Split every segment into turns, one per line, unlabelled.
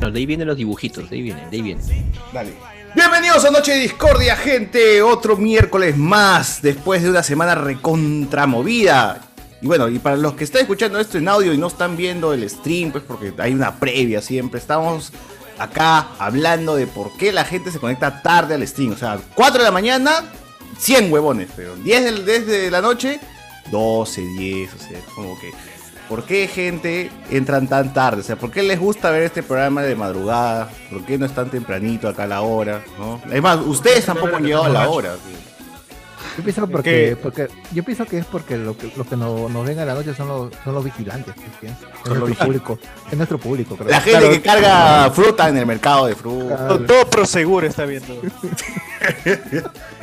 bueno, de ahí vienen los dibujitos, de ahí vienen, de ahí vienen.
Dale. Bienvenidos a Noche de Discordia, gente. Otro miércoles más, después de una semana recontramovida. Y bueno, y para los que están escuchando esto en audio y no están viendo el stream, pues porque hay una previa siempre, estamos acá hablando de por qué la gente se conecta tarde al stream. O sea, 4 de la mañana, 100 huevones, pero 10 del- desde la noche, 12, 10, o sea, como que... ¿Por qué gente entran tan tarde? O sea, ¿por qué les gusta ver este programa de madrugada? ¿Por qué no están tempranito acá a la hora? ¿no? Además, ustedes tampoco han llegado a la hora.
Yo pienso porque, porque yo pienso que es porque lo que, los que no- nos ven a la noche son los, son los vigilantes, pues, pienso. Es
Son los
nuestro público, es nuestro público, creo.
La gente que carga fruta en el mercado de fruta.
Claro.
Todo proseguro está viendo.
El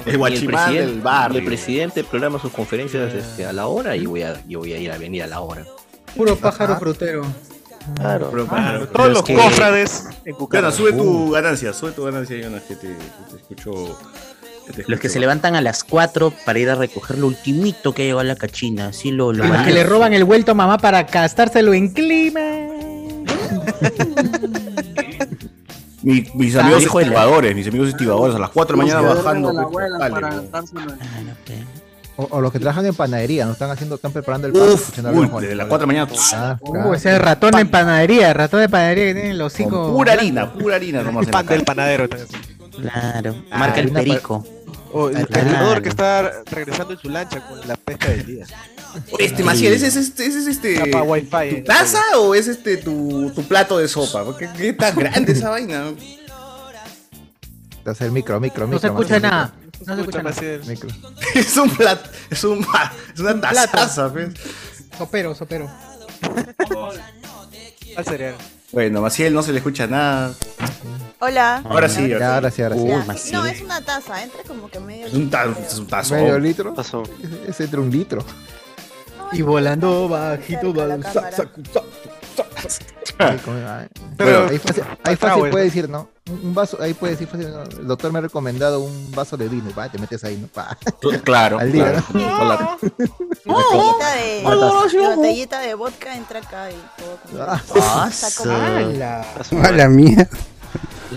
Y el,
guachimán
presidente,
del barrio.
y el presidente programa sus conferencias este, a la hora y voy a, yo voy a ir a venir a la hora.
Puro pájaro frutero.
Claro.
Ah,
Pero,
Claro,
claro.
todos
es
los
que-
cofrades en Uh.
Jonas,
Cucardas.
sube tu ganancia, sube tu ganancia, Jonas, que te, que te escucho. que te
Los que
escucho.
se levantan a las 4 para ir a recoger lo ultimito que llegó a la cachina. Así lo, lo
Los que le
valioso.
roban el vuelto a mamá para gastárselo en clima.
Mi- mis amigos
hijo de la-
estibadores, mis amigos estibadores, a las 4 de la mañana bajando.
La
pues,
abuela
dale,
para
pues.
gastárselo.
Ah, no, pe.
O, o los que trabajan en panadería, no están haciendo, están preparando el pan.
Uf,
escuchando a
uy,
Juan.
desde las 4 de la mañana.
Ah,
Uh, ese es ratón en panadería, ratón de panadería que tiene el
con
hocico.
pura harina, pura harina nomás.
El
en
pan
la
del
cara.
panadero también.
Claro.
Ah,
Marca el
una pa-
perico.
O el
Claro.
pescador que está regresando en su lancha con la pesca del día.
Oye, Este, Maciel, ¿ese es este, ese es este
Capa wifi.
tu
eh.
taza o es este tu, tu plato de sopa? Porque qué tan grande esa vaina.
Entonces el micro, micro, micro.
No se escucha
más o
nada.
No
No se escucha nada.
Maciel.
menos. Micro.
Es un plato, es un es una taza, pues.
Sopero, sopero.
Al cereal.
Bueno, Maciel no se le escucha nada.
Hola.
Ahora sí,
Ya, ahora sí, ahora sí.
Ya.
Uh, más
no,
sí.
es una taza, entra como que medio.
Es un, ta- es un tazo.
Medio litro.
Pasó.
Ese- Ese entre un litro.
No,
Y
no,
volando
no,
bajito,
cerca
va
la
el sac,
cámara.
sac, sac.
Ahí como- ah,
Pero-
ahí fácil, ahí
Está
fácil
bueno.
puede decir, ¿no? Un un vaso, ahí puede decir fácil, ¿no? el doctor me ha recomendado un vaso de vino y pa, te metes ahí, ¿no? Pa.
Claro.
Al día,
claro. Hola.
Botellita de,
Una taza.
la botellita de vodka entra acá y todo. como-
Ah,
Ah,
Está
su-
como-
Pasó.
mía.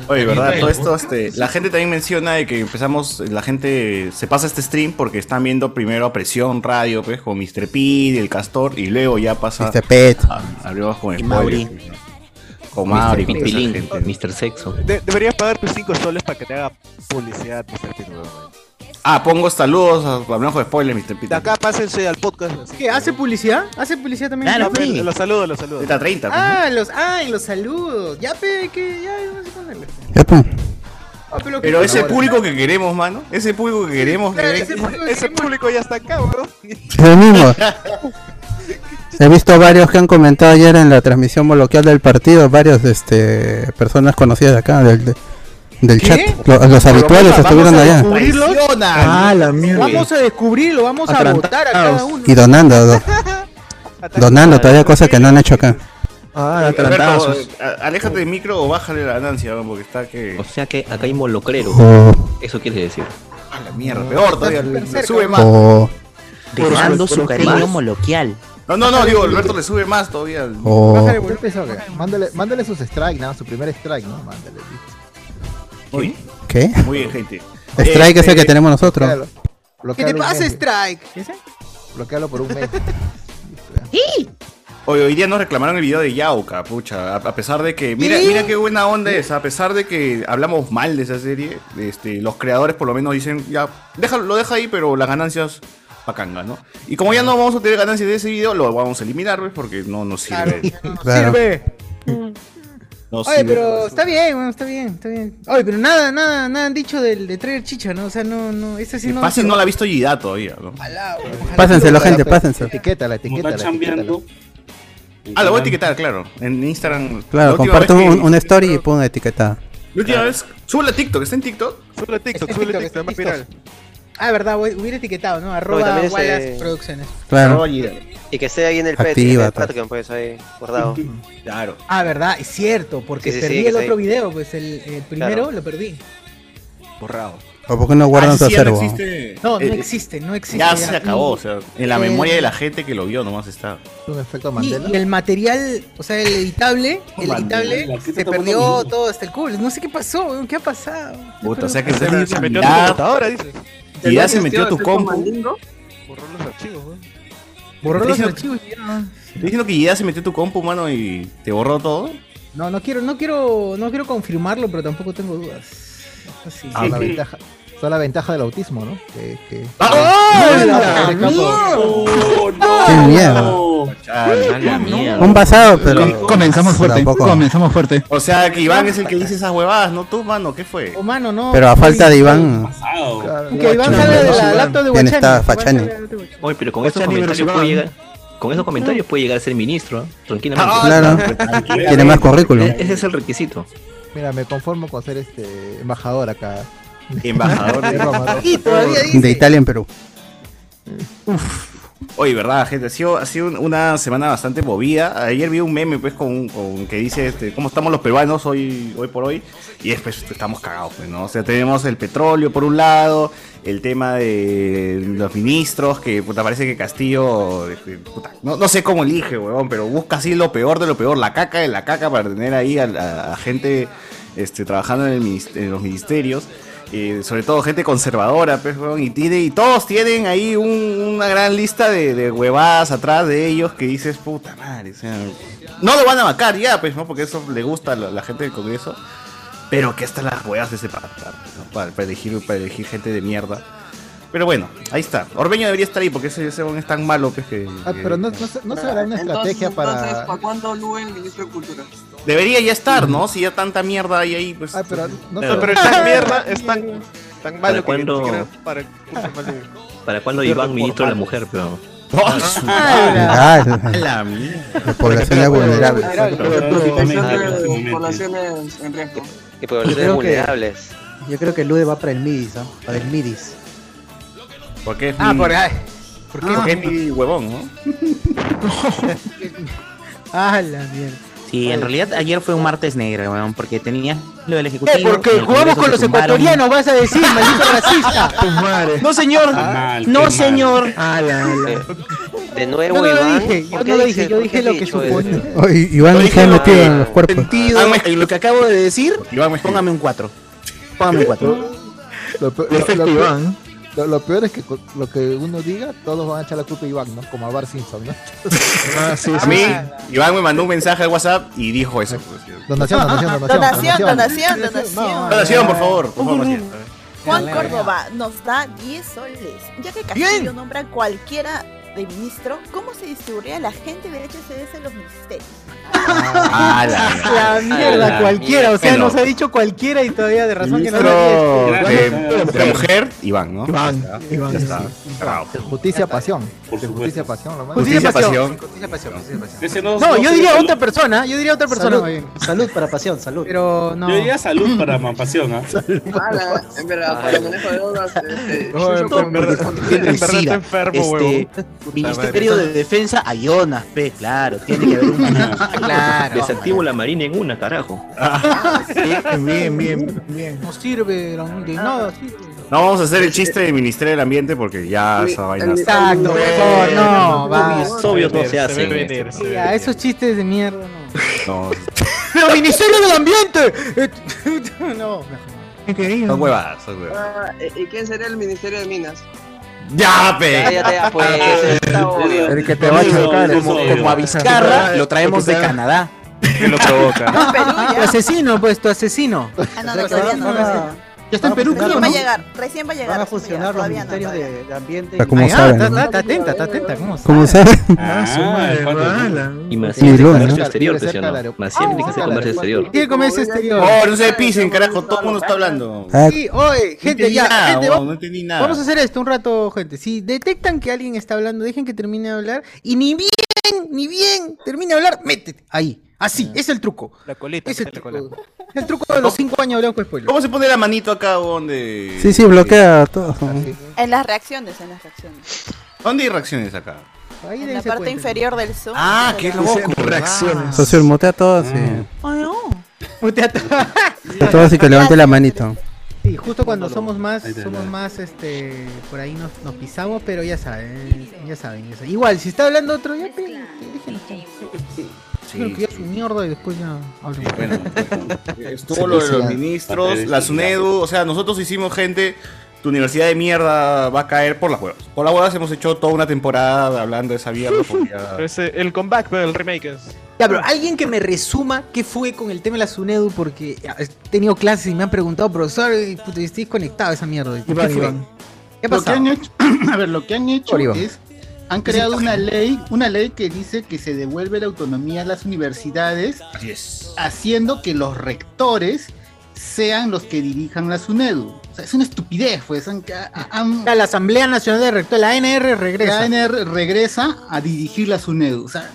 Oye, verdad, todo esto, este, la gente también menciona de que empezamos, la gente se pasa este stream porque están viendo primero a Presión Radio, pues, con Mr. P, el Castor, y luego ya pasa
pet.
a- abrimos con el
Y Mauri.
pollo, Con Mauri, con
Mr.
toda esa
Pitilín,
gente.
Mr. Sexo.
De- deberías pagar tus 5 soles para que te haga publicidad, Mr. Pete, weón.
Ah, pongo saludos, a- hablamos de spoilers, Mr. Pitilín.
De acá pásense al podcast. así.
¿Qué? ¿Hace publicidad? ¿Hace publicidad también?
Claro,
Ya, pe.
pe. Sí.
Los saludo, los saludo.
Está 30. pues, ¿no?
pues. Ah, los, ah, y los saludos. Ya, pe, que ya, no sé ponerle. Ah, pero,
Pero ese
ahora-
público que queremos, mano, ese público que queremos, que
Claro,
ven-
ese público que
Ese
queremos.
público ya está acá, weón.
Los mismos. He visto varios que han comentado ayer en la transmisión bloqueada del partido, varias este, personas conocidas de acá, del, de- del
¿Qué?
chat. Lo- los habituales
vamos a- vamos
estuvieron
a Ah,
allá
descubrirlos. Ah,
traiciona.
la mierda. Vamos a descubrirlo, vamos a votar a cada uno.
y donando, do- donando todavía cosas que no han hecho acá.
Ah,
Alberto, eh, a- aléjate del micro o bájale la ganancia, ¿no? porque está que.
O sea que acá hay molocrero.
O,
Eso quiere decir.
A la mierda, peor todavía.
Está
le-
súper
le sube
cerca.
más.
Oh.
o,
Dejando su cariño
más.
moloquial.
No, no, no, digo, Alberto le sube más todavía.
o-
¿Qué pensó que? Mándale, mándale sus strikes, nada, su primer strike, ¿no? Mándale.
Muy,
¿Qué?
muy bien, gente.
Strike es el que
Este,
tenemos nosotros.
Bloquealo.
¿Qué te
Bloquealo un
pasa, este?
mes,
Strike?
Bloquealo por un mes.
Hoy, hoy día nos reclamaron el video de Yauca, pucha. A, a pesar de que. Mira,
¿Sí?
mira qué buena onda es. A pesar de que hablamos mal de esa serie, este, los creadores por lo menos dicen, ya, déjalo, lo deja ahí, pero las ganancias pacanga, ¿no? Y como ya no vamos a tener ganancias de ese video, lo vamos a eliminar, pues, porque no nos sirve.
Claro.
Sirve.
No
Oye,
sirve.
pero está bien, bueno, está bien, está bien. Oye, pero nada, nada, nada han dicho del de Trailer Chicha, ¿no? O sea, no, no, ese sí
Que
no.
pase no la ha visto Yida todavía, ¿no?
Pásenselo, gente, pásenselo.
Etiquétala,
Como
etiquétala.
está chambeando.
Ah, lo voy a etiquetar, claro. En Instagram. la
Claro,
última
comparto
vez que-
un, una story y pon etiquetada.
La última vez. Súbela a TikTok, está en TikTok.
Sube a TikTok,
Este
sube a
TikTok,
TikTok,
este
más
TikTok.
viral.
Ah, verdad, voy- hubiera etiquetado, ¿no? Arroba
también es,
Wallace
eh,
Producciones.
Claro.
Y que esté ahí en el pet.
Activa,
en el
pues.
Patreon, pues ahí, guardado.
Claro.
Ah, verdad, es cierto, porque
Sí, sí,
perdí
sí, que
el
está
otro
ahí.
video, pues el, el primero
Claro.
lo perdí.
Borrado.
¿O por qué no guardan su
Ah, sí, ya no
acervo?
existe.
No, no
Eh,
existe, no existe.
Ya se acabó, o sea, en la
Eh,
memoria de la gente que lo vio nomás está.
Un efecto
Y,
Mandela.
y el material, o sea, el editable, el
Mandela,
editable se perdió todo hasta el culo. No sé qué pasó, weón, qué ha pasado.
Puta, o sea que
Se,
se,
se metió a tu computadora, dice.
y ya se metió a tu compu.
Borró los archivos, weón.
Borró
Te
los
dicen-
archivos y ya.
¿Estás diciendo que ya se metió a tu compu, mano, y te borró todo?
No, no quiero, no quiero, no quiero confirmarlo, pero tampoco tengo dudas. Así.
Ah, la ventaja. Son la ventaja del autismo, ¿no? Que, que...
¡Ah, mierda!
¡Qué mierda! Un basado, pero.
Comenzamos fuerte,
Tampoco.
comenzamos fuerte.
O sea que Iván es el que dice esas huevadas, ¿no tú, mano? ¿Qué fue?
Oh, mano, no.
Pero a falta de Iván.
Que Iván
Guachani,
salga de la
Iván.
laptop de
Bien
Guachani.
está,
Iván salga
Fachani.
de la laptop de Guachani.
Oye, pero con
Estos
estos
comentarios
comentarios puede
van-
llegar. Con esos comentarios puede llegar a ser ministro, ¿eh? tranquilamente.
Claro. Tiene más
E-,
currículum.
Ese es el requisito.
Mira, me conformo con ser este embajador acá.
Embajador de Roma.
Y todavía dice.
De Italia en Perú.
Oye, verdad, gente, ha sido, ha sido un- una semana bastante movida. Ayer vi un meme, pues, con, con- que dice, este, ¿cómo estamos los peruanos hoy, hoy por hoy? Y después estamos cagados, pues, ¿no? O sea, tenemos el petróleo por un lado, el tema de los ministros, que, puta, parece que Castillo, este, puta, no, no sé cómo elige, weón, pero busca así lo peor de lo peor, la caca de la caca para tener ahí a, a- a gente este, trabajando en, el minis- en los ministerios. Eh, sobre todo gente conservadora, pues, weón, y, tiene, y todos tienen ahí un- una gran lista de, de huevadas atrás de ellos que dices, puta madre, o sea, no lo van a vacar ya, pues, ¿no? Porque eso le gusta a la, la gente del Congreso, pero que están las huevas de ese para, para, para- para elegir, para elegir gente de mierda. Pero bueno, ahí está. Orbeño debería estar ahí porque ese, ese weón es tan malo, pues, que...
Ah,
que-
pero no, no, se- no se hará una estrategia para.
cuándo Lue el ministro de Cultura?
Debería ya estar, ¿no? Si ya tanta mierda hay ahí, pues...
Ah, pero no
No,
se-
pero es tan mierda, es tan, tan malo que ni
cuándo?
siquiera para el curso malo.
¿Para cuándo Iván ministro de la mujer, pero?
¡Oh, su-
Ah,
a
la-
la mierda!
la población es vulnerable.
este
Poblaciones en riesgo.
Y poblaciones vulnerables.
Yo creo que Lude va para el Midis, ¿no? Para el Midis.
¿Por qué?
Ah, por ahí.
¿Por qué? Porque es mi huevón, ¿no?
Ah, la mierda.
Sí, en realidad ayer fue un martes negro, weón, porque tenía lo del Ejecutivo.
Eh, porque
en el
jugamos
Congreso
con
se
los
tumbaron.
ecuatorianos, vas a decir, maldito racista.
No, señor. no, señor.
De nuevo,
Eh, No, no lo
Iván.
dije, yo
¿por qué
no lo
dices-
dije, yo
por
dije
qué
lo
has
que
dicho
suponía.
eso?
Oye, Oh, Iván se ha metido en los cuerpos.
Sentido en lo que acabo de decir,
Iván me-
póngame un 4. Póngame un 4.
Lo peor, lo- lo peor- lo- lo peor es que co- lo que uno diga, todos van a echar la culpa a Iván, ¿no? Como a Bar Simpson, ¿no? Ah,
A mí, Iván me mandó un mensaje al WhatsApp y dijo eso. pues.
Ah,
Donación, donación, donación.
Donación, donación, donación.
Donación, por favor. Por favor donación.
Juan Córdoba nos da 10 soles. Ya que Castillo nombra cualquiera de ministro, ¿cómo se distribuiría la gente de HCS en los ministerios?
Ah, la-
La
Ah,
mierda,
la
cualquiera. O sea,
Bueno.
nos ha dicho cualquiera y todavía de razón que no
Ministro
lo había dicho.
de, de la mujer, Iván, ¿no?
Iván,
Ya está,
Iván.
ya está. Bravo.
Justicia, pasión. Justicia, pasión, lo más.
Justicia, pasión.
Justicia, pasión, justicia, pasión. No, yo diría otra persona, yo diría otra persona. más bien.
Salud para pasión, salud.
Pero no.
salud para mampasión, ¿ah?
en verdad, para el manejo de drogas. este,
En verdad en verdad está enfermo,
Este,
huevón.
Ministerio de Defensa, Ayonas, pe, claro, tiene que haber una.
Claro.
Desactivo la marina en una, carajo.
Bien, bien, bien.
No sirve, no, de nada sirve.
No vamos a hacer el chiste del Ministerio del Ambiente porque ya esa vaina está.
Exacto, mejor, no, va.
Los obvios no se hacen.
venir, se
Sí,
ve
a
venir.
esos chistes de mierda,
No,
no. ¡Pero Ministerio del Ambiente! Eh, no, mejor.
son huevadas, son huevadas.
Ah, ¿Y quién sería el Ministerio de Minas?
Ah,
¡Ya, pe!
Cállate, ya, pues. eso está obvio.
El que te va a chocar,
como, como a Vizcarra, lo traemos de Canadá.
Que lo provoca.
No, Perú
Tu
ya.
asesino, pues, tu asesino. Ya
Ah, no, no, todavía no. todavía no.
está en Perú,
Recién
creo,
va a
¿no?
llegar, recién va a llegar.
Van a
recién
fusionar los
va a llegar,
ministerios
todavía no,
de, de ambiente
Está como
Ah,
saben,
está,
¿no?
está, está atenta, está atenta, ¿cómo
¿Cómo
sabe?
saben?
Ah,
Ah,
Ah,
Ah,
Imagínate
Sí, lo,
que comercio
¿no?
exterior, ¿sí o
Cerca del
no?
aeropuerto.
Imagínate que sea comercio exterior.
¿Qué comercio exterior?
Oh, no se pisen, carajo, todo el mundo está hablando. No
Ah,
este, Sí, oye, gente,
entendí
ya,
nada,
gente,
huevón,
vamos.
no entendí
Vamos a
nada.
hacer esto un rato, gente. Si detectan que alguien está hablando, dejen que termine de hablar. Y ni bien, ni bien termine de hablar, métete ahí. Así,
Ah.
es el truco.
La colita,
Es el
la cola.
truco. Es el truco de los cinco años hablando con spoiler.
¿Cómo se pone la manito acá, donde
Sí, sí, bloquea todo.
En las reacciones, en las reacciones.
¿Dónde hay reacciones acá?
Ahí
En la
dense
parte
cuenta.
inferior del Zoom.
Ah, qué loco.
Ah,
Reacciones.
Socio, mutea a todos y,
Ah.
Ay, no.
Mutea todo.
a todos y que levante la manito.
Sí,
justo cuando
No lo-
somos más,
Ahí está,
somos
ahí.
más, este, por ahí nos, nos pisamos, pero ya saben, ya saben, ya saben. Igual, si está hablando otro, ya pe- déjenlo.
Sí,
Creo que ya su mierda y después ya hablo.
Bueno, estuvo lo de los ministros, la SUNEDU, o sea, nosotros hicimos gente, tu universidad de mierda va a caer por las huevas. Por las huevas hemos hecho toda una temporada hablando de esa mierda. porque ya-
Pero ese- eh, el comeback, pero el remake es.
Ya, pero alguien que me resuma qué fue con el tema de la SUNEDU, porque he tenido clases y me han preguntado, profesor, y puta, y estoy desconectado de esa mierda. ¿Qué
Iván,
fue?
Iván.
¿Qué
Lo que
pasó?
han hecho, a ver, lo que han hecho
Por Iván.
es han creado una ley, una ley que dice que se devuelve la autonomía a las universidades, haciendo que los rectores sean los que dirijan la SUNEDU. O sea, es una estupidez, pues. han- han-
La Asamblea Nacional de Rectores, la ANR regresa.
La ANR regresa a dirigir la SUNEDU. O sea,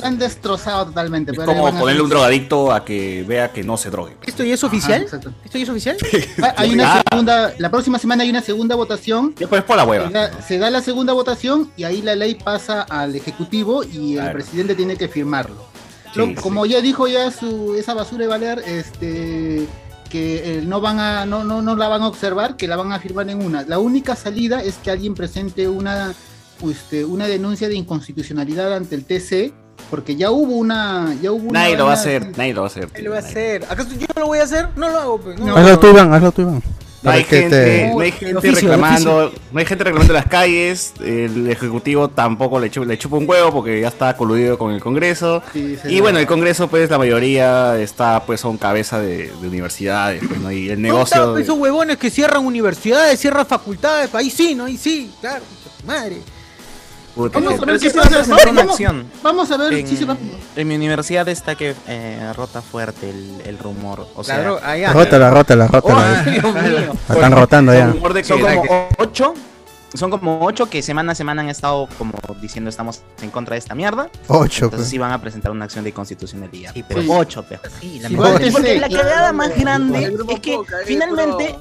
la han destrozado totalmente.
Es como ponerle un drogadicto a que vea que no se drogue.
¿Esto ya es oficial? ¿Esto ya es oficial?
Hay una
Ah.
segunda, la próxima semana hay una segunda votación
Ya, pues es por la hueva.
Se da, se da la segunda votación y ahí la ley pasa al Ejecutivo y el
Claro.
presidente tiene que firmarlo.
Sí,
Lo-
sí.
Como ya dijo ya su, esa basura de Valer, este que eh, no van a, no, no, no la van a observar, que la van a firmar en una. La única salida es que alguien presente una, este, una denuncia de inconstitucionalidad ante el TC, porque ya hubo una, ya hubo una
Nadie lo va a
vaina-
hacer, nadie lo va a hacer.
¿Qué lo voy a hacer? ¿Acaso yo no lo voy a hacer? No lo hago, pues. No,
hazlo tú, Iván, hazlo tú, Iván.
No hay,
Para que
gente,
te-
Eh, no hay
De
gente
oficio, de
reclamando, no hay gente reclamando en las calles, el ejecutivo tampoco le chupa, le chupa un huevo porque ya está coludido con el Congreso.
Sí,
y
señor.
bueno, el Congreso pues la mayoría está pues son cabeza de, de universidades, pues, ¿no? y el negocio
Puta,
de-
Esos huevones que cierran universidades, cierran facultades, ahí sí, ¿no? Ahí sí, claro. Madre.
puta,
Vamos
gente.
a ver qué
sí
pasa.
pasa,
Vamos-
en
vamos-
acción.
Vamos a ver
En-
si se va.
En mi universidad está que eh, rota fuerte el, el rumor. O sea,
droga, ahí
eh,
Rótala, rótala, rótala.
Oh, Dios mío.
La Están rotando ya.
son
que-
como ocho. Son como ocho que semana a semana han estado como diciendo estamos en contra de esta mierda.
Ocho,
Entonces
pues.
sí van a presentar una acción de inconstitucionalidad.
Sí,
pero
pues.
ocho, pero sí,
Sí,
mierda.
pues,
Porque
sí,
la
claro,
cagada más
claro.
grande
El
es que finalmente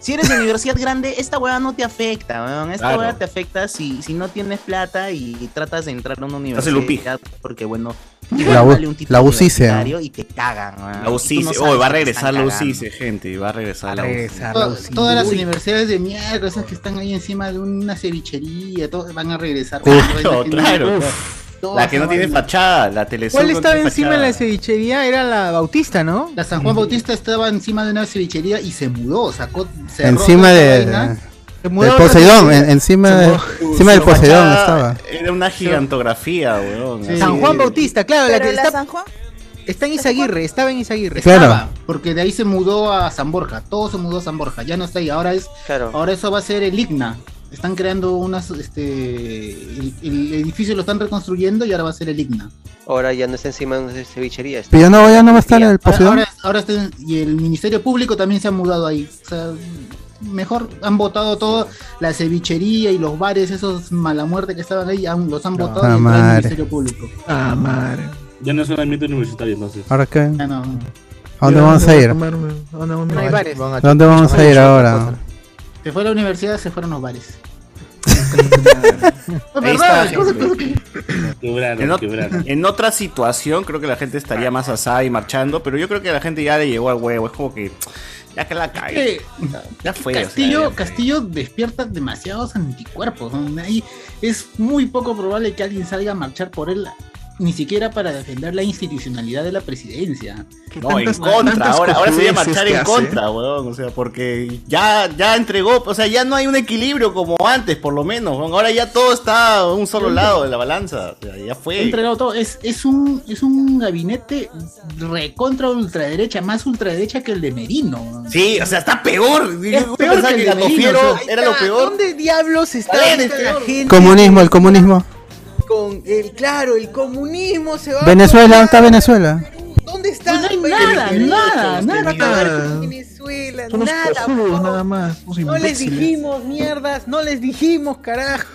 si eres de universidad grande, esta hueá no te afecta, weón. Esta
Claro.
hueá te afecta si, si no tienes plata y tratas de entrar a una
Hace lupi.
universidad porque, bueno,
La U-
vale un título
la UCICE,
¿eh?
¿no?
universitario y te cagan, weón.
La
Y tú no
UCICE,
sabes
oh, va a
que te
regresar
están
la
cagando.
UCICE, gente, va a regresar la UCICE.
regresar,
To-
Lausi.
todas las
Uy,
universidades de mierda, esas que están ahí encima de una cevichería, todos van a regresar.
Claro, claro.
Todas
La que no
esas
tiene
vainas.
fachada, la televisión.
¿Cuál estaba encima de la cevichería? Era la Bautista, ¿no?
La San Juan Bautista estaba encima de una cevichería y se mudó, sacó cerró
Encima
toda la
de,
vaina.
Se
del
mudó-
Poseidón, en- encima, de- encima del Poseidón estaba.
Era una gigantografía, weón.
Sí.
San Juan Bautista, claro, la
Pero
que
la
está,
San Juan,
está en Izaguirre, estaba en Izaguirre.
Claro.
Porque de ahí se mudó a San Borja, todo se mudó a San Borja, ya no está ahí, ahora es,
Claro.
ahora eso va a ser el Igna. Están creando unas, este, el, el edificio lo están reconstruyendo y ahora va a ser el Igna.
Ahora ya no está encima de una cevichería. está
Pero ya no, ya no va a estar
en
el
Ahora,
Poseidón.
ahora, ahora está en- y el Ministerio Público también se ha mudado ahí. O sea, mejor han votado todo, la cevichería y los bares, esos mala muerte que estaban ahí, han- los han
Ah,
votado y entró el
madre.
Ministerio Público.
Ah, madre.
Ya no es un ambiente universitario, entonces.
¿Ahora qué?
Ya no.
¿A dónde vamos a ir?
No hay bares.
¿A dónde vamos a ir ahora?
Se fue a la universidad, se fueron los bares. Es
Ahí
verdad,
está,
cosa-
gente.
cosa que-
En,
Quebraron,
ot-
quebraron.
en otra situación creo que la gente estaría más asada y marchando, pero yo creo que la gente ya le llegó al huevo, es como que ya que la cae.
Eh,
Ya fue. o sea, eh,
Castillo,
ya fue.
Castillo despierta demasiados anticuerpos. ¿no? Ahí es muy poco probable que alguien salga a marchar por él, ni siquiera para defender la institucionalidad de la presidencia.
No, en
tantas-
contra,
tantas
ahora, ahora se va a
estupideces
marchar
que
en
hace.
contra, weón, o sea, porque ya, ya entregó, o sea, ya no hay un equilibrio como antes, por lo menos, weón, ahora ya todo está a un solo lado de la balanza, o sea, ya
Ha
fue.
entregado todo. Es, es, un, es un gabinete recontra ultraderecha, más ultraderecha que el de Merino.
Sí, o sea, está peor,
Es
yo
peor
pensaba
que
que
el de
Gatofiero
Merino, o sea,
era lo peor.
¿Dónde diablos está
Dale,
ahorita la gente?
Comunismo, el comunismo.
Con el, claro, el comunismo se va.
Venezuela, ¿dónde está
Venezuela?
Venezuela?
¿Dónde está?
Pues No hay
Perú?
nada,
Perú,
nada,
Perú,
nada.
acabar con Venezuela,
Son unos
nada,
cojudos,
por favor.
nada
más, unos
No les
imbéciles.
dijimos mierdas, no les dijimos carajo.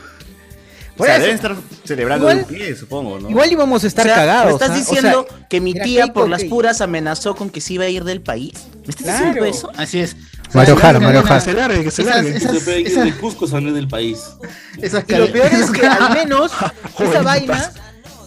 O
Por
sea,
eso,
deben estar celebrando
Igual-
un pie, supongo, ¿no?
Igual íbamos a estar
O sea,
cagados.
¿Me estás
¿ah? O sea,
diciendo que mi
mira,
tía
qué
por las
hipócrita.
puras amenazó con que se iba a ir del país? ¿Me estás
Claro.
diciendo eso?
Así es.
Mario
O sea,
Jara,
la-
Mario
la-
Jara.
esas-
largue, que se
Esas,
largue.
Se puede
esas,
que de Cusco salen del país.
esas
Y lo
cal-
peor es que al menos
Joder,
esa
¿qué
vaina,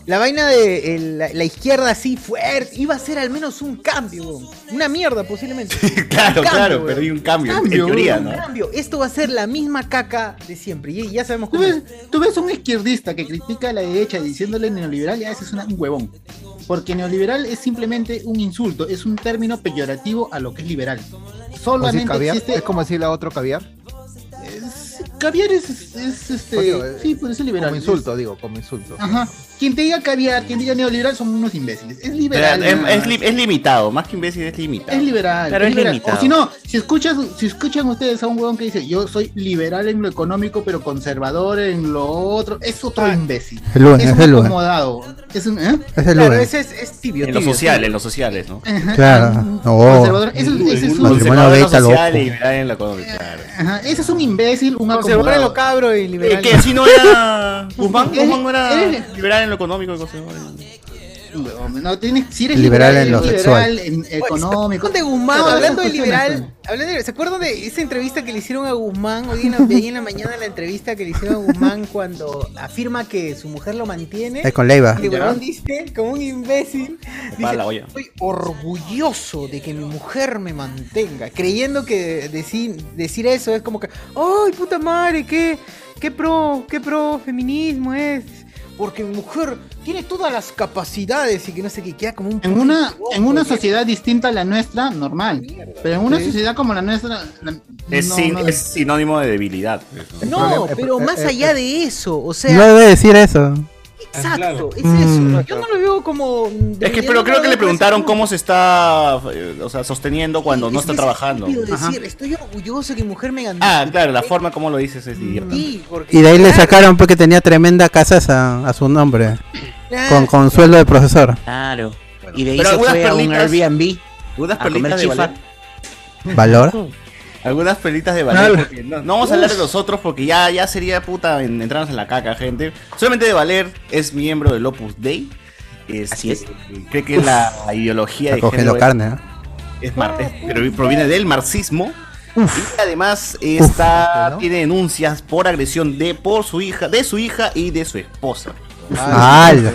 La vaina de el- la, la izquierda así fuerte iba a ser al menos un cambio, weón. una mierda posiblemente.
Claro,
Un cambio,
claro,
weón.
pero hay un cambio, en
Cambio,
teoría,
weón,
¿no?
un cambio. Esto va a ser la misma caca de siempre y ya sabemos cómo.
Tú ves un izquierdista que critica a la derecha diciéndole neoliberal y a veces es una- un huevón. Porque neoliberal es simplemente un insulto, es un término peyorativo a lo que es liberal.
Solamente
Solamente
caviar,
existe.
Es como decirle a otro caviar.
Caviar es, es, este.
Oye, eh,
sí, pero es liberal.
Como insulto, digo, como insulto.
Es-
Ah,
ajá. Quien te diga caviar, quien diga neoliberal son unos imbéciles. Es liberal.
Es,
nada
es
más.
li- es limitado, más que imbécil es limitado.
Es liberal.
Claro, es,
liberal.
limitado.
O si no, si escuchas, si escuchan ustedes a un huevón que dice, yo soy liberal en lo económico, pero conservador en lo otro, es
Ah.
otro imbécil.
el lunes,
es
es
un
el lunes.
acomodado. Es un, ¿eh?
Es el Claro, lunes.
es, es tibio.
en lo social, en lo sociales, ¿no?
Ajá. Ah,
Claro, no.
Conservador, ese, es- ese es un,
Matrimonio
Conservador en lo
beta,
social
loco.
y liberal en lo económico, claro.
ajá, ese es un imbécil, un
Conservador en
acomodado.
lo cabro y Eh, liberal.
Eh, que si no era Guzmán,
Eres-
Guzmán no era
eres-
liberal en lo económico y conservador en lo-
Huevón, No, tienes, si eres
Liberal en lo
eres liberal
sexual.
en económico.
de Guzmán,
Todas
hablando de
esas cuestiones,
liberal, hablando de- ¿se acuerdan de esa entrevista que le hicieron a Guzmán? Hoy en la, de ahí en la mañana la entrevista que le hicieron a Guzmán cuando afirma que su mujer lo mantiene.
Eh, con Leiva.
Y el
Ya.
huevón dice, como un imbécil,
Va
dice,
la olla.
estoy orgulloso de que mi mujer me mantenga. Creyendo que decir, decir eso es como que, ¡ay, puta madre! ¿Qué, qué pro, qué pro feminismo es? Porque mi mujer tiene todas las capacidades y que no sé qué, queda como un... ¿eh?
En una, en una sociedad distinta a la nuestra, normal. Pero en una
Sí.
sociedad como la nuestra, la-
Es,
no,
sin-
no-
es sinónimo de debilidad. pues,
No, pero más allá de eso, o sea...
No debe decir eso.
Exacto, es
Mm.
eso. Yo no lo veo como...
Ah, Es que pero creo que le preguntaron cómo se está eh, o sea, sosteniendo cuando no está trabajando. Ajá.
decir, estoy orgulloso que mi mujer me ganó.
Ah, claro, la forma como lo dices es idiota.
Y de ahí le sacaron porque tenía tremenda casa a, a su nombre. Con, con sueldo de profesor.
Claro. Y de ahí
Pero
se
algunas
fue a un
perlitas-
Airbnb.
Algunas
a comer
perlitas de
chifa.
valor.
¿Valor?
Algunas pelitas de
Claro.
ballet. porque No, no vamos a hablar de los otros porque ya, ya sería puta en- entrarnos en la caca, gente. Solamente de Valer es miembro del Opus Dei. Así es. Cree que
Uf.
la ideología
Está
de
cogiendo
género
carne, ¿eh?
es, es mar- es- pero proviene del marxismo. Y además
este,
está, tiene denuncias por agresión de por su hija, de su hija y de su esposa.
Ah,
Al.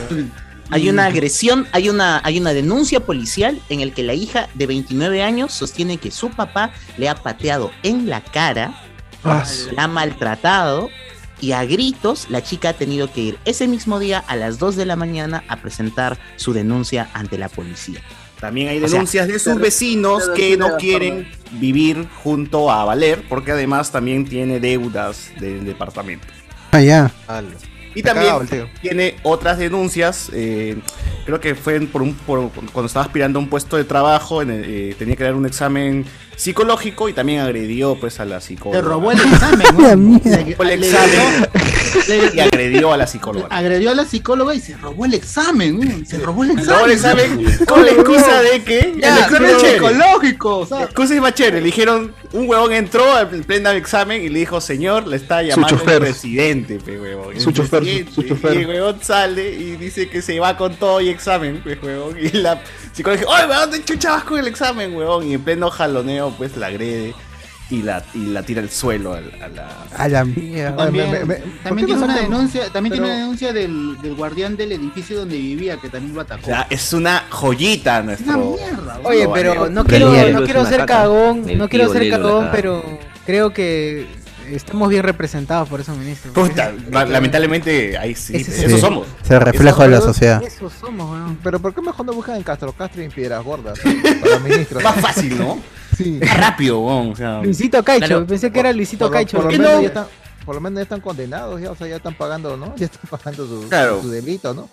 Hay una agresión, hay una, hay una denuncia policial en el que la hija de 29 años sostiene que su papá le ha pateado en la cara, la ha maltratado y a gritos la chica ha tenido que ir ese mismo día a las 2 de la mañana a presentar su denuncia ante la policía.
También hay
O sea,
denuncias de sus
de-
vecinos
de-
que
de-
no
de-
quieren vivir junto a Valer, porque además también tiene deudas del departamento.
Ah, ya.
Y
Está
también
cagado el tío.
tiene otras denuncias. eh, creo que fue en- por un, por- cuando estaba aspirando a un puesto de trabajo, en el- eh, tenía que dar un examen psicológico y también agredió pues a la psicóloga.
Te robó el examen, ¿no? Le-
Robó el
le-
examen
le-
y agredió a la psicóloga.
agredió a la psicóloga y se robó el examen. ¿no? Se robó el examen.
Robó el examen con la excusa de que
Ya,
el examen
pero
es chévere.
psicológico. o sea,
La excusa es más chévere. Le dijeron, un huevón entró al- en pleno examen y le dijo, señor, le está llamando el
chofer.
presidente, pe huevón. El
Su chofer,
presidente.
su chofer.
Y el huevón sale y dice que se va con todo y examen, pe huevón. Y la psicóloga dice, oye, huevón, ¿dónde chucha vas con el examen, huevón? Y en pleno jaloneo, pues la agrede y la, y la tira al suelo a la- a la...
A la mierda.
También,
Me- me- me-
también
¿por qué
tiene
no
una
sacan-
denuncia, también
Pero-
tiene una denuncia del, del guardián del edificio donde vivía, que también lo
O
atacó.
sea, es una joyita
Ah,
nuestro...
Oye,
nuestro
pero
Valero.
no quiero, no quiero ser cagón, no quiero ser cagón, pero creo que estamos bien representados por esos ministros.
Puta, la- lamentablemente, eh, ahí sí,
Ese
eso
Sí,
somos.
Es el reflejo de la
Pero-
sociedad.
Eso somos,
Pero ¿por qué mejor no buscan en Castro Castro y en Piedras Gordas? Para ministros.
Más fácil, ¿no?
Sí.
Más rápido, weón. O sea,
Luisito Caicho, pensé que era Luisito
Por lo,
Caicho.
por lo
¿Por qué
menos
no?
ya están, por lo menos ya están condenados, ya, o sea, ya están pagando, ¿no? Ya están pagando su,
Claro.
su delito, ¿no?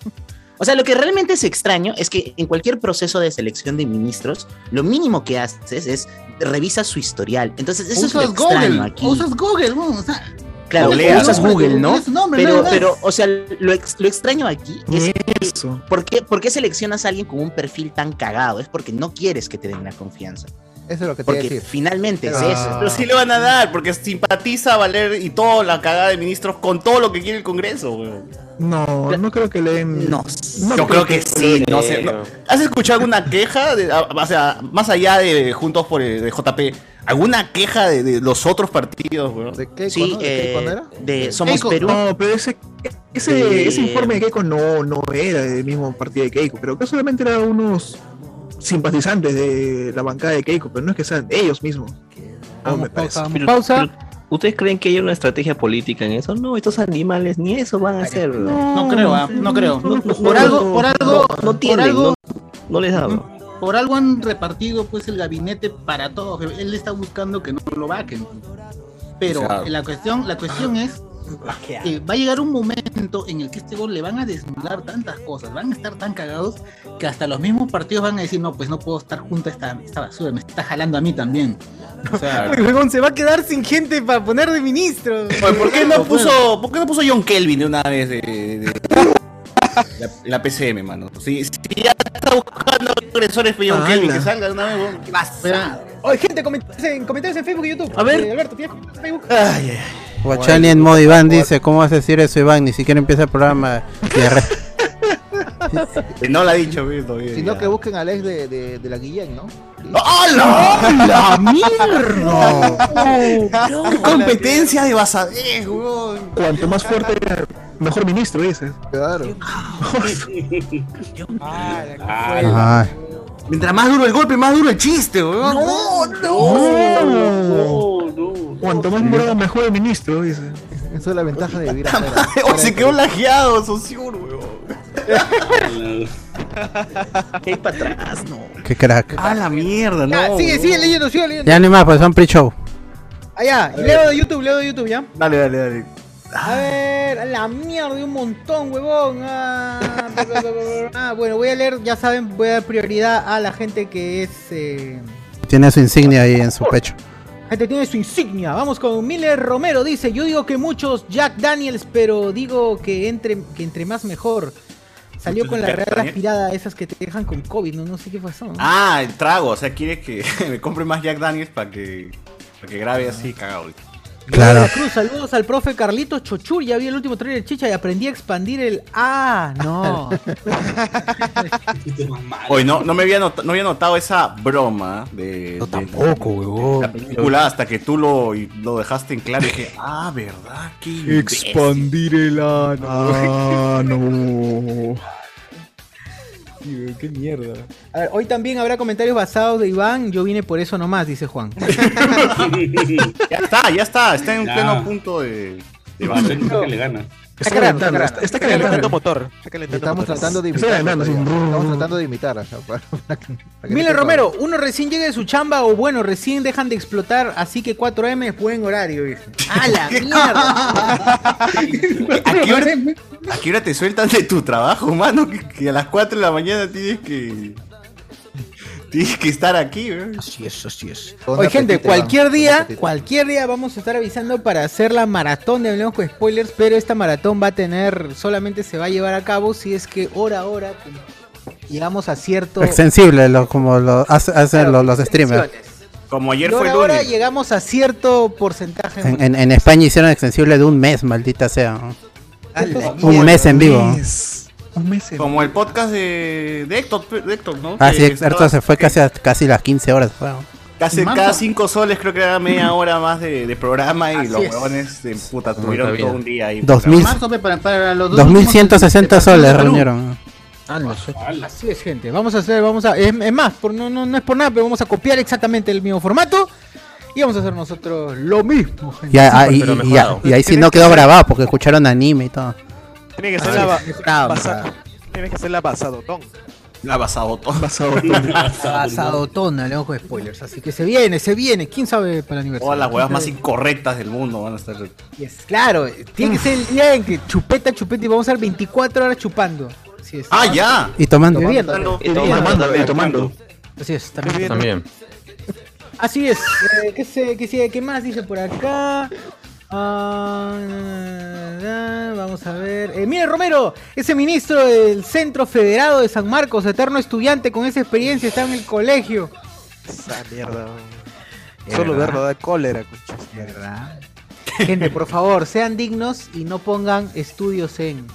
O sea, lo que realmente es extraño es que en cualquier proceso de selección de ministros, lo mínimo que haces es revisas su historial. Entonces, eso es lo
usas
extraño
Google,
aquí.
usas Google, ¿no? O sea,
Claro,
Google,
usas
nombre,
Google, ¿no?
googleas nombre,
pero,
nada más.
pero, o sea, lo, ex- lo extraño aquí es ¿por qué, por qué seleccionas a alguien con un perfil tan cagado? Es porque no quieres que te den la confianza.
Eso es lo que te
Porque
iba a decir. Ah.
finalmente es eso.
pues, Pero sí le van a dar, porque simpatiza a Valer y toda la cagada de ministros con todo lo que quiere el Congreso, weón.
No, no creo que le den.
No,
Yo creo que sí, no sé. no. ¿Has escuchado alguna queja? de- a- o sea, más allá de Juntos por el- de JP, ¿alguna queja de, de los otros partidos, weón?
¿De qué?
Sí, eh, de Somos
Keiko,
Perú.
No, pero ese Ese,
de-
ese informe de Keiko no, no era del mismo partido de Keiko, creo que solamente eran unos simpatizantes de la bancada de Keiko, pero no es que sean ellos mismos. No me parece.
Pero- pero, ¿Ustedes creen que hay una estrategia política en eso? No, estos animales ni eso van a hacer.
No creo, ah, no creo. Por algo, por algo,
no, no tienen,
por algo,
no, no les da. ¿no?
por algo han repartido pues el gabinete para todos. Él está buscando que no lo vaquen. Pero
Claro.
la cuestión, la cuestión es que va a llegar un momento en el que este gol le van a desnudar tantas cosas, van a estar tan cagados que hasta los mismos partidos van a decir, no, pues no puedo estar junto a esta, esta basura, me está jalando a mí también. O sea,
Uy, huevón, se va a quedar sin gente para poner de ministro.
¿Por qué
Pues
no puso, ¿por qué no puso John Kelvin de una vez de, de- de- la, la PCM, mano? Si, si ya está buscando agresores pero John
Ah,
Kelvin,
la-
que salga de una vez, weón.
Oye, gente, comentarios en, comentarios en Facebook y YouTube. A ver. Alberto, ¿tienes comentarios en Facebook?
Guachani en modo Iván dice, ¿cómo vas a decir eso Iván? Ni siquiera empieza el programa. Y arre-
Que Eh, No la ha dicho, weón, todavía.
Si no, que busquen a Alex de, de, de la Guillén, ¿no?
¡Hala!
mierda!
¡Qué competencia de basadez, weón!
Cuanto más fuerte, mejor ministro, dices.
Claro.
Ay.
Mientras más duro el golpe, más duro el chiste, weón.
No,
no. Cuanto más morado, mejor el ministro, dice.
Eso es la ventaja de vivir
Hoy Oh, se quedó lajeado, socio, weón.
¿Qué para atrás? No.
Qué crack.
¡A la mierda,
Ya,
no!
Ah, sigue, sigue leyendo, sigue leyendo.
Ya ni más, pues son pre-show.
Allá,
A ver.
leo de YouTube, leo de YouTube, ¿ya?
Dale, dale, dale.
A ver, a la mierda, hay un montón, huevón. Ah, bla, bla, bla, bla, bla. Ah, bueno, voy a leer, ya saben, voy a dar prioridad a la gente que es. eh,
Tiene su insignia ahí en su pecho.
Gente Este tiene su insignia. Vamos con Miller Romero. Dice, yo digo que muchos Jack Daniels, pero digo que entre, que entre más mejor. Salió
¿Muchos
con la
Jack
real
Daniels?
aspirada, esas que te dejan con COVID, no, no sé qué pasó. ¿no?
Ah, el trago, o sea, quiere que me compre más Jack Daniels para que, para que grabe así, cagado.
Claro. Cruz, saludos al profe Carlitos Chochur. Ya vi el último trailer de Chicha y aprendí a expandir el... Ah, no.
Hoy no, no me había notado, no había notado esa broma de, de-
Poco, huevón.
la película hasta que tú lo, y lo dejaste en claro y dije, ah, verdad, qué imbécil.
Expandir el ano. Ah, no.
qué mierda. A ver, hoy también habrá comentarios basados de Iván. Yo vine por eso nomás, dice Juan.
ya está, ya está, está en
Ya.
pleno punto de, de
Ah,
base.
creo que le gana.
Está calentando, está, está calentando
motor.
Estamos tratando de
Está
imitar.
calentando,
todavía.
sí.
Estamos tratando de imitar. ajá, para- para que- para que
Miller
no
Romero, uno recién llega de su chamba o bueno, recién dejan de explotar, así que 4M es buen horario, dice. ¡A la mierda!
¿A qué, hora, a qué hora te sueltan de tu trabajo, mano? Que, que a las 4 de la mañana tienes que. Tienes que estar aquí, ¿eh? weón. Así es, así es.
Oye, gente, cualquier día, cualquier día vamos a estar avisando para hacer la maratón de Hablemos con Spoilers, pero esta maratón va a tener, solamente se va a llevar a cabo si es que hora a hora llegamos a cierto...
Extensible, lo, como lo hace- hacen los, los streamers.
Como ayer
hora
fue
a
el
hora
lunes.
llegamos a cierto porcentaje.
En, en- en España hicieron extensible de un mes, maldita sea. Un mes en vivo.
Como el podcast de, de, Héctor, pe- de Héctor, ¿no?
Ah, sí,
Que
Héctor se fue casi a casi las 15 horas. fue.
Casi
Mano.
cada cinco soles creo que era media hora más de, de programa y
Así
los
es.
huevones de puta
Puta
tuvieron
vida.
todo un día ahí.
Dos mil-
Marzo,
pe, para- para los dos últimos
2160
partidos de
soles
Perú.
reunieron.
Así Ah, es, gente. Vamos a hacer, vamos a. Es, es más, por, no, no, no es por nada, pero vamos a copiar exactamente el mismo formato. Y vamos a hacer nosotros lo mismo, gente.
Y, a- ah, y- y- y a- y ahí sí no quedó grabado porque escucharon anime y todo.
Tiene que ser la ba- basa- Tiene que ser la basadotón.
La basadotón.
Basadotón.
Pasadotón, al ojo de spoilers. Así que se viene, se viene. ¿Quién sabe para el aniversario?
Todas las huevas
¿Quién
más
sabe?
incorrectas del mundo van a estar.
Yes, claro, tiene que ser el día en que chupeta, chupeta y vamos a estar 24 horas chupando. Así es.
¡Ah, ya!
Y tomando.
Bebiendo.
Y tomando, y tomando.
Así es, también.
También.
Así es. Eh, ¿qué, se- qué sigue? ¿Qué más dice por acá? Ah, vamos a ver. Eh, mire, Romero, ese ministro del Centro Federado de San Marcos, eterno estudiante con esa experiencia, está en el colegio.
Esa mierda.
Es
Solo
verdad.
verlo da cólera,
¿Verdad? Gente, por favor, sean dignos y no pongan estudios en.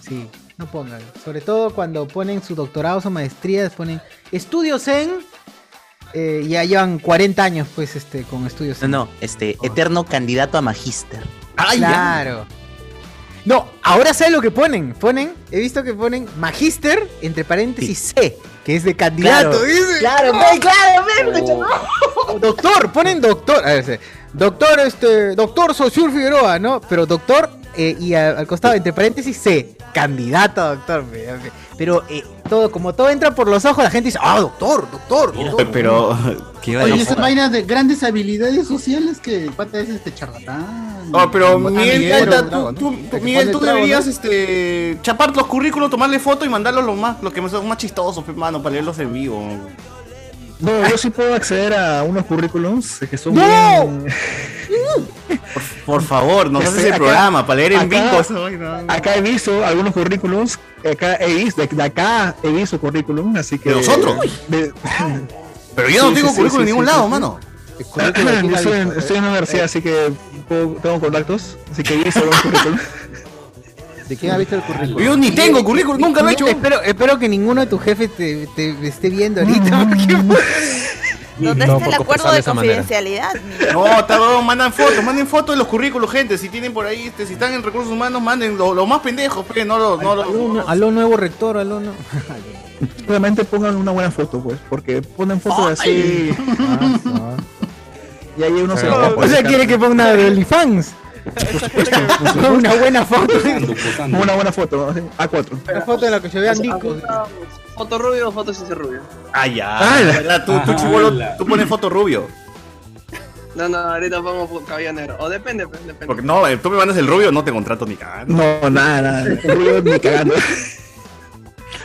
Sí, no pongan. Sobre todo cuando ponen sus doctorados o maestrías, ponen estudios en. eh, ya llevan 40 años, pues, este, con estudios
No,
en.
no, este, eterno candidato a magíster.
claro. No, ahora sé lo que ponen. Ponen, he visto que ponen Magister, entre paréntesis, C, que es de candidato.
Claro,
dice. ¡Oh!
claro,
¡No!
ve, claro, ve,
No. Doctor, ponen doctor. A ver, sí. doctor, este, doctor Sosur Figueroa, ¿no? Pero doctor, eh, y a- al costado, entre paréntesis, C, candidato a doctor. pe- pe- Pero eh, todo, como todo entra por los ojos, la gente dice, ah, doctor, doctor, doctor.
Pero, ¿qué iba a
Oye,
decir?
esas vainas de grandes habilidades sociales que el pata es este charlatán.
No, pero Miguel,
Amiguero,
puta,
bravo,
tú, tú-
¿no?
tú-
Te que
Miguel,
pone
tú
trago, ¿no?
deberías este, chapar los currículos, tomarle foto y mandarlos los más, los que son más chistosos, pe, mano, para leerlos en vivo.
No, yo sí puedo acceder a unos currículums que son
¡No!
bien-
Por favor, nos
Este,
haces el
acá-
programa para leer en
acá-
vivo esa vaina.
Acá he visto algunos currículums, acá he visto, de acá he visto currículum, así que... eh,
¿De nosotros?
De-
Pero yo no tengo currículum en ningún lado, mano.
Yo
currículum de quién ha
estoy, en,
visto?
estoy en la
eh.
universidad, así que puedo- tengo contactos, así que he visto algunos currículums.
¿De quién ha visto el currículum?
Yo ni tengo
currículum,
nunca lo he
hecho. Espero, espero que ninguno de tus jefes te, te esté viendo ahorita.
¿Dónde está
No,
el
por
acuerdo
confesar de
de
esa manera.
confidencialidad?
No, está huevón, mandan fotos, manden fotos de los currículos, gente. Si tienen por ahí, este, si están en recursos humanos, manden los los más pendejos, pe, no los. No, los-
Aló, aló, nuevo rector, aló, no.
Solamente pongan una buena foto, pues, porque ponen fotos así... y ahí uno se lo
o sea, quiere que ponga una de OnlyFans. una buena foto.
Una buena foto, ¿no? A4.
Una foto en la que se vean dicos.
Foto rubio o foto sin ser rubio.
Ah, ya. ¿verdad? Tú, tú, chibolo, tú pones foto rubio.
No, no, ahorita pongo fu- cabello negro. O depende, pues, depende.
Porque no, eh, tú me mandas el rubio, no te contrato ni cagando.
No, nada, nada. Rubio ni cagando.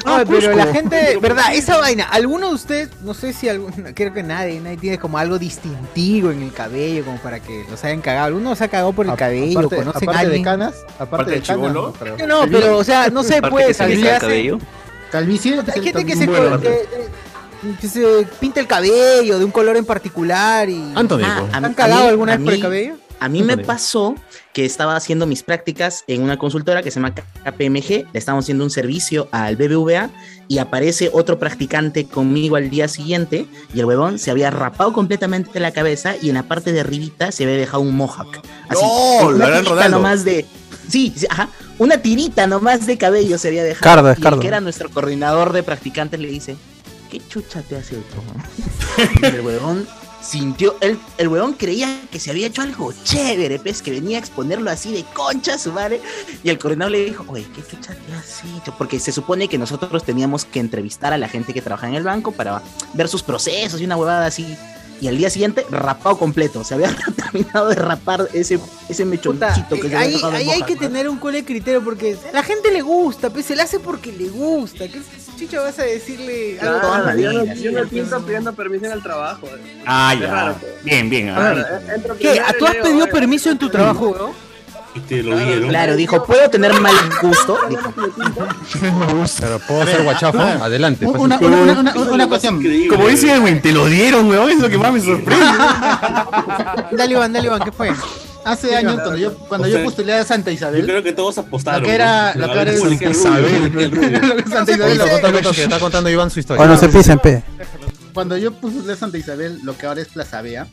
No,
Ah,
pero
Cusco.
la gente, verdad, esa vaina, alguno de ustedes, no sé si alguno, creo que nadie, nadie tiene como algo distintivo en el cabello, como para que los hayan cagado. Alguno se ha cagado por el cabello,
aparte-
conocen
aparte
a
de
alguien.
canas, aparte
Aparte de de canas, chibolo. no creo.
No, no, pero, o sea, no sé,
Aparte que
pues,
se
que
le
se
cae el
hace-
cabello.
Calvicie.
Hay gente que se,
Bueno,
co- que- que se pinta el cabello de un color en particular y...
Anthony,
Ah,
pues.
¿Han
A mí-
cagado alguna
a
vez por el
mí-
cabello?
A mí me
Híjole.
pasó que estaba haciendo mis prácticas en una consultora que se llama KPMG, le estábamos haciendo un servicio al BBVA y aparece otro practicante conmigo al día siguiente y el huevón se había rapado completamente la cabeza y en la parte de arribita se había dejado un mohawk. Así,
¡No! Lo
una
harán
tirita
Ronaldo.
nomás de... Sí, sí, ajá, una tirita nomás de cabello se había dejado.
Cardo, es
y el
cardo.
que era nuestro coordinador de practicantes le dice, ¿qué chucha te hace otro? Y el huevón sintió, el, el huevón creía que se había hecho algo chévere, pues, que venía a exponerlo así de concha a su madre. Y el coordinador le dijo, oye, ¿qué chucha te has hecho? Porque se supone que nosotros teníamos que entrevistar a la gente que trabaja en el banco para ver sus procesos y una huevada así. Y al día siguiente, rapado completo. Se había terminado de rapar ese, ese mechonchito que se había
Ahí,
dejado en
ahí hay
hoja.
que tener un cole criterio porque a la gente le gusta, pues se le hace porque le gusta. ¿Qué chicho vas a decirle?
Claro,
algo?
yo no, yo no pinto pidiendo permiso en el trabajo. eh.
Ah,
Es
ya.
raro,
Bien, bien. ah.
Claro, eh, entro
¿Qué?
primero
¿A
y
tú has
leo,
pedido
eh,
permiso en tu trabajo, weón?
Y te lo dijeron.
Claro, dijo, ¿puedo tener mal gusto? Dijo.
Pero puedo
A ver,
ser guachafo.
ah,
Adelante. pues,
una-
pasa.
una- una- una- una
cuestión.
Como dice Edwin, te lo dieron, weón, es lo que más me sorprende.
Dale, Iván, dale, Iván, ¿qué fue?
Hace años, cuando yo, cuando
O
yo
sea,
postulé a Santa
Yo
Isabel,
creo que todos apostaron.
La que era- la que era
Isabel.
Santa Isabel,
Cuenta,
la-
cuenta, cuenta, que está contando Iván su historia.
Bueno, se pisen, pe.
cuando yo postulé a Santa Isabel, lo que ahora es Plaza Vea,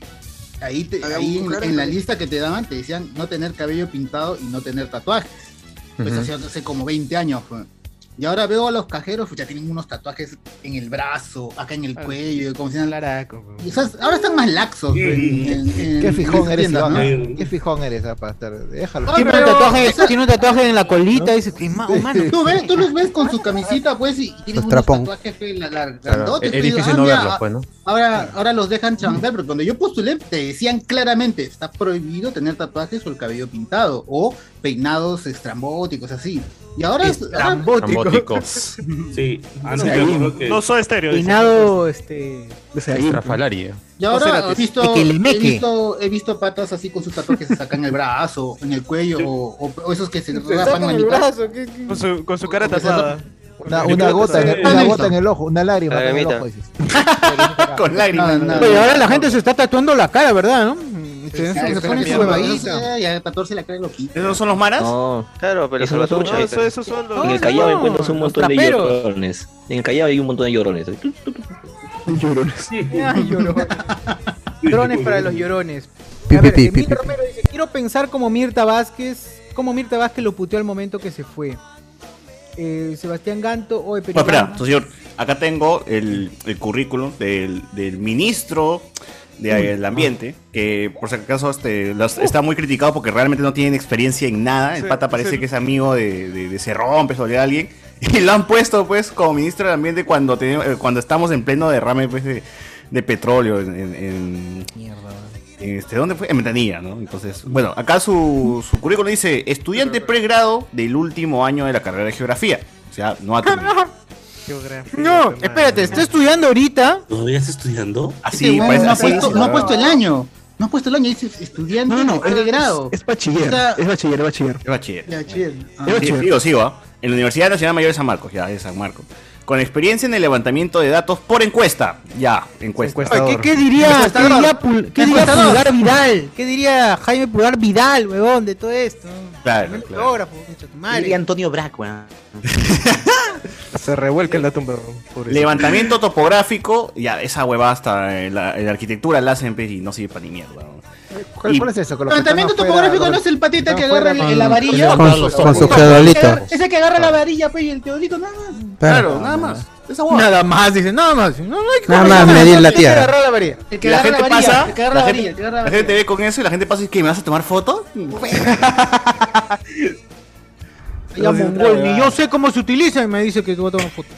ahí, te- ahí en, en la lista que te daban te decían no tener cabello pintado y no tener tatuajes. Pues
Ujú.
hacía hace como 20 años. pues. Y ahora veo a los cajeros, pues, ya tienen unos tatuajes en el brazo, acá en el cuello, como si fueran Y, o sea, ahora están más laxos. pues, en- en- en-
Qué fijón
en
eres,
tiendas,
Iván.
¿no?
¿eh? Qué fijón eres, ah, para estar. Déjalo.
Tiene un tatuaje, tiene un tatuaje en la colita, dice que ma- oh, mano.
Tú, ves, tú los ves con su camisita, pues, y tienen
Los
unos
trapón.
tatuajes fe, la- la-
Claro,
grandotes, pues,
es- es
digo,
difícil
ah,
no
mira,
verlos, pues, ¿no?
Ahora, ahora los dejan chantar, pero cuando yo postulé te decían claramente, está prohibido tener tatuajes o el cabello pintado o peinados estrambóticos, así. Y ahora...
Trambóticos.
Sí, antes
No,
yo creo que.
no soy estéreo, dice.
Peinado, este.
Estrafalaria.
Y ahora he
Ceratis.
visto, he,
Tequelemeque.
visto, he visto patas así con sus tatuajes acá en el brazo, en el cuello, o, o- o esos que se rapan la mitad.
Con su, con su cara
Porque
tatuada.
Una, una gota, en el- una gota en el ojo, una lágrima
La
en el
lagrimita.
ojo. dices.
Con
lágrimas.
Oye, ahora la gente se está tatuando la cara, ¿verdad? ¿no? Se,
Se
se
pone
pone
su
su huevadita.
huevadita y a tatuarse la cara lo quita.
¿Esos son los maras?
No.
Claro, pero
Esos no son-
salvatrucha.
no,
y
eso-
tal.
eso En el Callao
no,
encuentras un
los
montón de
traperos.
llorones. En el Callao hay un montón de llorones.
Llorones.
Ay, llorones. Ah, Drones para los llorones.
Pi,
A
pi,
ver, eh,
pi,
Emil
pi, pi.
Romero dice, quiero pensar como Mirta Vázquez como Mirta Vázquez lo puteó al momento que se fue. Eh, Sebastián Ganto, hoy
Pues espera, entonces, señor, acá tengo el, el currículum del, del ministro del
Uy,
ambiente, que por si acaso este, las- está muy criticado porque realmente no tienen experiencia en nada. El
Sí,
pata
sí.
parece que es amigo de, de, de Cerrón, pues, o de alguien. Y lo han puesto pues como ministro del ambiente cuando tenemos, eh, cuando estamos en pleno derrame pues, de, de petróleo en, en- en- en, este, ¿dónde fue? En Ventanilla, ¿no? Entonces, bueno, acá su, su currículum dice estudiante pregrado del último año de la carrera de geografía. O sea, no ha terminado.
No, espérate, está estudiando ahorita.
¿Todavía está estudiando?
Ah,
Este
Así,
huevón
Ah, parece
no, ha
así.
puesto, no ha
Ah.
puesto el año. No ha puesto el año, dice estudiante
No, no, no, es-
de grado.
es bachiller,
O sea,
es bachiller, es bachiller.
Es bachiller.
ya, chill. Ah.
Sí, sigo, sigo, ¿ah? En la Universidad Nacional Mayor de San Marcos, ya, de San Marcos. Con experiencia en el levantamiento de datos por encuesta. Ya, encuesta.
Oye, ¿Qué, qué diría, qué diría, Pul- qué diría
Encuestador.
Pulgar Vidal? ¿Qué diría Jaime Pulgar Vidal, huevón, de todo esto?
Claro,
Fotógrafo, concha tu madre.
Diría Antonio Brac, weón.
Se revuelca en la tumba. Levantamiento topográfico. Ya, esa hueva hasta en la, en la arquitectura la hacen pues, y no sirve para ni mierda. weón.
¿Cuál,
Y-
cuál es eso? Con los que
Levantamiento
están
topográfico
afuera,
no es el patita
están
que agarra el,
afuera
el
con-
amarillo.
con su- con su
geodolito.
Ese que agarra la varilla, pe, y el teodolito, nada más.
Claro,
nada más. Esa hueá.
Nada más, dice, nada más. No, no hay que
Nada más medir la
Hay que
tierra.
agarrar la varilla.
El que
Y la
agarra
gente
la varilla,
pasa,
el que agarra
la
la
gente,
varilla, el que agarra la
la gente ve con eso y la gente pasa y que me vas a tomar foto.
Ya, mongol, ni yo sé cómo se utiliza y me dice que voy a tomar foto.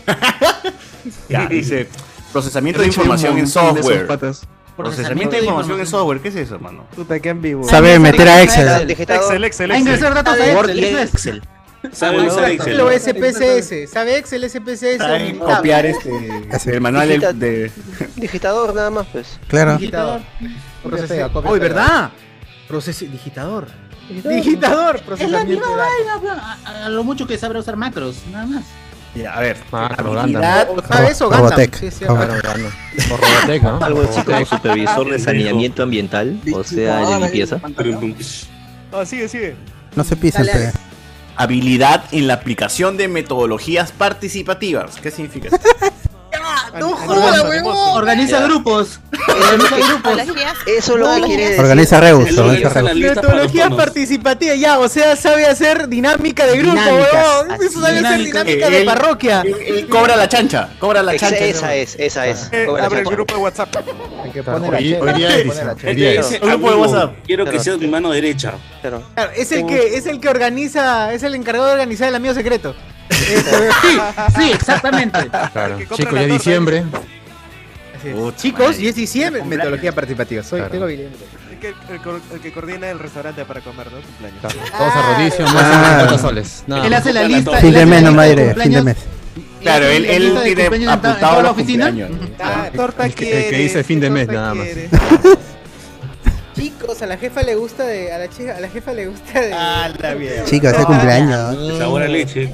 Ya, dice procesamiento de
Recho,
información
un
en
montón de esos
software.
patas.
Procesamiento de información en software, ¿qué es eso, mano?
Puta, qué ambiguo.
Sabe meter a Excel.
Excel, Excel,
A ingresar datos a Excel, eso es.
Excel.
Sabe
Lo
usar Excel.
SPSS, ¿sabe Excel, SPSS?
Sabe
Ah,
copiar este el manual del- de
Digitador nada más, pues.
Claro.
Digitador.
Copia,
Procesa-
pega, copia,
Uy,
pega.
¿verdad? Proceso digitador. Digitador,
Es la misma
procesamiento. de datos.
vaina, pe, a, a lo mucho que sabrá usar macros, nada más.
Ya, a ver.
Ah,
Habilidad-
¿Sabe eso, Gundam?
Robotec.
Sí, sí,
Robotec.
O Robotech, ¿no? Algo así como supervisor de saneamiento ambiental, o sea, de limpieza.
Ah, sigue, sigue.
No se pisen, pe.
habilidad en la aplicación de metodologías participativas. ¿Qué significa? esto?
No
jodas, huevón.
Organiza
Ya.
grupos.
Eso lo que quiere decir.
Organiza Reus,
Él
organiza
organiza la
Reus.
lista
Metodología participativa, ya, o sea, sabe hacer dinámica de grupo,
Dinámicas,
weón.
así.
Eso sabe hacer
Dinámica.
dinámica de
Él-
parroquia.
Cobra la chancha, cobra la
Esa,
chancha.
esa es, esa es.
Eh,
Cobra
abre el
chancha.
grupo de WhatsApp.
pone
la
Hoy
chela,
hoy día
pone
Edison,
la
hoy
chela.
día
Este
Edison.
es el grupo de WhatsApp.
Quiero que
Claro.
seas mi mano derecha.
Claro, es el que es el que organiza, es el encargado de organizar el amigo secreto. Este, sí, sí, exactamente.
Claro.
compra
Chicos,
la
ya
torta.
diciembre.
Chicos, y es diciembre, metodología participativa. Soy
Claro.
tengo habilidad.
El que, el cor- el que coordina el restaurante para comer, ¿no? Cumpleaños.
Todos a rodillo, más
Ah.
50 soles. Nada.
Él hace la lista.
Fin
él
de
hace
mes,
la lista
no
de
madre, fin de
cumpleaños.
mes.
Claro,
Él
él, él
está de
tiene
cumpleaños en ta- en
apuntado
toda la
los
oficina.
cumpleaños.
Ah, torta
El que, el que
quiere.
dice fin de mes, nada más.
Chicos, a la jefa le gusta de a la chica, a la jefa le gusta de Ah, la bien.
Chicos, es cumpleaños.
Sabor a leche.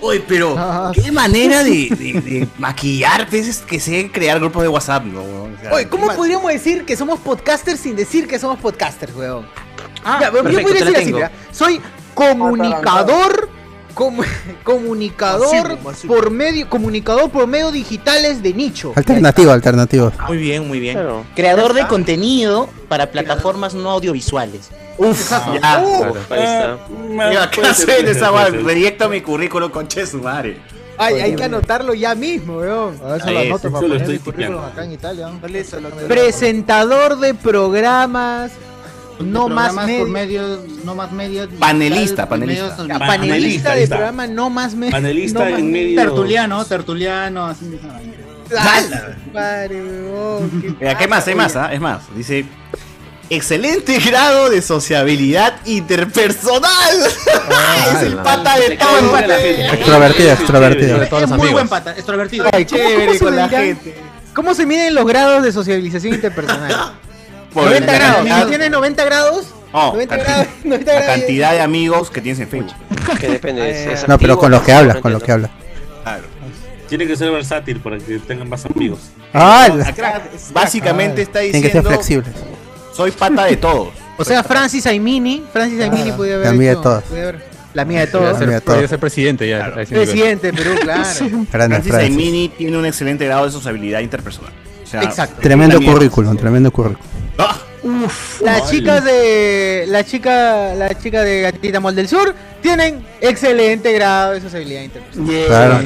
Oye, pero qué manera de, de- de maquillar veces que se crear grupos de WhatsApp, ¿no? O sea,
Oye, ¿cómo podríamos decir que somos podcasters sin decir que somos podcasters, weón? Ya, pero yo
Ah, perfecto,
podría
te la
decir así,
tengo.
mira, soy comunicador, com- comunicador
Masivo, masivo.
por medio, comunicador por medios digitales de nicho.
Alternativo, alternativo.
Muy bien, muy bien. Creador de contenido para plataformas no audiovisuales.
Uf, ya. Eh, Ah,
Claro. Ahí está. Ah,
Ya, ¿qué
Puede
hacen
ser, puede
esa
ser,
guay?
puede ser.
Proyecto mi currículum con su madre.
Ay, hay que anotarlo ya mismo, weón.
Ah,
eso lo anoto para Eso lo poner estoy el
currículum acá en Italia. ¿no?
Presentador de programas, no más
programas por
medio.
medios, no más medios.
Panelista,
digitales,
panelista.
medios
Ya,
audiovisuales.
Panelista
ahí
de
está.
programa, no más medio.
Panelista en medio-
Tertuliano, tertuliano, así. esa vaina.
Ah, oh,
Mira, ¿qué más? Hay más, ¿ah? Es más. Dice. Excelente grado de sociabilidad interpersonal.
Ah,
es el pata de todo. el pata
Extrovertido, extrovertido.
Es muy buen pata, extrovertido.
Ay, ¿cómo- cómo
Chévere
se
con la
dirán?
gente.
¿Cómo se miden los grados de sociabilización interpersonal? 90 grados. Si tienes 90 grados,
No,
90
Oh, la
grados, 90 grados.
cantidad de amigos que tienes en Facebook.
Que depende. es- es
Ah. No, pero
activo,
con los que hablas,
no
con los que hablas.
Claro.
Tiene que ser versátil para que tengan más amigos.
Ah, la-
Acá
Ah.
básicamente está
Tienen que ser
diciendo.
flexibles.
Soy pata de todos.
O sea, Francis Aimini, Francis Aimini podía haber
La mía de
hecho-
todas.
podía haber- La mía de
Podría
todos.
mía de
ser,
todo.
podría ser presidente ya. a ese nivel.
Presidente de Perú, claro.
Grande
Francis
Francis.
Aimini tiene un excelente grado de sociabilidad interpersonal. O sea,
Exacto.
Tremendo
también-
currículum, tremendo currículum.
Ah,
Las
Ay.
chicas de. La chica. La chica de Gatita Mall del Sur tienen excelente grado de sociabilidad interpersonal.
Claro.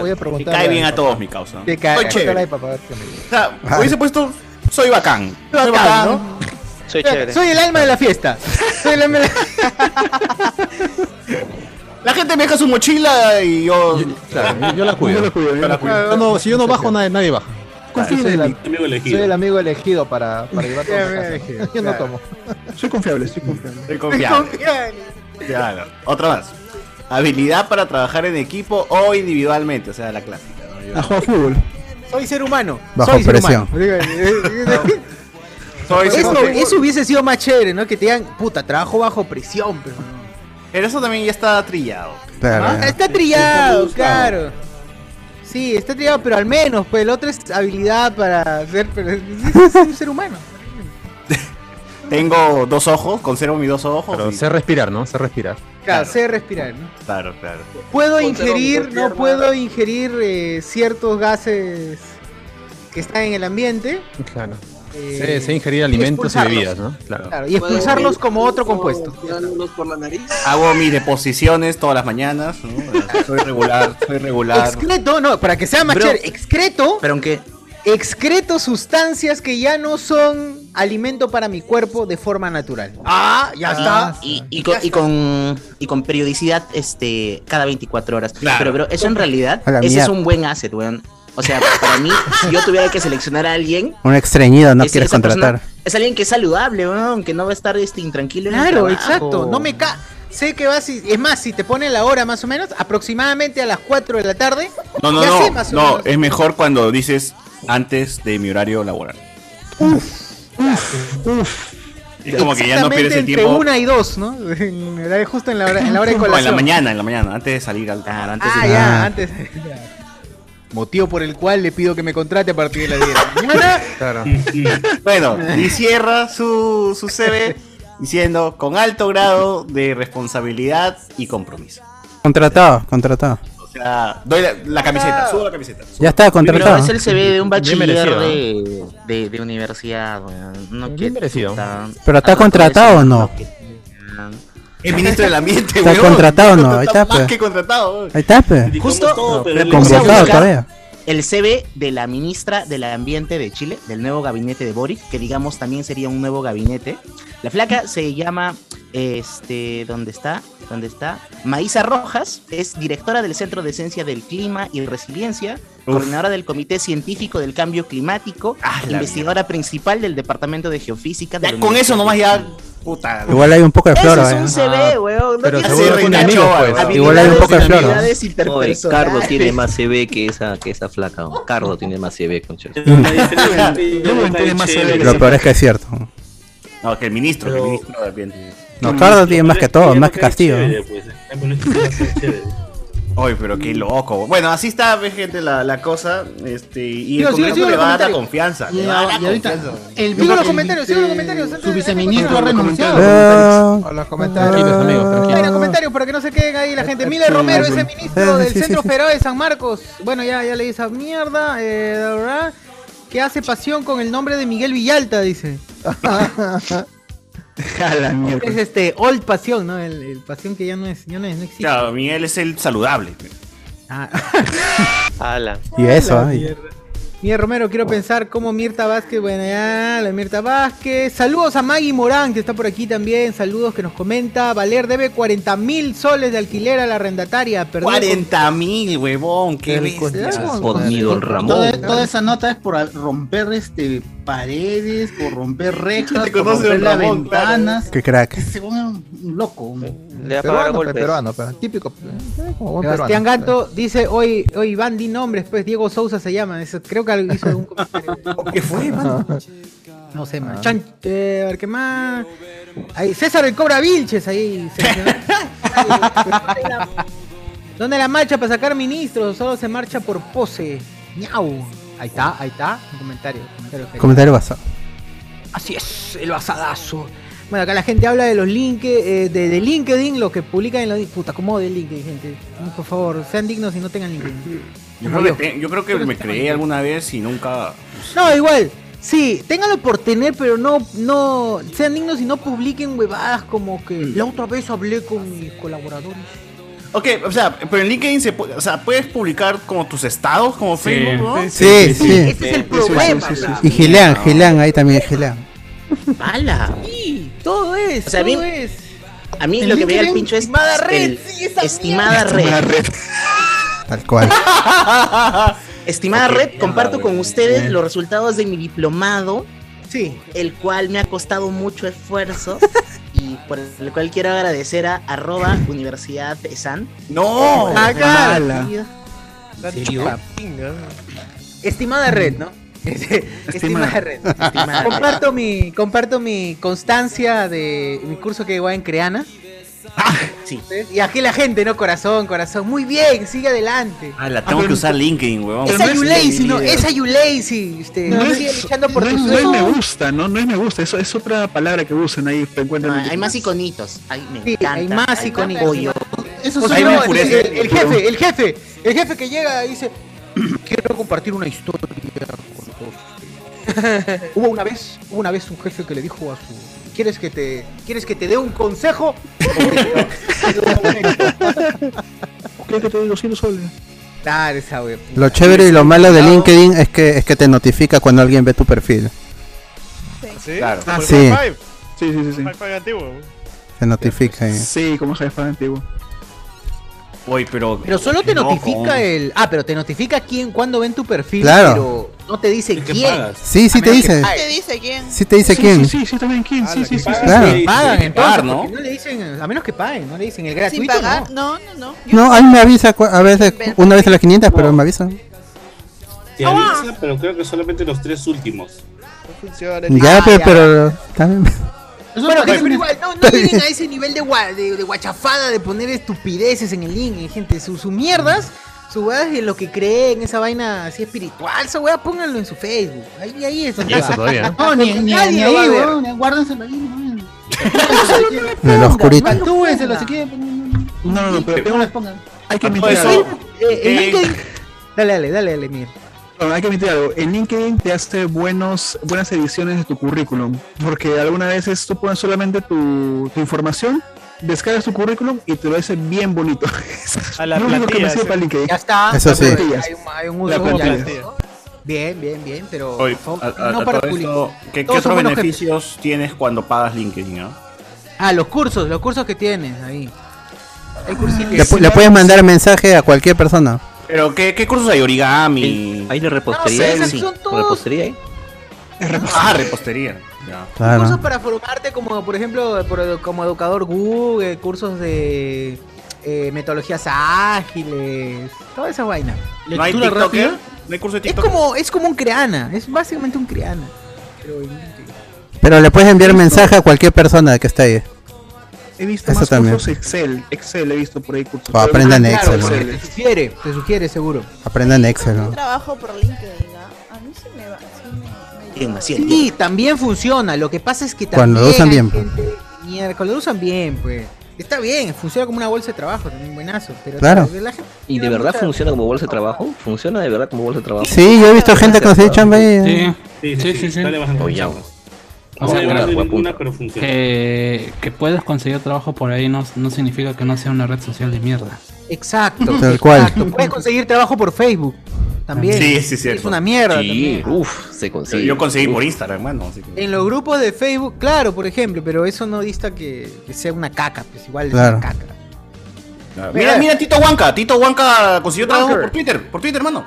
Voy a
Me
preguntar.
cae bien a todos mi causa.
Te cae-
Soy chévere.
Ay, papá, este a ver qué me
O sea, hubiese puesto soy bacán.
Soy
Soy
bacán,
bacán.
¿no?
Soy
Soy el alma de la fiesta. Soy el alma de la
La gente me deja su mochila y yo.
Claro, yo, yo la cuido. Yo
la cuido.
Yo no- si yo no bajo, nadie, nadie baja.
Ah,
Confío en
Soy
el
la-
amigo elegido. Soy el amigo elegido para, para llevar todo
Amigo
a
elegido,
casa. Yo no
claro.
tomo.
Soy confiable, soy confiable.
Soy confiable. Claro. Otra más. Habilidad para trabajar en equipo o individualmente, o sea, la clásica. ¿no? Yo-
A jugar fútbol.
Soy ser humano.
Bajo
soy
presión.
Ser humano.
Soy ser
eso,
humano.
eso hubiese sido más chévere, ¿no? Que te digan, puta, trabajo bajo presión. Pero,
Pero eso también ya está trillado.
Claro,
Ah,
ya.
Está trillado,
Está
claro. Sí, está trillado, pero al menos, pues el otro es habilidad para ser, pero es- es un ser humano.
Tengo dos ojos, conservo mis dos ojos.
Pero
y-
sé respirar, ¿no? Sé respirar.
Claro, sé respirar, ¿no?
Claro, claro.
Puedo
Conservo
ingerir,
mi
no
pierna.
puedo ingerir eh, ciertos gases que están en el ambiente.
Claro.
Eh,
Sé, sé ingerir alimentos y
expulsarlos.
bebidas, ¿no? Claro.
Claro, y expulsarlos como otro compuesto.
por la nariz.
Hago mis deposiciones todas las mañanas. ¿no? Soy regular, soy regular.
Excreto, no, para que sea más
Bro.
chévere, excreto,
Pero aunque.
excreto sustancias que ya no son alimento para mi cuerpo de forma natural.
Ah,
ya está.
Y, y con, y, con, y con periodicidad este, cada 24 horas. Pero, bro, eso en realidad,
A la
ese es
mierda.
un buen asset, weón. O sea, para mí, si yo tuviera que seleccionar a alguien,
Un extrañido no
es-
quieres
esa persona-
contratar.
es alguien que es saludable, weón, que no va a estar este, intranquilo. en el
Claro,
trabajo.
exacto. No me ca. Sé que vas y. Es más, si te pone la hora más o menos, aproximadamente a las 4 de la tarde.
No, no,
ya sé
no.
más o
No,
menos.
es mejor cuando dices antes de mi horario laboral. Es como que ya no pierdes el
Exactamente
tiempo.
Entre una y dos, ¿no? En el- Justo en la hora, en la hora de
No,
colación.
en la mañana, en la mañana, antes de salir al. Claro,
antes Ah, ya, antes. Motivo por el cual le pido que me contrate a partir de la 10 de la mañana.
Claro.
bueno, y cierra su, su CV diciendo con alto grado de responsabilidad y compromiso.
Contratado, contratado.
O sea, doy la, la camiseta, subo la camiseta.
Ya está,
Pero
contratado.
es el CV de un
Bien
bachiller
merecido, ¿eh? ¿no?
de, de, de universidad, weón. No Ah, quiero- puta.
Pero está contratado o no.
El ministro del ambiente,
Está
weón.
contratado o no. Ahí está,
Más
pe.
que
contratado,
Ahí está, pe.
Justo
No, convocado
buscar
todavía.
El CV de la ministra del Ambiente de Chile, del nuevo gabinete de Boric, que digamos también sería un nuevo gabinete. La flaca se llama, este, ¿dónde está? ¿Dónde está? Maísa Rojas, es directora del Centro de Ciencia del Clima y Resiliencia, coordinadora del Comité Científico del Cambio Climático,
Ah, la
investigadora principal del Departamento de Geofísica. de la
Con eso
Universidad
nomás ya. Puta.
Igual hay un poco de
Eso
flora,
es
¿eh?
un CV, weón. No
pero
tiene
seguro
CV,
tiene
Nacho,
amigos, pues.
habilidades,
Igual hay un poco de flor, ¿no?
habilidades
Oye,
interpersonales.
Cardo tiene más CV que esa, que esa flaca. ¿no? Cardo tiene más CV, concha.
Lo peor es que es cierto.
No, que el ministro, que el ministro del ambiente.
No, Cardo tiene más que todo, más que Castillo.
Chévere, pues. Ay, bueno, esto va a ser chévere.
Ay, pero qué loco. Bueno, así está, ve, gente, la, la cosa. Este, y el
Sigo, sigo,
Congreso
sigo
le
los
va a dar
comentarios.
la confianza.
Y
le va a dar
y
la
ahorita,
confianza.
el-
Sigo los
el-
comentarios, sigo los comentarios.
Su viceministro ha renunciado.
Eh,
A los
Tranquilos, amigos, tranquilos.
Bueno, comentarios para que no se queden ahí la gente. Miller Romero es el ministro del Centro Federal de San Marcos. Bueno, ya, ya leí esa mierda. Eh, la verdad, que hace pasión con el nombre de Miguel Villalta, dice. es este old pasión, ¿no? El, el pasión que ya no es, ya no es, no existe. Ah.
Claro, Miguel es el saludable.
Ala.
Y eso,
La
ay.
mierda. Mira, Romero, quiero pensar cómo Mirta Vázquez, bueno, ya, la Mirta Vázquez. Saludos a Maggie Morán, que está por aquí también. Saludos que nos comenta. Valer debe 40 mil soles de alquiler a la arrendataria. Perdido con-
40 mil, huevón. Qué bestia.
Conmigo, Ramón.
Toda, toda esa nota es por romper este paredes, por romper rejas,
Te
por
conoce
romper
don
las
Ramón, claro.
ventanas.
Qué crack.
Ese weón es un loco. Le
Peruano, pe, peruano, pe, típico. eh, como buen
Sebastián
peruano.
Gato dice hoy, hoy Iván, di nombres, pues Diego Sousa se llama. Eso, creo que algo hizo algún comentario.
¿Qué fue, mano?
No sé,
Ah.
man. Chan- eh, a ver qué más. Ahí, César el Cobra Vilches ahí. seleccionó. ¿Dónde la marcha para sacar ministros? Solo se marcha por pose. Ñau. Ahí está, ahí está. Un comentario. un comentario feliz.
Comentario basado.
Así es, el basadazo. Bueno, acá la gente habla de los link, eh, de, de LinkedIn, lo que publican en los. Puta, ¿cómo de LinkedIn, gente? Por favor, sean dignos y no tengan LinkedIn.
Yo creo que, te- yo creo que me creé alguna vez y nunca.
No, igual. Sí, ténganlo por tener, pero no, no, sean dignos y no publiquen huevadas como que la otra vez hablé con mis colaboradores.
Ok, o sea, pero en LinkedIn se pu- o sea, puedes publicar como tus estados, como Facebook, ¿no?
Sí, sí.
Ese es el problema.
Y Gilean, Gilean, ahí también Gilean.
¡Hala!
Sí, todo es,
O sea, a mí-
todo es.
A mí
El
lo que me da el
LinkedIn,
pincho es.
estimada red,
el-
sí, esa
estimada
mierda.
red.
Tal cual.
Estimada red, comparto con ustedes los resultados de mi diplomado.
Sí.
El cual me ha costado mucho esfuerzo. y por el cual quiero agradecer a arroba Universidad de San.
¡No!
Acá.
¡Hala!
La
serio?
chupapinga. Estimada red, ¿no? Este, Estimada, red.
Estimada
comparto mi, comparto mi constancia de mi curso que va en Creana.
sí.
Y aquí la gente, ¿no? Corazón, corazón. Muy bien, sigue adelante.
Ah, la tengo que usar LinkedIn, weón.
Esa Yulazy, no, esa Yulazy, usted.
No
No
es-
sigue luchando por
no es,
tus
no es me
sueños.
gusta, ¿no? No es me gusta, eso es otra palabra que usan ahí, te encuentran.
Ah, hay más iconitos. Ay, me
Sí,
encanta.
hay más iconitos.
pollo.
Eso
Pues Ahí
soy
me
yo, el,
enfurece.
el- el jefe, el jefe, el jefe que llega y dice, quiero compartir una historia con todos. hubo una vez, hubo una vez un jefe que le dijo a su, ¿quieres que te, quieres que te dé un consejo?
¿Qué que te doy 200 soles?
Claro, esa wea.
Lo chévere y lo malo de LinkedIn es que es que te notifica cuando alguien ve tu perfil.
¿Sí?
Claro.
Como el
Sí.
Hi-Fi.
Sí, sí, sí, sí.
Hi-Fi antiguo.
Te notifica. eh.
Sí, como hi antiguo.
Oye, pero.
Pero solo te
No,
notifica
con-
el, ah, pero te notifica quién, cuándo ven tu perfil,
Claro.
pero no te dice quién.
Sí, sí
A
te
menos que
dice.
pagues.
¿Te dice quién?
Sí te dice quién.
Sí, sí, también quién, sí, sí, sí.
pagas,
sí.
Claro. sí,
Pagan
sí,
entonces,
pagar, ¿no?
porque ¿no? le dicen, a menos que paguen, no le dicen el
Sin
gratuito.
pagar.
no.
No, no, no. Yo-
No, a mí me avisa cu- a veces una vez a las 500, pero me avisa.
Te avisa, pero creo que solamente los tres últimos.
Ya,
Ah,
pero,
ya.
pero también.
Bueno, pero igual, no, no lleguen a ese nivel de, gua- de, de guachafada de poner estupideces en el link, eh, gente. Sus su mierdas, su weá de lo que creen, esa vaina así espiritual, esa weá, pónganlo en su Facebook. Ahí, ahí es donde
Y eso
va.
todavía, ¿no? No, ni,
Porque
ni,
nadie
ni
lo va a
ahí,
ver.
weón. Guárdenselo ahí, weón.
En el oscurito.
Tatúenselo si quieren. pero no, no,
No, no, no, pero
No les pongan.
hay
Ah,
que
Por
admitir
eso-
algo.
Eh, en
Eh,
LinkedIn- Dale, dale, dale, dale, Mir.
no, hay que admitir algo. En LinkedIn te hace buenos, buenas ediciones de tu currículum. Porque algunas veces tú pones solamente tu, tu información, descargas tu currículum y te lo hace bien bonito.
A la
Lo único que
plantilla,
me sirve
sí.
para LinkedIn.
Ya está.
Eso sí.
Hay un, hay un uso
La
ya,
plantilla.
¿no? Bien, bien, bien, pero
Oye,
por favor,
a- a-
no
a
para
todo
publicar.
esto, ¿qué, qué
Todos son
otros
buenos jefes.
beneficios tienes cuando pagas LinkedIn, no?
Ah, los cursos, los cursos que tienes ahí. El cursito.
Ah. Le, pu- le puedes
Pues,
mandar mensaje a cualquier persona.
Pero ¿qué, qué cursos hay? Origami.
Hay de
No,
repostería.
sí, esos
sí.
son todos-
¿Repostería hay?
Ah, repostería. Ya.
Cursos
Claro.
para formarte como, por ejemplo, por- como educador Google, cursos de eh, metodologías ágiles, toda esa vaina.
¿No hay
Lectura
TikToker?
rápida.
¿No hay curso de
Es
TikTok?
como, es como un creana, es básicamente un creana.
Pero le puedes enviar mensaje a cualquier persona que está ahí.
He visto
Eso
más
también.
cursos Excel. Excel he visto por ahí cursos.
O aprendan Excel,
porque
¿no?
Ah, Te sugiere, te sugiere seguro.
Aprendan Excel. ¿no?
trabajo por LinkedIn, ¿ah? A mí sí me va. Sí me, me ayuda.
Sí, también funciona, lo que pasa es que también...
Cuando lo usan
hay
bien. pues.
gente de mierda, Cuando lo usan bien, pues. Está bien, funciona como una bolsa de trabajo, también buenazo. Pero
Claro.
la gente-
¿Y de verdad funciona como bolsa de trabajo? ¿Funciona de verdad como bolsa de trabajo?
Sí, yo he visto gente que nos ha dicho, eh". chamba ahí.
Sí,
Sí,
sí,
sí,
sí.
sí. Dale bajando.
Oye,
O
No
sea,
hay
claro,
ninguna,
guapunta.
pero funciona.
que, que puedas conseguir trabajo por ahí no, no significa que no sea una red social de mierda.
Exacto.
Tal cual.
exacto. Puedes conseguir trabajo por Facebook. También.
Sí, sí, cierto.
Es una mierda.
Sí,
también.
Uf, se consigue.
Yo conseguí
Uf.
por Instagram, hermano. así que-
En los grupos de Facebook, claro, por ejemplo, pero eso no dista que, que sea una caca, pues igual es
Claro.
una caca.
Mira, mira, Tito Huanca. Tito Huanca consiguió trabajo
Wanker.
por Twitter. Por Twitter, hermano.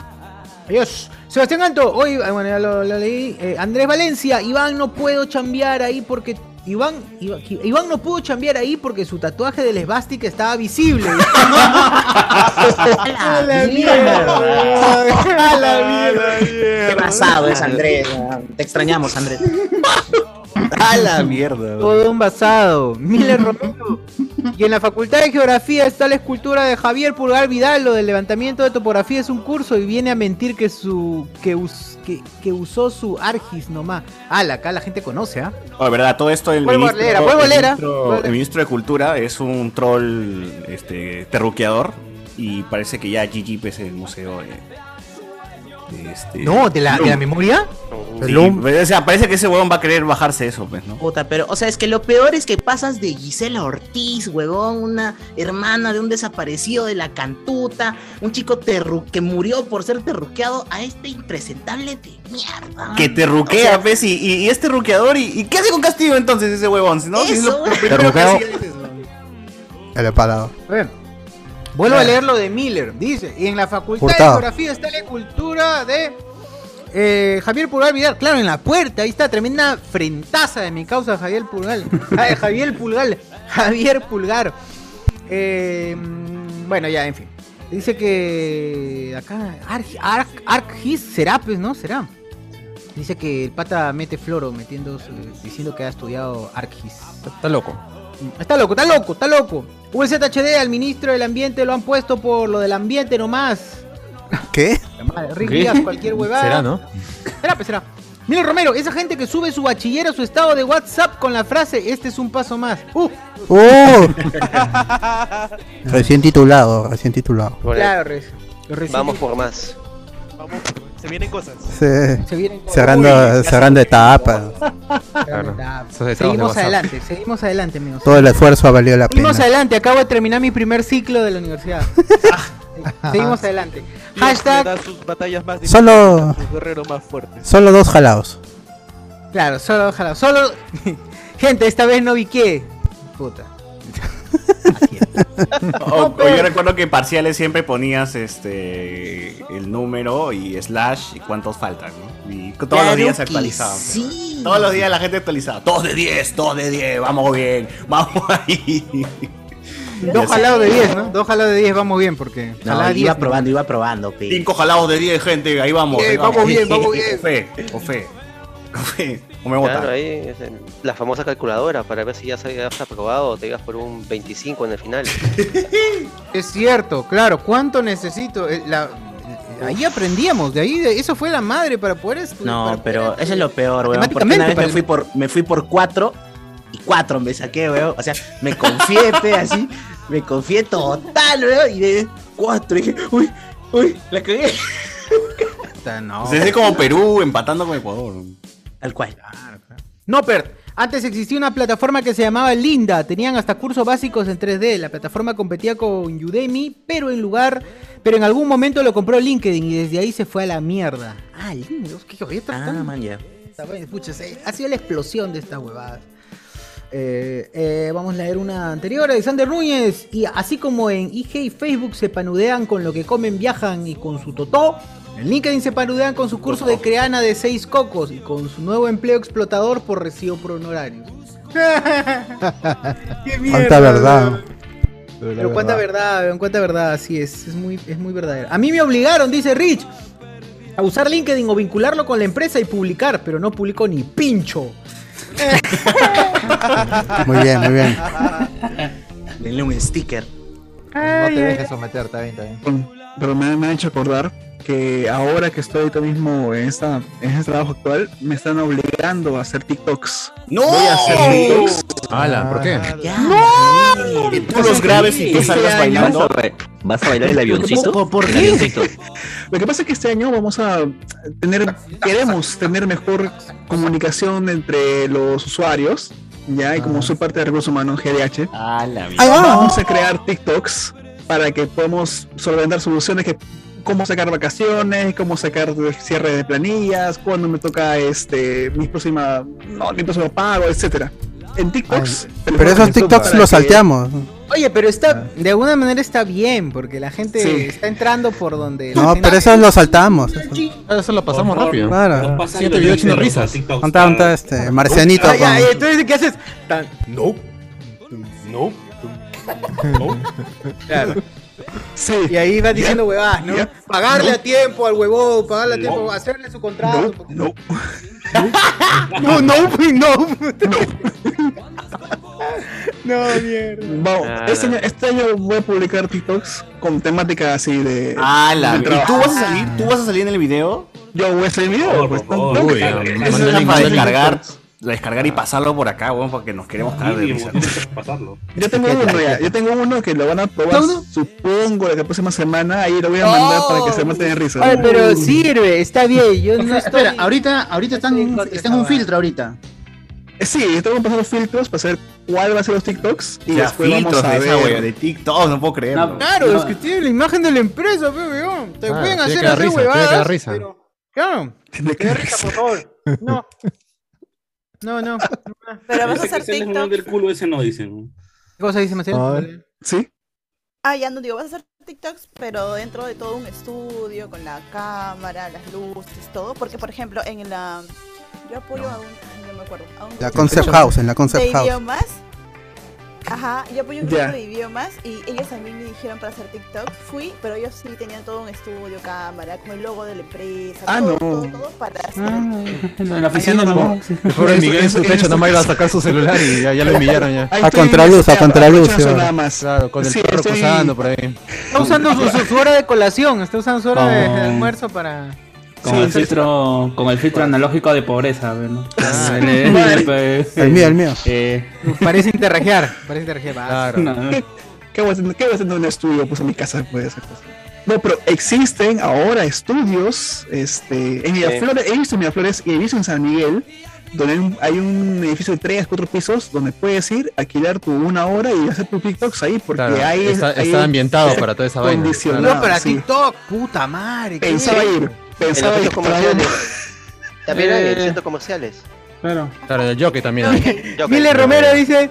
Adiós. Sebastián Canto, hoy, ah, bueno, ya lo, lo leí. Eh, Andrés Valencia, Iván no puedo chambear ahí porque. Iván, Iván, Iván no pudo chambear ahí porque su tatuaje del esvástica estaba visible. ¡A la mierda! ¡A la mierda!
Qué pasado es Andrés. Te extrañamos, Andrés.
¡A la
mierda.
Todo un basado. Miller Romero. Y en la Facultad de Geografía está la escultura de Javier Pulgar Vidal. Lo del levantamiento de topografía es un curso y viene a mentir que su que, us- que, que usó su Argis nomás. Ah, la- acá la gente conoce, ¿ah?
Oh, de verdad, todo esto el
Vuelvo a
ministro,
leer, vuelvo a
el,
leer, ah.
ministro-
Vuelvo a leer.
el ministro de Cultura es un troll este, terruqueador y parece que ya GG es el museo de, Este,
No, ¿de la- de la
Loom.
memoria?
Sí,
Loom.
pero, o sea, parece que ese huevón va a querer bajarse eso, pues, ¿no?
Puta, pero, o sea, es que lo peor es que pasas de Gisela Ortiz, huevón, una hermana de un desaparecido de la cantuta, un chico terru que murió por ser terruqueado, a este impresentable de
Ah,
mierda.
Que te ruquea, pues, y, y- y este ruqueador, y, y qué hace con Castillo entonces ese huevón? Si ¿no? Si es lo-
Eso.
lo primero
Te
que
ruqueo.
hacía es eso.
El parado.
Vuelvo a
Claro.
leer lo de Miller. Dice, y en la Facultad
Hurtado.
de Geografía está la cultura de eh, Javier Pulgar Vidal. Claro, en la puerta. Ahí está tremenda frentaza de mi causa, Javier Pulgar. Ay, Javier Pulgar. Javier Pulgar. Eh, mm, bueno, ya, en fin. Dice que acá Arg- Arg- Argis será, pues, ¿no? Será. Dice que el pata mete floro metiendo, su- diciendo que ha estudiado Argis.
Está loco.
Está loco, está loco, está loco. UZHD al ministro del ambiente lo han puesto por lo del ambiente nomás.
¿Qué?
La madre, Rick
¿Qué?
Díaz, cualquier huevada.
Será, ¿no?
Será, pues será. Mira Romero, esa gente que sube su bachiller a su estado de WhatsApp con la frase, este es un paso más. Uh,
¡Oh! recién titulado, recién titulado.
claro, res-
Vamos por más.
Se vienen cosas.
Sí.
Se vienen con-
Cerrando,
Uy, ya
cerrando etapas.
Claro.
Esos estados de
Seguimos
WhatsApp.
adelante, seguimos adelante, amigos.
Todo el esfuerzo ha valido la pena.
Seguimos adelante, acabo de terminar mi primer ciclo de la universidad. seguimos adelante. Hashtag
sus batallas más
Solo,
sus guerreros más fuertes.
solo dos jalados.
Claro, solo ojalá, solo. Gente, esta vez no vi qué. Puta.
O, o yo recuerdo que en parciales siempre ponías este el número y slash y cuántos faltan, ¿no? Y todos los
Claro
días se
que
actualizaban. pues.
sí.
Todos los días la gente actualizaba. 2 de 10, 2 de 10, vamos bien, vamos ahí.
Dos jalados de 10, ¿no? Dos jalados de 10 vamos bien porque.
No,
jalada
iba
10,
probando, iba probando, pe.
5 jalados de 10, gente, ahí vamos.
Bien,
ahí
vamos bien, vamos
O fe, o fe. O fe, o me
Claro,
botan.
ahí es el- la famosa calculadora para ver si ya se has aprobado o te ibas por un 25 en el final.
Es cierto, claro. ¿Cuánto necesito? Eh, la- Ahí aprendíamos, de ahí, de- eso fue la madre para poder estudiar.
No, pero eso es lo peor, weón. Porque
Matemáticamente,
una vez me
para-
fui, por, me fui por cuatro y cuatro me saqué, weón. O sea, me confié, pe, así. Me confié total, weón. Y de cuatro dije, uy, uy, la cagué.
no.
O sea, es como Perú empatando con Ecuador.
Tal cual.
No, Pert. Antes existía una plataforma que se llamaba Linda. Tenían hasta cursos básicos en 3D. La plataforma competía con Udemy, pero en lugar. Pero en algún momento lo compró LinkedIn y desde ahí se fue a la mierda. Ah, Linda, qué jodida.
Ah, man, ya.
Está bien, pucha, se- ha sido la explosión de estas huevadas. Eh, eh, vamos a leer una anterior, Alexander Núñez. Y así como en IG y Facebook se panudean con lo que comen, viajan y con su totó, en LinkedIn se panudean con su curso de creana de seis cocos y con su nuevo empleo explotador por recibo por honorarios. ¡Qué
Cuánta verdad.
Pero cuánta verdad, weón, cuánta verdad, así es, es muy, es muy verdadero. A mí me obligaron, dice Rich, a usar LinkedIn o vincularlo con la empresa y publicar, pero no publico ni pincho.
Muy bien, muy bien.
Denle un sticker.
Pues No te dejes someter, está bien, está bien.
Pero me, me han hecho acordar que ahora que estoy ahorita mismo en, esta, en este trabajo actual, me están obligando a hacer TikToks.
¡No!
Voy a hacer TikToks.
Ala, ¿por qué?
¡No!
Puros graves y tú salgas bailando.
¿Vas a bailar el avioncito?
¿Por, por
El
qué?
avioncito.
Lo que pasa es que este año vamos a tener, queremos tener mejor comunicación entre los usuarios, ya, y como soy parte de recursos humanos GDH, vamos a crear TikToks para que podamos solventar soluciones que cómo sacar vacaciones, cómo sacar de- cierre de planillas, cuándo me toca este mi próxima, no, mi próximo pago, etcétera. En TikToks.
Pero esos TikToks los salteamos.
Oye, pero está, de alguna manera está bien, porque la gente
Sí.
está entrando por donde... la
No,
gente-
pero esos los saltamos.
Eso lo pasamos rápido.
Ah.
Claro.
Nos Siguiente video chino risas.
Conta, conta este, Marcianito.
Ah, ya,
con-
eh, tú dices, ¿qué haces? Tan- No. No. No. Claro. Y ahí va diciendo huevadas, ¿no? Pagarle
No.
a tiempo al huevón, pagarle a
No.
tiempo, hacerle su contrato.
No.
No, no, pues, no. No, mierda.
Vamos,
Nada.
este, año, este año voy a publicar TikToks con temática así de.
Ah, la
de
¿Y
trabajo.
tú vas a salir? ¿Tú vas a salir en el video?
Yo voy a salir en video. pues,
favor.
tengo que
Oh, Uy,
salir.
Esa es la para descargar descargar y pasarlo por acá, weón, porque nos queremos caer de risa.
Yo tengo uno ya, yo tengo uno que lo van a probar, supongo, la próxima semana, ahí lo voy
Oh,
a mandar para que se maten de risa.
Ay, pero sirve, está bien. Yo no estoy...
Espera, ahorita, ahorita están, en un- están en un filtro ahorita.
Eh, Sí, estamos pasando filtros para saber cuál va a ser los TikToks y
Ya,
después
filtros
vamos a
de esa,
ver.
weón, de TikTok, no puedo creer. weón.
Claro, es que tiene la imagen de la empresa, pe, weón. Te
Claro,
pueden
tiene
hacer
que dar
hacer
risa, tiene que dar
huevadas.
risa.
Pero, claro.
Tiene que
dar risa, por favor. No. No, no.
Pero vas a
Ese que
hacer
se les
TikTok.
mueve del culo, ese no dicen.
¿Qué cosa dice Maciel?
¿Sí?
Ah, ya no digo, vas a hacer TikToks, pero dentro de todo un estudio, con la cámara, las luces, todo. Porque, por ejemplo, en la. Yo apoyo a un. No me acuerdo. A un
La Concept House, en la Concept
de
House.
idiomas. Ajá, yo apoyo un grupo
Ya.
de idiomas y ellos a mí me dijeron para hacer TikTok. Fui, pero ellos sí tenían todo un estudio, cámara, con el logo de la empresa.
Ah,
todo,
no.
todo, todo para hacer.
Ah.
En la oficina no.
Mejor el Miguel en su techo nomás iba a sacar su celular y ya, ya lo humillaron ya.
A contraluz, a contraluz.
aprovechan
sí,
nada
va.
más.
Claro, con el
Sí,
perro
estoy-
cruzando por ahí.
Está usando su, su- su hora de colación, está usando su hora de, de almuerzo para.
Con
Sí,
el
sí,
filtro, con el filtro analógico de pobreza, a ver, ¿no?
Ah.
El,
El mío, el mío.
Eh,
Parece interrajear, parece interrajear. va.
¿Qué voy a hacer- qué voy a hacer en un estudio? Pues en mi casa puede hacer cosas. No, pero existen ahora estudios, este, en Miraflores, he visto en Miraflores y he visto en San Miguel, donde hay un, hay un edificio de tres, cuatro pisos, donde puedes ir, alquilar tu una hora y hacer tus TikToks ahí, porque
Claro,
ahí
está-
ahí-
está ambientado para toda esa vaina.
Condicionado,
No, para
sí.
TikTok, puta madre. qué
Pensaba
bien.
ir, pensaba ir.
También hay en
Eh.
centros comerciales.
Claro.
Claro, el jockey también. hay.
Mile Romero dice,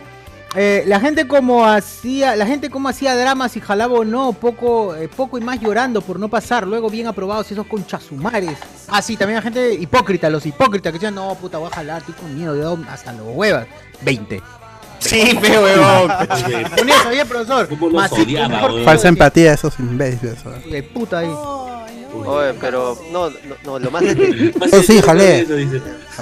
eh, la gente como hacía, la gente como hacía dramas y jalaba o no, poco, eh, poco y más llorando por no pasar, luego bien aprobados esos conchasumares. Ah, sí, también la gente hipócrita, los hipócritas que decían, no, puta, voy a jalar, estoy con miedo, yo hasta los huevas. 20.
Sí,
pe, huevón.
Oye.
Con eso, oye, profesor. Más cinco,
odiaba,
por-
huevón.
Falsa empatía, esos imbéciles. va.
de puta ahí.
Oye, pero no, no, no, lo más Lo
Yo sí, jalé.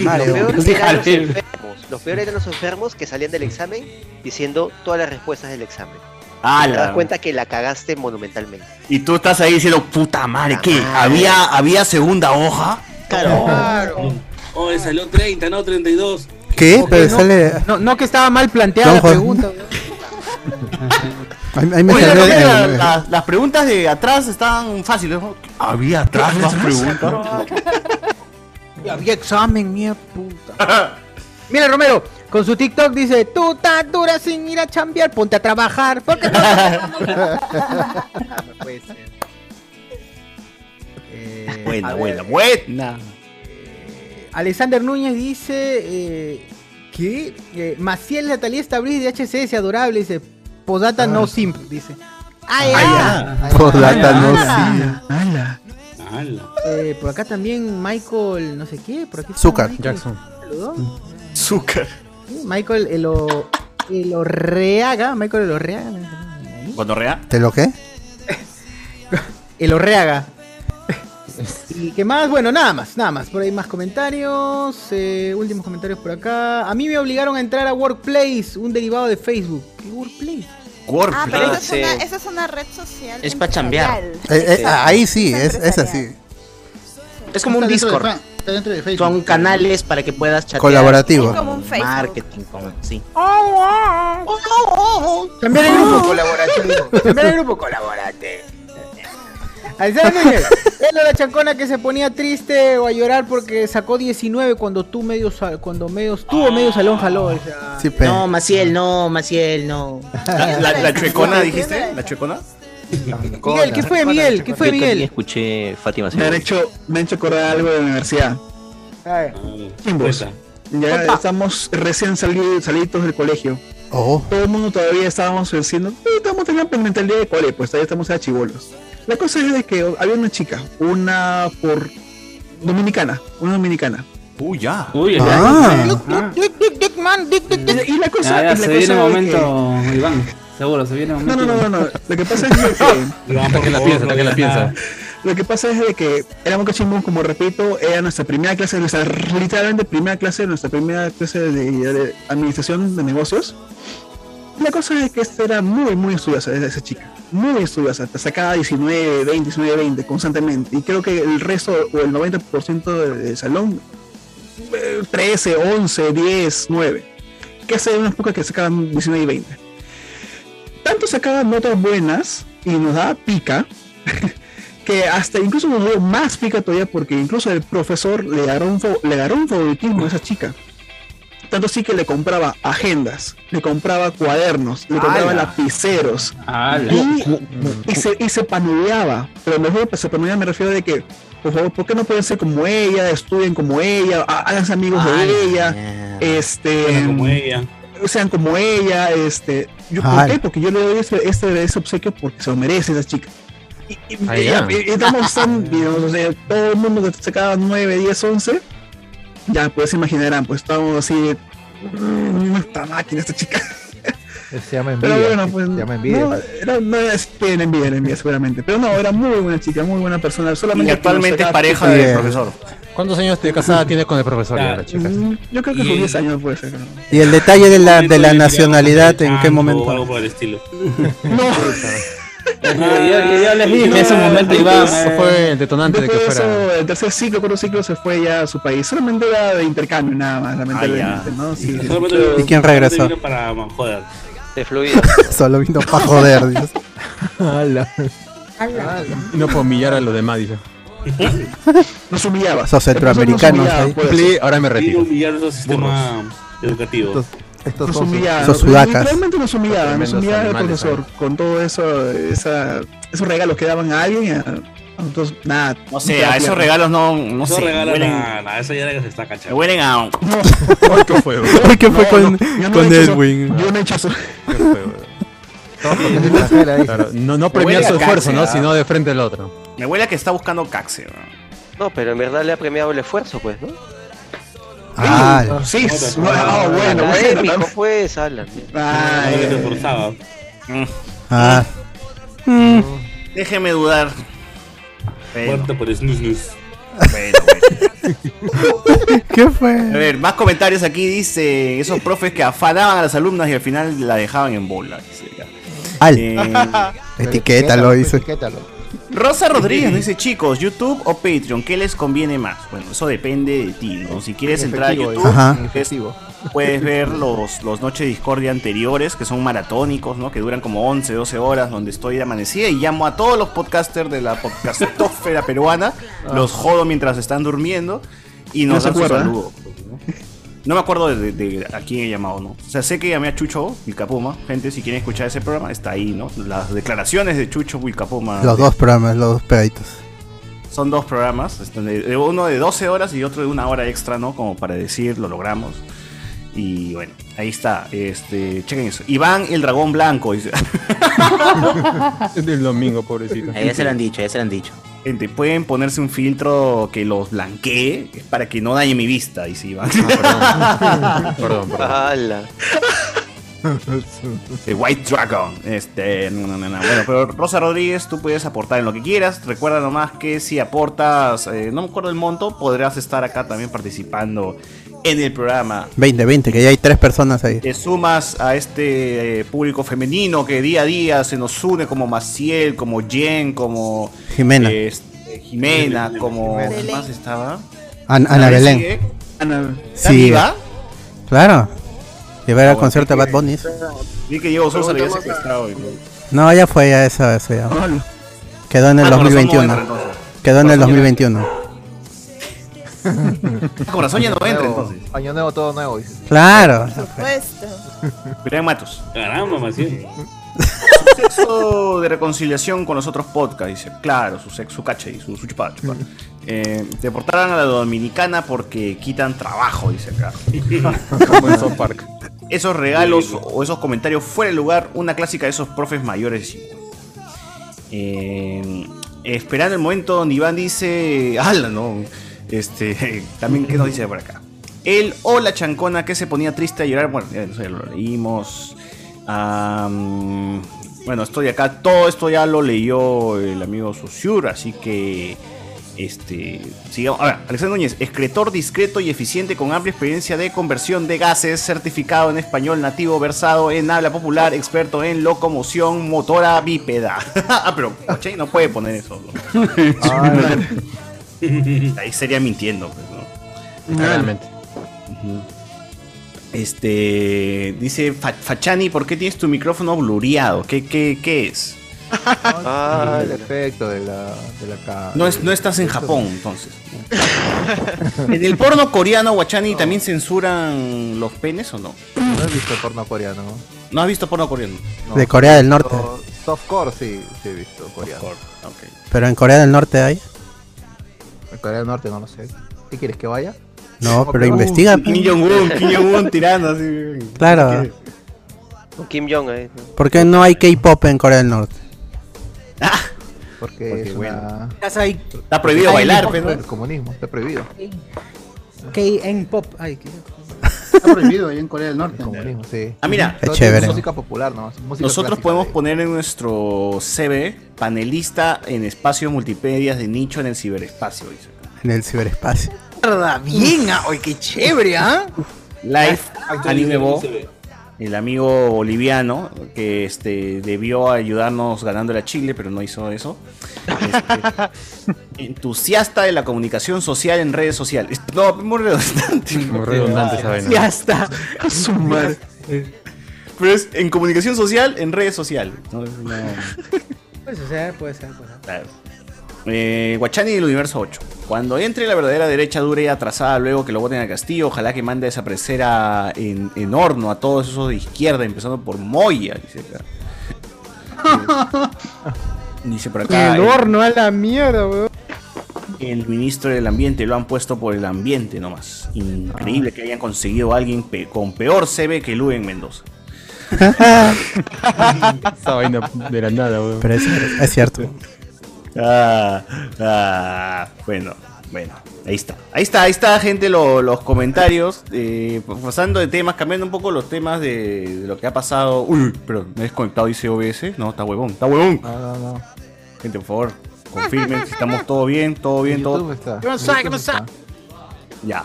Mario.
peor
Yo sí,
eran los
jalé.
enfermos. Lo peor eran los enfermos que salían del examen diciendo todas las respuestas del examen.
¡Hala!
Te das cuenta que la cagaste monumentalmente.
Ah, Y tú estás ahí diciendo, puta madre, ¿qué?
Ah.
¿Había, había segunda hoja?
Claro. Oye, Oh, salió 30, no 32.
¿Qué? Pero
no,
sale.
no, no que estaba mal planteada
Don
la
Juan.
pregunta.
Ahí, ahí me
Oye,
salió
también
el-
la-
el-
Ah,
la- las preguntas de atrás están fáciles. ¿no? ¿Había atrás más preguntas?
Había examen, mierda puta. Mira, Romero, con su TikTok dice, tú tan dura sin ir a chambear, ponte a trabajar. Porque no
buena,
a
buena,
ver.
buena.
Eh, Alexander Núñez dice eh, que eh, Maciel Natalia Establis de HCS, adorable, dice, Podata no simp, dice. ¡Ay, ah,
Postdata, no,
Eh, por acá también Michael, no sé qué, por aquí. está
Zucker.
Michael.
Jackson.
¿Saludó?
Zucker.
Sí, Michael Elo, Elorreaga, Michael Elorreaga.
¿Gonorrea?
¿Te lo qué?
Elorreaga. ¿Y qué más? Bueno, nada más, nada más. Por ahí más comentarios. eh, últimos comentarios por acá. A mí me obligaron a entrar a Workplace, un derivado de Facebook. ¿Qué Workplace?
Ah,
Workplace.
pero esa,
Sí.
es una, esa es una red social.
Es pa'
empresarial.
Eh, eh, ahí sí, es, es así.
Es como un
Está dentro de
Discord. Son canales para que puedas chatear.
Colaborativo. Es como
un Facebook.
Marketing, como, sí.
Oh, wow.
Cambiar el grupo colaborativo. Cambiar el grupo colaborativo. Alexander Núñez, él era la chancona que se ponía triste o a llorar porque sacó 19 cuando tú medio sal- cuando medio estuvo medio salón jaló. o sea.
no, Maciel, no, Maciel, no.
¿La, la, la chuecona dijiste? ¿La chuecona?
Miguel, ¿qué fue de Miguel? ¿Qué fue de
Yo también
Miguel?
escuché Fátima
Me han hecho, me han hecho acordar algo de la universidad.
A ver.
Chimbos. Pues, Ya estamos recién sali- salidos del colegio.
Oh.
Todo el mundo todavía estábamos diciendo, "Eh, estamos teniendo la mentalidad de cole, pues todavía estamos a chivolos. La cosa es de que había una chica, una por dominicana, una dominicana.
Uy, ya. Ah,
Uy,
ya.
Dick, dick, dick, man, dick, dick, dick.
Y la cosa,
Ah, Ya, ya,
y la
se viene el
cosa es de que-
momento, Iván. Seguro, se viene el
No,
momento.
no, no, no, no. Lo que pasa es de que.
Iván, por Hasta que la favor, piensa, hasta no que la digas piensa. nada.
Lo que pasa es de que éramos cachimbos, como repito, era nuestra primera clase, nuestra literalmente primera clase, nuestra primera clase de, de administración de negocios. La cosa es que esta era muy, muy estudiosa, esa, esa chica. Muy estudiosa. Te sacaba 19, 20, 19, 20 constantemente. Y creo que el resto o el 90% del salón eh, 13, 11, 10, 9. Que hace unas pocas que sacaban 19 y 20. Tanto sacaban notas buenas y nos daba pica, que hasta incluso nos dio más pica todavía porque incluso el profesor le agarró un, fa- le agarró un favoritismo a esa chica. Tanto así que le compraba agendas, le compraba cuadernos, le compraba
¡Hala!
lapiceros.
¡Hala!
Mm.
Y, y se, y se panuleaba. Pero mejor pues, se panuleaba me refiero de que, por favor, ¿por qué no pueden ser como ella? Estudien como ella, ha- háganse amigos de ella. Este. como ella. Sean como ella, este. Yo, ¿Por
¡Hala!
qué? Porque yo le doy este, este, ese obsequio porque se lo merece esa chica. Y, y-
Ah,
y-
ya.
y- y estamos tan o sea, todo el mundo que sacaba 9, 10, 11. Ya, pues se imaginarán, pues estamos así. "Mm, Esta máquina, esta chica.
Se llama envidia.
Pero bueno, pues.
se llama envidia.
No, era, no era, sí, era envidia, era envidia, seguramente. Pero no, era muy buena chica, muy buena persona. Solamente
Y actualmente
que nos
es pareja
sacaba-
del
Bien.
profesor.
¿Cuántos años de casada tiene con el profesor ya, la chica?
Mm, Yo creo que
Y-
con 10 años puede ser. ¿no?
Y el detalle de la, de la nacionalidad, ¿en qué
O algo
momento?
por el estilo.
En ese momento iba,
Después-
fue el detonante de que
Después eh, de
fuera.
eso, el tercer ciclo, cuarto ciclo se fue ya a su país. Solamente era de intercambio, nada más,
Ah,
lamentablemente. ¿no? Sí, sí.
¿Y quién regresó?
Para joder.
De fluido.
Solo vino para joder, dices.
Ala. Y no para humillar a los demás, dice.
Nos humillaba.
Esos centroamericanos ahí.
pues,
Cumplí, ahora me
Y
retiro.
humillar nuestro sistema educativo.
Nos humillaba. Pues,
esos sudacas.
Literalmente nos humillaba. Nos
Tremendos
humillaba el
animales,
profesor con todo eso, esa, esos regalos que daban a alguien. y A, a nosotros, nada.
No sé, a esos regalos no, no
Eso
sé.
regala
huelen-
nada, nada, eso ya era que se está
Me
cachando.
huelen a.
¿Qué fue,
¿Qué fue con,
yo no
con
he hecho eso.
Edwin?
Yo no he hecho eso.
Claro, no, no
Me
premiar
huele
su
a
esfuerzo, ¿no?
cárcel,
Sino de frente al otro.
Me huele a que está buscando Caxe. ¿no?
No, pero en verdad le ha premiado el esfuerzo, pues, ¿no?
Ah,
Sí,
Otras
no,
cosas.
ah, bueno, bueno.
Académico, pues, Alan.
Ah,
Ay,
Te forzaba.
ah.
mm, Déjeme dudar.
Muerto por snus snus.
Bueno,
¿Qué fue?
A ver, más comentarios aquí dice esos profes que afanaban a las alumnas y al final la dejaban en bola. dice acá.
Al.
Eh,
Etiquétalo, dice.
Rosa Rodríguez nos dice, chicos, YouTube o Patreon, ¿qué les conviene más? Bueno, eso depende de ti, ¿no? Si quieres entrar a
Efectivo,
YouTube,
Ajá.
puedes- puedes ver los, los Noche Discordia anteriores, que son maratónicos, ¿no? Que duran como 11, 12 horas, donde estoy de amanecida y llamo a todos los podcasters de la podcastófera peruana,
Ah.
los jodo mientras están durmiendo y
No
nos
se
dan su
acuerda. ¿eh?
saludo. No me acuerdo de, de- de a quién he llamado, ¿no? O sea, sé que llamé a Chucho Wilcapoma. Gente, si quieren escuchar ese programa, está ahí, ¿no? Las declaraciones de Chucho Wilcapoma.
Los dos programas, los dos pegaditos.
Son dos programas, este, de- de uno de 12 horas y otro de una hora extra, ¿no? Como para decir, lo logramos. Y bueno, ahí está. Este, chequen eso. Iván el Dragón Blanco. dice.
Del domingo, pobrecito.
Ahí ya se lo han dicho, ya se lo han dicho.
Gente, pueden ponerse un filtro que los blanquee es para que no dañe mi vista, dice Iván.
Ah, Perdón, perdón.
Ala.
The White Dragon. Este, no, no, no, no. Bueno, pero Rosa Rodríguez, tú puedes aportar en lo que quieras. Recuerda nomás que si aportas, eh, no me acuerdo el monto, podrás estar acá también participando en el programa.
20, 20, que ya hay tres personas ahí.
Te eh, sumas a este eh, público femenino que día a día se nos une como Maciel, como Jen, como
Jimena.
este, Jimena, como ¿quién más estaba?
An- Ana
¿Nadie
Belén.
sigue?
Ana-
¿Está
Sí.
viva? Ah,
Claro. Llevar al
bueno,
concierto a Bad Bunny.
Vi que Diego Sousa le había secuestrado.
No, ya fue, ya eso, eso ya. Quedó en el
Ah, con razón no
2021.
entra, entonces.
Quedó en el
Por razón
2021.
Con razón ya no entra
Nuevo,
entonces.
Año nuevo, todo nuevo. dice.
Claro.
supuesto.
Julián Matos.
Caramba, Maciel.
Sexo de reconciliación con los otros podcasts, dice. Claro, su sexo, su cache y su, su chupada, chupada. Eh, deportaron a la dominicana porque quitan trabajo, dice acá.
Como en South Park.
Esos regalos o esos comentarios fuera de lugar, una clásica de esos profes mayores. Eh, esperando el momento donde Iván dice. ¡Hala, no! Este, también, ¿qué nos dice por acá? El o la chancona que se ponía triste a llorar. Bueno, ya no sé, lo leímos. Am, bueno, estoy acá. Todo esto ya lo leyó el amigo Susur, así que. Este, sigamos. Ahora, Alexander Núñez, excretor discreto y eficiente con amplia experiencia de conversión de gases, certificado en español nativo, versado en habla popular, experto en locomoción motora bípeda. ah, pero Cochay no puede poner eso. ¿no?
¿eh?
Ahí sería mintiendo, pues, ¿no?
Claramente.
Este. Dice Fa- Fachani, ¿por qué tienes tu micrófono blureado? ¿Qué, qué, qué es?
Ah, el efecto de la, de la ca-
No, es, no estás en Japón, entonces. ¿En el porno coreano, Guachani, también censuran los penes o no?
No he visto porno coreano.
¿No has visto porno coreano?
No.
De Corea del Norte.
No, Softcore sí, sí he visto coreano.
Pero en Corea del Norte hay.
En Corea del Norte no lo sé. ¿Qué quieres que vaya?
No, pero
Uh,
investiga.
Kim
pe.
Jong-un, Kim Jong-un
tirando así.
Claro.
Kim Jong ahí.
¿Por qué no hay K-pop en Corea del Norte?
Porque, es una...
Está prohibido
Ay,
bailar, pues,
no,
pero-
El comunismo, está prohibido.
K-N-Pop. Ay, qué-
Está prohibido ahí en Corea del Norte.
sí.
Ah, mira.
Todo
Es
tiene
chévere.
Música popular nomás. música
Nosotros
clásica.
podemos poner en nuestro CV panelista en espacios multimedia de nicho en el ciberespacio. dice.
En el ciberespacio.
Mierda, bien, ah, oye, qué chévere, ¿ah?
Live
Ah,
Actualización
Anime Bo,
CV.
el amigo boliviano que este debió ayudarnos ganando a Chile, pero no hizo eso. Este, entusiasta de la comunicación social en redes sociales. No, muy redundante. Muy
redundante esa vaina.
Entusiasta. Pero es en comunicación social, en redes sociales. No, es una-
Puede ser, puede ser, puede ser.
Claro. Eh, Guachani del universo 8. Cuando entre la verdadera derecha dura y atrasada, luego que lo voten al castillo, ojalá que mande a desaparecer a- en, en horno a todos esos de izquierda, empezando por Moya. Dice acá. Dice por acá. eh,
El horno a la mierda, weón.
el ministro del ambiente lo han puesto por el ambiente nomás. Increíble
Ah.
que hayan conseguido a alguien pe- con peor CV que Lu en Mendoza.
Esa vaina de la nada, weón.
Pero es, es cierto.
Ah, ah, bueno, bueno, ahí está. Ahí está, ahí está, gente, lo- los comentarios. eh, pasando de temas, cambiando un poco los temas de, de lo que ha pasado. Uy, perdón, me he desconectado, dice OBS. No, está huevón, está huevón. Gente, por favor, confirmen si estamos todo bien, todo bien, todo.
¿Qué pasa? ¿Qué pasa?
Ya.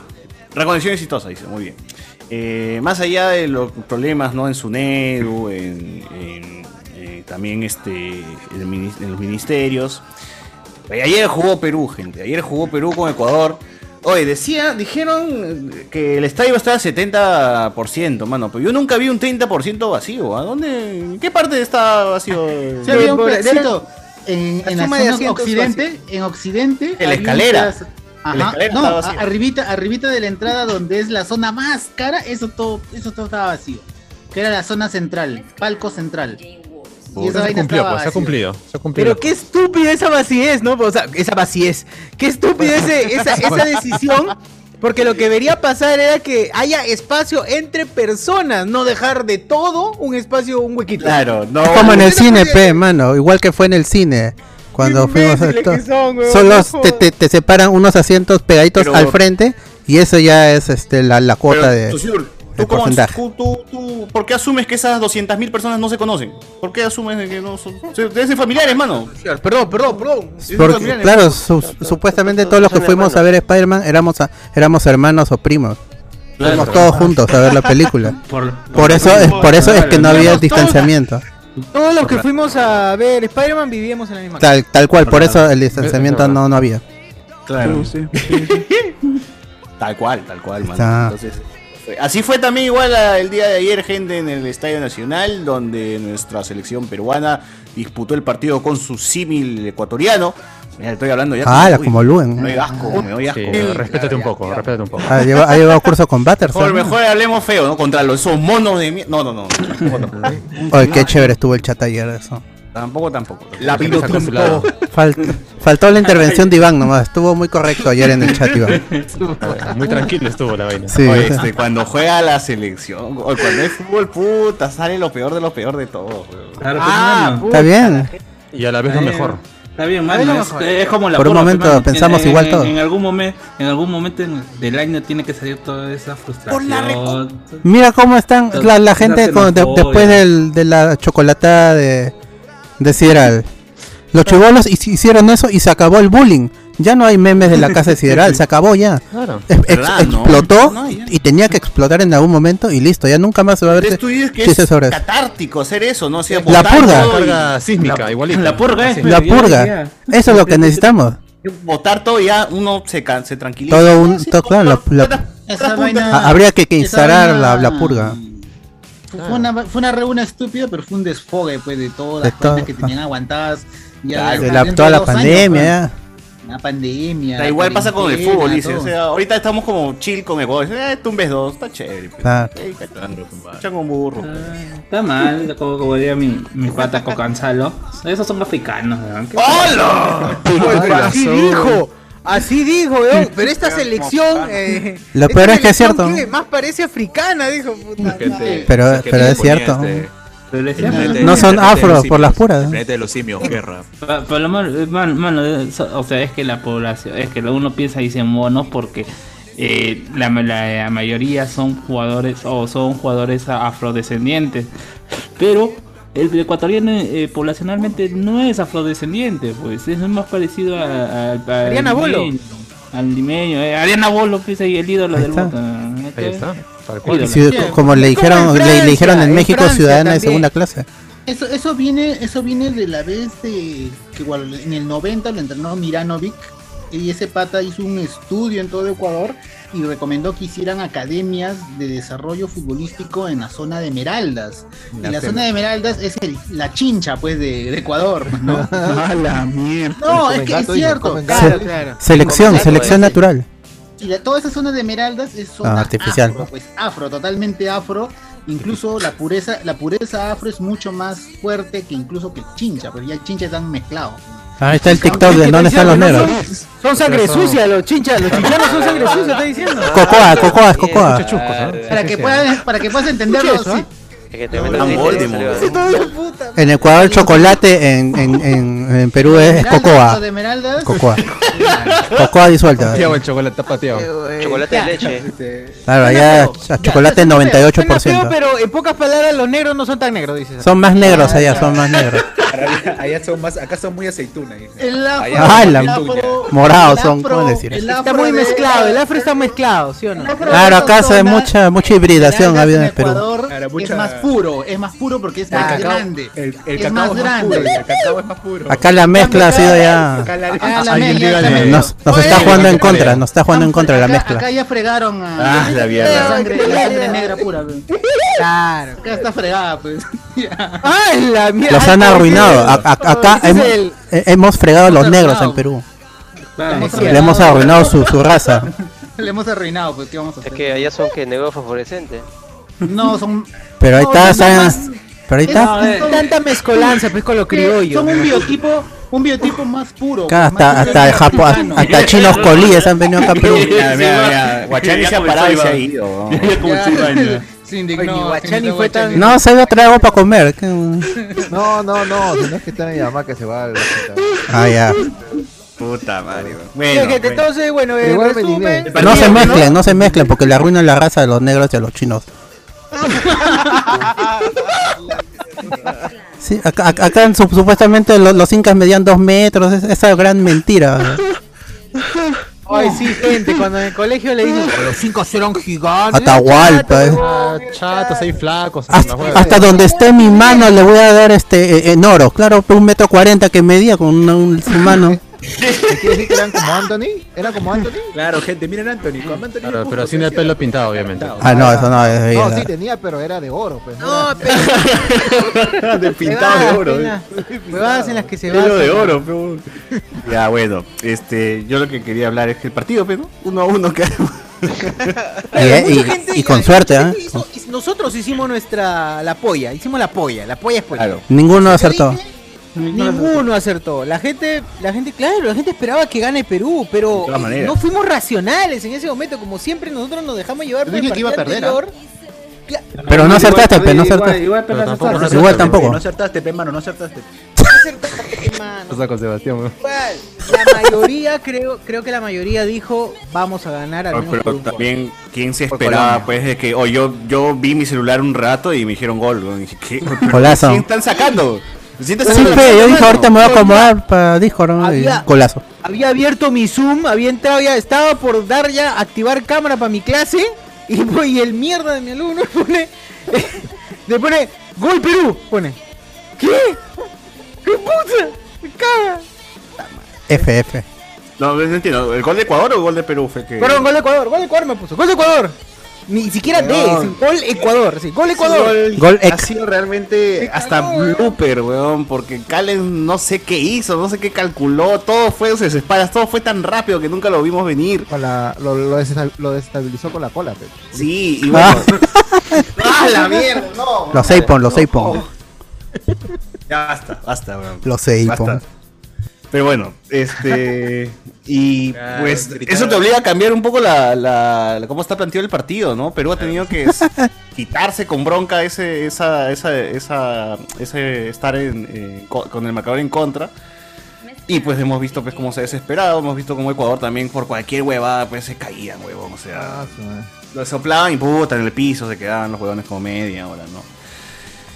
Reconexión exitosa, dice, muy bien. Eh, más allá de los problemas, ¿no? En Sunedu, en, en, eh, también este, en el minis- en los ministerios. Eh, Ayer jugó Perú, gente. Ayer jugó Perú con Ecuador. Oye, decía, dijeron eh, que el estadio está al 70%, mano. Pero yo nunca vi un 30% vacío. ¿A dónde? ¿En qué parte está vacío?
Sí, había un pedacito en,
La
en la
suma de
zona
asientos
occidente, en occidente.
En la
había un
escalera.
pedazo-
En la
Ajá,
escalera
no,
estaba
a-
vacío.
arribita, arribita de la entrada donde es la zona más cara, eso todo, eso todo estaba vacío. Que era la zona central, palco central. Y esa
Se ha
vaina
cumplido,
estaba
pues, se ha
vacía.
cumplido. Se ha cumplido.
Pero qué estúpida esa vacíez, ¿no? O sea, esa vacíez. Qué estúpida ese- esa, esa decisión. Porque lo que debería pasar era que haya espacio entre personas, no dejar de todo un espacio, un huequito.
Claro, no.
Es como en el cine, pe, mano. Igual que fue en el cine. Cuando fuimos a
Imbéciles
to-
que son, weón,
solo
no
te, te- te separan unos asientos pegaditos
Pero-
al frente y eso ya es este la, la cuota de,
Tusiur,
de
¿tú, cómo-
porcentaje.
tú- tú- tú- por qué asumes que esas 200.000 personas no se conocen? ¿Por qué asumes de que no son.? se- Deben ser familiares, mano.
Perdón, perdón, perdón.
Porque,
¿eh?
claro, su- supuestamente todos los que
son
fuimos a ver Spider-Man éramos, a- éramos hermanos o primos.
Claro.
Fuimos todos juntos a ver la película.
Por,
por eso es por eso es que no había distanciamiento.
Todos los que fuimos a ver Spider-Man vivíamos en la misma
Tal, tal cual, por eso el
Es
distanciamiento
verdad.
no, no había.
Claro. tal cual, tal cual, mano.
Está.
Entonces, fue- así fue también igual a- el día de ayer, gente, en el Estadio Nacional, donde nuestra selección peruana disputó el partido con su símil ecuatoriano. Mira, estoy hablando ya.
Ah,
uy,
como Luen. Ah,
Me doy asco, me doy asco.
Sí, respétate un poco, respétate un poco.
Ha llevado, ha llevado curso con
Mejor,
Patterson. ¿no?
mejor hablemos feo, ¿no? Contra los, esos monos de mierda. No, no, no.
Ay, qué chévere estuvo el chat ayer eso.
Tampoco, tampoco.
La
piloto
Fal- faltó la intervención de Iván nomás, estuvo muy correcto ayer en el chat Iván.
Muy tranquilo estuvo la vaina.
Sí.
Oye, este, cuando juega la selección, o cuando es fútbol, puta, sale lo peor de lo peor de todo. weón.
Claro,
Ah,
pues, mano. Está bien.
Y a la vez lo mejor.
Está bien,
A ver,
mano.
lo
Es,
mejor.
es como la
Por un
porra,
momento
hermano.
pensamos
En-
igual
en-
todos.
En algún momento, en algún momento en- del año tiene que salir toda esa frustración.
Mira cómo están la, la gente con- de- después del- de la chocolatada de, de Sideral. Los chivolos hici- hicieron eso y se acabó el bullying. Ya no hay memes de la casa de Sideral, se acabó ya.
Claro.
Ex- ex-
¿Verdad, no?
explotó
No, ya.
y tenía que explotar en algún momento y listo, ya nunca más se va a ver
Entonces tú dices que
chistes
es
sobre eso.
catártico hacer eso, ¿no? O sea,
La
botar
purga.
todo y-
Carga sísmica, igualito. La purga
¿eh?
es.
La purga, eso es lo que necesitamos.
Botar todo y ya uno se, can- se tranquiliza.
Todo
No,
un,
sí,
todo, claro, la- la-
Esa vaina-
Ah, Habría que, que
esa
instalar
vaina
la, la purga.
Fue una, fue una reunión estúpida, pero fue un desfogue pues, de todas
De
las cosas
todo.
que tenían aguantadas.
Claro, de
hasta
la-
dentro
toda
de
la
dos años,
pandemia,
pues. La pandemia.
Da
la
igual pasa con el
cuarentena,
fútbol, dice.
todo.
O sea, ahorita estamos como chill con Ecuador. Eh, tumbes dos, está chévere. pe.
Claro. Ah.
Ey, cachando, Chango un burro. pe.
Está mal, como, como diría mi, mi pata Cocanzalo. Esos son africanos, ¿verdad? ¿Qué-
así dijo, así dijo, weón. Pero esta selección. eh,
Lo
esta
peor es que es
selección,
cierto.
¿qué? Más parece africana, dijo. Puta,
Gente,
madre.
Pero,
esa gente
pero
que
es
ponía
cierto.
este-
decía-
el planeta-
No
el
son
planeta de los
afros por
simios,
las puras.
El planeta de los simios, guerra.
Pa- Pero lo malo, eh, man- mano, eh, so- o sea, es que la población, es que lo uno piensa y dice monos porque eh, la, la- la mayoría son jugadores o son jugadores a- afrodescendientes. Pero el ecuatoriano eh, poblacionalmente no es afrodescendiente, pues es más parecido a, a- al- al
Ariana Bolo.
limeño, Al limeño, eh, Ariana Bolo, pues ahí el ídolo del
está.
voto.
Ahí está,
tal
Y si- como le
Es como en
dijeron, le- le,
Francia,
dijeron en
en
México
Francia
ciudadana de
también.
segunda clase.
Eso, eso viene, eso viene de la vez de que igual en el 90 lo entrenó Miranovic y ese pata hizo un estudio en todo Ecuador y recomendó que hicieran academias de desarrollo futbolístico en la zona de Esmeraldas. Y
Ya
la
sé.
zona de Esmeraldas es el- la chincha pues de, de Ecuador, ¿no?
A la mierda.
No, es que es cierto.
Se- Selección, selección natural.
Y la- toda esa zona de Esmeraldas es zona
Ah, artificial,
afro,
¿no?
pues afro, totalmente afro. Incluso la pureza, la pureza afro es mucho más fuerte que incluso que el chincha, pero ya el chincha están mezclados.
Ahí está el TikTok de dónde están los negros.
Son sangre sucia, los chinchas, los chinchanos son sangre sucia, está diciendo.
Ah,
Cocoa, cocoa, cocoa.
Para que puedas, para que puedas entenderlo.
¿eh?
sí.
¿eh?
Es que te meten
Dan
triste,
Voldemort.
salió, ¿no?
En Ecuador el chocolate, en, en, en, en Perú es, es
Esmeraldas,
cocoa.
lo de esmeraldas.
Cocoa. Cocoa disuelta.
Pateado el chocolate, está pateado.
Chocolate de leche.
Claro, allá ch- chocolate en
Suena feo,
98%.
pero en pocas palabras los negros no son tan negros, dices.
Son más negros allá, son más negros.
Allá son más, acá son muy aceituna.
El afro,
Ah, la-
el afro-
morados
el
son,
afro-
¿cómo decir?
el
Está
afro
muy
de-
mezclado, el afro está mezclado, ¿sí o no?
Claro, acá se ve mucha, mucha hibridación ha habido en el Perú.
Ecuador es más puro, es más puro porque es más
cacao-
grande.
El
es
cacao
más grande.
puro, el cacao es más puro.
Acá la mezcla ha sido ya.
Acá la-
Acá la
Alguien
mezcla,
dígale.
acá-
Nos, nos está
Oye,
jugando en
acá-
contra, nos está jugando en contra de la
acá- Acá
mezcla.
ya fregaron a
Ah, la
la
mierda.
sangre, la sangre negra pura. pues.
Claro.
Acá está fregada, pues.
¡Ay,
Ah,
la mierda!
Los han arruinado. A- a- acá
Ese es
hemos,
el-
eh, hemos fregado a los negros en Perú. Le hemos arruinado su, su raza.
Le hemos arruinado, pues, ¿qué vamos a hacer?
Es que allá son que negro fosforescente.
No, son.
Pero ahí
No,
está,
son
¿saben?
más-
Pero ahí
es-
está.
son-
Tanta mezcolanza, pues, con lo criollo.
Son un biotipo, un biotipo más puro.
Acá
pues, más
hasta,
puro
hasta,
que
el
el
Japón,
africano.
hasta, hasta chinos colíes han venido acá a Perú.
Mira, mira, mira. Guachani se ha parado y se ha ido. ¿no?
Se indignó,
Oye,
se
Guachani
indignó
fue tan-
Guachani.
No, se iba a traer algo para comer. que-
No, no, no, si no es que está mi mamá que se va a la cita.
Ah, ya.
Puta madre. weón.
Oye,
Bueno,
gente, entonces, bueno,
eh,
en
Igual me
resumen,
indigné.
No se mezclen, no se mezclen porque le arruinan la raza de los negros y a los chinos. Sí, acá, acá- acá su- supuestamente lo- los incas medían dos metros, es- esa gran mentira.
Ay, sí, gente, cuando en el colegio le dicen los cinco serán gigantes.
Atahualpa, eh.
Ah, chatos, ahí flacos.
Hasta, hasta donde esté mi mano le voy a dar este eh, en oro. Claro, un metro cuarenta que medía con una- un- su mano.
¿Te ¿Quieres decir que eran como Anthony? ¿Era como Anthony?
Claro, gente, miren a Anthony. Como Anthony
Claro, pero sin el pelo pintado, obviamente.
Ah, no, eso no es.
No,
es-
sí tenía, pero era de oro, pues.
No,
era-
pero.
De pintado de oro, eh.
Huevadas en las que se va.
Pelo de oro, pe, weón. Ya, bueno, este, yo lo que quería hablar es que el partido, pues, pero uno a uno que
eh, y, y- y con suerte, ¿eh?
Nosotros hicimos nuestra. La polla, hicimos la polla, la polla es polla.
Ninguno acertó.
Ninguno acertó. La gente, la gente, claro, la gente esperaba que gane Perú, pero
todas
eh,
maneras.
no fuimos racionales en ese momento, como siempre nosotros nos dejamos llevar por el
dije que iba a
partido
perder,
anterior.
Pero no acertaste, pe, no
Igual-
acertaste.
igual, pero no
Pero
acertaste.
tampoco, Igual tampoco.
No acertaste, pe, mano, no acertaste.
Ah,
Pasa con Sebastián, weón.
Igual, La mayoría, creo, creo que la mayoría dijo, vamos a ganar al menos por
pero
un
también quién se
Por
esperaba
Colombia.
pues de que o yo yo vi mi celular un rato y me dijeron gol, weón. Y dije, ¿qué?
Golazo.
¿Quién están sacando? ¿Quién están
Sí,
sacando la
fe, yo
mano?
dije ahorita me voy a acomodar para Discord, ¿no? Y
Había-
Colazo.
Había abierto mi Zoom, había entrado ya, estaba por dar ya, activar cámara para mi clase. Y, po- y el mierda de mi alumno pone. Le pone. ¡Gol Perú! Pone. ¿Qué? ¿Qué puta? ¡Me caga!
FF.
No, no entiendo. ¿El gol de Ecuador o el gol de Perú fue que.?
Perdón, gol de Ecuador, gol de Ecuador me puso. Gol de Ecuador. Ni siquiera D,
Perdón.
sí, gol Ecuador, sí, gol Ecuador.
Ecuador ha sido realmente hasta blooper, weón, porque Calen no sé qué hizo, no sé qué calculó, todo fue sus espadas, todo fue tan rápido que nunca lo vimos venir.
lo, lo desestabil- lo desestabilizó con la cola, pues. pe.
Sí, y bueno. ¡Ah, la mierda! No.
Los Apon, los Apon.
Ya basta, basta, weón.
Los Apon.
Basta. Pero bueno, este. Y
Claro,
pues
gritar.
eso te obliga a cambiar un poco la, la- la- cómo está planteado el partido, ¿no? Perú ha tenido que s- quitarse con bronca ese, esa, esa, esa, ese estar en, eh, co- con el marcador en contra. Y pues hemos visto pues cómo se ha desesperado, hemos visto cómo Ecuador también por cualquier huevada pues se caían, huevón, o sea, lo soplaban y puta en el piso se quedaban los huevones como media ahora, ¿no?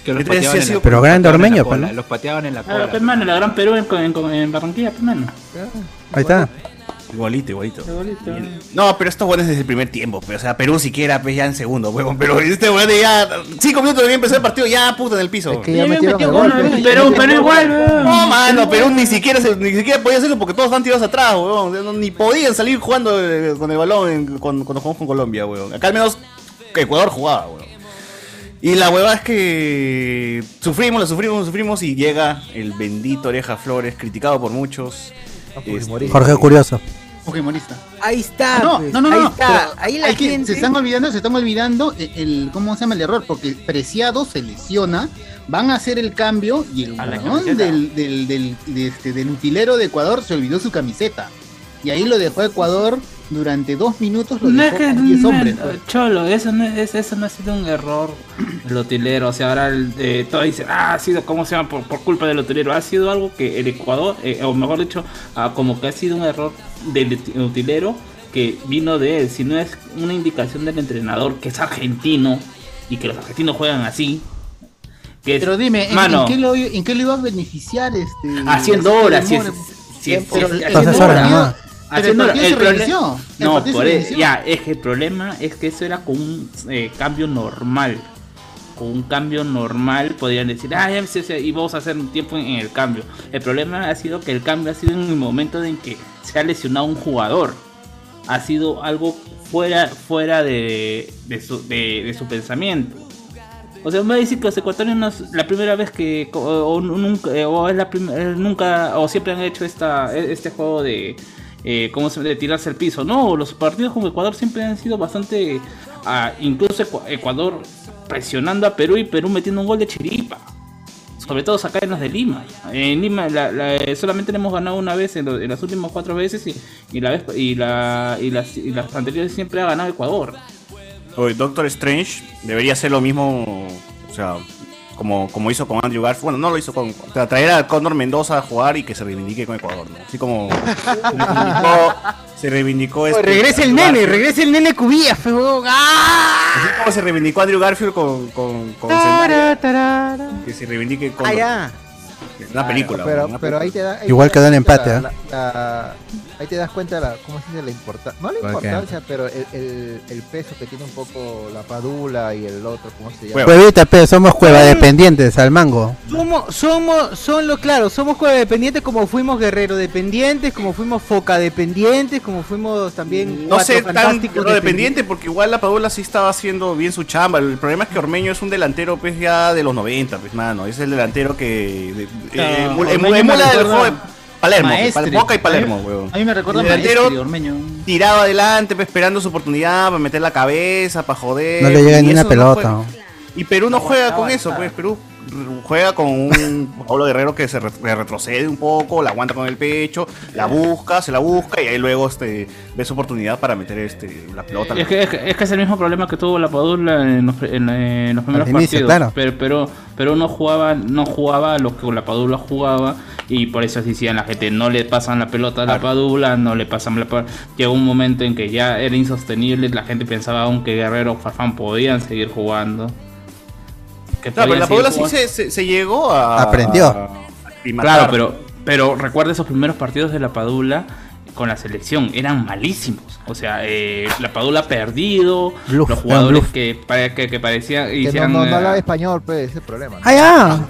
Que los
Entonces, sí
pateaban
ha
en
sido-
la- Pero grande
Ormeño, pues,
Los pateaban en la
Claro, pues, mano, la Gran Perú en, en- en Barranquilla, pues, mano.
Ahí está.
Igualito, igualito.
Igualito.
No, pero estos buenos desde el primer tiempo, pero, o sea, Perú siquiera pues ya en segundo, huevón, pero este huevón ya cinco minutos debía empezar el partido ya puta en el piso.
que ya Ya metieron metió el gol, gol, pues.
Perú,
Perú,
Perú
Perú
igual,
igual, huevón.
No, mano, Perú ni siquiera se- ni siquiera podía hacerlo porque todos están tirados atrás, huevón, O sea, no- ni podían salir jugando eh, con el balón en- con- cuando jugamos con Colombia, huevón. Acá al menos que Ecuador jugaba, huevón. Y la huevada es que sufrimos, la sufrimos, la sufrimos y llega el bendito Oreja Flores, criticado por muchos.
Ah, pues,
Este,
Jorge Curioso.
Fujimorista.
Ahí está.
Ah, No,
pues,
no, no,
ahí
no,
está.
pero
Ahí la
hay que-
gente.
se están olvidando, se están olvidando el, el- cómo se llama el error, porque Preciado se lesiona, van a hacer el cambio y el
A la
huevón
camiseta.
del, del, del, de este, del utilero de Ecuador se olvidó su camiseta. Y ahí lo dejó Ecuador durante dos minutos, lo
No es
dejó
que.
con 10 hombres. pues.
no, Cholo, eso no, es, eso no ha sido un error del hotelero. O sea, ahora el, eh, todo dice, ah, ha sido, ¿cómo se llama? Por, por culpa del hotelero. Ha sido algo que el Ecuador, eh, o mejor dicho, ah, como que ha sido un error del ut- utilero que vino de él. Si no es una indicación del entrenador que es argentino y que los argentinos juegan así. Que es-
Pero dime, ¿en,
mano,
en qué lo, en qué lo iba a beneficiar este?
haciendo
este
horas, si es,
Mora?
si es,
Pero- pero
si es-
el
haciendo
partido-
horas,
pero
¿no?
el
Haciendo horas.
partido se
El proble-
reinició, el
No,
partido se
por e-
reinició.
ya, es que el problema es que eso era con un eh, cambio normal. Con un cambio normal podrían decir, ah, ya, sí, sí, y vamos a hacer un tiempo en, en el cambio. El problema ha sido que el cambio ha sido en el momento en que se ha lesionado un jugador. Ha sido algo fuera, fuera de, de su, de- de su pensamiento. O sea, me va a decir que los ecuatorianos la primera vez que o, o nunca o es la prim- eh, nunca o siempre han hecho esta este juego de eh, cómo se de tirarse al piso. No, los partidos con Ecuador siempre han sido bastante ah, incluso Ecu- Ecuador presionando a Perú y Perú metiendo un gol de chiripa. Sobre todo acá en los de Lima. En Lima la- la- eh, solamente le hemos ganado una vez en, lo- en las últimas cuatro veces y, y la vez y la y las, y las anteriores siempre ha ganado Ecuador.
Oye, Doctor Strange debería hacer lo mismo, o sea, como, como hizo con Andrew Garfield. Bueno, no lo hizo con. O sea, traer a Connor Mendoza a jugar y que se reivindique con Ecuador, ¿no? Así como. se reivindicó- se reivindicó
Oye,
este.
regresa el
Andrew
nene,
Garfield.
regresa el nene cubía, fe, huevón. ¡Ah!
Así como se reivindicó Andrew Garfield con. con, con
Tarara,
Zendaya,
tarara.
que se reivindique con.
Ah, ya.
Una película.
Pero,
una
pero
película.
ahí te da, ahí
Igual
te das
quedó el
cuenta
empate,
¿eh?
la-
¿ah?
la- la- ahí te das cuenta la, cómo se dice la importancia. No la
Ok.
importancia, pero el, el, el peso que tiene un poco la padula y el otro, ¿cómo se llama?
Cuevita, pero somos cueva dependientes al mango.
Somos, somos, son los claro, somos dependientes como fuimos guerrero dependientes, como fuimos foca dependientes, como fuimos también
No sé
Cuatro
tan
Fantásticos
dependiente porque igual la Padula sí estaba haciendo bien su chamba. El problema es que Ormeño es un delantero pues ya de los 90, pues mano. Es el delantero que de- eh,
No,
emula-
Ormeño
emula
me
del
recuerda
juego de Palermo, pues,
Maestri.
Pal- Boca y Palermo,
A mí-
weón.
a mí me recuerda
El
a Maestri,
delantero
Ormeño.
tiraba adelante, pues, esperando su oportunidad para meter la cabeza, para
Eh,
joder.
No le llega
y
ni una
eso no
pelota.
juega. y Perú no juega con eso, pues Perú juega con un Pablo Guerrero que se re- le retrocede un poco, la aguanta con el pecho, la busca, se la busca y ahí luego este ve su oportunidad para meter este la pelota.
Es que, es, que, es que es el mismo problema que tuvo la Padula en los, en- en los primeros
Al
partidos.
inicio, claro.
Pero, pero, pero no jugaba, no jugaba lo que la Padula jugaba. Y por eso decían la gente, no le pasan la pelota a la Padula, no le pasan la pelota. Llegó un momento en que ya era insostenible, la gente pensaba aún que Guerrero o Farfán podían seguir jugando. Que
Claro, pero
podían
la
seguir
Padula sí
jugando.
se, se- se llegó a.
Aprendió.
a aclimatar.
Claro, pero, pero recuerda esos primeros partidos de la Padula con la selección, eran malísimos. O sea, eh, la Padula ha perdido,
Bluff,
los
era
jugadores
bluff.
que, pare- que, que parecían... y
Que no,
sean,
no, no
eh,
hablaba español, pues, ese es el problema. ¿no?
Ah, ya.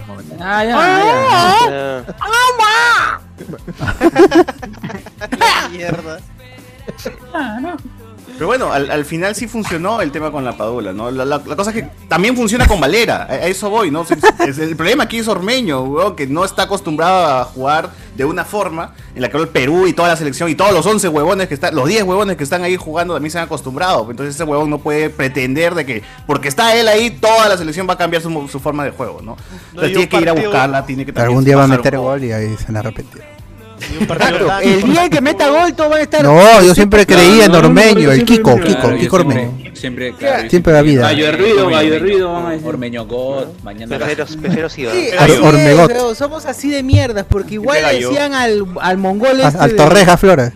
Ah, ya, ya.
Ah,
mierda.
Pero bueno, al, al final sí funcionó el tema con la Padula, ¿no? La, la- la cosa es que también funciona con Valera, a, a eso voy, ¿no? Si- si- es- el problema aquí es Ormeño, weón, que no está acostumbrado a jugar de una forma en la que el Perú y toda la selección y todos los 11 huevones que están, los 10 huevones que están ahí jugando también se han acostumbrado. Entonces ese huevón no puede pretender de que, porque está él ahí, toda la selección va a cambiar su, mo- su forma de juego, ¿no? O sea,
y
tiene
un
que ir a
partido-
buscarla, tiene que
Algún día va a
bajar un
meter
poco.
gol y ahí se la arrepentir.
Claro, el día que meta gol, todos van a estar.
No, yo siempre creía en Ormeño, el
siempre-
Kiko,
siempre-
Kiko,
claro,
Kiko
yo siempre-
Ormeño.
Siempre, claro.
Siempre da vida.
Gallo de ruido, gallo de ruido. Ormeño God, mañana.
Sí,
Pero
así
Or- Ormegot.
es, pero somos así de mierdas, porque igual le
gallo.
decían al, al mongol
Al-
este
Al
de-
Torreja Flores.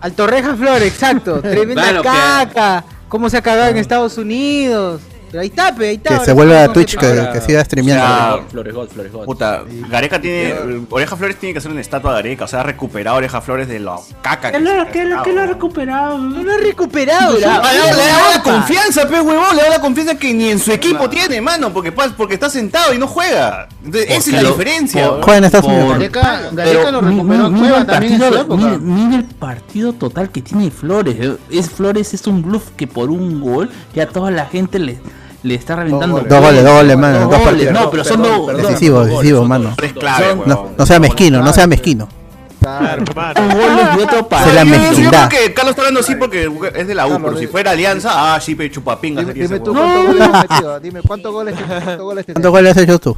Al Torreja Flor, exacto. Tremenda
Claro que-
caca. Cómo se ha cagado en Estados Unidos. Pero ahí está, pe, ahí
Ah.
está.
Que
ahora
se
sí
vuelva a
tenemos
Twitch, que, que siga streameando.
Flores Gold, Flores Gold. Ah. Puta, Gareca tiene. Oreja Flores tiene que hacer una estatua de Gareca, o sea, recuperar a Oreja Flores de la caca.
¿Qué
que se
lo,
ha
qué lo,
gastado.
qué lo ha recuperado? No
lo ha recuperado.
Ah, le da- le da la confianza, pe huevón, le da la confianza que ni en su equipo tiene, mano, porque, pa- porque está sentado y no juega. Entonces, esa es la
lo-
diferencia.
por-
weón.
juega en Estados Unidos.
Gareca,
Pero-
Gareca lo recuperó
Mira
Cueva
el
también en su
partido-
época.
mira- mira el partido total que tiene Flores. eh. Es Flores es un bluff que por un gol ya toda la gente le, le está reventando.
Dos goles, dos goles, mano. Dos
goles.
partidos.
No, pero son dos. perdón,
Decisivo,
dos goles,
decisivo,
son
mano.
dos, son dos. Son-
No, no sea mezquino, no sea mezquino.
Un gol y otro para.
Se la
Yo- yo- Yo creo
mezquindad.
que Carlos está hablando así porque es de la U, pero si fuera Alianza, ah, sí, pe chupapinga. sería ese
Dime tú
huevón.
cuántos goles has metido. Dime cuántos goles, cuántos goles te
¿Cuántos goles has hecho tú?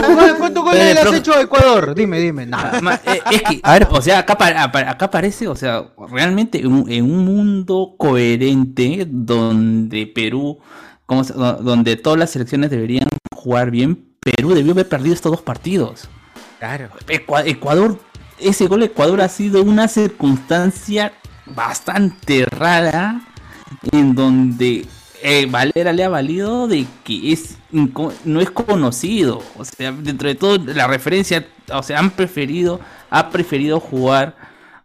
¿Cuántos cuántos goles
Eh,
le has
profe-
hecho a Ecuador? Dime, dime. Nada.
Ma- eh, es que, o sea, acá, pa- apa- acá parece, o sea, realmente en un, en un mundo coherente donde Perú, ¿cómo se- do- donde todas las selecciones deberían jugar bien, Perú debió haber perdido estos dos partidos.
Claro.
Ecua- Ecuador, ese gol de Ecuador ha sido una circunstancia bastante rara en donde eh, Valera le ha valido de que es inco- no es conocido. O sea, dentro de todo, la referencia, o sea, han preferido, ha preferido jugar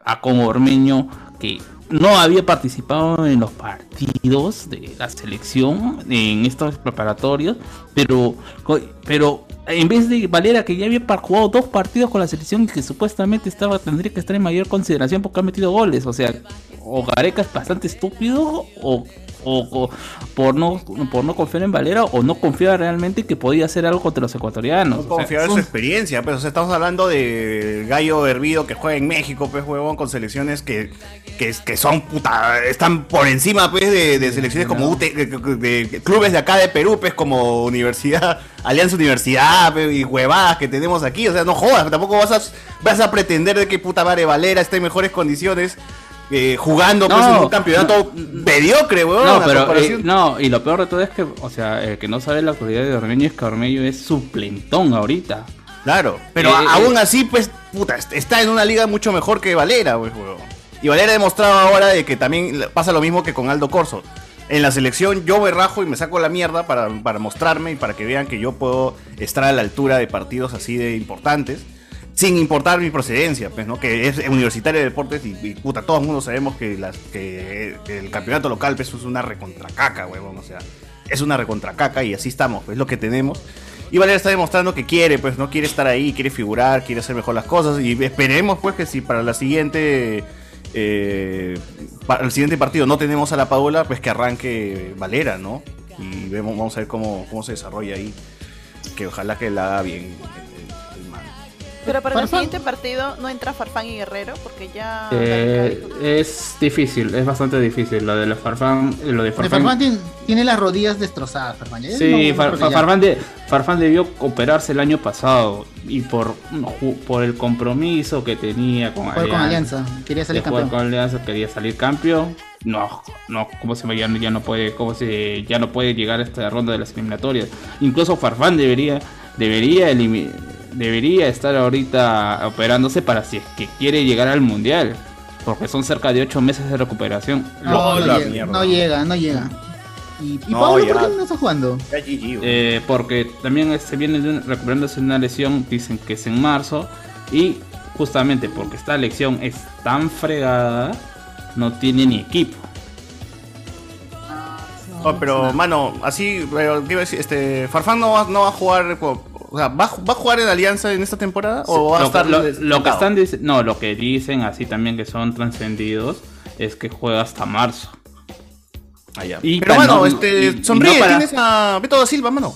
a con Ormeño que no había participado en los partidos de la selección en estos preparatorios, pero, co- pero en vez de Valera que ya había par- jugado dos partidos con la selección y que supuestamente estaba tendría que estar en mayor consideración porque ha metido goles, o sea, o Gareca es bastante estúpido o, o- o por no por no confiar en Valera o no confiar realmente que podía hacer algo contra los ecuatorianos.
No
o sea,
confiar en
son-
su experiencia, pero o sea, estamos hablando de gallo hervido que juega en México, pues huevón, con selecciones que, que, que son puta, están por encima pues de, de selecciones como UT, de, de- de clubes de acá de Perú, pues como Universidad, Alianza Universidad pues, y huevadas que tenemos aquí, o sea, no jodas, tampoco vas a, vas a pretender de que puta madre Valera esté en mejores condiciones eh, jugando pues,
No,
en un campeonato mediocre, huevón.
No,
a
pero
comparación.
eh, no, y lo peor de todo es que, o sea, el que no sabe la actualidad de Ormeño es que Ormeño es suplentón ahorita. Eh,
Claro, Pero a- aún así, pues, puta, est- está en una liga mucho mejor que Valera, pues, huevón. Y Valera ha demostrado ahora de que también le- pasa lo mismo que con Aldo Corso. En la selección yo me rajo y me saco la mierda para, para mostrarme y para que vean que yo puedo estar a la altura de partidos así de importantes. Sin importar mi procedencia, pues, ¿no? Que es universitario de deportes y, y, puta, todo el mundo sabemos que, las, que el campeonato local, pues, es una recontracaca, huevón. O sea, es una recontracaca y así estamos, pues, es lo que tenemos. Y Valera está demostrando que quiere, pues, no quiere estar ahí, quiere figurar, quiere hacer mejor las cosas. Y esperemos, pues, que si para la siguiente. eh, para el siguiente partido no tenemos a la Paola, pues que arranque Valera, ¿no? Y vemos, vamos a ver cómo, cómo se desarrolla ahí. Que ojalá que la haga bien el, el man.
Pero para el
Farfán.
siguiente partido no entra Farfán y Guerrero porque ya.
Eh, es difícil, es bastante difícil lo de los Farfán, eh, lo de
Porque
Farfán.
Farfán tiene, tiene las rodillas destrozadas, Farfán. Ya
Sí,
no-
Far-
no-
Far-
ya.
Farfán, de- Farfán debió operarse el año pasado y por, ju- por el compromiso que tenía con
Jugar con Alianza. Quería salir
de jugar
campeón.
con Alianza, quería salir campeón. No, no, ¿cómo se llama? Ya, no- ya no puede, ¿cómo se, ya no puede llegar a esta ronda de las eliminatorias. Incluso Farfán debería, debería, elimi- debería estar ahorita operándose para si es que quiere llegar al mundial. Porque son cerca de 8 meses de recuperación.
No, no, llega, no llega, no llega. ¿Y, y
No,
Pablo por
ya.
qué no está jugando?
Eh, porque también eh, se viene de un- recuperándose de una lesión, dicen que es en marzo. Y justamente porque esta lesión es tan fregada, no tiene ni equipo.
No, pero, mano, así, pero, ¿qué iba a decir? Este, Farfán no va, no va a jugar por, O sea, ¿va, va a jugar en Alianza en esta temporada o va a
lo,
estar
lo- lo que
sentado?
están dic- no, lo que dicen así también que son trascendidos es que juega hasta marzo. pues Allá.
Pero mano, este, sonríe, tienes a Beto da Silva, mano.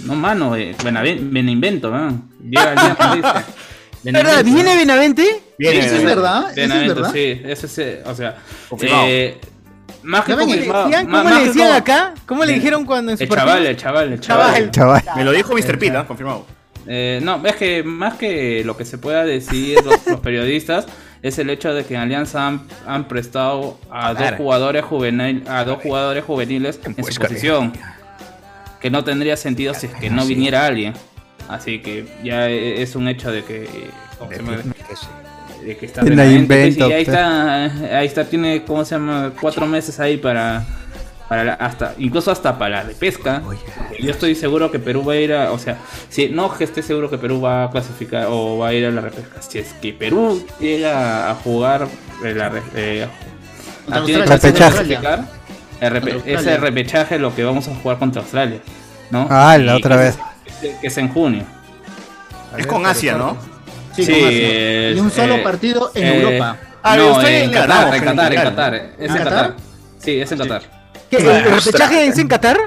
No, mano, eh, Benaven- Benavento, man. Llega el día que dice.
¿Verdad?
Benavento.
¿Viene Benavente?
Sí, sí, Benavento,
¿Eso es verdad?
sí. Eso sí, o sea.
Confirmado.
eh, más que
¿Ya ven que
confirmado. más-
decían? ¿Cómo
más
le
que
decían
como-
acá? ¿Cómo le
El-
dijeron cuando en su
El
partido?
chaval, el chaval, el chaval.
Chaval.
Chaval.
Me lo dijo Mr. Pita, confirmado.
Eh, no, es que más que lo que se pueda decir los, los periodistas es el hecho de que en Alianza han, han prestado a dos
Claro.
jugadores juvenil, a dos jugadores juveniles en su posición. Que no tendría sentido si es que no
sí.
viniera alguien. Así que ya e- es un hecho de que ¿cómo se llama? de que está
Tiene
Benavente,
invento,
pues, y ahí
usted.
está, ahí está, tiene, ¿cómo se llama? Cuatro meses ahí para, para la- hasta, incluso hasta para la de pesca. Yo estoy seguro que Perú va a ir a, o sea, si no, que esté seguro que Perú va a clasificar o va a ir a la repesca. Si es que Perú llega a jugar eh, la re- eh, a-
Contra
tiene
Australia.
chance de
Repechaje.
clasificar, el repe-
Contra Australia.
ese repechaje es lo que vamos a jugar contra Australia, ¿no?
Ah, la
Y
otra
que-
vez.
Que es en junio.
Es con Asia, ¿no?
Sí, con Asia. Y un solo partido en Europa.
Ah,
Ah,
no,
Australia
en
le
Qatar,
ganamos,
en Qatar, en
claro.
Qatar. Es en
¿En
Qatar.
Qatar?
Sí, es en Qatar.
¿Qué? ¿El
Ah,
repechaje
es en Qatar?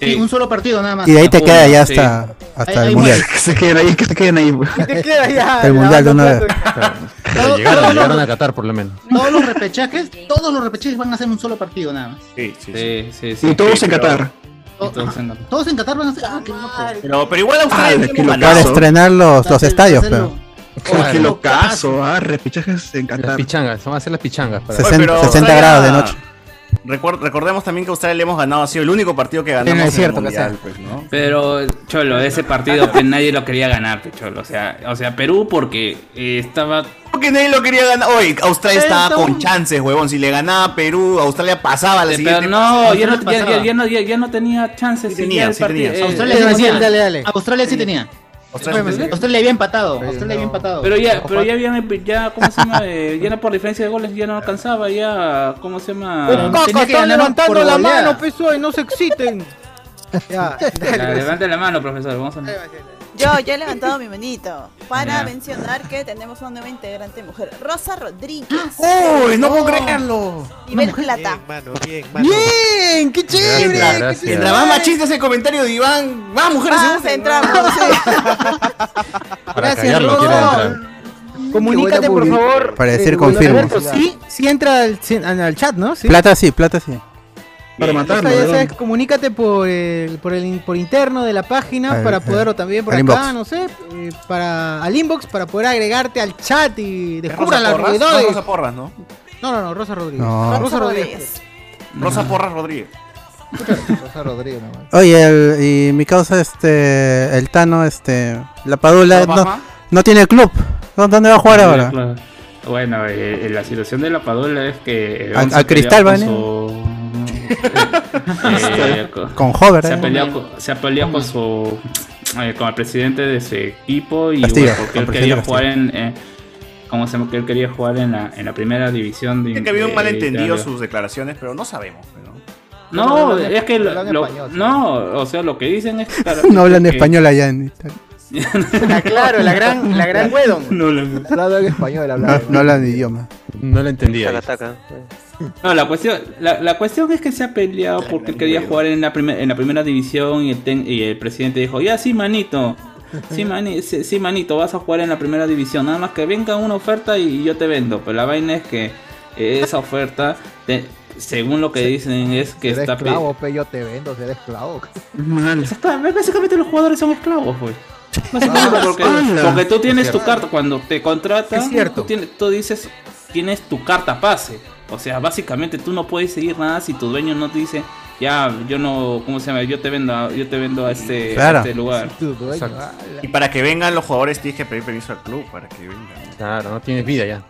Sí, un solo partido nada más.
Y de ahí te
Ah,
queda
uno,
ya
sí.
hasta,
Ahí-
hasta
ahí
el mundial.
muere.
Que se queden ahí, que se queden ahí.
Te queda ya
Ah,
el
la
mundial de una
banda
vez.
plata.
Pero llegaron, llegaron a Qatar por lo menos.
Todos los repechajes, todos los repechajes van a ser un solo partido nada más.
Sí, sí,
sí.
sí. Y todos en Qatar.
Y
Oh.
todos en Qatar.
Todos en Qatar van a ser. Ah, qué loco. Ah,
Pero, pero igual Australia tiene un
Para
balazo.
estrenar los, los estadios, pero.
Oh, qué locazo, ah, repechajes en Qatar.
Las pichangas, vamos a hacer las pichangas. para-
60
pero
60 grados de
Australia- Recuer- recordemos también que Australia le hemos ganado, ha sido el único partido que ganamos
no es cierto
en
que
el mundial,
sea.
pues, ¿no?
Pero, Cholo, ese partido pues, nadie lo quería ganar, pues, Cholo. O sea, o sea Perú porque eh, estaba.
Porque nadie lo quería ganar. Oye, Australia estaba con chances, huevón. Si le ganaba a Perú, Australia pasaba a la
Pero
siguiente.
no, ya no, ya-
pasaba.
ya- ya no, ya- ya no tenía chances.
Sí tenía, sí tenía.
Australia sí tenía. Australia sí tenía.
Australia sí tenía.
Australia había empatado. Australia había empatado.
Pero ya, pero ya habían, ya, ¿cómo se llama? Eh, ya no por diferencia de goles, ya no alcanzaba, ya, ¿cómo se llama?
Los cacas
Tenía que
están
ganar
levantando
por
la
goleada.
mano, peso, y no se exciten. Ya,
Ya,
dale, pues.
Levante la mano, profesor, vamos a
Yo, yo he levantado mi manito para
Ya.
mencionar que tenemos una nueva integrante mujer, Rosa Rodríguez. Oh.
¡Uy! No puedo creerlo.
Nivel plata.
Bien, qué
Bien,
chévere.
gracias. Mientras más machistas el comentario de Iván, más mujeres
Más entramos,
Para callarlo, quiere entrar.
Comunícate, por favor.
Para decir
eh,
confirmo.
Alberto, Sí, sí entra al, sí, al- al chat, ¿no? Sí. Eh,
Plata sí, plata sí.
Para
O sea,
matarlo.
ya
weón.
sabes, comunícate por el, por el in- por interno de la página
Al-
para
al-
poder o también por
al
acá,
inbox.
no sé, eh, para al inbox para poder agregarte al chat y descubra
Rosa
las
Porras, no
novedades.
Rosa Porras, ¿no?
No, no, no, Rosa Rodríguez.
No.
Rosa
Rosa
Rodríguez.
Rosa Porras Rodríguez.
Rosa Rodríguez, nomás.
Oye, el- y mi causa, este, el Tano, este, la Padula,
¿Cómo,
no,
mamá?
no tiene club. ¿Dó- ¿Dónde va a jugar ahora?
Claro. Bueno, eh, eh, la situación de la Padula es que. eh,
Al-
Once peleó
al Cristal,
con
¿vale?
su- eh,
Con Hover,
Se ha
¿eh?
peleado, con- se ha peleado con su. eh, con el presidente de su equipo y
Castillo,
bueno, porque él
con el
quería
presidente
jugar en. eh, ¿Cómo se llama? Que él quería jugar en la, en la primera división. De,
Creo que había un
de
malentendido
Italia.
sus declaraciones, pero no sabemos. pues, ¿no?
No, es que.
No
lo-
hablan
lo-
español,
no, o sea, lo que dicen es.
No hablan
que-
español allá en Italia.
claro, la gran, la gran Wedon.
No hablan
en español,
No, no hablan idioma.
No lo entendía.
No, la cuestión, la, la cuestión es que se ha peleado porque quería jugar en la, primer- en la primera división y el, ten- y el presidente dijo, ya sí, manito, sí, mani- sí, sí, manito, vas a jugar en la primera división, nada más que venga una oferta y yo te vendo. Pero la vaina es que eh, esa oferta, te- según lo que dicen, es que
Seré
está... pe-
esclavo, pe, yo te vendo, seré esclavo.
Exactamente, Básicamente los jugadores son esclavos, güey. Básicamente
Ah,
porque,
ala.
porque tú tienes
Es
tu
cierto.
carta, cuando te contratan,
Es cierto.
Tú, tienes, tú dices, tienes tu carta pase. O sea, básicamente tú no puedes seguir nada si tu dueño no te dice, ya, yo no, ¿cómo se llama? Yo te vendo a, yo te vendo a este, a
Claro.
este lugar.
Exacto. Y para que vengan los jugadores tienes que pedir permiso al club para que vengan.
Claro, no tienes vida ya.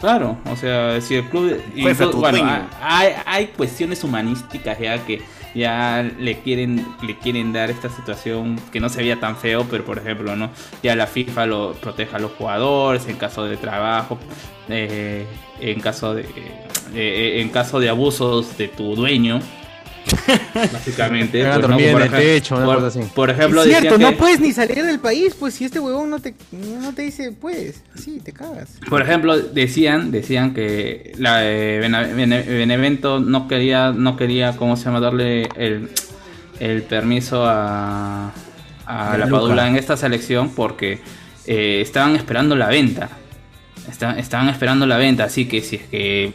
Claro, o sea, si el club... y
Jefe,
tú-
tu
bueno,
dueño.
ha- hay, hay cuestiones humanísticas ya que ya le quieren le quieren dar esta situación que no se veía tan feo, pero por ejemplo, ¿no? Ya la FIFA lo protege a los jugadores en caso de trabajo, eh, en caso de eh, eh, en caso de abusos de tu dueño. Básicamente.
Eran
pues, ¿no?
dormidas
Por
en el
ejem-
techo, una
por-
cosa así.
Por ejemplo,
es Ah, cierto,
decía
no
que-
puedes ni salir del país, pues si este huevón no te, no te dice, pues, sí, te cagas.
Por ejemplo, decían, decían que la, eh, Bena- Bene- Benevento no quería, no quería, ¿cómo se llama? Darle el, el permiso a, a
De
la
Luca.
Padula en esta selección porque eh, estaban esperando la venta. Esta- estaban esperando la venta, así que si es que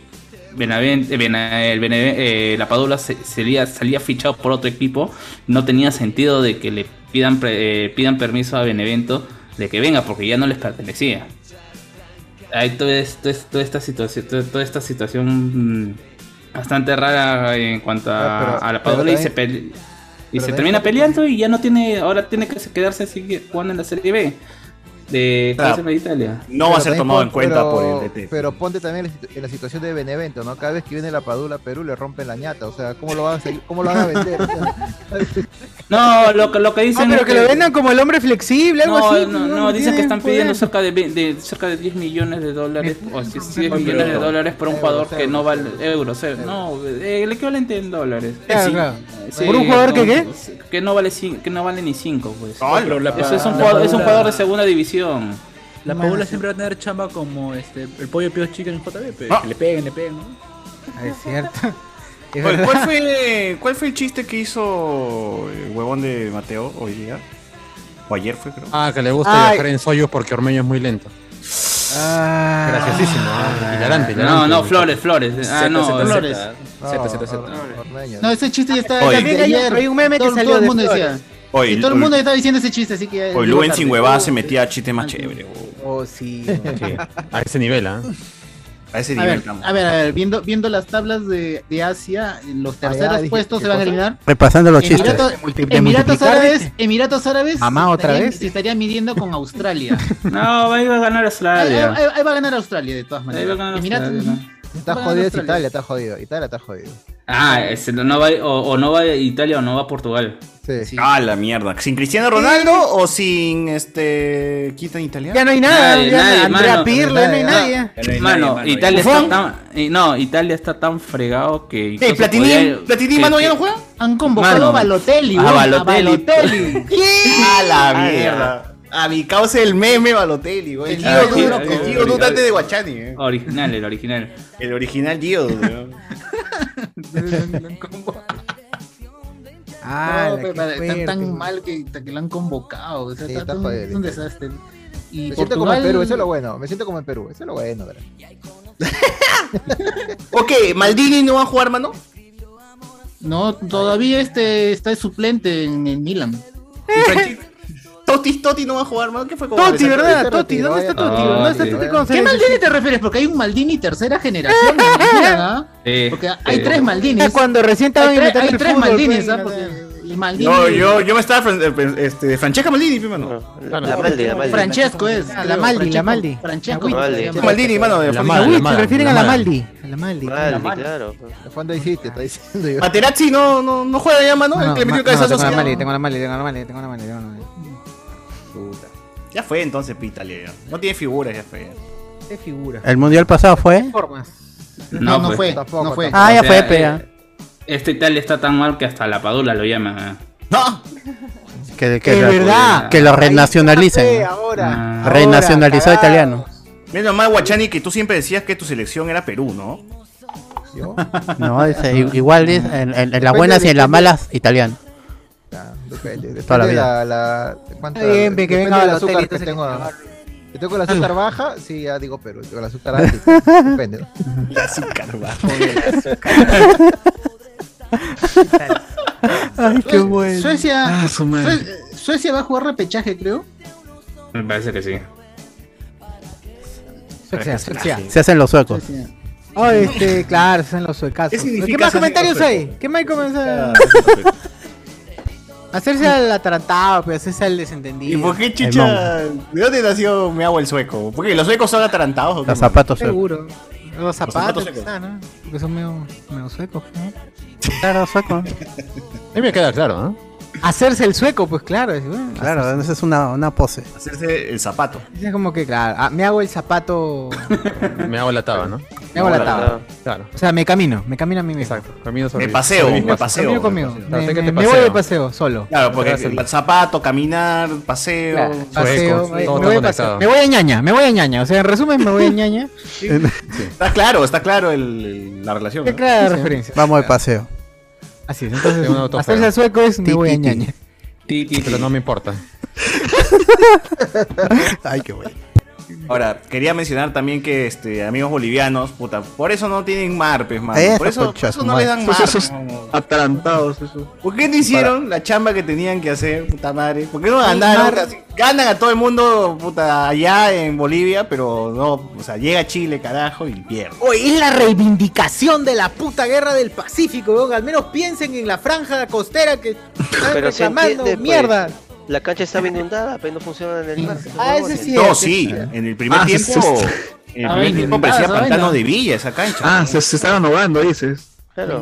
Benavente- eh, Bena- el Bene- eh, la Padula se- sería, salía fichado por otro equipo, no tenía sentido de que le pidan, pre- eh, pidan permiso a Benevento de que venga porque ya no les pertenecía hay todo es- todo es- toda esta situación, todo- toda esta situación mm, bastante rara en cuanto a,
Ah, pero-
a la
pero
Padula y
también-
se pele- y
pero
se
también-
termina peleando y ya no tiene, ahora tiene que quedarse así jugando en la Serie B de
Claro.
claro. de Italia.
Pero también pon- pero- Pero ponte también en la situ- en la situación de Benevento, ¿no? Cada vez que viene la Padula a Perú le rompen la ñata, o sea, ¿cómo lo van a, seguir- cómo lo van a vender?
No, lo, que- lo que dicen.
Ah, pero
es
que lo vendan como el hombre flexible, algo
no,
así. pues,
No, no, dicen que están
tienen
pidiendo
poder.
cerca de, ve- de- cerca de 10 millones de dólares o si- 10
pero-
millones de dólares por un jugador
euros,
que no vale euros. eh, No, eh, el equivalente en dólares.
Claro,
Sí.
claro.
Eh,
¿Por un jugador que qué?
sí, Que no vale, cin- que no vale ni 5, pues.
Ah, pero la-
Eso es un
la
jugador, es un
Padula-
jugador de segunda división.
La Paula siempre va a tener chamba como este, el pollo pio chica en JB, pe,
Ah.
que le peguen, le peguen, ¿no? Ah,
Es cierto.
Oye, ¿Cuál fue, ¿Cuál fue el chiste que hizo el huevón de Mateo hoy día? O ayer fue, creo.
Ah, que le gusta
Ay.
viajar en sollos porque Ormeño es muy lento. Graciosísimo. ah, hilarante, hilarante.
No, no, Flores, Flores. Ah,
Zeta,
no,
Zeta,
es-
Flores.
Zeta, Zeta, Zeta.
No, ese chiste ya está.
Oye.
desde
Hay un-
ayer.
hay un meme que
todo, todo
salió
el
de
mundo decía.
Flores.
Oye,
y todo el
Lu-
mundo estaba diciendo ese chiste, así que.
Hoy Luen sin huevada se metía a chistes más chévere.
Oh, sí.
A ese nivel, ¿ah?
A ese
A
nivel
ver,
estamos.
a ver, a ver, viendo, viendo las tablas de, de Asia, los terceros
dije,
puestos
¿qué
se van a
cosa?
eliminar.
Repasando los
Emirato-
chistes. De multi- de
Emiratos
multiplicar,
Árabes, Emiratos Árabes
Mamá,
se
¿otra
estaría-
vez?
se estaría midiendo con Australia.
No, ahí va a ganar
ahí,
Slavia.
ahí- ahí va a ganar Australia de todas maneras.
Ah, Ahí va a ganar
Emiratos-
Australia.
Está
va a
jodido es
ganar
Italia, está jodido. Italia está jodido.
Ah, ese no va, o, o no va a Italia o no va a Portugal.
Ah, la mierda. ¿Sin Cristiano Ronaldo o sin este. Quita italiano?
Ya no hay nada, ya Andrea Pirlo, ya no hay nadie.
Ya no hay
Mano,
nadie, mano.
Italia
Buffon.
está tan, eh, no, Italia está tan fregado que.
¿Qué?
incluso
¿Platini?
podría-
¿Platini,
que-
mano,
que-
ya no juega? Han convocado
Mano.
a Balotelli,
A
weón,
Balotelli.
Balotelli.
A la
Ah,
mierda. A mi causa el meme Balotelli, güey. El Gio
Ah, sí,
Duro,
sí,
el
sí,
Gio Duro
sí.
antes de Guachani, eh.
Original, el original.
El original Gio Duro.
Ah,
la que
tan,
fuerte.
tan mal que, que lo han convocado. O sea,
Sí,
está
está
un-
jodido,
es un desastre. Y
Me siento como
Portugal,
en Perú, eso es lo bueno. Me siento como en Perú, eso es lo bueno, ¿verdad?
ok, Maldini no va a jugar, mano.
No, todavía este está de suplente en el Milan.
Totti, Totti no va a jugar, mano. ¿Qué fue con
Totti,
Alessandro?
¿verdad?
Se
Totti,
retiró,
¿dónde está
ya.
Totti?
Ah,
¿Dónde está Totti?
Totti?
¿Qué Maldini te refieres? Porque hay un Maldini tercera generación. en el Milan, ¿ah?
Sí,
Porque hay
sí.
tres Maldinis.
Ah, Cuando recién estaban
Hay, tres-
inventando
hay
el
tres
fútbol,
Maldinis,
pues,
¿ah? Porque el Maldini.
No, yo, yo me estaba fran- eh, este, de Francesca Maldini, mi mano.
La- la Maldi, la Maldi.
Francesco es.
Ah, la
creo,
Maldi, la
Francesco-
Maldi.
Francesco.
La Maldi.
se llama.
Maldini, mano. de
La
Francesca.
mala, la mala,
se refieren
la
a la
mala.
Maldi. A la Maldi.
Maldi,
Maldi.
claro. pues.
Cuando hiciste, está diciendo yo.
Materazzi no, no, no juega ya, mano. el que le metió el cabezazo
tengo la
hacia-
Maldi, tengo la Maldi, tengo la Maldi, tengo la Maldi, tengo la Maldi.
Puta. Ya fue entonces, Pitalia. ya. No tiene figuras, ya fue.
¿Qué figura?
El mundial pasado fue.
No, no
pues.
fue.
Tampoco,
No fue.
Ah, ya
O sea,
fue,
eh,
pega.
Este Italia está tan mal que hasta la Padula lo llama.
Que,
Es
que, lo-
verdad.
que lo
Ahí está,
renacionalicen.
Ahora.
Ah. Renacionalizó
ahora,
italiano.
Menos mal, Guachani, que tú siempre decías que tu selección era Perú, ¿no?
No, es, eh, igual es en, en- en las buenas y en las malas, italiano.
Depende, depende
Toda la
de
vida.
la, la cuánta-
Está bien, ve, que
depende
venga
del
al hotel,
azúcar que
entonces,
tengo.
que venga.
Si tengo el azúcar baja, sí, ya digo Perú. Si tengo el azúcar alta, sí, depende. ¿no?
El azúcar bajo.
Ay, qué bueno.
Suecia,
Ah, su madre.
Sue- Suecia va a jugar repechaje, creo.
Me parece que sí.
Suecia, Suecia.
Se hacen los suecos.
Oh, este, claro, son los suecazos. ¿Qué
significa Ah,
más
hacer-
comentarios
hacer-
hay? ¿Qué más comentarios? Hacerse al atarantado, pues, hacerse al
¿Y
desentendido.
por qué chicha? ¿De dónde nació mi agua el sueco? Porque los suecos son atarantados. ¿o qué,
Los
mano?
zapatos suecos.
Seguro. Los zapatos,
zapatos suecos.
Ah,
quizá, ¿no? Porque son medio, medio suecos, ¿no?
Claro, sueco.
Ahí me queda claro, ¿eh?
Hacerse el sueco, pues claro. Es, bueno,
Claro, esa es una, una pose.
Hacerse el zapato.
es como que, claro, ah, me hago el zapato.
Me hago la taba, ¿no?
Me hago la tabla. Claro. O sea, me camino, me camino a mí mismo.
Camino sobre- Me paseo, sobre mí me mismo. paseo.
Camino conmigo.
Claro,
Me,
sé que
me-
te
me voy
paseo.
de paseo, solo.
Claro, porque
Gracias.
el zapato, caminar, paseo.
Claro,
sueco,
paseo, me,
todo
me voy
conectado.
a paseo. Me voy a ñaña, me voy a ñaña. O sea, en resumen, me voy a ñaña.
Está claro, está claro el- el- la relación.
Qué
¿no?
clara referencia.
Vamos de paseo.
Así es, entonces.
Tengo un auto
Hacerse
feo.
al sueco es me
Ti,
voy a
ti, ti.
ñaña.
Pero no me importa.
Ay, qué bueno.
Ahora, quería mencionar también que este, amigos bolivianos, puta, por eso no tienen marpes, man.
Esa
Por eso,
concha
por eso
su
no
madre.
les dan
Pues
Pues
Esos-
marpes.
esos atarantados, esos.
¿Por qué no hicieron la chamba que tenían que hacer, puta madre? ¿Por qué no ganaron?
mar-
Así, Ganan a todo el mundo, puta, allá en Bolivia, pero no, o sea, llega a Chile, carajo, y pierde.
Oye, es la reivindicación de la puta guerra del Pacífico, weón. Al menos piensen en la franja costera que están
Pero se
reclamando.
entiende, pues.
mierda.
La cancha estaba inundada, pero no funciona en el mar.
Ah, ese sí
No,
es.
sí, en el primer
Ah, sí,
tiempo,
sí, sí.
en Eh, el
Ah,
primer
bien,
tiempo
bien.
parecía
Ah, esa
pantano
vaina.
de villa esa cancha.
Ah, se, se estaban ahogando, dices.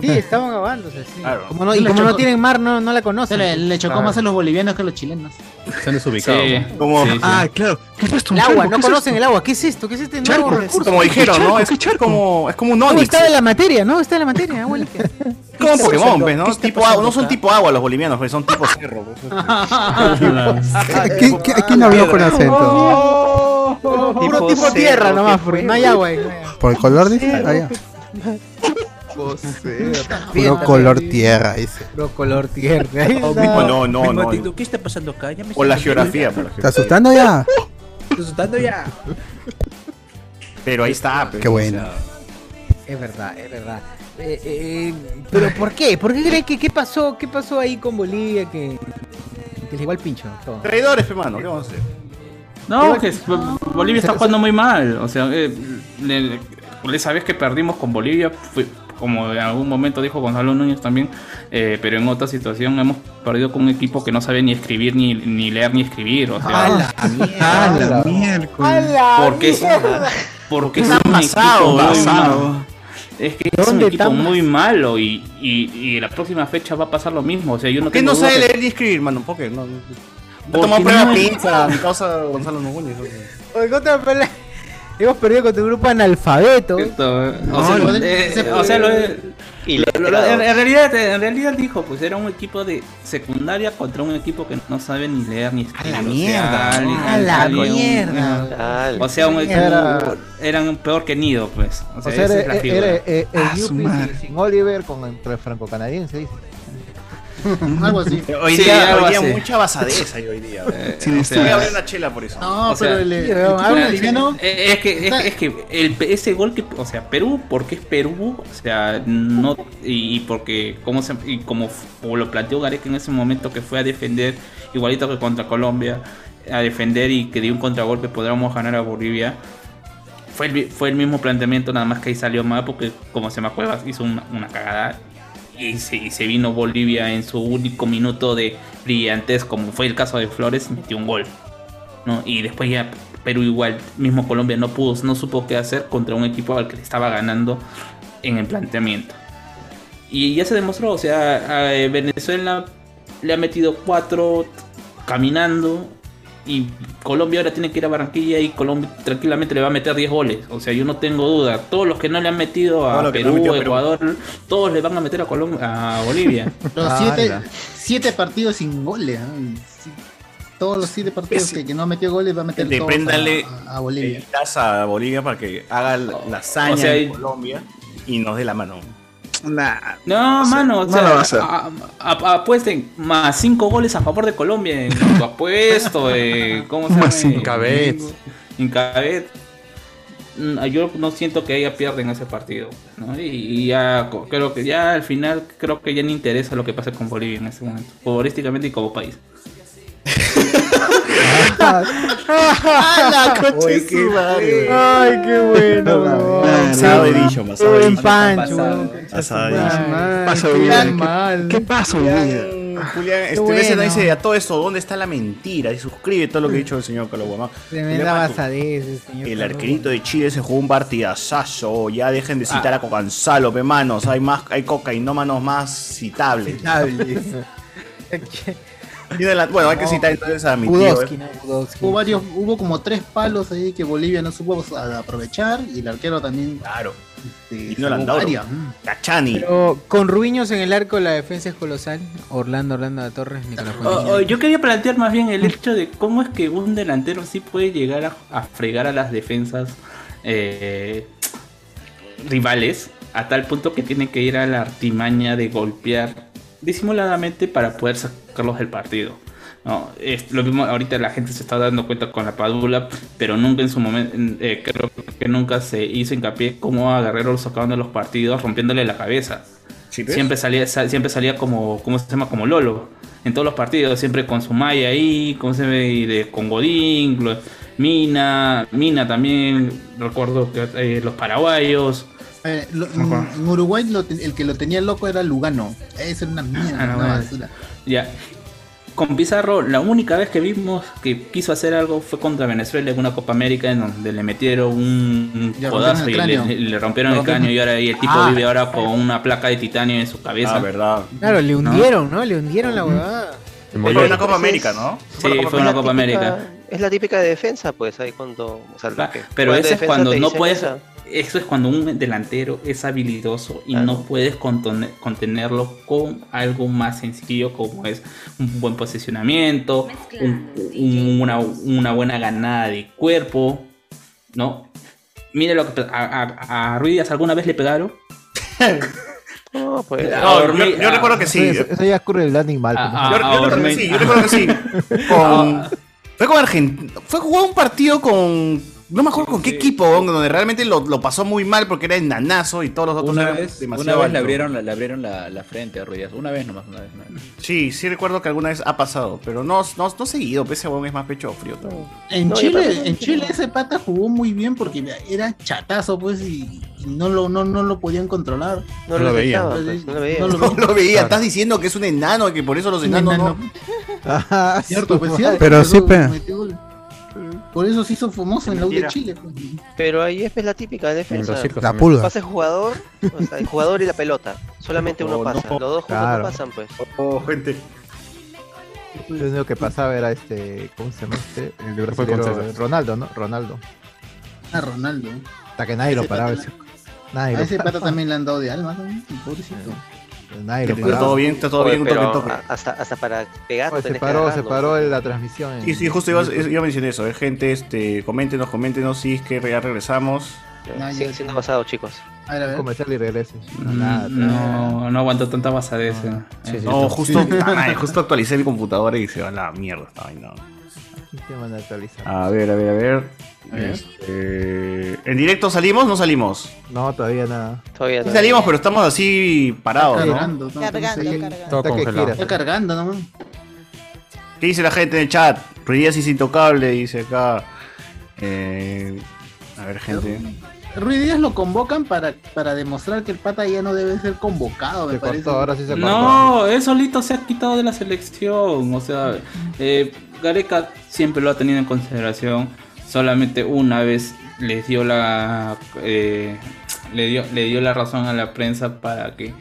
Sí, estaban ahogándose. sí.
Claro.
Como no- y
Le
como no
chocó-
tienen mar, no, no la conocen.
Le- le chocó Claro. más a
los bolivianos que a los chilenos.
Están desubicados.
Sí.
Como,
Ah, claro. ¿Qué es esto?
El
¿Un
agua,
charco? ¿Qué
no
es
conocen el
esto?
agua. ¿Qué es esto? ¿Qué es este nuevo recurso?
Como dijeron, ¿no?
¿Qué
Es, como, es como un
No,
onix.
está de la materia, ¿no? Está de la materia, agua líquida.
Es como
¿Qué
Pokémon,
está
pues, ¿no?
pasando
Tipo agua, no son
acá?
tipo agua los bolivianos, pues, son tipo cerro. pues.
¿Qui- qui- ¿Quién habló con acento?
Puro tipo tierra nomás, porque no hay agua. ahí.
¿Por el color dice? Ah, ya. Puro color tierra, dice.
Puro color tierra.
Oh, mismo, no, no,
Mismo
no.
actitud, ¿Qué está pasando acá? Ya me
O la
estoy-
geografía, por la geografía.
¿Está asustando ya?
Estoy asustando ya.
Pero ahí está, pues.
Qué bueno.
Es verdad, es verdad. Eh, eh, Pero ¿por qué? ¿Por qué crees que qué pasó? ¿Qué pasó ahí con Bolivia que, que les igual pincho? todo?
Traidores, hermano, ¿qué vamos a hacer?
No, que es- Bolivia está jugando muy mal. O sea, eh, le- le- esa vez que perdimos con Bolivia, fue- como en algún momento dijo Gonzalo Núñez también, eh, pero en otra situación hemos perdido con un equipo que no sabe ni escribir, ni, ni leer, ni escribir. O sea,
Ah, la miércoles.
Ah,
porque es, porque es
Está
un
amasado,
equipo muy
amasado.
malo. Es que es un
¿Dónde
equipo
está
muy malo y, y, y la próxima fecha va a pasar lo mismo. O sea, yo no
¿Por qué
tengo
no
duda
sabe
que-
leer ni escribir, hermano? ¿Por qué? No, no. No
Porque
tomó prueba
no-
pizza, mi causa Gonzalo Núñez. o sea.
Oye, otra pelea. Hemos perdido con tu grupo analfabeto.
O sea,
No,
lo- eh,
se-
o sea, lo- lo- lo- en,
letrado.
en realidad, en realidad dijo, pues era un equipo de secundaria contra un equipo que no sabe ni leer ni escribir.
la
o sea,
mierda,
alguien-
a la
alguien- un-
mierda.
o sea, un equipo
Era-
eran peor que Nido, pues. O
O
sea,
sea,
esa
era,
es la
era-
figura.
era- eh, el
Ah, su
Yuppie sin-
madre.
sin Oliver con el franco-canadiense, dice.
Algo así.
Hoy
Sí,
día,
algo
hoy día
así.
mucha basadeza hay hoy día.
Eh,
Sí,
o
sí. Voy a
sea-
abrir una chela por eso.
No,
O sea,
pero el, el
sí,
equipo
o sea,
boliviano-
eh, es que, es, que- es que el- ese gol que, o sea, Perú, porque es Perú, o sea, no, y, y porque, como, se, y como, f- como lo planteó Gareca en ese momento que fue a defender, igualito que contra Colombia, a defender y que dio un contragolpe, podríamos ganar a Bolivia. Fue el, fue el mismo planteamiento, nada más que ahí salió mal, porque como se llama Cuevas hizo una, una cagada y se, y se vino Bolivia en su único minuto de brillantez, como fue el caso de Flores, metió un gol. ¿no? Y después ya Perú igual, mismo Colombia no pudo, no supo qué hacer contra un equipo al que le estaba ganando en el planteamiento. Y ya se demostró, o sea, eh, Venezuela le ha metido cuatro caminando y Colombia ahora tiene que ir a Barranquilla y Colombia tranquilamente le va a meter 10 goles. O sea, yo no tengo duda. Todos los que no le han metido
Todos
a
los que no
Perú,
metió a Perú.
Ecuador, todos le van a meter a, Colom- a Bolivia.
Los siete,
Ah,
siete partidos sin goles. ¿eh? Sí. Todos los siete partidos que, que no metió goles va a meter todos
Depréndale
a-
a Bolivia. a Bolivia para que haga la, la hazaña
O sea,
en
y-
Colombia y nos dé la mano.
No, mano, o
no
sea, ah,
la va a hacer.
a- a- apuesten más 5 goles a favor de Colombia en tu apuesto, eh, ¿cómo se llama?
Más Incabet.
Incabet. Mm, Yo no siento que haya pierden ese partido, ¿no? Y, y ya co- creo que ya al final creo que ya ni interesa lo que pase con Bolivia en este momento, futbolísticamente y como país.
¡Ah, la
coche
su madre! ¡Ay, qué bueno! weón.
Pasado he dicho, pasado he
Buen
dicho.
pancho,
Pasado,
weón.
pasado he
Ay,
dicho.
madre,
Pasado
qué
he dicho.
tan
¿Qué-
mal.
qué pasó, Julián, Julián
Qué
este veces
bueno.
no dice a todo esto, ¿dónde está la mentira? Y suscribe todo lo que ha dicho el señor Carlos Guamán.
Tremenda basadez, el señor.
El
Carlos.
arquerito de Chile se jugó un partidazazo. Ya dejen de
Ah.
citar a Cocanzalo, pe manos. Hay más, hay cocainómanos más citables.
Citables.
Tiene la- bueno, hay que citar entonces a mi tío.
Budowski,
eh.
¿no? Hubo, varios, hubo como tres palos ahí que Bolivia no supo a- aprovechar y el arquero también. este,
Claro.
Y
no la han dado. Cachani.
Pero con Ruiños en el arco la defensa es colosal. Orlando, Orlando de Torres,
Oh,
Nicolás
O-
Fuentes.
o yo quería plantear más bien el hecho de cómo es que un delantero sí puede llegar a, a fregar a las defensas eh, rivales a tal punto que tiene que ir a la artimaña de golpear disimuladamente para poder sacarlos del partido. No, es lo mismo ahorita la gente se está dando cuenta con la padula, pero nunca en su momento, eh, creo que nunca se hizo hincapié cómo a Guerrero lo sacaban de los partidos rompiéndole la cabeza.
¿ves?
Siempre salía, sa- siempre salía como, ¿cómo se llama? Como Lolo. En todos los partidos, siempre con su Maya ahí, con, se ve? Y de, con Godín, Glo- Mina, Mina también, recuerdo que eh, los paraguayos.
Eh, lo- en Uruguay lo ten- el que lo tenía loco era Lugano. Esa era una mierda,
Ah, no,
una
vale.
basura.
Ya. Con Pizarro, la única vez que vimos que quiso hacer algo fue contra Venezuela en una Copa América en donde le metieron un
Le rompieron
codazo
el
y le,
cráneo.
le- le rompieron el
Rompieron-
cráneo y ahora y el tipo
Ah.
vive ahora con una placa de titanio en su cabeza.
Ah, verdad.
Claro, le hundieron, ¿no? Le hundieron la huevada.
Fue una Copa América, ¿no?
Sí, fue una Copa América.
Es la típica defensa, pues, ahí cuando. O sea, lo que-
Ah, Pero
cuando
eso es
defensa
cuando
te
no
dicen
puedes.
esa.
Eso es cuando un delantero es habilidoso y
Claro.
no puedes contone- contenerlo con algo más sencillo como es un buen posicionamiento, un- un- una, una buena ganada de cuerpo, ¿no? Mire lo que a, a, a Ruiz Díaz alguna vez le pegaron.
No, pues.
Eh,
A Orme- a-
Eso, eso ya es crueldad animal. pues,
Ah,
¿no?
ah,
Yo recuerdo que
Ormeño.
sí, yo recuerdo que sí.
Ah.
Con- Mm, fue con Argentina. Fue jugar un partido con. No me acuerdo con qué equipo, donde realmente lo, lo pasó muy mal porque era enanazo y todos los otros
Una
eran
vez, una
demasiado
vez le
altos.
abrieron, la, le abrieron la, la frente a Ruidas. Una vez nomás, una vez. Una vez.
Sí, sí recuerdo que alguna vez ha pasado, pero no, no, no seguido, pese a huevón es más pecho frío. también.
En
No, y
Chile,
aparte-
en Chile ese pata jugó muy bien porque era chatazo, pues, y y no lo, no, no lo podían controlar.
No lo veían.
Entonces,
No lo veía.
no lo veían.
Estás diciendo que es un enano, que por eso los enanos no.
Ah,
Cierto, pues,
su
cierto,
madre.
Perú metió gol. Por eso se hizo famoso en la U de
Mentira.
Chile. pues.
Pero ahí es pues, la típica defensa.
los circos La también. pulga.
Pasa el jugador, o sea, el jugador y la pelota. Solamente uno
Oh,
pasa.
no.
Los dos juntos
Claro. Oh,
no pasan, pues.
gente.
Lo único que pasaba era este, ¿cómo se llama este? El de
fue con
brasilero,
César?
Ronaldo, ¿no? Ronaldo.
Ah, Ronaldo.
Hasta que nadie lo
Ese
paraba.
pata-
ese- Nadie
A
lo
ese
paraba.
pata también le han dado de alma, ¿no? Pobrecito.
Nadie
Que
lo
te-
paraba.
todo bien, está todo
Oye,
bien, un toque,
pero
un toque.
a- Hasta, hasta para pegar.
Pues se
tenés que
paró, se
agarrarlo.
paró la transmisión.
ah,
en-
Sí, sí, justo iba, es- iba a mencionar eso. eh, gente, este, coméntenos, coméntenos, si es que ya regresamos.
No,
Sigue siendo basado, chicos.
A ver, a ver.
Comercial y regrese.
Mm, No, no aguantó tanta basadeza. Eh,
No, justo, puta madre, justo actualicé mi computadora y se va a la mierda esta vaina.
¿Quién te manda a actualizar?
A ver, a ver, a ver.
A ver.
Este, ¿En directo salimos? ¿No salimos?
No, todavía nada.
Todavía
Sí salimos, pero estamos así parados, ¿no?
Cargando, ¿no?
Cargando,
Entonces,
cargando.
Todo
Está que
congelado.
gira, Está cargando, ¿no?
¿Qué dice la gente en el chat? Ruidías es intocable, dice acá. Eh, a ver, gente.
Ruiz Díaz lo convocan para, para demostrar que el pata ya no debe ser convocado, me parece.
No, él solito se ha quitado de la selección. O sea, eh, Gareca siempre lo ha tenido en consideración. Solamente una vez les dio la eh, le dio le dio la razón a la prensa para que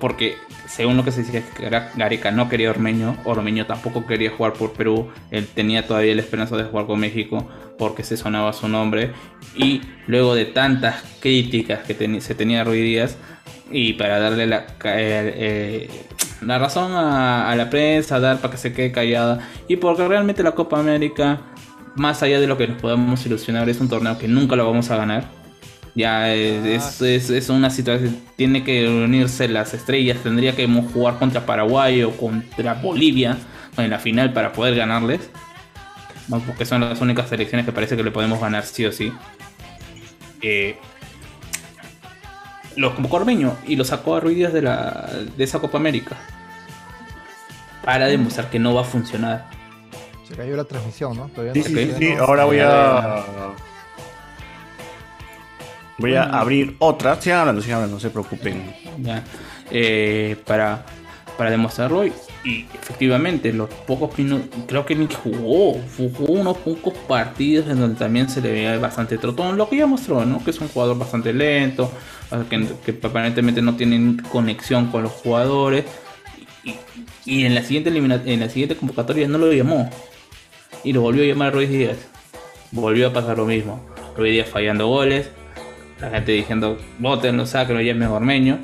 porque según lo que se decía es que Gara- Gareca no quería a Ormeño, Ormeño tampoco quería jugar por Perú, él tenía todavía la esperanza de jugar con México porque se sonaba su nombre y luego de tantas críticas que teni- se tenía Ruiz Díaz y para darle la, ca- eh, eh, la razón a, a la prensa, dar para que se quede callada y porque realmente la Copa América, más allá de lo que nos podamos ilusionar, es un torneo que nunca lo vamos a ganar. Ya es, es- es una situación, tiene que unirse las estrellas, tendría que mo- jugar contra Paraguay o contra Bolivia en la final para poder ganarles. ¿no? Porque son las únicas selecciones que parece que le podemos ganar sí o sí. Eh, lo convocó Ormeño y lo sacó a Ruiz Díaz de, la, de esa Copa América. Para demostrar que no va a funcionar.
Se cayó la transmisión, ¿no? Todavía
Sí,
no-
sí, sí,
todavía
sí,
no-
ahora voy a. Voy a abrir otra. Sigan hablando, sigan hablando, no se preocupen.
Ya. Eh, para, para demostrarlo y, y efectivamente los pocos minutos creo que ni jugó jugó unos pocos partidos en donde también se le veía bastante trotón lo que ya mostró no que es un jugador bastante lento que, que aparentemente no tiene conexión con los jugadores Y en la siguiente elimina- en la siguiente convocatoria no lo llamó. Y lo volvió a llamar Ruiz Díaz. Volvió a pasar lo mismo. Ruiz Díaz fallando goles. La gente diciendo, votenlo, sáquenlo, llamen a Ormeño.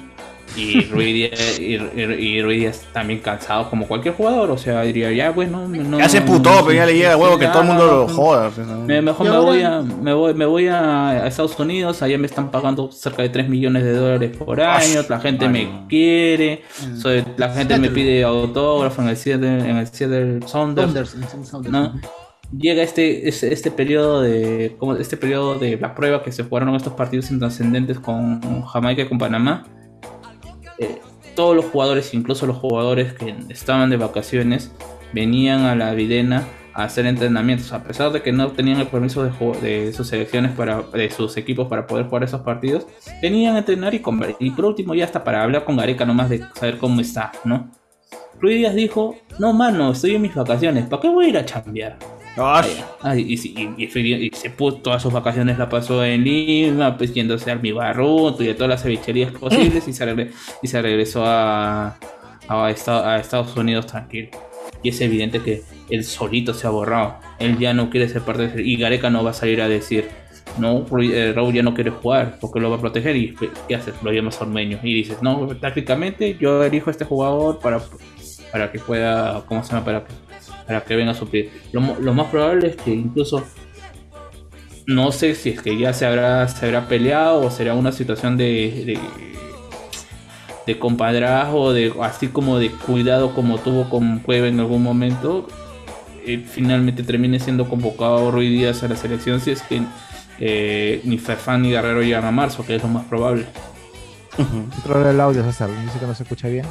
Y Ruiz, Díaz, y, y- y Ruiz Díaz también cansado como cualquier jugador. O sea, diría, ya pues no. no
Ya se putó,
no-
pero ya le llega huevo que
ya,
todo el mundo
no-
lo joda.
me- mejor me voy, a, me, voy, me voy a Estados Unidos, allá me están pagando cerca de 3 millones de dólares por año, la gente me quiere, soy- la gente me pide autógrafo en el Seattle, en el Seattle Sounders.
Saunders, en Saunders.
¿no? Llega este, este, este periodo de como este periodo de la prueba que se jugaron estos partidos intrascendentes con Jamaica y con Panamá. Eh, todos los jugadores, incluso los jugadores que estaban de vacaciones, venían a la Videna a hacer entrenamientos, a pesar de que no tenían el permiso de, ju- de sus selecciones para de sus equipos para poder jugar esos partidos, tenían que entrenar y comer. Y por último, ya hasta para hablar con Gareca nomás de saber cómo está, ¿no? Ruiz Díaz dijo, no mano, estoy en mis vacaciones, ¿para qué voy a ir a chambear? Ay, y, si- y- y fue- y se puso todas sus vacaciones la pasó en Lima, pues yéndose al Mibarroto y a todas las cevicherías posibles y se, regre- y se regresó a, a, esta- a Estados Unidos tranquilo. Y es evidente que él solito se ha borrado. Él ya no quiere ser parte de... Y Gareca no va a salir a decir, no, Ru- eh, Raúl ya no quiere jugar porque lo va a proteger. ¿Y qué- qué haces? Lo llamas Ormeño. Y dices, no, tácticamente yo elijo a este jugador para, para que pueda... ¿Cómo se llama? Para que para que venga a suplir. Lo, mo- lo más probable es que incluso no sé si es que ya se habrá, se habrá peleado o será una situación de, de, de compadrazgo, de, así como de cuidado como tuvo con Cueva en algún momento. eh, finalmente termine siendo convocado Ruiz Díaz a la selección si es que eh, ni Farfán ni Guerrero llegan a marzo, que es lo más probable.
Controla el audio, César. Dice que no se escucha bien.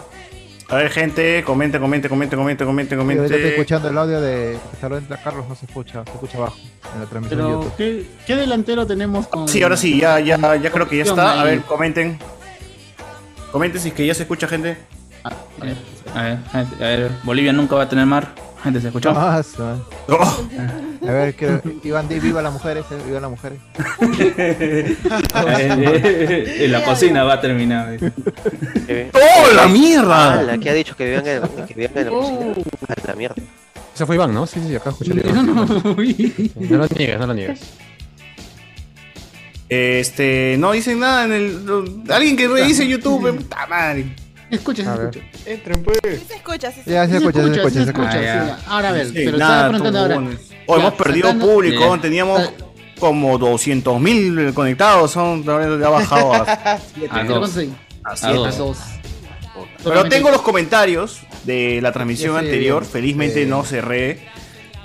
A ver, gente, comente, comente, comente, comente, comente,
Yo ahorita estoy
comente.
escuchando el audio de que está hablando Carlos, no se escucha, se escucha abajo en la transmisión de
Pero,
YouTube.
¿qué, qué delantero tenemos con.?
Sí, ahora sí, ya, ya, ya creo que ya está. A
ahí.
ver, comenten. Comenten si es que ya se escucha, gente.
A ver, a ver, a ver, Bolivia nunca va a tener mar. Gente, ¿se escuchó?
Ah, su madre.
Oh.
A ver, quiero- Eh, Iván Di, viva las mujeres, eh, viva las mujeres.
Eh, en la cocina va a terminar.
¡Oh, la mierda!
Ah, la que ha dicho que vivan en, que vivan en
Oh.
la cocina. A la mierda.
Ese fue Iván, ¿no? Sí, sí, acá escuché. No, no, lo niegues, no lo niegues.
Este, no dicen nada en el. lo- Alguien que revise YouTube, eh, puta madre.
Escucha,
A
escucha.
Entren, pues.
Se escucha, se
Ya se escucha, se escucha, se escucha. Ah,
sí. Ahora a ver, pero
nada,
estaba preguntando ahora.
tubones. Oh,
Ya,
hemos perdido
sacando-
público,
Ya.
teníamos como 200.000 conectados, son, ahora ya ha bajado a
Ah, A dos.
A
A
siete.
dos.
Pero tengo los comentarios de la transmisión
Ya sé,
anterior.
bien.
Felizmente
Eh.
no cerré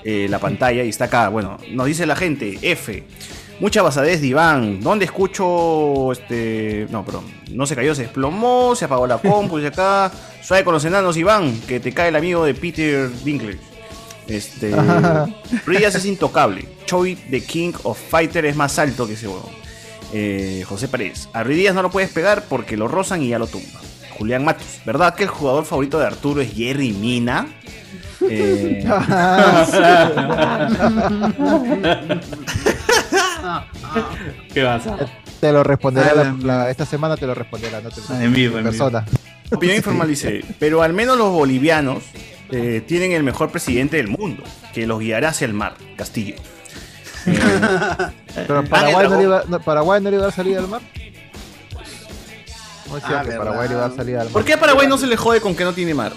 eh, la pantalla y está acá. Bueno, nos dice la gente, F. Mucha basadez de Iván. ¿Dónde escucho este.? No, perdón. No se cayó, se desplomó, se apagó la compu y acá. Suave con los enanos, Iván, que te cae el amigo de Peter Dinklage. Este. Rías es intocable. Choi, the King of Fighter, es más alto que ese huevón. Eh, José Paredes. A Ruiz Díaz no lo puedes pegar porque lo rozan y ya lo tumba. Julián Matos. ¿Verdad que el jugador favorito de Arturo es Jerry Mina? Eh,
Ah,
¿Qué pasa?
Te lo responderá la- la- esta semana, te lo responderá, no te
Ah, En vivo, en
persona.
Opinión informal dice, pero al menos los bolivianos eh, tienen el mejor presidente del mundo, que los guiará hacia el mar, Castillo. Eh,
Pero
Daniel
Paraguay no,
Dragó-
le iba, no, Paraguay no le iba a salir al mar. No es
Ah,
cierto,
verdad.
Paraguay le iba a salir al mar.
¿Por qué a Paraguay no se le jode con que no tiene mar?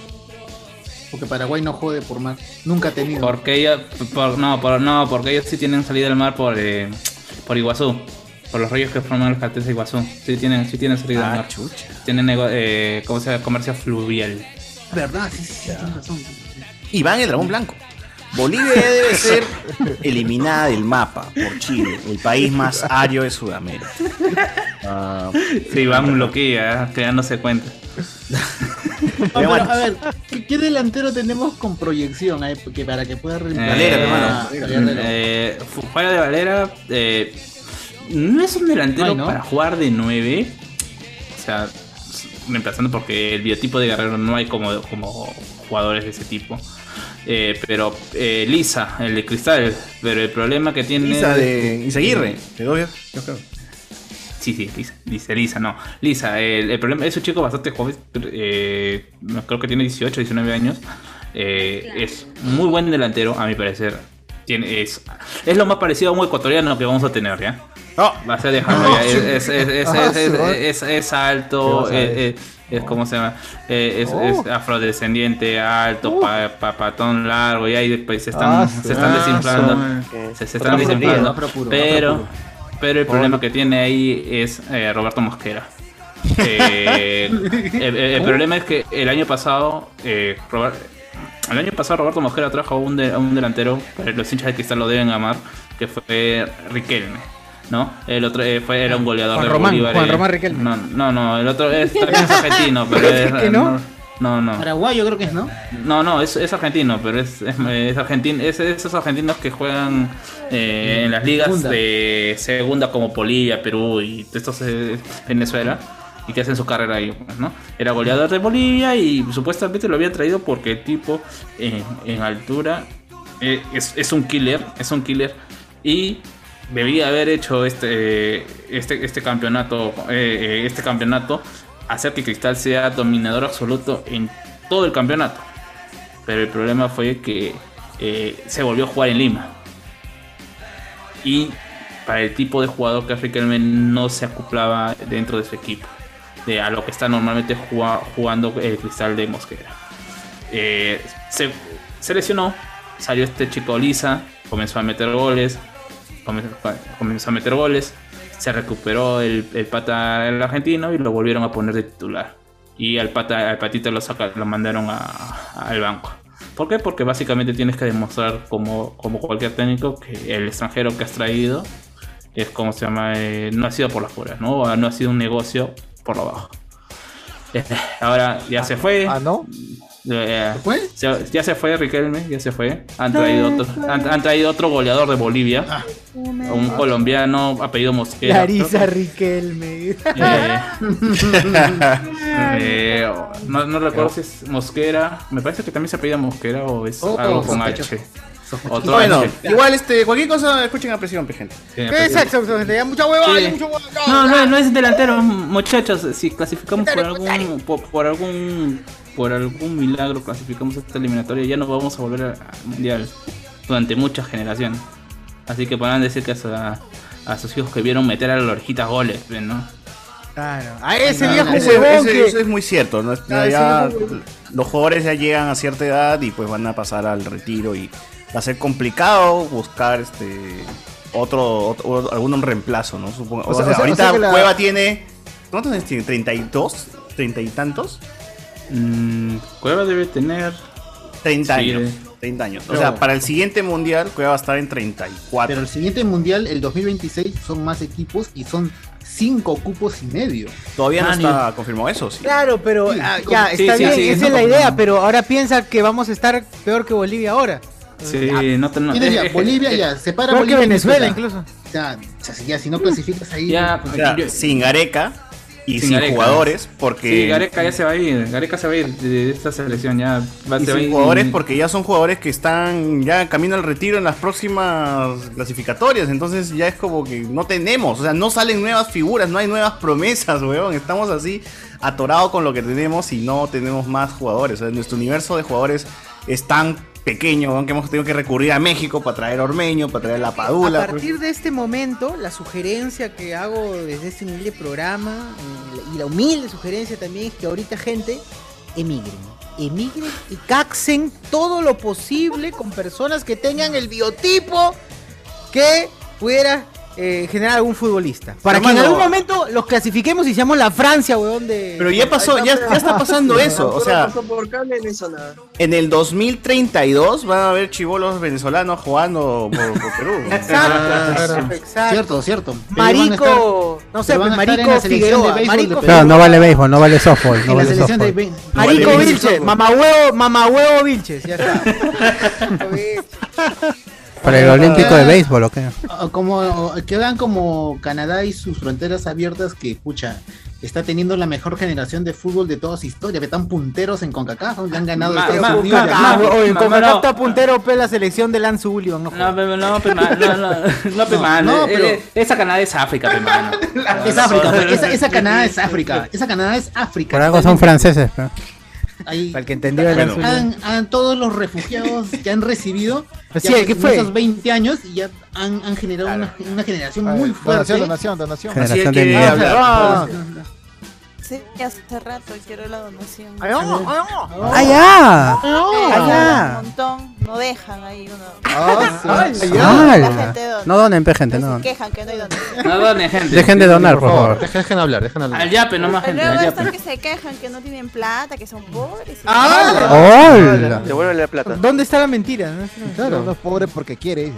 Porque Paraguay no jode por mar. Nunca ha tenido.
Porque ellos, por- no, por- no, porque ellos sí tienen salida al mar por, eh, por Iguazú. Por los ríos que forman el cartel de Iguazú. Sí tienen, sí tienen salida
Ah,
al mar. Tienen nego- eh, ¿cómo se llama? comercio fluvial.
¿Verdad? Sí, sí, sí, tienes razón.
Iván el dragón blanco. Bolivia ya debe ser eliminada del mapa por Chile, el país más ario de Sudamérica. Ah,
Sí, van bloquea, creándose cuenta.
Ah, pero, a ver, ¿qué, qué delantero tenemos con proyección eh, que para que pueda reemplazar
Eh,
a- a Ah, Valera?
eh, fu- fuera de Valera, eh, no es un delantero
No hay, ¿no?
para jugar de 9. O sea, s- reemplazando porque el biotipo de Guerrero no hay como, como jugadores de ese tipo. Eh, pero eh, Lisa, el de Cristal, pero el problema que tiene...
Isa de Isaguirre, de Dovia,
Sí, sí, Lisa, Lisa, Lisa, no. Lisa, el, el problema es un chico bastante joven, eh, no, creo que tiene 18, 19 años. eh, Es muy buen delantero, a mi parecer. Tiene, es, es lo más parecido a un ecuatoriano que vamos a tener, ¿ya? Va a ser de Hanoi,
No.
es, es, es, es-
Ah,
es-
sí,
es-
¿verdad?
es- es alto,
¿Qué vas a Oh.
es,
decir?
es- es- ¿cómo se llama? Eh, es, es afrodescendiente, alto, pa- pa- patón largo, y ahí después se están,
Uh. Ah,
se están
ah,
desinflando.
su-
se- Se,
Afro
están desinflando.
puro, afro puro,
pero,
afro
pero el
Oh,
Por-
problema que tiene ahí es eh, Roberto Mosquera. Eh, el, el- el
Oh.
¿Cómo?
problema es que el año pasado, eh, Robert- el año pasado Roberto Mosquera trajo a un, de- a un delantero, pero los hinchas de cristal lo deben amar, que fue Riquelme. ¿No? El otro eh, fue, era un goleador
Juan
de
Román,
Bolívar.
Juan
eh.
Román Riquelme.
No, no, no, el otro es, también es argentino, pero es.
¿Que no?
No, no.
Paraguayo creo que es, ¿no?
No, no, es, es argentino, pero es, es, es argentino, es esos argentinos que juegan eh, en las ligas
Segunda.
de segunda como Bolivia, Perú y estos eh, Venezuela y que hacen su carrera ahí, pues, ¿no? Era goleador de Bolivia y supuestamente lo habían traído porque el tipo eh, en altura eh, es, es un killer, es un killer y debía haber hecho este este este campeonato eh, eh, este campeonato hacer que Cristal sea dominador absoluto en todo el campeonato. Pero el problema fue que eh, se volvió a jugar en Lima. Y para el tipo de jugador que es Riquelme no se acoplaba dentro de su equipo. De a lo que está normalmente juga- jugando el cristal de Mosquera. Eh, se, se lesionó. Salió este chico Lisa. Comenzó a meter goles. Comenzó, comenzó a meter goles. Se recuperó el, el pata el argentino y lo volvieron a poner de titular. Y al, pata, al patito lo, saca, lo mandaron a- al banco. ¿Por qué? Porque básicamente tienes que demostrar como, como cualquier técnico que el extranjero que has traído es como se llama, eh, no ha sido por las puras, ¿no? O No ha sido un negocio por lo bajo. Eh, Ahora ya se fue. Ah,
¿no?
fue? ya se fue Riquelme, ya se fue. Han traído otro, han, han traído otro goleador de Bolivia, un colombiano apellido Mosquera.
Ah. Larisa Riquelme.
Eh, eh, no, no recuerdo si es Mosquera. Me parece que también se apellida Mosquera o es
Oh,
algo con
sospechoso.
H. Otro
Bueno,
H.
igual este, cualquier cosa escuchen a presión, pues, gente.
Sí,
¿Qué es eso? Gente, ya mucha hueva,
Sí.
ya mucha hueva.
No, no, no es delantero, muchachos. Si clasificamos por algún, por, por algún, por algún milagro, clasificamos esta eliminatoria, ya nos vamos a volver a- al mundial durante muchas generaciones. Así que podrán decir que a, a sus hijos que vieron meter a la orejita goles, pues, ¿no?
Claro. A ese
No,
viejo
ese-
huevón
ese-
que.
Eso es muy cierto. ¿no?
Ah, ese
Ya
viejo huevón.
los jugadores ya llegan a cierta edad y pues van a pasar al retiro y va a ser complicado buscar este otro, otro- o- algún reemplazo, ¿no? Supongo.
O
O
sea,
sea,
o sea-
ahorita
o sea que la-
Cueva tiene. ¿Cuántos años tiene? ¿32? ¿30 y tantos?
Cueva debe tener
30
Sí,
años.
eh.
30 años. O
Pero-
sea, para el siguiente mundial, Cueva va a estar en 34.
Pero el siguiente mundial, el 2026, son más equipos y son cinco cupos y medio.
Todavía no
Mani.
está confirmado eso, sí.
Claro, pero
Sí,
ah,
sí,
ya,
sí,
está
sí,
bien,
sí,
esa
no,
es la
no.
idea, pero ahora piensa que vamos a estar peor que Bolivia ahora.
Sí, no te- no-
Tienes ya
eh,
Ah, Bolivia,
eh,
ya, separa
Peor que
Bolivia. y
Venezuela
Venezuela.
incluso.
Ya, ya, si- ya, si no clasificas ahí. pues,
Ya, pues,
O sea, sin Gareca y sin,
Gareca.
jugadores, porque.
Sí, Gareca ya se va a ir. Gareca se va a ir de esta selección. Ya va,
Y
se va a
sin
ir.
jugadores porque ya son jugadores que están ya camino al retiro en las próximas clasificatorias. Entonces ya es como que no tenemos. O sea, no salen nuevas figuras, no hay nuevas promesas, weón. Estamos así atorados con lo que tenemos y no tenemos más jugadores. O sea, nuestro universo de jugadores es tan pequeño, weón, que hemos tenido que recurrir a México para traer a Ormeño, para traer a La Padula.
A partir de este momento, la sugerencia que hago desde este humilde programa eh, y la humilde sugerencia también es que ahorita gente emigren. Emigren y caxen todo lo posible con personas que tengan el biotipo que pudiera eh, generar algún futbolista. Para que en
Hermano.
algún momento los clasifiquemos y seamos la Francia, weón, de...
Pero ya pasó, ya, ya está pasando eso. O sea,
Pasó por cable, no hizo nada.
en el 2032 van a haber chivolos venezolanos jugando por, por Perú. weón.
Exacto, exacto.
Cierto, cierto. Pero van a estar-
Marico, no sé,
pero van
pues,
a estar en
Marico
la selección de
Figueroa,
béisbol de
Marico
Perú.
Claro, no vale béisbol, no vale softball, no
En la
vale
selección de
softball.
béisbol.
Marico Vilches, mamahuevo, mamahuevo Vilches, ya está.
Para el olímpico de béisbol, ¿o qué?
O como o quedan como Canadá y sus fronteras abiertas que pucha está teniendo la mejor generación de fútbol de toda su historia, que están punteros en CONCACAF, le han ganado
Ma-
Estados
ma-
Unidos, le han
ma-
ganado-
oye, como
no,
no está puntero, pe la selección de Lance Ullion. No,
No, pero no, pe, man, no, no, no, pe,
No,
man,
no,
eh,
pero-
eh, esa canada es África, pe, man.
Es África, pues, esa, esa Canadá es África, esa Canadá es África.
Por algo son franceses. ¿no?
Ahí-
Para el que entendió el
Bueno.
Lance Ullion.
han, han- todos los refugiados que han recibido
Pues
ya
sí,
con
¿qué fue?
esos 20 años y ya han, han generado una, una generación muy fuerte.
Donación, donación, donación.
Generación Así es que- de mierda.
Ah,
Ah.
Sí, hace rato quiero la donación.
Ay, no, ay,
no.
Ay, ya.
Ay,
Ay,
ya.
ya.
Un montón, no dejan ahí uno.
Ay,
sí.
Ah, ya.
La gente dona.
No donen, pe, gente, no
Se
donen.
quejan que no hay donación.
No donen, gente.
Dejen de donar, por
Por favor,
favor. Dejen hablar, dejen hablar.
Al yape, no más
Pero
gente,
luego
al
están
yape.
que se quejan que no tienen plata, que son pobres.
Oh, ¡Hola!
Devuélvele la plata.
pues,
¿Dónde está la mentira? No?
Claro, no es pobre porque quiere. dice.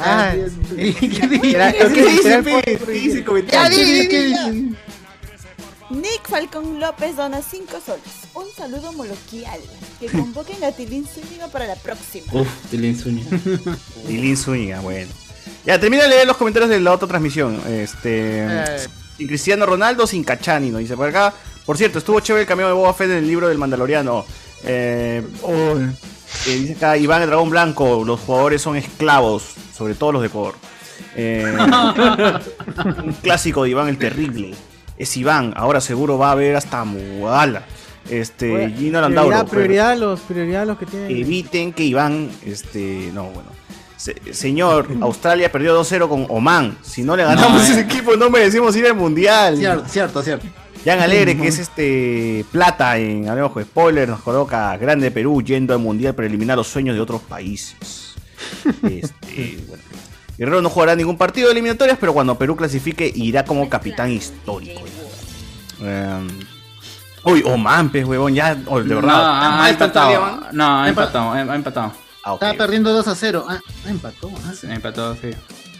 Ah,
Era-
¿Qué
¿qué
dice,
dice,
pe?
pe?
¿Qué dice
Ya,
el comentario?
di, di,
¿Qué
di,
dice?
ya. Nick Falcón López dona 5 soles. Un saludo moloquial. Que convoquen a Tilín Zúñiga para la próxima.
Uf, Tilín Zúñiga.
Dilín Zúñiga, bueno. Ya, termina de leer los comentarios de la otra transmisión. Este.
Eh.
Sin Cristiano Ronaldo, sin Cachani, nos dice por acá. Por cierto, estuvo chévere el cameo de Boba Fett en el libro del Mandaloriano. Eh, oh, eh, dice acá Iván el Dragón Blanco, los jugadores son esclavos, sobre todo los de Cor. un clásico de Iván el Terrible. Es Iván, ahora seguro va a ver hasta Mugala. Este,
Bueno,
Gino Landauro.
Prioridad,
pues.
pero-
prioridad a los, prioridad a los que tienen.
Eviten que Iván, este, no, bueno. Se- señor, Australia perdió 2-0 con Oman. Si no le ganamos
No, eh.
ese equipo, no merecemos ir al mundial.
Cierto, cierto, cierto.
Jan Alegre, que
Ujú.
es este plata en Hablemos de Spoiler, nos coloca Grande Perú yendo al mundial para eliminar los sueños de otros países. Este, bueno. Guerrero no jugará ningún partido de eliminatorias, pero cuando Perú clasifique irá como capitán histórico. Em, uy, Oman, pues, huevón, ya, oh, de verdad.
No,
Ah,
¿Tan
ha
mal está
empatado.
Iván?
No, ha
Empa-
empatado, ha empatado.
Ah,
Estaba perdiendo 2 a 0. Ah, empató. ah.
Sí, Empatado, sí.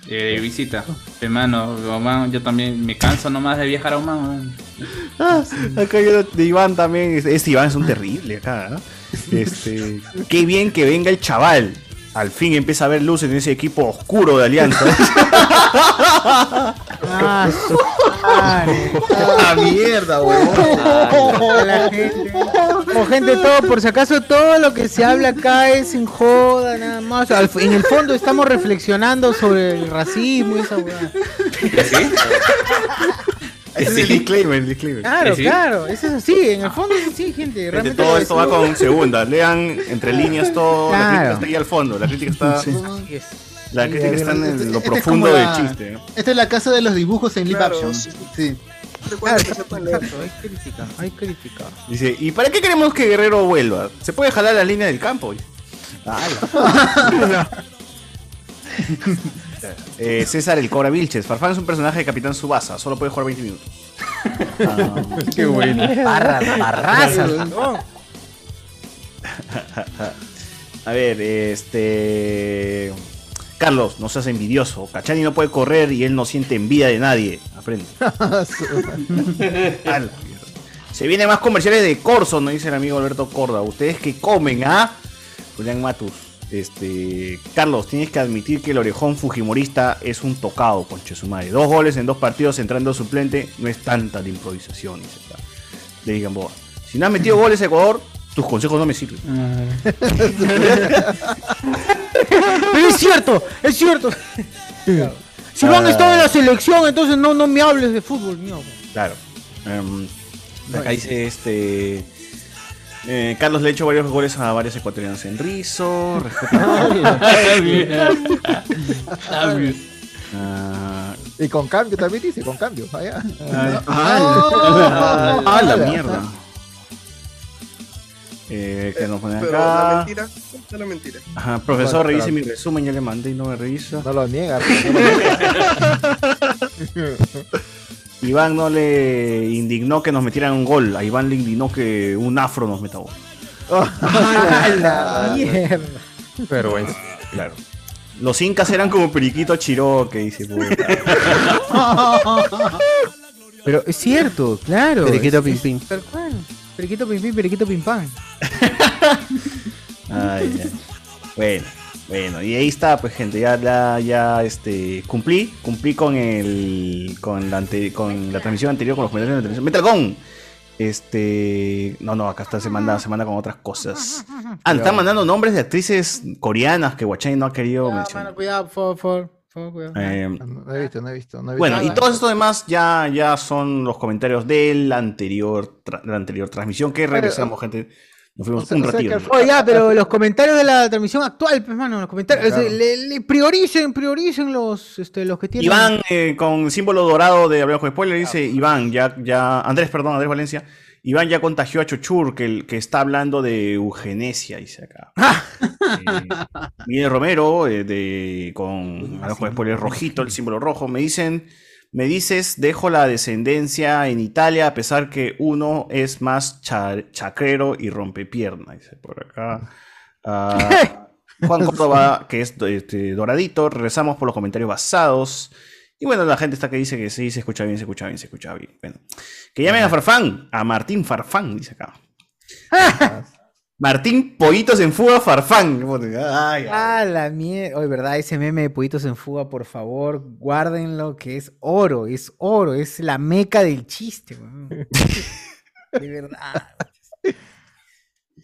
Eh, de visita. Hermano, Oman, yo también me canso nomás de viajar a Oman. man.
Ah, acá hay otro de Iván también. Este, este Iván es un terrible acá, ¿no? Este, qué bien que venga el chaval. Al fin empieza a ver luces en ese equipo oscuro de Alianza.
Ah, su madre.
¡Ah, mierda,
La gente. O gente, todo, por si acaso, todo lo que se habla acá es sin joda, nada más. Al- en el fondo estamos reflexionando sobre el racismo y esa weá.
Ese es el disclaimer, el disclaimer.
Claro, claro, eso es así, en el fondo es así, gente.
Gente,
Realmente
Este, todo esto va con segunda. Lean entre líneas todo. La
Claro.
crítica está ahí al fondo. La crítica está, la crítica está en
Este
lo
es como
profundo del
la-
chiste. ¿no?
Esta es la casa de los dibujos en live action. Sí.
hay crítica, hay crítica.
Dice, ¿y para qué queremos que Guerrero vuelva? Se puede jalar la línea del campo. oye? Eh, César el Cobra Vilches. Farfán es un personaje de Capitán Subasa. Solo puede jugar 20 minutos.
Ah,
Ah,
Qué buena.
Barra- barraza.
No.
A ver, este. Carlos, no seas envidioso. Cachani no puede correr y él no siente envidia de nadie. Aprende. A la mierda. Se vienen más comerciales de Corso, nos dice el amigo Alberto Corda. Ustedes que comen, ¿ah? Julián Matus. Este. Carlos, tienes que admitir que el orejón Fujimorista es un tocado, conche su madre. Dos goles en dos partidos entrando suplente no es tanta la improvisación, dice acá. Le digan, boba. Si no has metido goles a Ecuador, tus consejos no me sirven.
Pero es cierto, es cierto. Si
Ah.
no han estado en la selección, entonces no, no me hables de fútbol, mío.
Claro. Em, acá dice este. eh, Carlos le ha hecho varios goles a varios ecuatorianos en rizo. respeta- Ah,
Y con cambio también dice, con cambio. allá.
ah, ah, la mierda. Eh, que nos ponen
Pero
acá.
la mentira, esta es la mentira.
Ajá, profesor,
Bueno,
revise
claro.
mi resumen, ya le mandé y no me revisa.
No lo niega.
Iván no le indignó que nos metieran un gol. A Iván le indignó que un afro nos meta gol.
Ah,
Mierda.
Pero es. Claro. Los incas eran como periquito chiró que dice. puta.
Pero es cierto, claro.
Periquito
Es-
Pim
es
Pim.
tal cual. Periquito pim pim, periquito pim pam.
Ay, ya. Bueno. Bueno, y ahí está, pues gente, ya, ya, ya este, cumplí, cumplí con el con la, ante- con la transmisión anterior, con los comentarios de la transmisión. ¡Metal Gun! Este, no, no, acá está, se manda, se manda con otras cosas. Ah, nos están mandando nombres de actrices coreanas que Guachani no ha querido mencionar.
Mano, cuidado, por favor, por favor, cuidado.
Eh,
No he visto, no he visto. No he visto
bueno,
nada.
y todo esto demás ya, ya son los comentarios de la anterior, tra- de la anterior transmisión que regresamos, gente. Nos fuimos un ratito.
Oye, ya, pero los comentarios de la transmisión actual, pues, mano, los comentarios.
Claro.
le, le prioricen, prioricen los, este, los que tienen.
Iván, eh, con símbolo dorado de Hablamos con Spoiler, dice Iván, ya, ya, Andrés, perdón, Andrés Valencia, Iván ya contagió a Chochur, que, el- que está hablando de eugenesia, dice acá. Eh, Miguel Romero, eh, de, con Hablamos con Spoiler rojito, el símbolo rojo, me dicen, me dices, dejo la descendencia en Italia, a pesar que uno es más cha- chacrero y rompepierna, dice por acá. Ah, Juan Córdoba, que es este, doradito. Regresamos por los comentarios basados. Y bueno, la gente está que dice que sí, se escucha bien, se escucha bien, se escucha bien. Bueno, que llamen a Farfán, a Martín Farfán, dice acá. Martín Pollitos en Fuga Farfán. Ay,
Ah, la mierda. Oye, verdad, ese meme de Pollitos en Fuga, por favor, guárdenlo, que es oro, es oro, es la meca del chiste, weón. De verdad.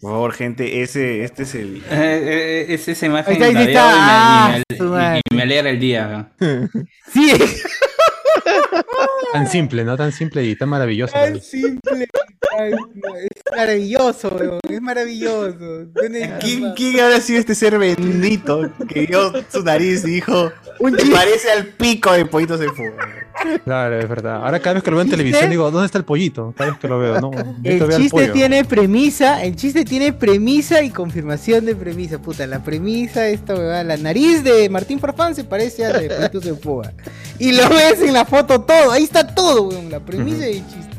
Por favor, gente, ese, este es el.
Eh, eh, eh, es esa imagen
Ahí está,
la
ahí
veo y
está.
me-
Ah,
y me,
su
y- y
madre.
me alegra el día.
Sí.
Tan simple, ¿no? Tan simple y tan maravilloso.
Tan simple. tan- es maravilloso, weón, es maravilloso. Tiene-
¿Quién, quién habrá sido este ser bendito que vio su nariz y dijo:
Un
"Te parece al pico de Pollitos en Fuga?
Claro, es verdad. Ahora cada vez que lo veo en televisión digo, ¿dónde está el pollito? Cada vez que lo veo, ¿no?
El
Yo veo al
chiste
pollo.
tiene premisa, el chiste tiene premisa y confirmación de premisa. Puta, la premisa, esta huevada, la nariz de Martín Farfán se parece a la de Pollitos en Fuga. Y lo ves en la foto todo, ahí está todo, weón, la premisa y el chiste.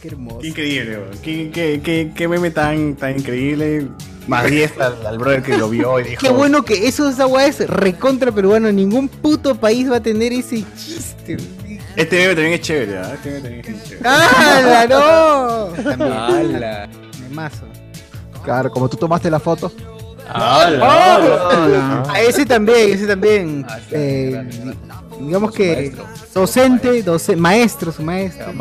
Qué hermoso.
Qué increíble, bro. qué, qué, qué, qué meme tan, tan increíble. Más 10 al, al brother que lo vio y dijo.
Qué bueno que eso esa hueá es recontra peruano, ningún puto país va a tener ese chiste.
Este meme también es chévere, ¿ah? Este meme también es chévere.
Ah. ¡Hala, no!
¡Hala!
Memazo.
Claro, como tú tomaste la foto.
Ah, Ese también, ese también. Eh, digamos que docente, doce- maestro, su maestro.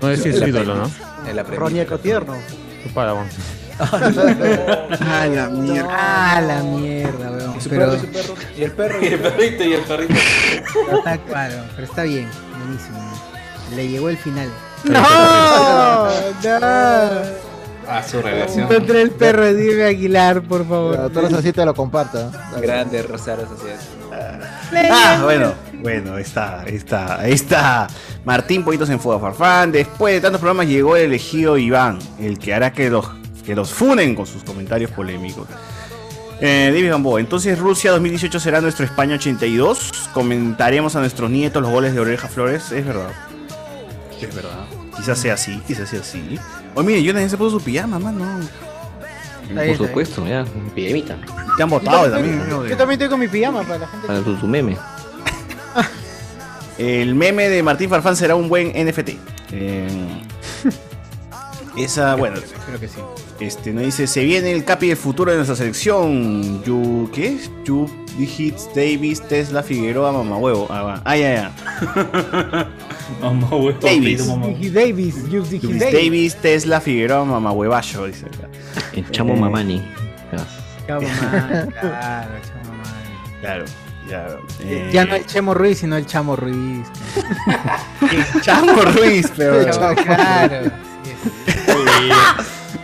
No es si es su ídolo, ¿no?
En la premisa.
Ronieco tierno.
Su Paragon.
Ah, la mierda. Ah, la mierda, weón.
Y su
Pero,
perro, y su perro, y el perro.
Y el perrito, y el perrito.
pero está claro, pero está bien. Buenísimo. Le llegó el final.
No,
¡No!
Ah,
A su relación.
Encontré el perro de Diego Aguilar, por favor.
Todas las te lo comparta.
Grande Rosario Sociedad.
Ah, bueno, bueno, ahí está, ahí está, ahí está. Martín Pollitos en Fuego Farfán. Después de tantos programas llegó el elegido Iván, el que hará que los, que los funen con sus comentarios polémicos. Eh, David Gamboa, entonces Rusia 2018 será nuestro España 82. Comentaremos a nuestros nietos los goles de Oreja Flores. Es verdad. Es verdad. Quizás sea así, quizás sea así. Oh, mire, Jonathan se puso su pijama, mano.
Está bien,
Por supuesto, ya, epidemita.
Te han
Yo
votado
también,
también.
yo también estoy con mi pijama para la gente.
Para tu, tu meme.
El meme de Martín Farfán será un buen NFT. Eh, esa, Ah, bueno.
Creo que sí.
Este, nos dice, se viene el capi del futuro de nuestra selección. Yu, ¿qué es? Yu, Digits, Davis, Tesla, Figueroa, mamahuevo. Ah, va. ah, ya, ya.
Mamahuevo.
Davis.
Yuki Davis, Yuki
Luis
Davis.
Davis, Tesla, Figueroa, mamahuevacho, dice acá.
El chamo
Eh.
mamani.
Chamo Man, claro, Chamo Man.
Claro, claro. Eh,
Ya no el Chemo Ruiz, sino el Chamo Ruiz.
Chamo Ruiz, pero-
Chamo, claro.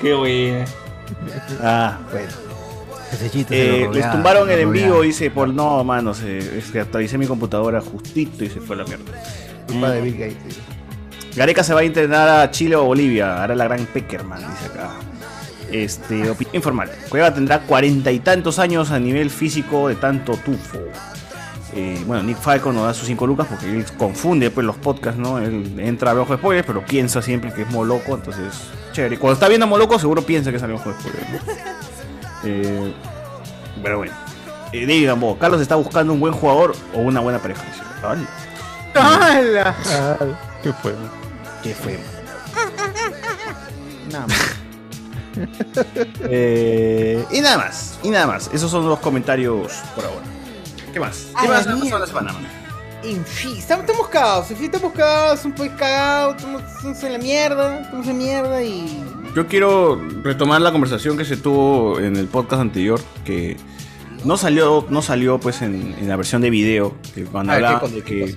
Qué güey.
Ah, bueno. Eh, les tumbaron el en vivo, dice, por no, mano, se, es que actualicé mi computadora justito y se fue a la mierda. Mm.
Culpa de Bill Gates. sí.
Gareca se va a entrenar a Chile o Bolivia, hará la gran Peckerman, dice acá. Este, opinión informal. Cueva tendrá cuarenta y tantos años a nivel físico de tanto tufo. Eh, bueno, Nick Falco nos da sus cinco lucas porque él confunde pues, los podcasts, ¿no? Él entra a ver de spoilers, pero piensa siempre que es Moloco, entonces, chévere. Cuando está viendo a Moloco, seguro piensa que es algo de spoilers, ¿no? Eh, pero bueno. Eh, David Gamboa, Carlos está buscando un buen jugador o una buena pareja. dice. Ay,
¡Hala!
¿Qué fue?
¿Qué fue?
No,
Eh, y nada más, y nada más. Esos son los comentarios por ahora. ¿Qué más?
A
¿Qué
la
más nos pasó
mierda.
la semana? man?
En fin, estamos, estamos cagados, en fin, estamos cagados, un país cagado, estamos, estamos en la mierda, estamos en la mierda y.
Yo quiero retomar la conversación que se tuvo en el podcast anterior, que no salió, no salió pues en, en la versión de video, que cuando
A ver, ¿qué
hablaban
cosa,
de
qué
que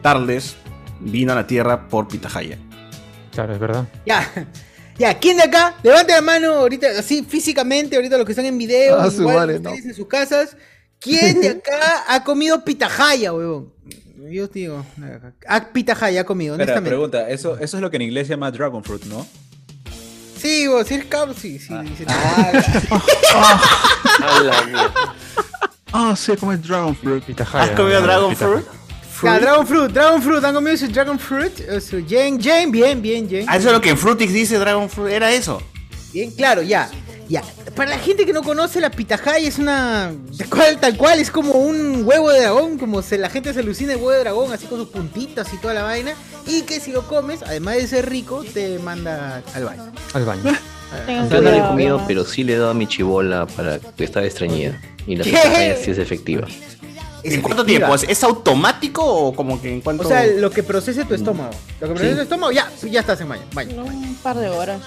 Tarles vino a la Tierra por Pitahaya.
Claro, es verdad.
Ya. Ya, ¿quién de acá? Levante la mano ahorita, así físicamente, ahorita los que están en video,
Ah, su
igual
madre,
ustedes en sus casas. ¿Quién de acá ha comido pitahaya, huevón? Yo te digo, ah, pitahaya ha comido,
Espera,
honestamente.
pregunta, eso, eso es lo que en inglés se llama dragon fruit, ¿no?
Sí, huevón, sí, es cab- sí, sí. sí.
Ah.
Ah, sí, como es Dragon Fruit. Ah,
¿Has comido Dragon Fruit?
Ya, Dragon Fruit, Dragon Fruit, han comido su Dragon Fruit, eh, su Jane, Jane, bien, bien, Jane.
Ah, eso es lo que en Frutix dice Dragon Fruit, era eso.
Bien, claro, ya. Ya. Para la gente que no conoce, la pitahaya es una. Tal cual, tal cual, es como un huevo de dragón, como se, la gente se alucina el huevo de dragón, así con sus puntitas y toda la vaina. Y que si lo comes, además de ser rico, te manda al baño. Ah,
Al baño.
Ah.
Yo no lo he comido, pero sí le he dado a mi chibola para que estaba estreñida. Y la
¿Qué?
pitahaya sí es efectiva.
¿En cuánto tiempo? ¿Es, es automático o como que en cuánto?
O sea, lo que procese
Mm.
tu estómago. Lo que procese
Sí.
tu estómago, ya, ya estás en baño. baño.
Un par de horas.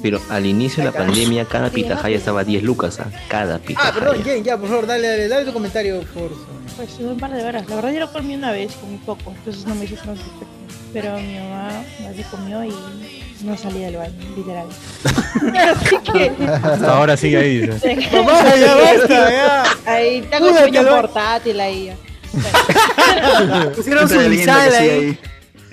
Pero al inicio de la
Ay,
pandemia, cada
Sí,
pitahaya estaba a 10 lucas. ¿ah? Cada
Ah, perdón,
pitahaya.
Jane, ya, por favor, dale, dale, dale tu comentario, por favor.
Pues un par de horas. La verdad yo lo comí una vez, comí poco, entonces no me hizo tanto efecto. Pero mi mamá así comió y no salí del baño, literal. Así que...
Hasta ahora sigue ahí. dice.
Mamá, ya basta, ya.
Ahí tengo
Púdate,
el sueño
Lord.
portátil ahí ya.
Pusieron su misal ahí.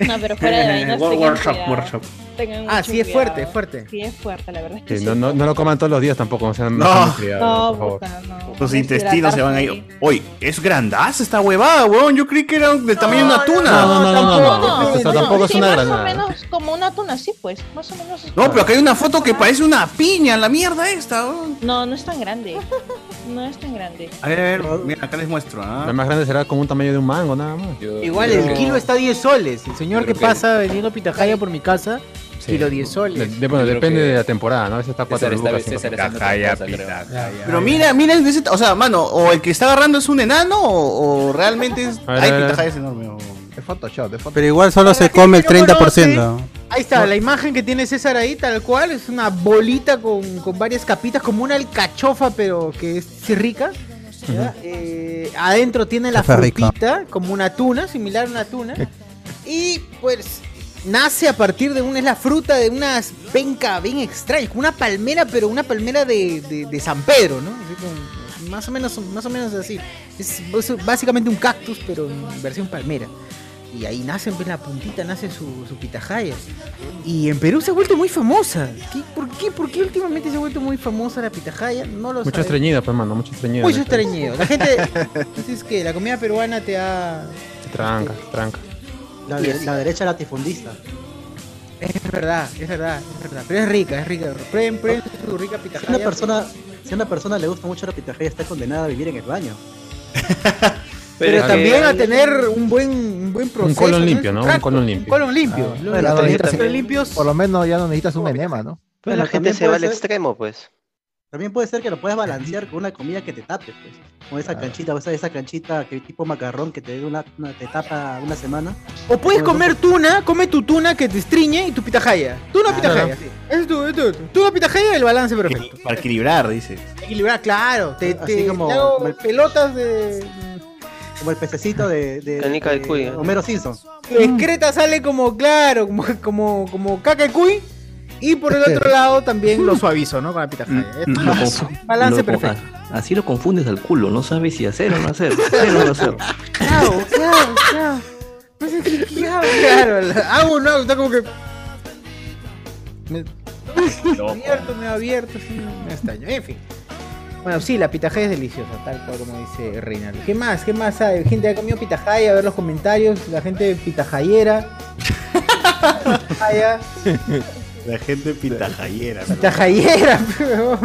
No, pero fuera de vainas tengan
Workshop,
cuidado.
workshop.
Tengan
Ah,
mucho
sí, es
cuidado.
fuerte, es fuerte.
Sí, es fuerte, la verdad es que
Que
sí.
no, no, no lo coman todos los días tampoco. O sea, no,
No.
sean criados,
No,
por favor.
puta, no.
Los intestinos se van a ir. Oye, es grandaza esta huevada, weón. Yo creí que era de tamaño de una tuna.
no, no, no, no, no, no, no, no, tampoco es
sí,
una
más
granada.
o menos como una tuna, sí, pues. Más o menos. es-
No, pero acá hay una foto que parece una piña, la mierda esta. weón.
No, no es tan grande. No es tan grande.
A ver, a ver, mira, acá les muestro. ¿ah?
La más grande será como un tamaño de un mango, nada más.
Igual el kilo está a 10 soles. El señor que
creo que-
pasa vendiendo pitahaya por mi casa, kilo 10 soles.
De- de- bueno, depende de la temporada, ¿no? A veces está cuatro
César está-
lucas.
César
cinco
está
lucas.
haciendo
Cajaya,
otra cosa, creo.
pita.
Pero mira, mira, ese- o sea, mano, o el que está agarrando es un enano o, o realmente es,
A ver,
hay
a ver.
pitahayas enormes. o-
Es Photoshop, es Photoshop.
Pero igual solo se come el 30%.
Ahí está, la imagen que tiene César ahí, tal cual, es una bolita con, con varias capitas, como una alcachofa, pero que es sí, rica. ¿ya? Eh, adentro tiene la
Cafe rico.
frutita, como una tuna, similar a una tuna. y pues nace a partir de una, es la fruta de una penca bien extraña, como una palmera, pero una palmera de, de- de San Pedro, ¿no? Así como- más o menos, más o menos así. Es, es básicamente un cactus, pero en versión palmera. Y ahí nace en la puntita, nace su, su pitahaya. Y en Perú se ha vuelto muy famosa. ¿Qué- ¿Por qué? ¿Por qué últimamente se ha vuelto muy famosa la pitahaya? No lo
Mucho
sabemos.
estreñido, pues, mano, mucho estreñido.
Mucho estreñido. La gente. Entonces, que la comida peruana te ha.
Se Tranca, se tranca.
La, de- la derecha latifundista.
Es verdad, es verdad, es verdad. Pero es rica, es rica. Prueben, prueben su rica pitahaya.
Si una persona, si a una persona le gusta mucho la pitahaya, está condenada a vivir en el baño.
Pero, también a tener un buen, un buen proceso.
colon
¿no?
limpio,
Es
¿no?
un
Un colon limpio.
colon limpio.
Ah,
Lo-
bueno,
los
la
colon
dieta se-
limpios.
Por lo menos ya no necesitas un enema, ¿no?
Pero la gente
también
se va
puede
al
ser-
extremo, pues.
También puede ser que lo puedas balancear con una comida que te tape, pues. Con esa canchita, o sea, esa canchita que tipo macarrón que te, dé una, una- te tapa una semana.
O puedes comer tuna, come tu tuna que te estriñe y tu pitahaya. Tuna pitahaya. sí. Es tu, es tu, tuna pitahaya el balance perfecto.
Para equilibrar, dice.
Equilibrar, claro. Te,
Así
te-
como-
te hago
como el-
pelotas de.
Como el pececito de, de,
Canica de
de
cuya.
Homero Simpson.
Tu excreta sale como, claro, como, como, como caca de cuy. Y por el otro lado también lo suavizo, ¿no? Con la pitahaya.
Mm,
Es-
lo confu-
balance
lo-
perfecto.
a- Así lo confundes al culo, no sabes si hacer o no hacer. Hacer o no hacer.
Claro, claro, claro. No sé qué- claro, claro. la- Hago, no hago, está como que. Me... abierto, me abierto, sí, me extraño. En fin. Bueno, sí, la pitahaya es deliciosa, tal cual como
este-
dice Reinaldo. ¿Qué más? ¿Qué más hay? Gente ha comido pitahaya, a ver los comentarios. La gente pitajayera. Pitahaya.
La gente pitahayera. ¿no?
Pitajayera, pero.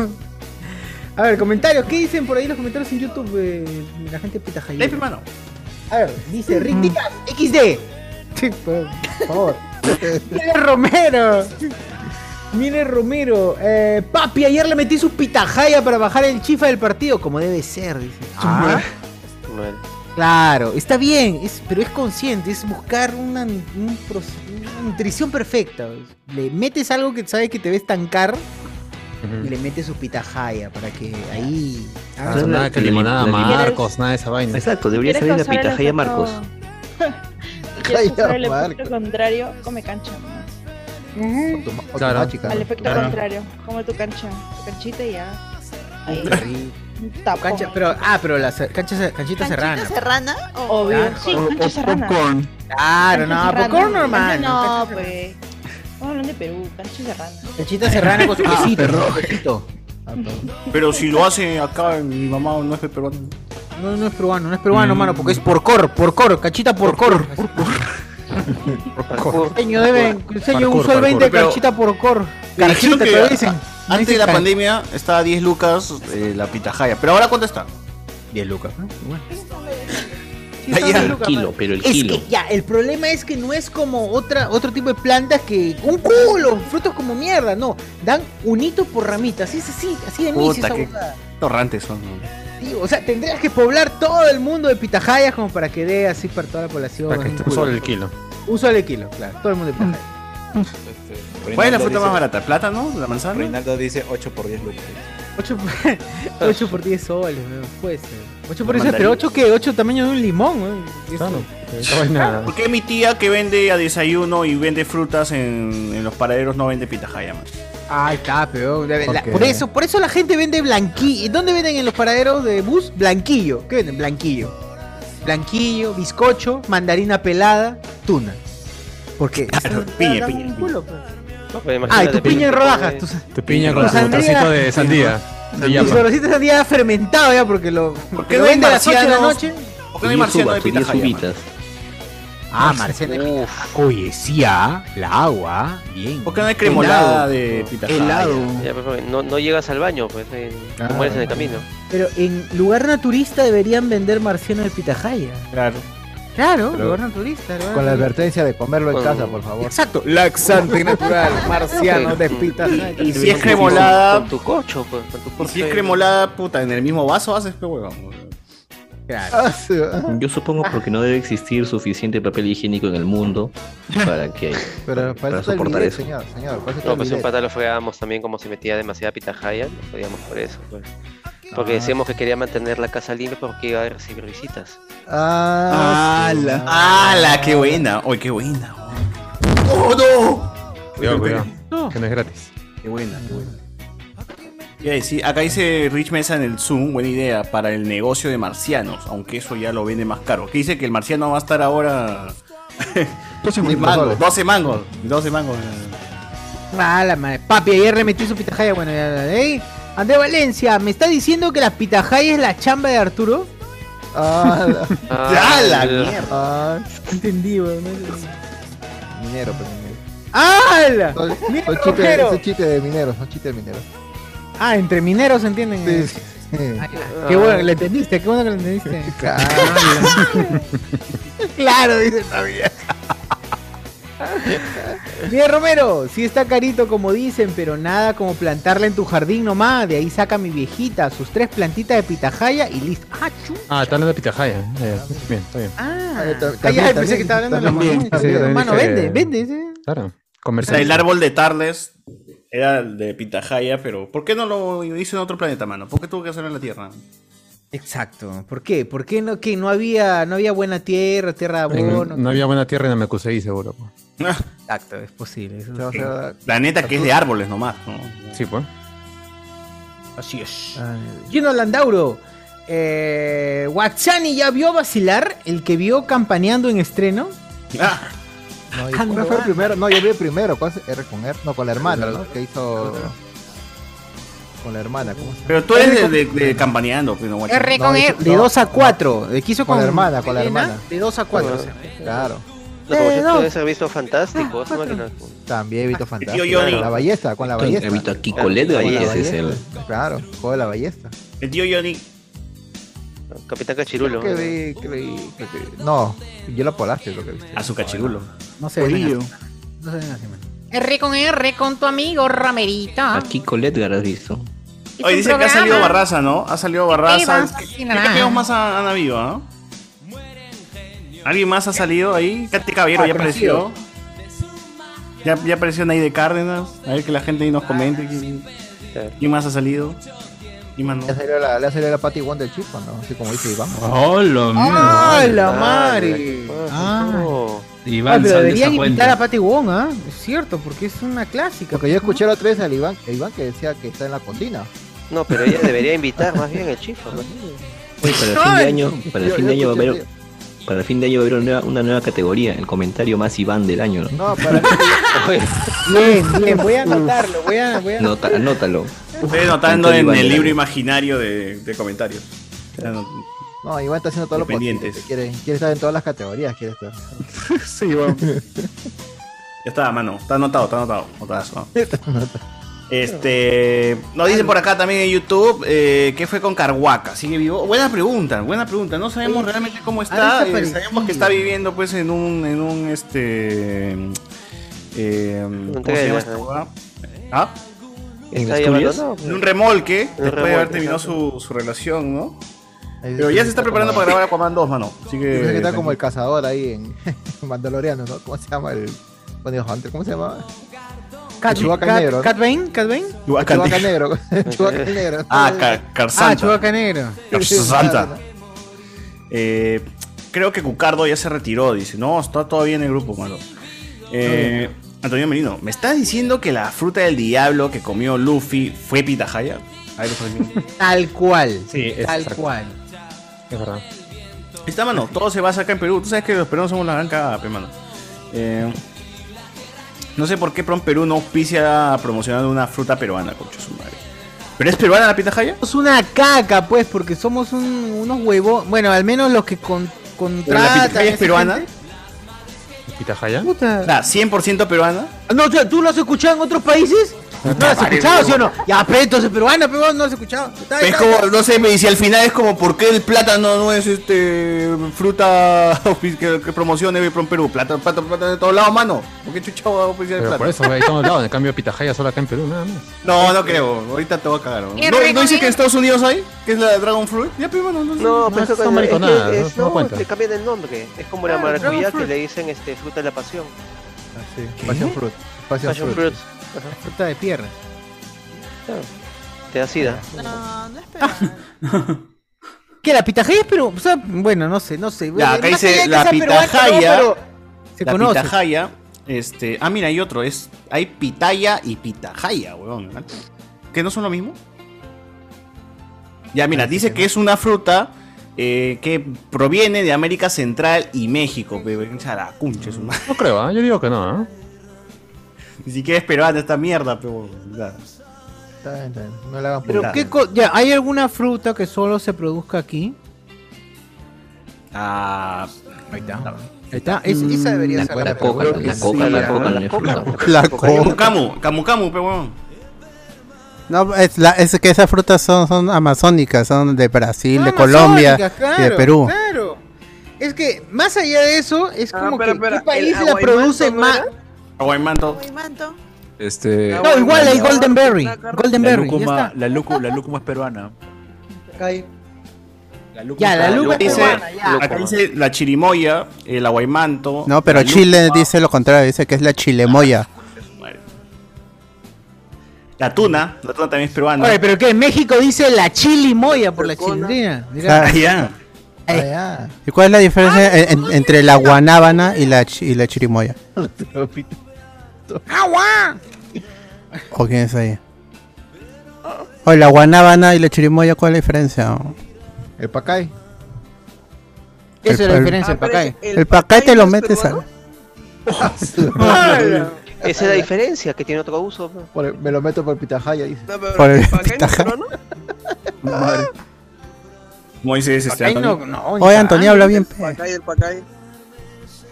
A ver, comentarios. ¿Qué dicen por ahí los comentarios en YouTube eh, de la gente pitajayera?
Lepe, mano.
A ver, dice Rick Díaz, XD. Sí, por favor. Miguel Romero. Miller Romero, eh, papi, ayer le metí su pitajaya para bajar el chifa del partido, como debe ser, dice. Ah,
Ah,
Claro, está bien, es, pero es consciente, es buscar una, nu- un proce- una nutrición perfecta. Le metes algo que sabes que te ves estancar y le metes su pitajaya para que ahí...
Ah, nada que limonada Marcos, nada de esa vaina.
Exacto, debería
¿Quieres
salir la
causar
pitajaya
el efecto-
Marcos.
¿Quieres causar el
Calla,
efecto contrario? Come cancha.
Claro.
Al efecto
Claro.
contrario, come tu cancha, tu canchita y ya. Ahí. Un tapón.
Cancha, pero, ah, pero la cer- cancha, cer-
¿Canchita
canchita serrana.
serrana? Obvio,
Claro.
sí, cancha serrana.
Claro, no, pues,
Cancha
popcorn
serrana.
normal.
No, pues. Estamos hablando de Perú, cancha serrana.
Canchita serrana con su
Ah,
quesito.
perdón. Ah,
su quesito.
Pero si lo hace acá, mi mamá no es peruano.
No, no es peruano, no es peruano,
Mm.
mano, porque es por cor, por cor, cachita por cor. Por cor. Señor, deben, el señor
Parkour,
usó el 20 de
parkour.
canchita por cor.
Me dijeron
Canchita,
que
te lo dicen.
a- Antes de la pandemia estaba a 10 lucas eh, la pitajaya, pero ahora ¿cuánto está?
10 lucas.
Ah, ya.
Es que ya, el problema es que no es como otra, otro tipo de plantas que. ¡Un culo! Frutos como mierda, no. Dan un hito por ramita. Así es así, así de inicio
Puta,
esa
qué
huevada.
torrantes son. ¿no?
Sí, O sea, tendrías que poblar todo el mundo de pitajayas como para que dé así para toda la población.
Para que
Un
esté
culo.
solo el kilo.
Un solo el kilo, claro. Todo el mundo de pitajaya. Mm.
¿Cuál es la
Reinaldo
fruta
dice-
más barata? ¿Plata, no? ¿La manzana?
Reinaldo dice 8 por 10 lucas.
8, por, 8 por 10 soles, weón. Puede ser. 8 por 10 soles,
Mandarín.
pero 8 que 8 tamaño de un limón, weón. Claro.
¿Por qué mi tía que vende a desayuno y vende frutas en, en los paraderos no vende pitajaya? man?
Ay, está, peor. Ah, La- la-
Ok.
por eso, por eso la gente vende blanquillo. ¿Dónde venden en los paraderos de bus? Blanquillo. ¿Qué venden? Blanquillo. Blanquillo, bizcocho, mandarina pelada, tuna. ¿Por qué?
piña,
piña. pues. Ah, y
Imagínate,
tu piña en rodajas. Tu,
Tu piña con
tu
su trocito de sandía. De
Tu
yapa.
trocito de sandía fermentado ya porque lo,
qué
lo
no hay
vende a las 8 de la
marcianos?
noche.
¿Por qué no hay marciano de pitajaya? man?
Ah, Marcelo. Oye, sí, ah, la agua. Bien.
¿Por qué no hay cremolada de pitajaya?
Ya, pues, pues, no, no llegas al baño, pues eh,
Claro.
mueres en el camino.
Pero en lugar naturista deberían vender marciano de pitajaya.
Claro.
Claro,
Pero-
lugar naturista. lugar
Con la
naturista.
advertencia de comerlo
Pues,
en casa, por favor.
Exacto.
Laxante
natural,
marciano de
pitajaya. Y
Sí,
si es
sí,
cremolada.
Con tu cocho, pues, con tu
Y
corcho
si es
ahí.
cremolada, puta, en el mismo vaso haces, pe huevón.
Claro.
Yo supongo porque no debe existir suficiente papel higiénico en el mundo para que para
Pero está pues, el
soportar
bidet,
eso.
señor, señor. para eso está
No,
el
pues un
bidet.
pata lo fregábamos también como se metía demasiada pitajaya, lo fregábamos por eso, pues. Porque decíamos que quería mantener la casa limpia porque iba a recibir visitas.
Ah, sí.
¡Hala! ¡Hala! ¡Qué buena! ¡Uy, qué buena! ¡Oh, no!
Cuidado, cuidado. Que no es gratis.
Qué buena, qué buena. Ya decí- acá dice Rich Mesa en el Zoom, buena idea para el negocio de marcianos, aunque eso ya lo vende más caro. Que dice que el marciano va a estar ahora 12 mangos, 12 mangos, 12 mangos.
Ah, la madre. Papi, ayer le metí su pitajaya. Bueno, ya, ya, ¿eh? André Valencia, ¿me está diciendo que la pitajaya es la chamba de Arturo?
Ah, la-
Ah, la mierda.
Ah,
No entendí, weón. no entendí.
minero, pero minero.
¡Hala!
Son-
Mira,
son chistes-
Rojero.
son chistes de mineros, son chistes de mineros.
Ah, entre mineros entienden. eh. Ah, Qué bueno, que le entendiste, qué bueno que le entendiste. claro, dice todavía. Mira Romero, sí está carito como dicen, pero nada como plantarla en tu jardín nomás. De ahí saca mi viejita sus tres plantitas de pitahaya y listo. Ah, chu.
Ah, está hablando de pitahaya. Ya, ya. Bien, está bien.
Ah,
también,
ya, pensé que
también,
estaba hablando de la
también,
mamá.
sí, también
Hermano,
dije-
vende, vende. ¿eh? sí.
Claro.
O sea,
Comercial.
el árbol de Tarles era el de Pitahaya, pero ¿por qué no lo hizo en otro planeta, mano? ¿Por qué tuvo que hacerlo en la Tierra?
Exacto. ¿Por qué? ¿Por qué no, que no había, no había buena tierra, tierra de
En-
abono?
no había buena tierra en Amacuseí, seguro. po.
Exacto, es posible. eso es-
Planeta que es de árboles nomás, ¿no?
Sí, pues.
Así es. Ah, Gino Landauro. Eh, Guachani ya vio vacilar el que vio campaneando en estreno.
Ah.
No, y-
Ando,
¿cuál fue el
ah.
primero? No, yo vi el primero. ¿Cuál es? R con R, no, con la hermana, ¿no? Que hizo. Con la hermana, ¿cómo se llama?
Pero tú eres de, de, de campaneando, pero no, guacho.
R con R.
De 2 a 4. De quiso
Con
con
la hermana, con la
Elena,
hermana. Ah,
De 2 a 4.
Claro.
No, como
Eh,
si
no.
tú ser visto fantástico, es una máquina.
También he visto fantasmas.
tío Johnny.
Con la ballesta, con la
Entonces,
ballesta.
he visto aquí Colet de
Con la
ballesta, es el-
ballesta, Claro, juego de la ballesta.
El tío Johnny.
Capitán Cachirulo.
Creo que vi, creí, creo que vi. No, yo la polaste lo que viste.
A su cachirulo.
No se
Polillo.
ven así, man. No se ven así, man.
R con R con tu amigo Ramerita.
Aquí con Edgar has visto.
Ah. Oye, dice que ha salido Barraza, ¿no? Ha salido Barraza.
Evans,
¿Qué, qué
nada.
cambios más ha- han habido, ah? ¿Alguien más ha salido ahí? Katy Caballero
Ah,
ya
conocido.
apareció. Ya, ya apareció Nay de Cárdenas. A ver que la gente ahí nos comente. ¿Quién, quién más ha salido? ¿Quién más no?
Le ha salido la, le ha salido la Patty One del Chispa, ¿no? Así como dice Iván.
Oh,
¡Hola,
¡Ah,
mierda!
la madre! Ah. Ah, pero deberían invitar a Patty Wong, ¿ah? Es cierto, porque es una clásica.
Porque yo escuché la otra vez al Iván, a Iván que decía que está en la cocina.
No, pero ella debería invitar más bien el chifa. pues. ¿no?
Oye, para el fin de
Ay.
año, para el
Yo-
fin
yo
de año va a haber,
escuché,
para el fin de año va a haber una nueva, una nueva categoría, el comentario más Iván del año, ¿no?
No, para
Bien, bien, voy a anotarlo, voy a, voy a...
Nota- anótalo.
Estoy notando en
Iván
el
del
libro
año.
imaginario de, de comentarios. Ya no-
No, Iván está haciendo todo lo posible.
Dependientes.
Quiere, quiere estar en todas las categorías, quiere estar.
sí, Iván. Ya está, mano. Está anotado, está anotado. Notazo. Este. Nos dicen por acá también en YouTube eh, qué fue con Carhuaca. ¿Sigue vivo? Buena pregunta, buena pregunta. No sabemos realmente cómo está. eh, sabemos que está viviendo pues en un. en un este. eh, ¿Cómo se llama
trailer,
esta
¿no?
hueá? ¿Ah?
¿En ¿Está ahí Asturias? abandonado?
En un remolque, después de haber
remolque,
terminado su, su relación, ¿no? Pero ya se está preparando para grabar Aquaman 2, mano. Así
Yo creo que
que.
está como el cazador ahí en, en Mandaloriano, ¿no? ¿Cómo se llama el. con Dios Hunter? ¿Cómo se llama?
Cat,
Chewbacca
Cat-
negro, ¿no?
Cat Bane, Cat Bane.
Chubaca
Chubaca negro. Chubaca negro.
Ah, Car- Carzanta.
Ah, Chewbacca negro.
Santa. Eh, creo que Cucardo ya se retiró. Dice, no, está todavía en el grupo, mano. Eh, Antonio Merino, ¿me estás diciendo que la fruta del diablo que comió Luffy fue pitahaya? A ver, Antonio.
Tal cual.
Sí, es
Tal
exacto.
cual.
Es verdad. Está, mano, todo se basa acá en Perú. Tú sabes que los peruanos somos la gran cagada, pe, mano. Eh, no sé por qué Prom Perú no auspicia promocionando una fruta peruana, concha su madre. ¿Pero es peruana la pitahaya?
Somos una caca, pues, porque somos un- unos huevos. Bueno, al menos los que con-
¿Pero
contratan.
¿La pitahaya es
esa
peruana?
gente.
¿Pitahaya?
Puta.
Nah, 100% peruana.
Ah, No, o sea, ¿tú lo has escuchado en otros países? ¿No lo has
madre,
escuchado,
huevón.
sí o no? Ya, pero entonces peruana, pero no lo has escuchado. Está,
Es
está,
como,
está.
no sé, me dice al final es como, ¿por qué el plátano no es este fruta que, que promocione Beprom Perú? Plátano, plátano, plátano de todos lados, mano. ¿Por qué chucha va a oficiar el
Pero
plátano?
por eso, güey, ahí todos lados. En cambio, Pitahaya solo acá en Perú, nada más.
No, no creo. Ahorita te voy a cagar. ¿No,
Qué
¿No
rico,
dice
¿eh?
que en Estados Unidos hay? ¿Que es la Dragon Fruit? Ya, pero mano, no sé.
No, pero
No,
eso
Ah, son
cuando-
mariconadas,
es que es-
no- no
no,
cuentan.
le cambian el nombre. Es como la
Ah,
maracuyá
dragon
que
fruit.
le dicen este, fruta de la pasión.
Ah, Sí, Passion Fruit. Passion,
Passion
Fruit.
fruit. Ajá.
Fruta de pierna.
Te da sida.
No, no es peruana.
¿Qué, la pitahaya es peruana? O sea, bueno, no sé, no sé.
Ya, acá
Más allá de
dice
que
la
sea peruana,
pitahaya.
no, pero se
la
conoce.
pitahaya. Este, ah, mira, hay otro. Es, hay pitaya y pitahaya, weón. ¿no? ¿Que no son lo mismo? Ya, mira, dice que es una fruta eh, que proviene de América Central y México. Pero, o sea, la cuncha es una...
No creo, ¿ah? yo digo que no. ¿ah?
Ni siquiera es peruana esta mierda, pero... ya.
Está bien, está bien. No le hagan
Pero
publicidad.
qué co- ya, ¿hay alguna fruta que solo se produzca aquí?
Ah,
ahí está. Ahí está, es- esa debería ser
la coca,
creo que
la coca,
sí,
la
¿ah?
coca,
La
la
coca.
coca.
La
Camu
coca.
camu, camu camu, pe, weón.
No, es, la- es que esas frutas son, son amazónicas, son de Brasil, de
Amazónicas,
Colombia y de
Ah, claro,
Perú.
Claro. Es que más allá de eso, es
Ah,
como
espera,
que
espera,
¿qué país
¿el
la
aguaymanto
produce
no
más?
era?
Aguaymanto.
Manto.
Este.
No, igual hay Golden Berry. Golden
La
Berry, ya
lúcuma,
está.
la, lúcuma, la lúcuma es peruana. La lúcuma
Ya, la
es peruana.
lúcuma es peruana,
Dice-
ya.
Acá dice la chirimoya, el aguaymanto.
No, pero
la lúcuma,
Chile dice lo contrario, dice que es la chilemoya.
La tuna, la tuna también es peruana.
Oye, pero que México dice la chili moya por la chilindrina. Mirá.
Ah,
ya.
¿Y cuál es la diferencia en- en- entre la guanábana y la, chi- y la chirimoya?
¡Ah, ¡Agua!
¿O quién es ahí? O la guanábana y la chirimoya, ¿cuál es la diferencia?
El pacay.
Esa es la
el-
diferencia, el pacay.
El pacay te lo metes al...
Esa es la diferencia, que tiene otro uso. pe.
Ah, Por el- me lo meto por pitahaya, dice.
Por el
pitaja.
Como dice ese este
Ay, no,
Antonio.
no,
Oye, Antonio, habla bien. pe.
Pacay, el pacay.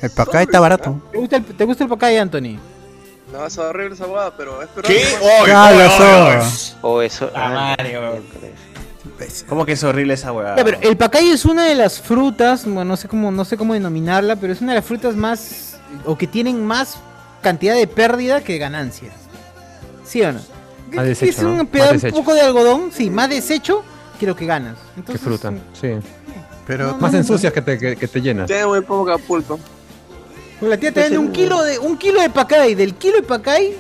El pacay está barato.
¿Te gusta el, te gusta el pacay, Anthony?
No, es horrible esa guada, pero es peruana.
¿Qué? Oh,
igual.
¡Oy,
Ya,
oy,
lo
oy,
soy.
oy!
O eso.
Ah, madre, weón. ¿Cómo que es horrible esa weá?
Ya, pero el pacay es una de las frutas, bueno, no sé cómo, no sé cómo denominarla, pero es una de las frutas más o que tienen más cantidad de pérdida que ganancias. ¿Sí o no?
Más
Es
desecho, ¿no?
un
Más
pedazo, un
desecho.
poco de algodón, sí, más desecho que lo que ganas. Entonces,
que fruta, sí.
Pero
más ensucias que te, que, que te llenas.
Tiene muy poco capulco.
pues la tía te vende un kilo de un kilo de pacay, del kilo de pacay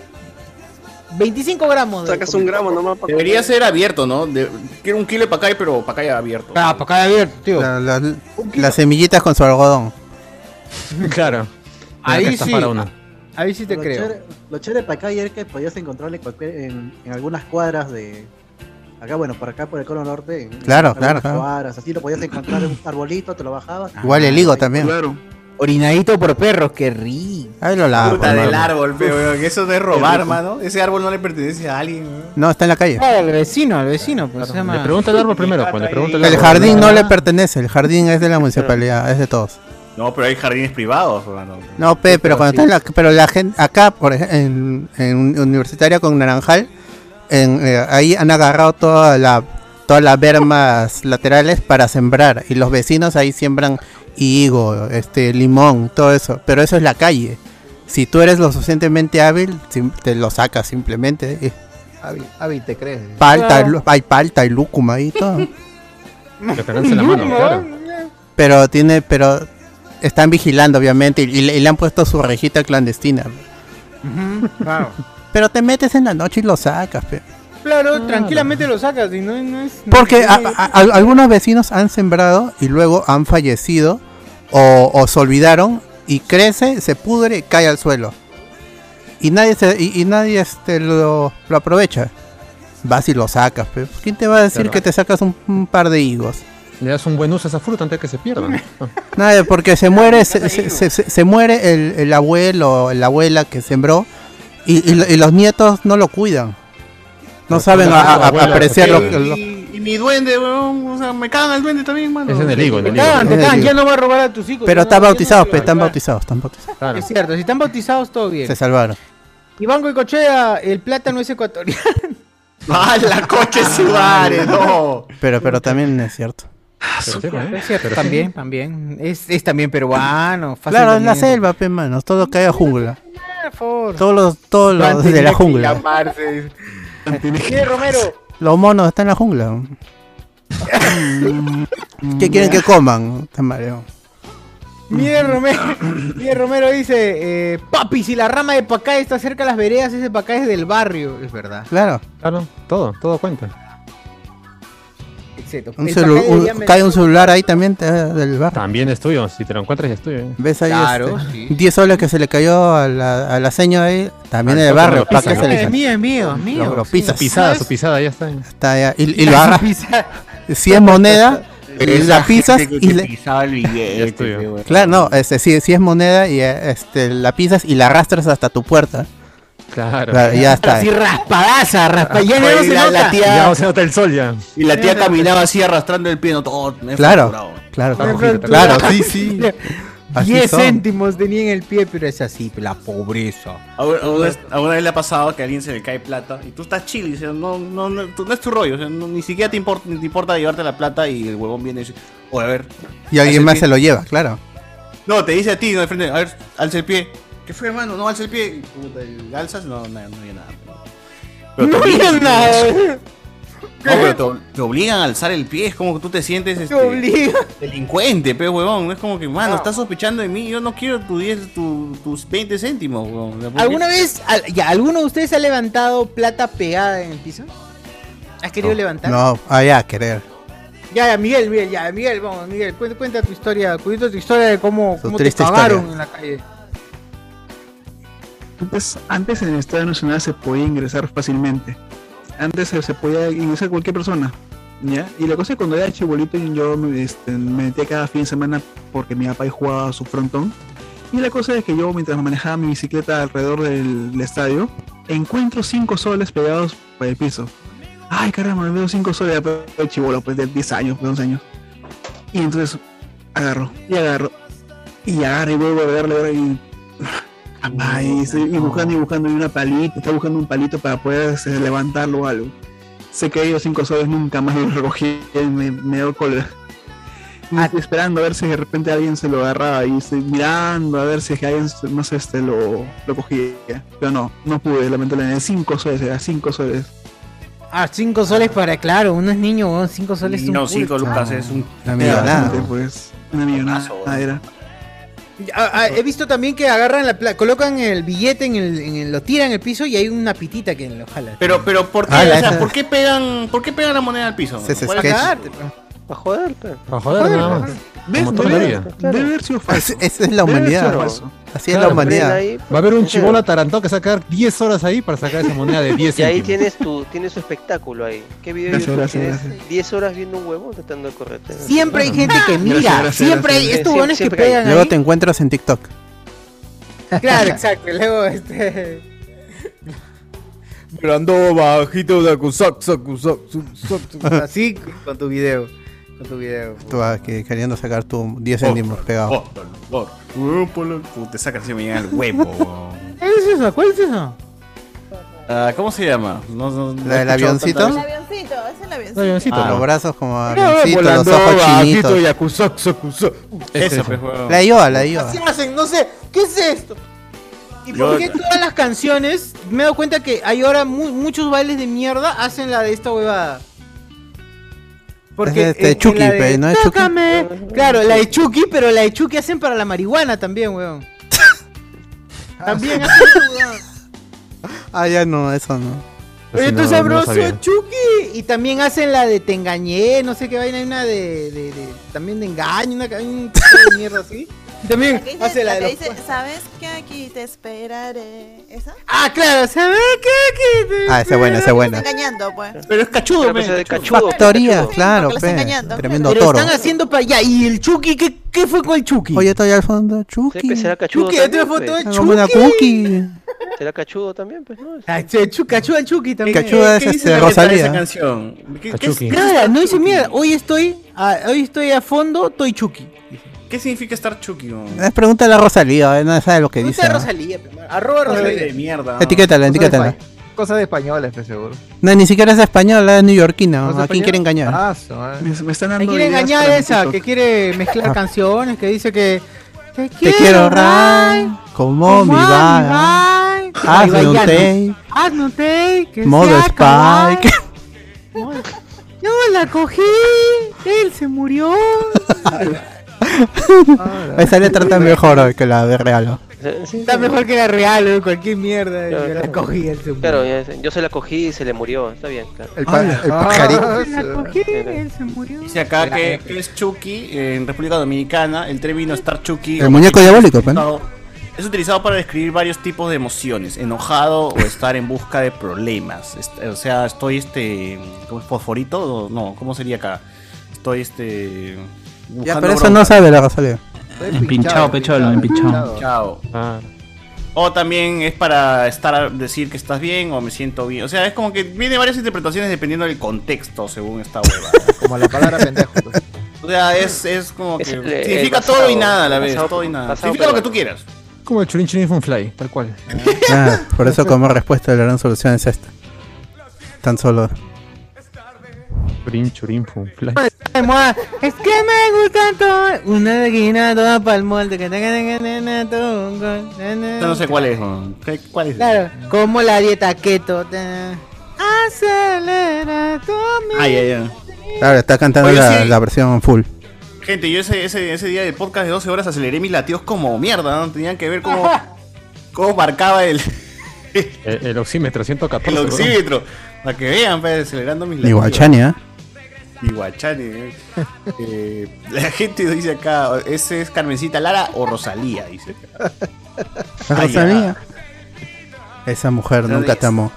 25 gramos. de-
Sacas un gramo nomás para
Debería ser abierto, ¿no? De- quiero un kilo de pacay, pero pacay abierto.
Ah, pacay abierto, tío.
La- la- las semillitas con su algodón.
Claro.
Ahí
Acá
sí.
para uno.
Ahí sí te creo.
lo chévere para acá ayer que podías encontrarle cualquier- en, en algunas cuadras de. Acá, bueno, por acá, por el cono norte. en-
Claro,
en
claro,
algunas
claro.
cuadras, así lo podías encontrar en un arbolito, te lo bajabas.
Igual el higo también.
Ah, Orinadito por perros, qué rico.
Ahí lo lavo.
Puta del
mano.
árbol, pero weón, que eso no es robar,
rico.
mano. Ese árbol no le pertenece a alguien. weón.
No, está en la calle.
Ah, el vecino, el vecino. Pues, se llama-
Le pregunta al árbol primero, pues, le pregunta al
El
árbol.
jardín
Ah.
no le pertenece, el jardín es de la municipalidad, es de todos.
No, pero hay jardines privados, hermano.
No, pe, pero cuando está en la, pero la gente acá, por ejemplo, en, en universitaria con Naranjal, en, eh, ahí han agarrado toda la todas las bermas laterales para sembrar y los vecinos ahí siembran higo, este limón, todo eso, pero eso es la calle. Si tú eres lo suficientemente hábil, sim- te lo sacas simplemente. eh.
Avi, Avi, te crees.
Palta, lu- hay palta y lúcuma y todo.
Le pegaste la mano, claro.
Pero tiene, pero están vigilando obviamente y, y le- y le han puesto su rejita clandestina.
Claro.
Pero te metes en la noche y lo sacas, pe.
Claro, tranquilamente lo sacas y no, no es.
Porque
no
a-
es-
a- a- algunos vecinos han sembrado y luego han fallecido o, o se olvidaron y crece, se pudre, cae al suelo. Y nadie se, y, y nadie este lo, lo aprovecha. Vas y lo sacas, pe. ¿Quién te va a decir
Claro.
que te sacas un, un par de higos?
Le das un buen uso a esa fruta antes de que se pierda. Ah,
Nadie, porque se muere, se, se- se- se- se muere el, el abuelo, la abuela que sembró y, y lo- y los nietos no lo cuidan. No saben a- a- a-
Abuelo,
apreciar lo que...
y-
lo-
Y, y mi duende, weón. O sea, me cagan el duende también, mano.
Es en el higo, en el
Te cagan, te
Es
cagan,
el
ya
higo.
no va a robar a tus hijos.
Pero
ya no- ya
están
no
bautizados,
lo
pe,
va a
están
robar.
bautizados, están bautizados.
Es cierto, si están bautizados, todo bien.
Se salvaron.
Iván Goicochea, el plátano es ecuatoriano.
¡Ah, la coche Suárez! ¡No!
Pero, pero también es cierto.
Pero
sí,
sí,
¿eh?
es
Pero
cierto,
sí.
Ah, también, también. Es, es también peruano. fácil
Claro, en la
dominio.
selva, pe, manos, todo cae a jungla.
Por favor.
Todos los, todos los de la jungla.
Mire, Romero.
Los monos están en la jungla. ¿Qué quieren que coman? Tamareo.
Mire, Romero. Mire, Romero dice: eh, Papi, si la rama de pacá está cerca de las veredas, ese pacá es del barrio. Es verdad.
Claro.
Claro, todo, todo cuenta.
Excepto.
Un
el
celu-
pacá
un-
debería meter-
cae un celular ahí también te- del bar.
También es tuyo, si te lo encuentras ya es tuyo. ¿eh?
¿Ves ahí?
Claro,
este, 10 soles que se le cayó a la, a la seña ahí. También
Al
en el
toque,
barrio.
lo pisas,
placa,
¿no?
se le
Es
sale.
mío, es mío, es mío.
Lo- lo
Sí,
pisas.
¿no
Pisada,
es?
su pisada, ya está.
Está allá. Y, y lo agarras. Si es moneda, la pisas y le.
Ya es tuyo.
Claro, no, este, si, si es moneda, y eh, este, la pisas y la arrastras hasta tu puerta.
Claro.
Claro, ya está.
Así raspadaza, raspa. Ya no
Oye,
se
la- la
nota.
tía-
Ya no se nota el sol ya.
Y la tía caminaba así arrastrando el pie, no todo. me he fracturado.
Claro, claro,
Me
claro,
fracturé.
claro, sí, sí. Así
10
son.
céntimos tenía en el pie, pero es así, la pobreza.
¿Alguna- ¿Alguna vez, alguna vez le ha pasado que a alguien se le cae plata y tú estás chill y dices, no, no, no, tú- no es tu rollo, o sea, no- ni siquiera te importa, ni te importa llevarte la plata y el huevón viene y dice, oye, a ver.
Y
alza
alguien
el
más
pie".
se lo lleva, claro.
No, te dice a ti, no, de frente, a ver, alza el pie. ¿Qué fue, hermano? No, alza el pie. Puta, y alzas, no, no, no había nada.
No había nada.
No, pero te, ob- te obligan a alzar el pie, es como que tú te sientes este,
obligan.
delincuente, pe huevón. No es como que, mano, estás sospechando de mí, yo no quiero tu 10, tu- tus 20 céntimos, huevón. O sea, ¿por qué?
¿Alguna vez, al- ya, alguno de ustedes ha levantado plata pegada en el piso? ¿Has querido levantar?
No, allá a querer.
Ya, ya, Miguel, Miguel, ya, Miguel, vamos, Miguel, cuenta, cuenta tu historia, cuenta tu historia de cómo, cómo te
triste
pagaron
historia.
en la calle.
Antes, antes en el Estadio Nacional se podía ingresar fácilmente. Antes se, se podía ingresar cualquier persona. ¿ya? Y la cosa es que cuando era chibolito yo me, este, me metía cada fin de semana porque mi papá jugaba su frontón. Y la cosa es que yo mientras manejaba mi bicicleta alrededor del, del estadio, encuentro cinco soles pegados por el piso. Ay, caramba, me veo cinco soles de chibolo, pues de 10 años, de 11 años. Y entonces agarro, y agarro, y agarro, y vuelvo a darle, darle, y Papá, y estoy y buscando y buscando y una palita, está buscando un palito para poder este, levantarlo o algo. Sé que ellos cinco soles nunca más los recogí, me, me dio cólera. estoy esperando a ver si de repente alguien se lo agarraba y estoy mirando a ver si es que alguien, no sé, este, lo, lo cogía. Pero no, no pude, lamentablemente. 5 soles, era 5 soles.
Ah, 5 soles para, claro, uno es niño, 5 soles es un
No, cinco
culto.
lucas es un.
Una millonada. pues. Una millonada era.
Ah, ah, he visto también que agarran la pla- colocan el billete en el, en el- lo tiran en el piso y hay una pitita que lo jala.
Pero, pero, ¿por qué,
Ah, la-
o sea, ¿por qué pegan, por qué pegan la moneda al piso?
Se- se
¿Cuál-
sketch.
Para joder,
Para joder, nada más. Como toda la vida.
Debe haber sido
falso.
Esa es la
Debe
humanidad. pues.
ser falso.
Así es la humanidad.
pues, Va a haber un chibolo atarantado que sacar 10 horas ahí para sacar esa moneda de 10
Y ahí
céntimos.
tienes tu, tienes tu espectáculo ahí. ¿Qué video de
Gracias,
YouTube
gracias,
tienes? 10 horas viendo un huevo tratando de correrte.
Siempre hay gente que mira, siempre hay estos hueones que
siempre hay.
pegan
Luego
ahí.
te encuentras en TikTok.
Claro, exacto. y Luego este
Mirando bajito de cusac,
así con tu video, con tu video.
Tú vas que- queriendo sacar tu 10
Oh,
céntimos pegado.
Te sacan si me llega el huevo.
¿Qué es eso? ¿Cuál es eso?
Ah, ¿Cómo se llama? No, no, no
¿La del
he escuchado
avioncito?
tantas
El
veces.
avioncito, es el avioncito.
Ah.
Los brazos como
Mira,
avioncito, los
volando
ojos
pues, bajito
chinitos.
y acusac, acusac. Eso, pues, huevón.
La IOA, la IOA.
Así hacen, no sé, ¿qué es esto? ¿Y por
Yo-
qué todas las canciones? Me he dado cuenta que hay ahora mu- muchos bailes de mierda hacen la de esta huevada.
Es este
en- en
Chucky,
la de,
pe, ¿no es Chucky?
"Tócame". Claro, la de Chucky, pero la de Chucky hacen para la marihuana también, weón. también hacen eso, weón.
Ah, ya no, eso no.
Oye, tú sabroso, Chucky. Y también hacen la de te engañé, no sé qué vaina, hay una de, de- de- también de engaño, una hay un tipo de mierda así. Y también
¿Qué dice?
hace la
La
de
que
los
dice, ¿sabes que aquí te esperaré? ¿Esa?
Ah, claro, ¿sabes qué? qué
Ah, esa es buena, esa es buena.
Estás engañando, pues.
Pero es cachudo,
Pero pues, men, es cachudo. cachudo.
Factoría, claro,
lo está
pe,
engañando,
tremendo
Pero
toro.
están haciendo para allá. ¿Y el Chucky? ¿Qué, qué fue con el Chucky?
Oye, estoy al fondo, Chucky.
será cachudo
Chucky, ya tiene
también,
foto de
pe.
Como una
Chucky.
cookie.
Será cachudo también, pues, ¿no?
Cachuda Ah, el Chucky también.
Cachuda es este, Rosalía.
¿Qué,
Cachuqui.
Nada, no dice mierda. Hoy estoy, ah, hoy estoy a fondo, estoy Chucky.
¿Qué significa estar Chucky? huevón?
Es pregúntale a Rosalía, eh, no sabe lo que dice.
Esa
¿no?
Rosalía, pe, mar. arroba Rosalía.
de mierda.
Etiquétala, etiquétala.
Cosa de españoles, estoy seguro.
No, ni siquiera es española, es neoyorquina.
¿No
¿A
es
quién quiere engañar?
Ah, su madre.
Me, me están
Me
dando
quiere
ideas
engañar
para
esa,
TikTok.
que quiere mezclar canciones, que dice que. Te
Ah. Te quiero, Ray, como mi vaga. Hazme un take,
Hazme un take. que
modo
sea
Spike.
kawaii. Yo la cogí, él se murió.
Esa letra está mejor hoy que la de Real.
Está mejor que la real, eh, cualquier mierda. Yo la cogí, él se murió.
Claro, ya sé, yo se la cogí y se le murió, está bien, claro.
El pa- el Ah, pajarito.
Yo La cogí, él se murió.
Dice acá que que es Chucky eh, en República Dominicana. El término estar Chucky.
El muñeco diabólico, pe, ¿no?
Es utilizado para describir varios tipos de emociones: enojado o estar en busca de problemas. Est- O sea, estoy este. ¿Cómo es? ¿Fosforito? O No, ¿cómo sería acá? Estoy este.
Ya,
buscando
pero eso
bronca.
no sabe la Rosalía.
Empinchado, pecholo, empinchado.
Chao. Ah. O también es para estar decir que estás bien o me siento bien. O sea, es como que viene varias interpretaciones dependiendo del contexto, según esta hueva.
Como la palabra pendejo.
O sea, es, es como que
Es el- el
significa
basado,
todo y nada a la
el
vez,
basado
todo y
por-
nada.
basado
Significa lo
por-
que tú quieras.
Como el chulín chulín fue un fly, tal cual.
Ah, por eso como respuesta la gran solución es esta. Tan solo.
Churín, churín, fue un fly.
Ay, moa, Es que me gusta todo. Una esquina toda pa'l molde. Que tenga, tenga, nena, todo un gol. Na, na.
Yo no sé cuál es. ¿no? ¿Qué- ¿Cuál es?
Claro, como la dieta keto. ta. Acelera tu
Ay, ay, ay.
Claro, está cantando
Oye,
la,
sí.
la versión full.
Gente, yo ese, ese, ese día del podcast de 12 horas aceleré mis latidos como mierda, ¿no? Tenían que ver cómo, cómo marcaba el,
El, el oxímetro, 114.
el
bro.
oxímetro. Para que vean, pues, acelerando mis
Ni
latidos.
Guachania.
Y Guachani, ¿eh? Eh, la gente dice acá, ¿ese es Carmencita Lara o Rosalía? Dice.
La
Ay,
Rosalía. Esa mujer
Pero
nunca
dice-
te amó.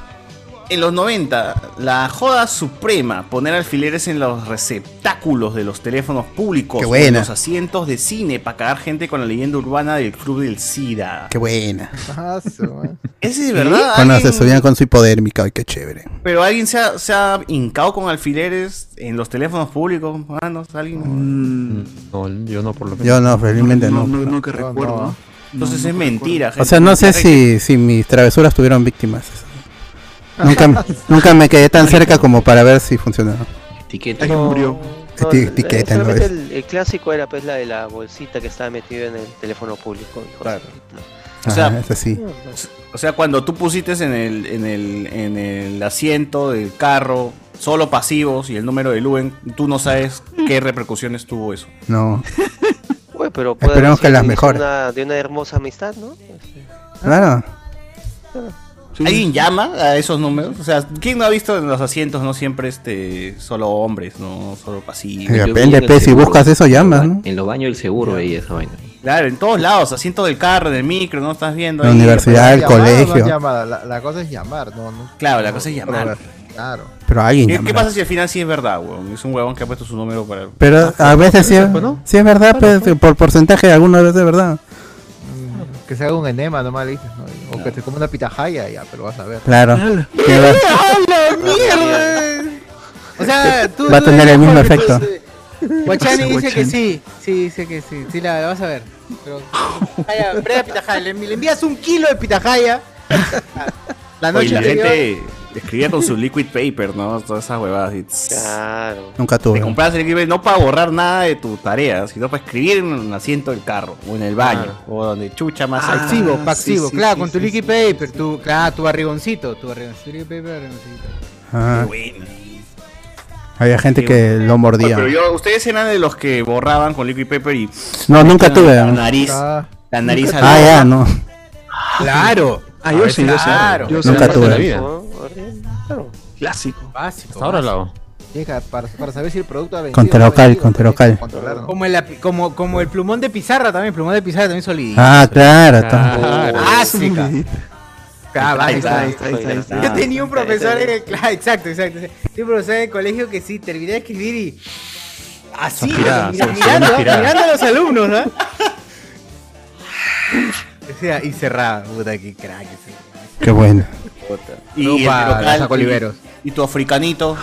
En los 90, la joda suprema, poner alfileres en los receptáculos de los teléfonos públicos
Qué
o en
buena.
los asientos de cine para cagar gente con la leyenda urbana del Club del SIDA.
Qué buena.
Ah, su madre.
Ese es verdad.
Cuando se
¿Alguien-
subían con su hipodérmica, ay, qué chévere.
Pero alguien se ha, se ha hincado con alfileres en los teléfonos públicos, manos,
Mm,
alguien.
Mm, No, yo no, por lo menos.
Yo no, felizmente no.
que recuerdo. ¿no?
Entonces es mentira, gente.
O sea, no sé si, si mis travesuras tuvieron víctimas. Nunca, nunca me quedé tan cerca como para ver si funcionaba.
Etiqueta.
Alguien murió.
Este
No,
eti- etiquétenlo.
solamente
es.
el, el clásico era pues la de la bolsita que estaba metida en el teléfono público. hijo.
O sea,
Ajá, es así.
O sea, cuando tú pusiste en el, en el, en el asiento del carro solo pasivos y el número de Luen, tú no sabes qué repercusiones tuvo eso.
No.
Uy, pero puede
Esperemos
haber
que las
sido
mejores.
una- de una hermosa amistad, ¿no?
Claro.
¿Alguien llama a esos números? O sea, ¿quién no ha visto en los asientos no siempre este solo hombres, no solo pasivos?
De repente, pe, pues, si buscas eso, llamas, ¿no?
En los baños del seguro ahí esa vaina.
Claro, en todos lados, asiento del carro, del micro, no estás viendo.
La
ahí,
universidad, el
aparece llamada,
colegio.
aparece llamada.
Llamada, la, la cosa es llamar, no, no.
Claro, la cosa es llamar.
Claro.
Pero alguien
¿Qué,
llama.
qué pasa si al final sí es verdad, weón? Es un huevón que ha puesto su número para. Ah,
Pero a veces sí, es- sí es verdad,
Claro,
pe, por porcentaje algunas veces es verdad.
Que se haga un enema nomás le dices, ¿no? O que te coma una pitahaya ya, pero vas a ver.
Claro. Que va-
¡Hala, mierda! O sea, tú.
Va a
tú
tener
dices,
el mismo
Jorge,
efecto.
pues, eh, Guachani dice que
Guachani.
sí. Sí, dice que sí. Sí, la, la vas a ver. Pero. Ah, ya, breve pitahaya. Le, le envías un kilo de pitahaya. La noche
Oye, la
anterior.
gente escribía con su liquid paper, ¿no? Todas esas huevadas. Y... Claro.
Nunca tuve.
Te comprabas el liquid paper no para borrar nada de tu tarea, sino para escribir en un asiento del carro o en el baño
Ah.
o donde chucha más hay.
Paxivo, paxivo,
Sí, sí,
claro,
sí,
con tu
sí,
liquid paper, tu, claro, tu barrigoncito, tu barrigoncito, tu liquid paper, barrigoncito.
Ajá. Ah. Había gente que lo
Oye,
mordía.
Pero yo, ustedes eran de los que borraban con liquid paper y.
No, nunca tuve.
La nariz. La nariz al-
Ah, ya, no.
Claro.
Ah, yo sí, yo sí.
Claro.
Yo
Nunca
sí,
tuve.
de la vida.
Clásico. Básico.
Hasta ahora lo hago.
Deja, para, para saber si el producto ha vendido.
Contralocal, contralocal.
Como el, api- como, como el plumón de pizarra también, el plumón de pizarra también solidito.
Ah, claro.
Claro.
tam-
Básica. Claro,
Ahí
básica.
está, ahí está, ahí está, ahí
Ah,
está.
Yo tenía un
Ahí está,
profesor
ahí
en
está.
el, claro, exacto, exacto. Tenía un profesor en el colegio que sí, terminé de escribir y así,
Suspiraba,
mira-
sí, sí,
mirando,
suspiraba.
mirando a los alumnos, ¿no? O sea, y cerraba, puta, qué crack. ese.
Qué bueno.
Y
No,
el
pa,
local,
saco Oh,
y-
Oliveros.
Y tu africanito.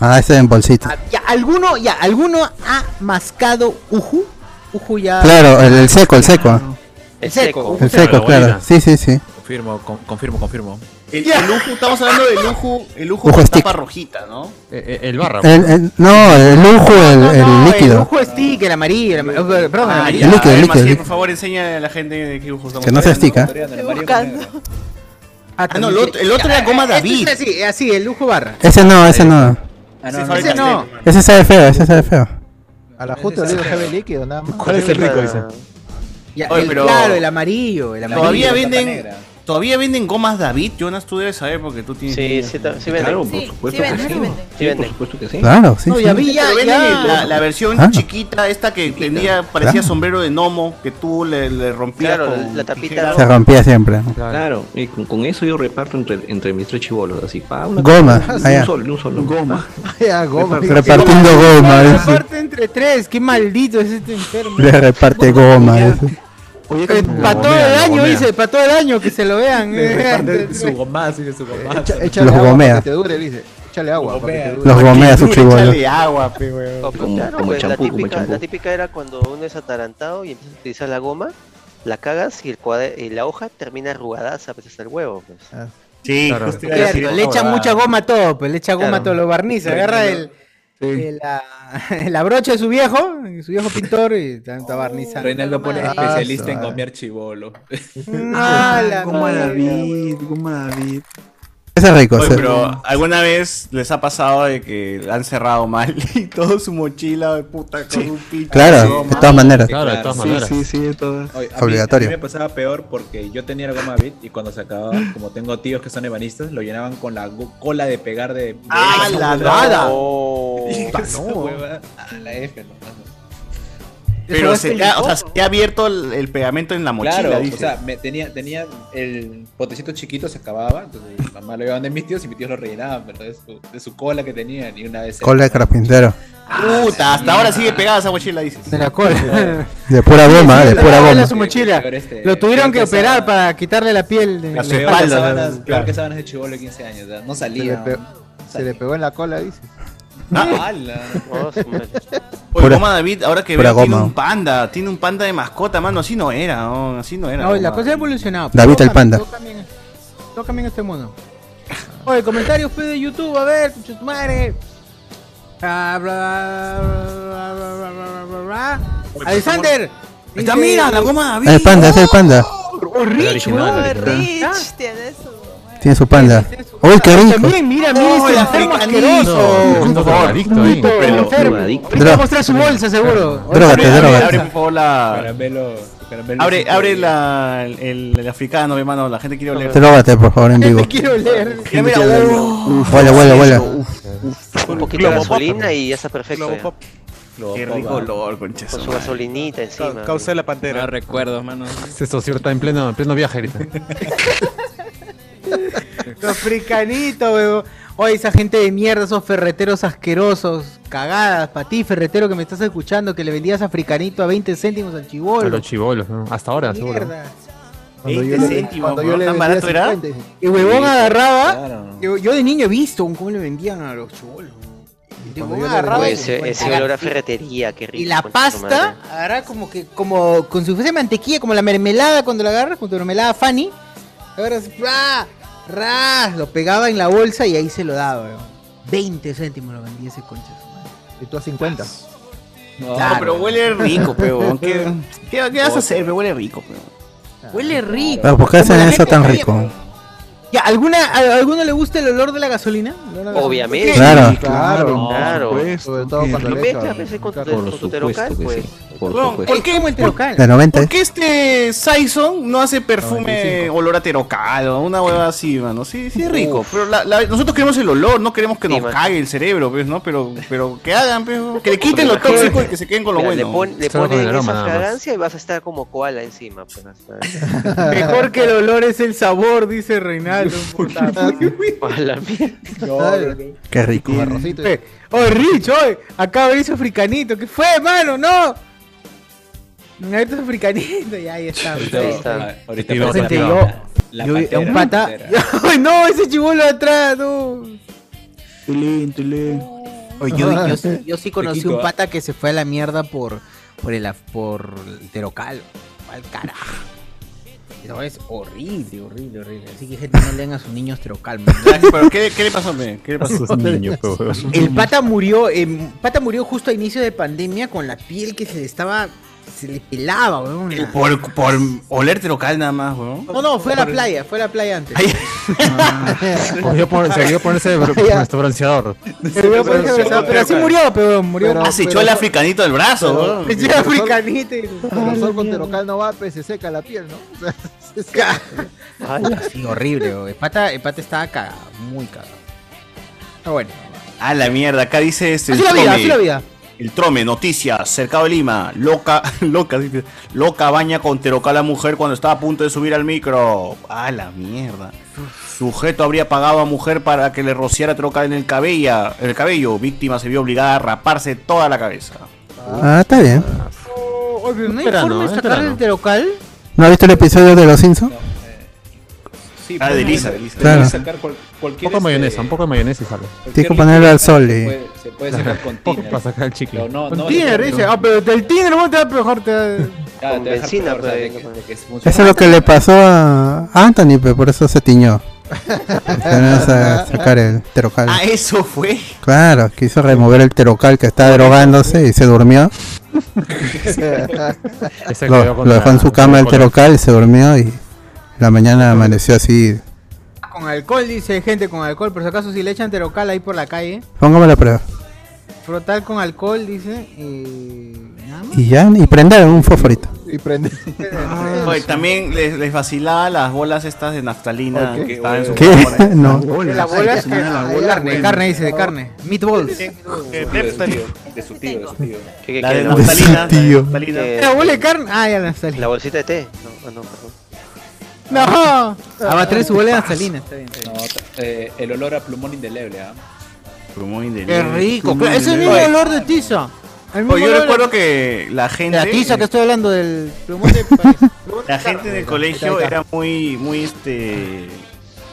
Ah, ese en bolsita.
Ya, alguno, ya, alguno ha mascado uju. Uju ya.
Claro, el, el seco, el seco.
El Ah, seco.
El seco, claro. Sí, sí, sí.
Confirmo, con- confirmo, confirmo.
El, el Uju, estamos hablando del Uju, el Uju
Uju
con
stick.
tapa rojita, ¿no?
Eh, el barra. pues.
El- el- no, el lujo, el, el
El
líquido.
uju stick, el amarillo, el amarillo. Perdón, el
Ah,
amarillo.
ya.
El líquido,
A ver,
el líquido,
Maciel,
el
por favor, enseña a la gente de qué Uju estamos
Que no ¿eh? se
hablando.
estica.
Ah,
no, el otro, el otro era goma David. Ah,
Este es así, así, el lujo barra.
Ese no,
Eh,
ese no.
Ese fabrica
ese no.
Azteca.
Ese sabe feo, ese sabe feo.
A la justa le digo jeve líquido, nada más.
¿Cuál es el rico, dice?
Ya,
Oye,
el-
pero-
Claro, el amarillo, el amarillo.
Todavía
la
venden,
negra.
todavía venden gomas David, Jonas, tú debes saber porque tú tienes.
Sí, sí, ta- sí venden.
Claro,
Sí,
por
sí
supuesto. que
venden, sí
sí.
venden. Sí
por
venden.
supuesto que sí.
Claro, sí,
No,
sí.
ya vi, ya,
Pero
venden
ya.
La, la versión
Claro.
chiquita, esta que tenía, parecía
Claro.
sombrero de gnomo, que tú le, le rompías
Claro,
con
la tapita.
tijeras.
Se rompía siempre.
Claro, y con, con eso yo reparto entre, entre mis tres chivolos, así, pa, una
Goma,
cosa,
ah,
un,
ya.
solo, un solo. Goma.
Ya, goma.
Repartiendo goma. ese.
Reparte entre tres, qué maldito es este enfermo.
Le reparte goma. ese.
Para todo el año, dice, para todo el año que se lo vean. eh,
Su gomá, sí, su gomá.
Échale
Los
agua
gomea.
para que te dure, dice. Échale agua para que te dure.
Los gomea su chivolo.
agua, pe, weón.
Como-
Claro,
como
pues,
champú,
la,
como
típica,
champú.
la típica era cuando uno es atarantado y empiezas a utilizar la goma, la cagas y, el cuadre- y la hoja termina arrugadaza pues, hasta el huevo. pues.
Ah.
Sí,
Claro.
justo iba a decir
Cierto, le
esa
echa
huevada.
mucha goma a todo, pues le echa goma
Claro.
a todo, lo barniza, agarra el, el, ah, la brocha de su viejo, su viejo pintor y está, está barnizando.
Reinaldo pone
Ah,
especialista en
su-
gomear chivolo.
Ah, la
Goma
madre.
David, goma David.
Ese es rico.
Oye,
ese.
pero ¿alguna vez les ha pasado de que la han cerrado mal y todo su mochila de puta con un pinche
Claro,
goma?
de todas maneras.
Claro, de todas
Sí, sí, sí, de todas.
Oye, a mí-
Obligatorio.
a mí me pasaba peor porque yo tenía la goma Bit y cuando se acababa, como tengo tíos que son ebanistas, lo llenaban con la go- cola de pegar de. de-
¡Ah,
de-
la
de-
nada!
Y
Pa,
esa
no.
hueva, a la F, no, no.
Pero se
Eso es
te, ha, o sea, se te ha abierto el, el pegamento en la mochila,
Claro,
dices.
o sea, me tenía, tenía el potecito chiquito, se acababa, entonces mi mamá lo llevaban de mis tíos y mis tíos lo rellenaban, pero de su, de su cola que tenían y una vez...
Cola de carpintero.
Puta, hasta ahora sigue pegada esa mochila, dices.
De la cola.
De pura goma, de pura
Dale
goma.
su mochila.
Pero este,
Lo tuvieron que
creo que
operar
esa-
para quitarle la piel de
La
la
peor que
espalda.
sábanas,
¿no?
peor que sábanas de chivolo de 15 años, o sea, no
Se le
salía.
pe-
no
Se le
salía.
pegó en la cola, dice.
Ah, ala.
Oye,
Pura-
goma David, ahora que
pura
veo, tiene
goma.
un panda, tiene un panda de mascota, mano, así no era, no, así no era.
No, la
goma.
cosa ha evolucionado.
David el panda.
Toca bien, pues, toca bien este mono. Oye, comentarios fue de YouTube, a ver, chuchumare. Alexander.
Está, mira, la goma
El panda, es el panda.
Oh, Rich, weón.
Rich tiene su.
Tiene su panda. Uy, qué rico.
También, mira, mira este enfermo asqueroso.
No, drogadicto ahí.
eh,
Enfermo. Ahorita va a mostrar su bolsa, seguro.
Drógate, drógate.
Abre, por favor, la.
Caramelo. caramelo
Abre,
frito.
abre la, el, el africano, mi hermano. La gente quiere oler.
Drógate, por favor, en vivo.
Quiero leer.
Ya mira, uh,
Huele, huele, huele.
Un poquito de gasolina y ya está perfecto. ya.
Qué rico olor, conchazo.
Con su gasolinita encima.
Causa de la pantera.
recuerdos, mano. Se soció está en pleno, en pleno viaje ahorita.
Africanito, weón. Oye, esa gente de mierda, esos ferreteros asquerosos, cagadas. Para ti, ferretero que me estás escuchando, que le vendías africanito a 20 céntimos al
A
chivolo.
los chivolos, ¿no? Hasta ahora, seguro.
Mierda.
Cuando
Este
20
yo le-
céntimos,
cuando yo
¿no?
le
¿Tan
vendía
barato era?
50.
El huevón agarraba.
Claro.
Yo, yo de niño he visto cómo le vendían a los chivolos. El huevón
Uy,
agarraba y-
Pues, ese, ese olor a ferretería, qué rico.
Y la
concha su
pasta,
¿Ah?
madre.
agarra como que, como con su fuese mantequilla, como la mermelada cuando la agarras, con tu mermelada Fanny. Agarras, ¡ra! ¡ra! Lo pegaba en la bolsa y ahí se lo daba, weón. 20 céntimos lo vendía ese concha. de su madre.
Y tú a 50.
No,
Claro.
pero huele rico, peón. ¿Qué, qué, qué vas a hacer? Me huele rico, peón.
Ah, Huele rico.
Ah, Pero, ¿Por qué
Como
hacen
la
eso
gente
tan
que-
rico?
Ya, ¿alguna, a, a alguno le gusta el olor de la gasolina? ¿El olor a la gasolina?
Obviamente.
Claro.
Claro.
Claro.
Sobre todo cuando
Lo
le
mezclas a
echan.
veces con, tu-
Claro.
con tu terocal, pues.
Huevón, ¿Por qué,
Como el terocal.
De 90.
por qué este Saison no hace perfume olor a terocal o una hueva así, mano? Sí, sí es rico. Pero la- la- nosotros queremos el olor, no queremos que
Sí,
nos
man.
cague el cerebro, pues, ¿no? Pero, pero que hagan, pues, que le quiten lo
Porque la
tóxico y
gente-
que se queden con lo
Mira, Le,
bueno.
pon- le
Solo con
ponen
el
esa
aroma, nada más.
fragancia y vas a estar como koala encima. Pues, hasta-
Mejor que el olor es el sabor, dice Reinaldo. puta madre.
A la mierda.
Qué rico.
Con arrocito.
Oye, oye, Rich, oye, acaba de venir su africanito. ¿Qué fue, mano? ¡No! Me su africanito y ahí está.
Ahí está.
Ahorita
Y
parece
vamos a
la
Gente,
la
pantera. La pantera,
yo, yo-
la
un pata.
pantera.
Ay, no, ese chivolo de atrás, no.
Tulín, tulín.
Oye, yo,
Ah.
yo sí- yo sí conocí
Riquito,
un
¿ah?
pata que se fue a la mierda por, por, el, af- por el terocal. Al carajo. Pero es horrible, horrible, horrible. Así que, gente, no lean a sus niños terocal. man.
Pero, ¿qué, qué le pasó, men? ¿Qué le pasó?
Sus niños, pues, huevón.
El pata murió, em, pata murió justo a inicio de pandemia con la piel que se le estaba, se le pelaba, weón.
El Por, por oler terocal nada más, weón.
No, no, fue a la playa, fue a la playa antes.
Cogió por- Se vio ponerse bro- nuestro bronceador.
pero, así murió, pero murió.
Pero-
Ah, se echó el africanito del brazo, weón.
Le eché africanita y-
Pero el sol con terocal no va, pues se seca la piel, ¿no? O sea, se seca.
Sí, horrible, weón. El pata, el pata estaba cagado, muy cagado. Pero Ah, bueno.
A la mierda, acá dice este.
Así la vida, así la vida.
El Trome, noticias, cercado de Lima, loca, loca, dice, loca baña con terocal a mujer cuando estaba a punto de subir al micro. A la mierda. Sujeto habría pagado a mujer para que le rociara terocal en el cabello. El cabello, víctima se vio obligada a raparse toda la cabeza.
Ah, está bien.
Oye, ¿no hay
Espera,
forma
no,
de sacar
espera,
el
no.
terocal?
¿No has visto el episodio de Los Simpsons?
Sí,
Ah,
pues,
de Lisa,
se-
de Lisa.
se puede
Claro.
sacar cual- cualquier,
Un poco de mayonesa,
este,
un poco de mayonesa y sale.
Tienes que
cualquier
ponerlo al
líquido
sol
Se
y.
puede,
este
se puede sacar con
Poco
tiner.
para sacar el chicle.
Pero no, no,
Tiner,
no-
dice. Ah, pero del tiner, vos te vas a peor. Te... va-
Ya,
Con
te deja
benzina,
peor, o sea,
pues.
de que- de que es mucho-
Eso es lo que le pasó a Anthony, pero por eso se tiñó. Para sa- sacar el terocal.
Ah, eso fue.
Claro, quiso remover el terocal que estaba drogándose y se durmió.
Ese quedó
Lo,
con
lo
la-
dejó en su
con
cama el
color.
terocal, se durmió y la mañana amaneció así.
Con alcohol, dice gente, con alcohol. Por si acaso, si le echan terocal ahí por la calle,
Póngame la prueba.
frotar con alcohol, dice. Y. Nada más.
Y ya, y prender un fosforito.
Y prende.
Ah,
Oye, también les, les vacilaba las bolas estas de naftalina
Oye,
que estaban en su
¿Qué?
camarones.
No.
De la bola Oh. es que- de carne, de carne, dice, de carne. Meatballs.
de su tío, de su tío, de su tío.
¿Qué- qué-
La
qué-
de
la-
naftalina. la de
tío.
naftalina.
que-
La bola de carne. Ah, ya la salí.
La bolsita de té. No, ah, no, perdón.
No. Ah, va a traer su bola de salina. Está bien, está bien.
No, eh, el olor a plumón indeleble, ¿ah?
Pero muy
Qué
indeleble.
rico.
Muy
pero Es el mismo
indeleble.
olor de tiza. El mismo
Oye, yo
olor de-
recuerdo que la
de
gente.
la tiza que estoy hablando del plumón de París.
La gente del colegio era muy, muy, este,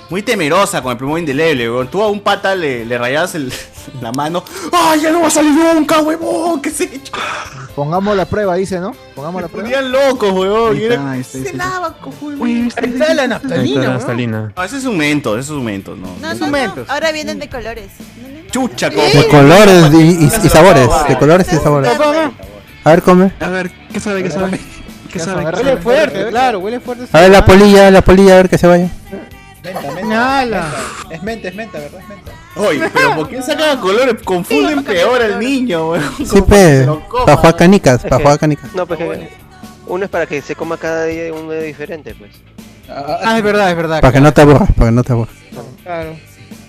muy temerosa con el plumón indeleble, weón. Tú a un pata le, le rayabas el- la mano. ¡Ay, ya no va a salir nunca, huevón! ¿Qué se
Pongamos la prueba, dice, ¿no? Pongamos la prueba.
ponían locos, huevón. y era-
Se lava, cojudo.
Ahí está la
Ahí está
naftalina.
la
¿no?
naftalina.
No, ese es un mento, ese es un mento, no.
No, no,
Los
no.
momentos.
Ahora vienen de colores. No, no, no.
chucha,
De Pues colores y, y- y sabores. De colores y sabores. A ver, come.
A ver, ¿qué sabe? ¿Qué sabe? ¿Qué sabe? ¿Qué
Huele
sabe?
fuerte, claro, huele fuerte. Ah,
A ver, la polilla, la polilla, a ver que se vaya.
Menta,
Nala.
Es menta, es menta, ¿verdad? Es menta.
Oye, pero ¿por qué sacan colores? Confunden peor al niño, weón.
Sí, pe. Para jugar canicas, para jugar canicas.
No, pues que uno es para que se coma cada día uno es diferente, pues.
Ah, es verdad, es verdad.
Para que no te aburras, para que no te aburras.
Claro.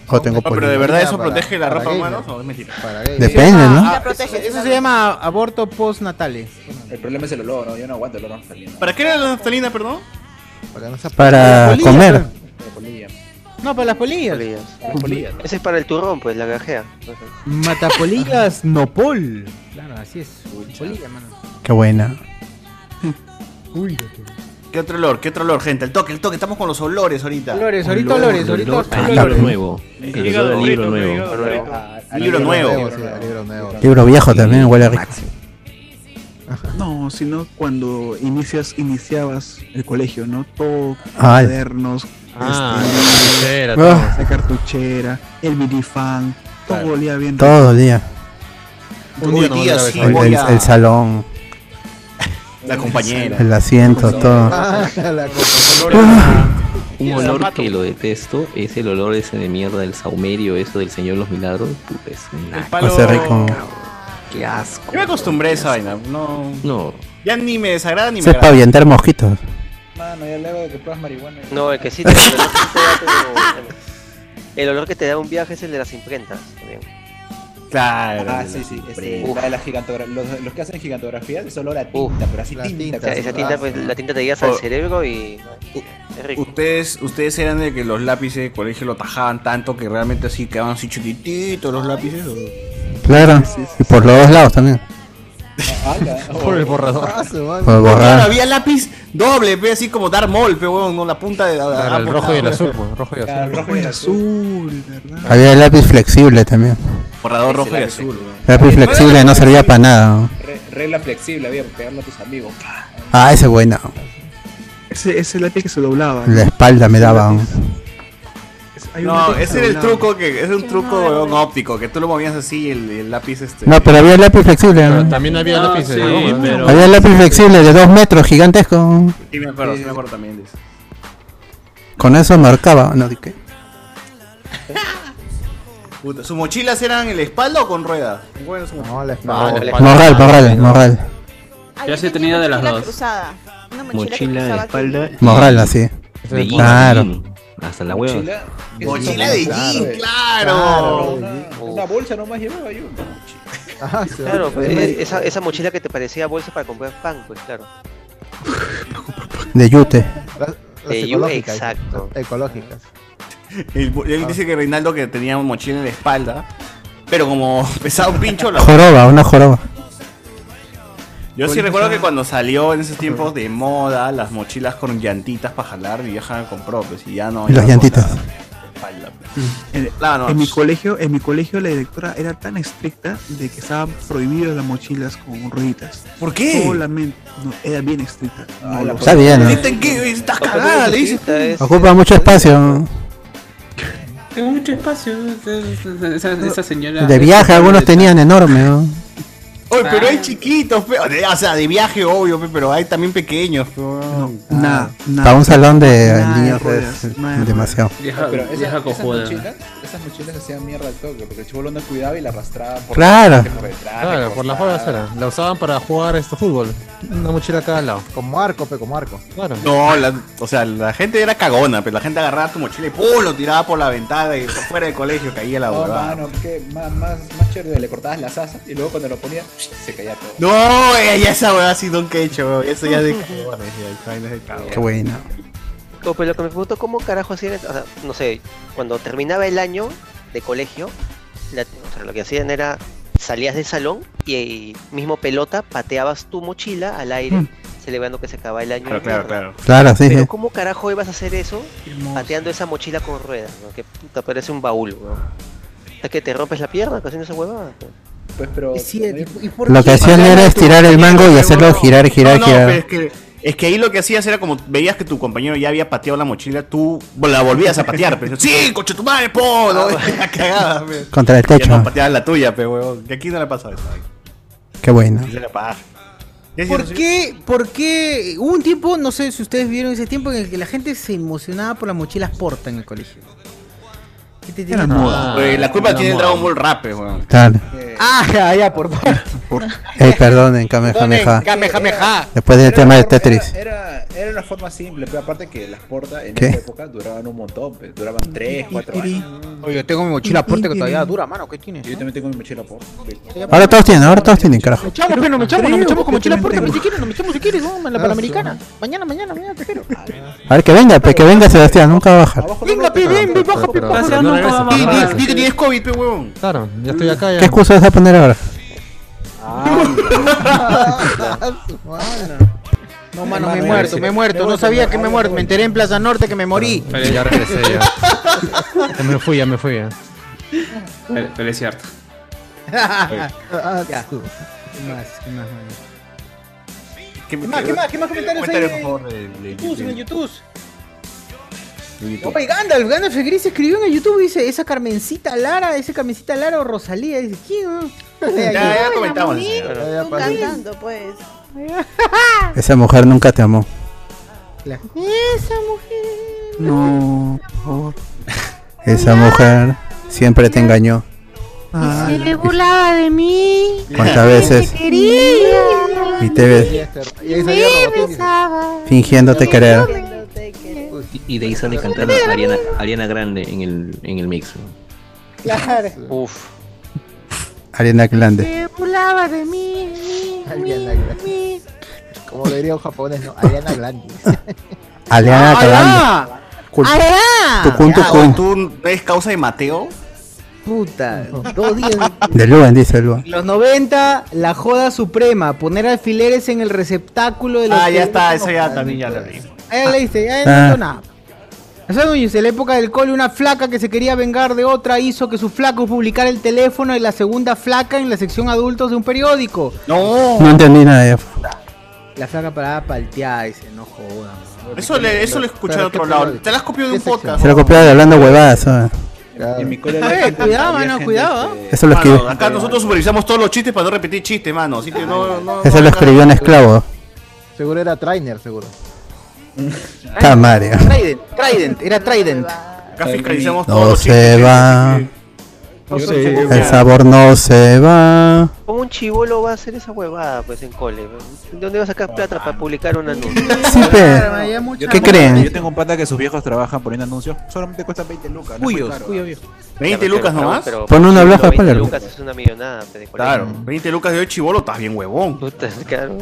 O tengo
No, pero de
polilla.
verdad eso
Para-
protege la
para
ropa
gay,
humana
¿no?
o es mentira.
Depende, ¿no?
Ah, eso, eso se llama aborto postnatale.
El problema es el olor, ¿no? Yo no aguanto el olor naftalina.
¿Para qué era la naftalina, perdón?
Para
Para
Polilla,
comer.
pues.
pe. No, para las polillas.
Ese es para el turrón, pues, la gajea.
Matapolillas Nopol. Claro, así es. Polilla, mano.
Qué buena.
Uy.
¿Qué otro olor? ¿Qué otro olor, gente? El toque, el toque. Estamos con los olores ahorita.
Olores, ahorita olores, ahorita
olores. Ah,
olores.
El
Que
hígado
olor al libro
frito,
nuevo.
el hígado
Ah,
frito. Libro nuevo.
sí, al libro nuevo.
Libro viejo también huele rico.
No, sino cuando inicias, iniciabas el colegio, ¿no? Todo,
Ah, el-
cuadernos,
Ah,
este,
la cartuchera,
ah,
todo.
la cartuchera, el minifan, todo olía bien.
Todo el día.
Un día, no, otra vez,
El,
no.
el- el salón,
La compañera.
el asiento, todo.
Ah,
Un olor que lo detesto es el olor ese de mierda del saumerio, eso del Señor de los Milagros. Puta, es una...
palo-
Hace rico.
Qué asco.
Yo me acostumbré a esa vaina. No.
No.
Ya ni me desagrada ni me
Se es para
agrada.
avientar mosquitos.
Mano, ya luego de que pruebas marihuana.
No, el que sí te el olor que te da, pero- El olor que te da un viaje es el de las imprentas. también.
Claro.
Ah, sí, sí. ese,
Uf.
la de las gigantogra- los, los que hacen gigantografías es olor a tinta, pero así tinta.
O sea, esa tinta, pues, la tinta te llegas
Oh.
al cerebro y... Es rico.
Ustedes, ustedes eran de que los lápices de colegio lo tajaban tanto que realmente así quedaban así chiquititos los lápices. ¿o?
Claro. Y por los dos lados también.
Por el borrador.
Por el borrador.
había lápiz doble, pe, así como dar mol, pe, huevón, con la punta de.
Claro, el rojo y el azul, pues, rojo y azul.
El rojo y el azul.
Había el lápiz flexible también.
Borrador rojo y azul, weón.
Lápiz flexible no servía para nada. ¿no?
Re- regla flexible, había para pegarle a tus amigos. Pa.
Ah, ese bueno.
Ese, ese lápiz que se doblaba.
La espalda me daba. ¿no?
Hay un
No,
lápiz que
ese
se
era el
doblaba.
truco que es un truco weón, óptico, que tú lo movías así y el, el lápiz este.
No, pero había el lápiz flexible. ¿no?
También había
Ah,
lápices
sí,
de goma, ¿no?
pero-
Había el lápiz flexible de dos metros, gigantesco.
Sí, me acuerdo, sí, me acuerdo también de eso.
Con eso marcaba. No, ¿qué?
Puta, ¿Sus mochilas eran en la espalda o con rueda?
No,
Ah,
la
espalda.
Morral, morral, morral.
Yo sí he tenido de las
Mochila
dos.
cruzada. Una mochila,
Mochila de
cruzada
espalda.
Morral, así.
De jean,
Claro.
jean. Hasta
Ah,
la hueva.
Mochila de jean,
Claro,
claro.
una, una bolsa nomás llevaba yo.
Ah,
Claro, pues,
Pero-
eh, esa, esa mochila que te parecía bolsa para comprar pan, pues claro.
De yute.
De Eh, Yu-
ecológicas,
exacto. Ah.
Ecológicas.
El bo- él dice que Reinaldo que tenía un mochila en la espalda, pero como pesaba un pincho la-
Joroba, una joroba.
Yo sí recuerdo que cuando salió en esos tiempos de moda las mochilas con llantitas para jalar, mi vieja me compró, pues y ya no.
Y
ya
las
con
llantitas.
la espalda, pues.
En,
Claro, no.
en mi colegio, en mi colegio la directora era tan estricta de que estaban prohibidas las mochilas con rueditas.
¿Por qué?
Solamente, no, era bien estricta.
Ah,
No, lo-
Está bien, ¿no?
¿Viste en qué? Estás cagada, le dices.
Ocupa mucho espacio. ¿no?
Tengo mucho espacio. Esa, esa- esa señora.
De viaje algunos tenían enorme. ¿no?
Oye,
Ah.
pero hay chiquitos, pe- o sea, de viaje obvio, pe, pero hay también pequeños. pe, weón.
Nada, nada.
Ah, Para un salón de
Nada
niños
ruedas,
es
nada de
demasiado.
Vieja,
pero esa-
vieja
esas,
cojuda.
mochilas, esas mochilas hacían mierda al toque, porque el chivolo no cuidaba y la arrastraba por
Claro.
por detrás,
Claro, por la fuerza
recostada.
era. La usaban para jugar este fútbol. Una mochila a cada lado.
Como arco, pe, como arco.
Claro.
No, la- o sea, la gente era cagona, pero la gente agarraba tu mochila y ¡pum! lo tiraba por la ventana y fuera del colegio caía la
No,
huevada.
mano, que más, más, más chévere, le cortabas las asas y luego cuando lo ponías, se caía todo.
No, eh, ya esa huevada sí nunca he hecho, weón. Eso ya de cagones, ya, esa vaina es de cagones.
Qué buena.
No, pero pues, lo que me pregunto, ¿cómo carajo hacían? esto? O sea, no sé, cuando terminaba el año de colegio, la- o sea, lo que hacían era salías del salón y, y mismo pelota pateabas tu mochila al aire, celebrando que se acaba el año.
Claro,
de
claro,
mierda.
claro.
Mm. Claro, sí,
Pero
sí.
¿cómo carajo ibas a hacer eso pateando esa mochila con ruedas? ¿no? Que puta, parece un baúl, weón. O sea, que te rompes la pierna haciendo esa huevada.
Pues, pero.
Sí, ¿y- y por
Lo
qué?
que hacían era estirar el mango y hacerlo girar, girar,
No, no, pero
girar.
es que Es que ahí lo que hacías era como veías que tu compañero ya había pateado la mochila, tú la volvías a patear. Pero, sí, coche tu madre, po, ¿no? la cagada. pe.
Contra el
Ya no
techo.
pateabas la tuya, pero weón. Que aquí no le pasa eso. ay.
Qué bueno.
Aquí se la paga.
¿Por qué? ¿Por qué? Hubo un tiempo, no sé si ustedes vieron ese tiempo en el que la gente se emocionaba por las mochilas porta en el colegio. Que te Ah,
Era
tenían-
moda. Oye, Pues, la culpa tiene el Dragon Ball Rap, pe, weón.
Claro.
Ah, ya, ya, por favor.
Ey, perdonen, Kamehameha. Después del tema de Tetris.
Era, era una forma simple, pero aparte que las portas en
¿Qué?
esa época duraban un montón, pues, duraban 3, 4 años.
Oye, tengo mi mochila porte que todavía dura, mano, ¿qué tiene?
Yo también tengo mi mochila porta.
Ahora todos tienen, ahora todos tienen, carajo.
echamos, pero nos echamos, nos
creo
echamos con
que
mochila porta,
tengo.
pero si quieres, nos echamos si quieres, vamos a la
Ah,
Panamericana. Mañana, mañana, mañana te espero.
A ver, que venga, pe, que venga Sebastián, nunca va a bajar.
Venga, pi, ven, ven, baja, pi,
pero-
baja.
pero no regresa.
Di- di- Di que tienes COVID, pe, weón.
Claro, ya estoy acá.
¿Qué excusa vas a poner ahora?
No, mano, me
Hermano,
he
ya
muerto,
sí.
me he muerto.
Me
No
voy,
sabía
me
que me he
voy,
muerto.
me
Me
voy.
enteré en Plaza Norte que me morí.
Ah,
Pero ya regresé ya. Ya me fui, ya me fui. Ya.
Pero, pero es cierto.
Ya. ¿Qué más? ¿Qué más, mano? ¿Qué más? ¿Qué más? ¿Qué más comentarios hay?
Comentarios, por
en
favor, de- de-
YouTube,
de-
en YouTube.
de YouTube.
Opa, y Gandalf, Gandalf el Gris escribió en el YouTube, dice, esa Carmencita Lara, ese Carmencita Lara o Rosalía, dice, ¿quién? no?
Ya, ya comentamos.
Tú cantando, pues.
Esa mujer nunca te amó.
Esa mujer.
No. Esa mujer siempre te engañó.
Ah,
Se le burlaba de mí.
¿Cuántas veces?
Me quería.
Y te ves
Me besaba.
fingiéndote querer.
Y de ahí sale cantando Ariana, Ariana Grande en el, en el mix.
Claro.
Uf.
Ariana Grande.
Se burlaba de mí.
Ariana Grande. Como lo diría un japonés, ¿no? Ariana Grande.
Ah,
Ariana Grande. Cul- Tucun,
Ya,
tucun.
Ah, ¿Tú no eres causa de Mateo?
Puta, dos días.
De Luan, dice Luan.
Los 90, la joda suprema, poner alfileres en el receptáculo de los
Ah, ya está, eso
teléfonos.
ya también ya lo vi.
Ah, ya leíste, ya
Ah.
no hizo nada. Eso no hizo. En la época del cole, una flaca que se quería vengar de otra hizo que su flaco publicara el teléfono de la segunda flaca en la sección adultos de un periódico.
No.
No entendí nada de
La flaca paraba palteada, dice, no joda. man.
Eso, le- eso lo he escuchado de otro
Pero qué
lado.
periódico.
Te la has copiado de un podcast.
Se lo copiaba de hablando huevadas. ¿eh?
En mi cole
A ver, cuidado, mano, cuidado.
eh.
Eso lo escribí.
acá nosotros supervisamos todos los chistes para no repetir chistes, mano. Así que no, no,
Eso lo escribió un esclavo.
Seguro era trainer, seguro.
Está Mario.
Trident, Trident, era Trident.
Acá fiscalizamos todos
No
los chistes.
se va.
No
se
El sabor no se va.
¿Cómo un chivolo va a hacer esa huevada pues en cole? ¿De dónde va a sacar plata para publicar un anuncio?
Sí, pe. ¿Qué creen?
Yo tengo un pata que sus viejos trabajan poniendo anuncios, solamente cuestan 20 lucas. No
Cuyos,
Cuyos,
cuyos
viejo.
20 lucas nomás.
Pon una
blaja
blaja para el-
lucas es una millonada. pe, de colegio.
Claro, 20 lucas de hoy chivolo, estás bien huevón.
claro.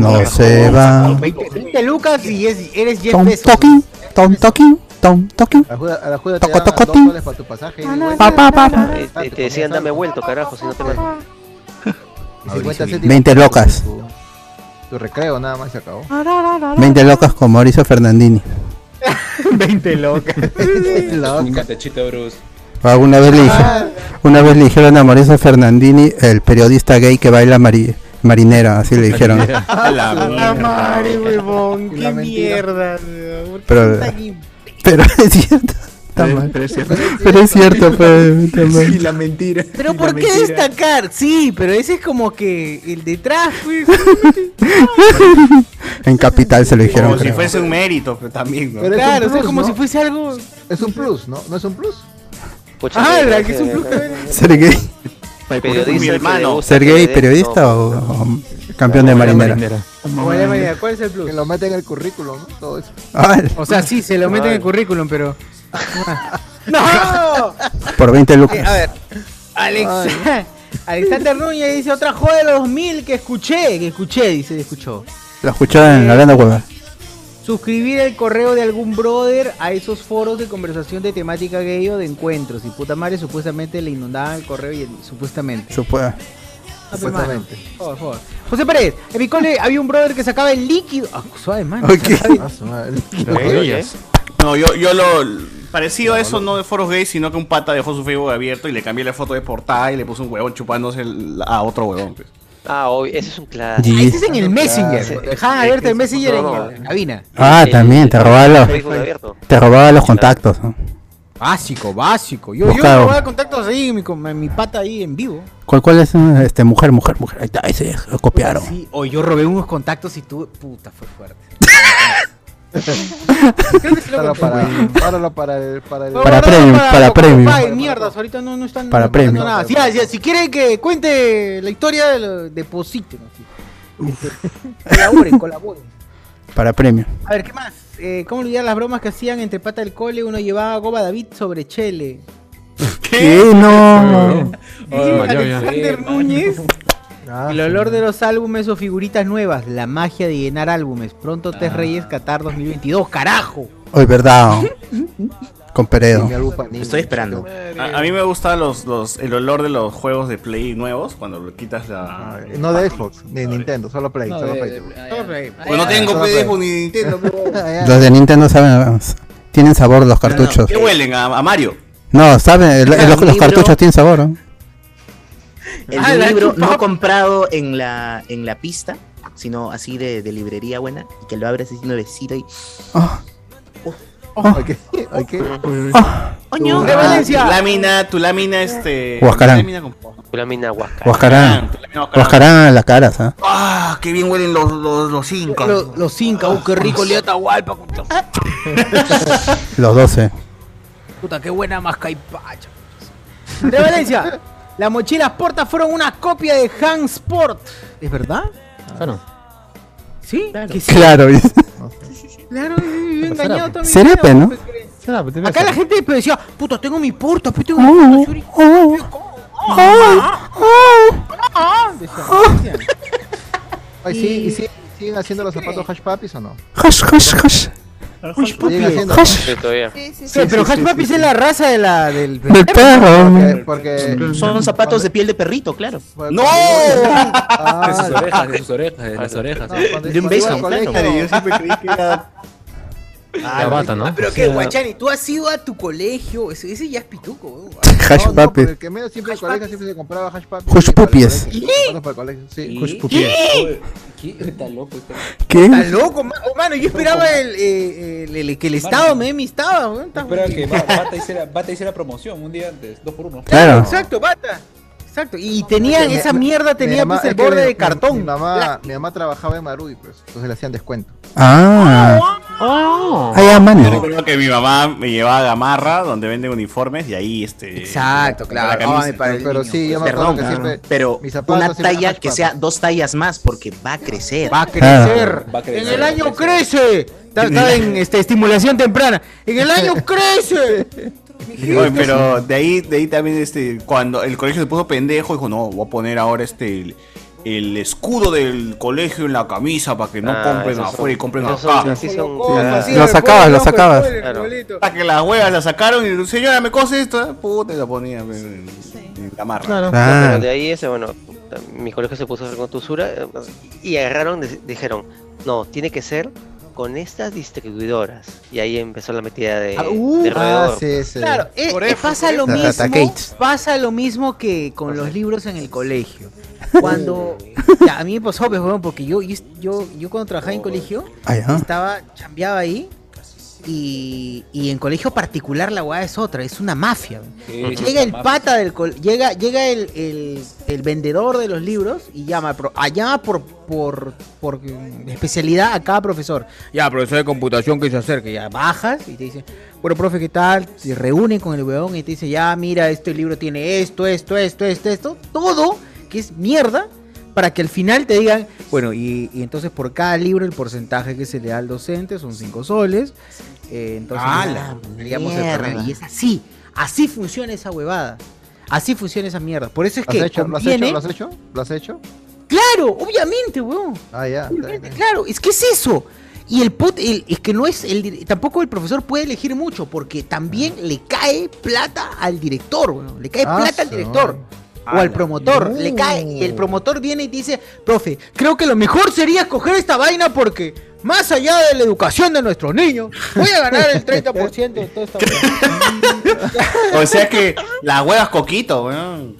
No se va.
20 lucas y es- eres 10
Tom
pesos.
Tokin. Tom Tokin. Tom Tokin.
A la juega te
Toco
daban dos
tocotín.
soles para tu
Ah,
pasaje.
Pa, pa, pa, pa.
Eh, Te, te decían dame vuelto, carajo, si no te mando.
20 locas.
Tu recreo nada más se acabó.
Ah,
20 locas con Mauricio Fernandini.
20 locas.
Un catechito Bruce.
Alguna vez le, dije- una vez le dijeron a Mauricio Fernandini, el periodista gay que baila mari- marinera, así le dijeron.
A la
Mari, huevón, qué mierda. weón. ¿Por qué
Pero-
son tan im-
Pero es cierto. Está mal.
Pero es cierto.
Pero es cierto, pero está mal.
la mentira.
Pero ¿por qué destacar? Sí, pero ese es como que el detrás, güey.
En Capital se lo dijeron.
Como si
creo.
fuese un mérito, pero también, ¿no?
Pero es un
Claro, o sea,
plus,
como
¿no?
si fuese algo.
Es un plus, ¿no? ¿No es un plus?
Ah, la que es un plus que-
¿Ser gay?
pues,
Periodista
Mi hermano.
que le gusta
¿Ser
que
gay
le den-
periodista
no,
o, o campeón de marinera?
Oye, María, ¿cuál es el plus?
Que lo meten en el currículum, ¿no? Todo eso.
Ah,
O sea, sí, se lo meten en el currículum, pero. ¡No!
por 20
Eh, a
lucas.
ver, Alex. Alexander Núñez dice otra joda de los 2000 que escuché, que escuché, dice, escuchó.
Lo escuchó en Hablando Hueva.
Suscribir el correo de algún brother a esos foros de conversación de temática gay o de encuentros. Y puta madre, supuestamente le inundaban el correo y supuestamente.
Supo-
Ah, pero, mano, por favor. José Pérez, en mi cole había un brother que sacaba el líquido. Ah, suave, mano.
Ah, su madre.
No, yo, yo lo. Parecido a eso, no de foros gays, sino que un pata dejó su Facebook abierto y le cambié la foto de portada y le puso un huevón chupándose el- a otro huevón. pues.
Ah, obvio, ese es un clásico.
Ahí estás Ah, en el Messenger. Dejaban abierto el Messenger en
No.
la cabina.
Ah, también, te robaba los,
Eh, Facebook abierto.
te robaba los contactos. ¿no?
Básico, básico. Yo, yo
Buscado.
me voy a contactos ahí, mi, con- mi pata ahí en vivo.
¿Cuál, cuál es? eh, Este, mujer, mujer, mujer. Ahí está, ese es, lo copiaron.
Sí, o yo robé unos contactos y tú. Puta, fue fuerte. Creo que sí
Páralo
lo conté,
para,
güey.
páralo para el. Para, el...
Para premium, para premium.
Ay, mierdas, ahorita no, no están
Para
no están
premium.
nada. Sí, ah, sí, si quiere que cuente la historia del deposito. Colaboren, colaboren.
Para premio.
A ver, ¿qué más? Eh, ¿Cómo olvidar las bromas que hacían entre pata del cole? Uno llevaba a Goba David sobre Chele.
¿Qué? No.
Alexander Núñez. El olor de los álbumes o figuritas nuevas, la magia de llenar álbumes. Pronto Tres Reyes Qatar 2022, carajo.
Hoy, verdad. Con Peredo.
Estoy esperando. A, a mí me gusta los, los, el olor de los juegos de Play nuevos cuando le quitas la.
Eh, No de Xbox, ni de Nintendo, solo Play.
Ah, No,
solo
de-
Play.
de-
Solo Play.
Pues no tengo
Solo
Play
Play.
ni Nintendo.
Los de Nintendo saben. Tienen sabor los cartuchos.
¿Qué huelen? ¿A, a Mario?
No, saben. el- el- los, los cartuchos tienen sabor. ¿eh?
El
Ah,
de un libro no comprado en la, en la pista, sino así de, de librería buena, y que lo abres así nuevecito y. Oh.
Ok, ok.
Tu-
¡De Valencia!
Tu lámina, tu lámina, este.
Huascarán.
tu lámina con-
Culamina Huasca.
Huascarán.
No,
Huascarán en la cara, ¿sabes?
¡Ah! ¡Qué bien huelen los, los, los incas!
Los, incas, ¡uh, qué rico olía Atahualpa!
Los 12.
Puta, qué buena mascaipacha. De Valencia, las mochilas portas fueron una copia de Hans Sport. ¿Es verdad?
Claro.
¿Sí? Que sí.
Claro.
Claro, yo he engañado toda mi vida,
Serepe, ¿no?
pues, Acá la gente pues, decía, puta, tengo mi porta, pues tengo
Ah. Oh,
mi porta,
Ah,
Ah.
Ay, sí, ¿Y sí, siguen haciendo los zapatos hash papis o no?
Hash, hash, hash.
Hash
papi.
Sí, todavía.
Sí, pero Hash Papis es la raza de la, del,
Del perro.
Porque, porque
Son zapatos de piel de perrito, claro.
¡No!
De sus orejas, de sus orejas, de las orejas.
De un beso.
Yo siempre creí que era.
La bata, ¿no?
Pero
O
qué,
sea-
guachani, tú has ido a tu colegio, ese, ese ya es pituco. weón.
Hash
no,
papi.
porque el que menos siempre el colegio siempre se compraba hash papis.
Hush puppies. Hush
Sí.
puppies.
¿Qué? Está loco. Está...
¿Qué?
Está loco, ma- oh, mano, yo esperaba el, eh, el- el- que el Estado me dé mi Estado. weón, está-
Espera que Ba- Bata hiciera, Bata hiciera promoción un día antes, dos por uno.
Claro.
Exacto, bata. Exacto. Y tenían
Mi-
esa
mi-
mierda,
mi
tenía
mamá-
pues el
es que
borde
mi-
de cartón.
Mi, mi mamá, mi mamá trabajaba en Marui, pues, entonces le hacían descuento.
Ah.
Oh.
Ah, ya, mano.
Yo recuerdo que mi mamá me llevaba a Gamarra, donde venden uniformes, y ahí este.
Exacto, Ah,
compraba
claro.
camisas.
Ay, para el
Pero sí, yo me acuerdo
Perdón,
que siempre.
pero
mis zapatos
una
siempre eran
talla
hash
que
papis.
sea dos tallas más, porque va a crecer.
Va a
crecer.
Ah.
Va a
En el año crece. Está, está en este, estimulación temprana. En el año crece.
Oye, pero de ahí, de ahí también, este, cuando el colegio se puso pendejo, dijo, no, voy a poner ahora este el, el escudo del colegio en la camisa para que no
Ah,
compren
esos
afuera
son-
y compren
esos
acá.
son- así son- Ah.
Puta,
Lo sacabas, lo sacabas.
Hasta que las huevas la sacaron y señora, me cose esto, ¿eh? puta, y la ponía en, en- en la marra.
Claro.
Ah.
Pero de ahí ese, bueno, mi colegio se puso a hacer con tosura eh, y agarraron, di- dijeron, no, tiene que ser con estas distribuidoras. Y ahí empezó la metida de,
Ah, uh,
Eh, de
Ah,
roedor.
sí, sí.
Claro, eh,
Por
eh,
eso,
pasa
por
lo
eso.
mismo.
Tatacate.
Pasa lo mismo que con los libros en el colegio. Cuando ya, a mí me pasó, pues, weón, porque yo, yo, yo, yo cuando trabajaba en colegio,
Ay, ah.
estaba chambeaba ahí. Y, y en colegio particular la weá es otra, es una mafia. weón.
Sí, sí,
llega el
mafia.
pata del col- llega, llega el, el- el vendedor de los libros y llama, pro- ah, llama por, por, por especialidad a cada profesor. Ya, profesor de computación que se acerque, ya bajas y te dice, bueno, profe, ¿qué tal? Se reúnen con el weón y te dice, ya, mira, este libro tiene esto, esto, esto, esto, esto, todo, que es mierda, para que al final te digan, bueno, y, y entonces por cada libro el porcentaje que se le da al docente son 5 soles. eh, entonces,
¡Hala!
digamos, el
Mierda.
promedio. y es así, así funciona esa huevada. Así funciona esa mierda. Por eso es
¿Lo has
que
hecho? ¿Lo has
conviene-
hecho? ¿Lo has hecho? ¿Lo has hecho?
Claro, obviamente, weón.
Ah, ya.
Obviamente, claro, es que es eso. Y el pot, el- es que no es el dir- tampoco el profesor puede elegir mucho porque también le cae plata al director, weón. le cae
Ah,
plata al
sí.
director o
Ala.
al promotor, le cae y el promotor viene y dice, "Profe, creo que lo mejor sería escoger esta vaina porque más allá de la educación de nuestros niños, voy a ganar el 30% de toda esta
O sea que las huevas coquito, weón.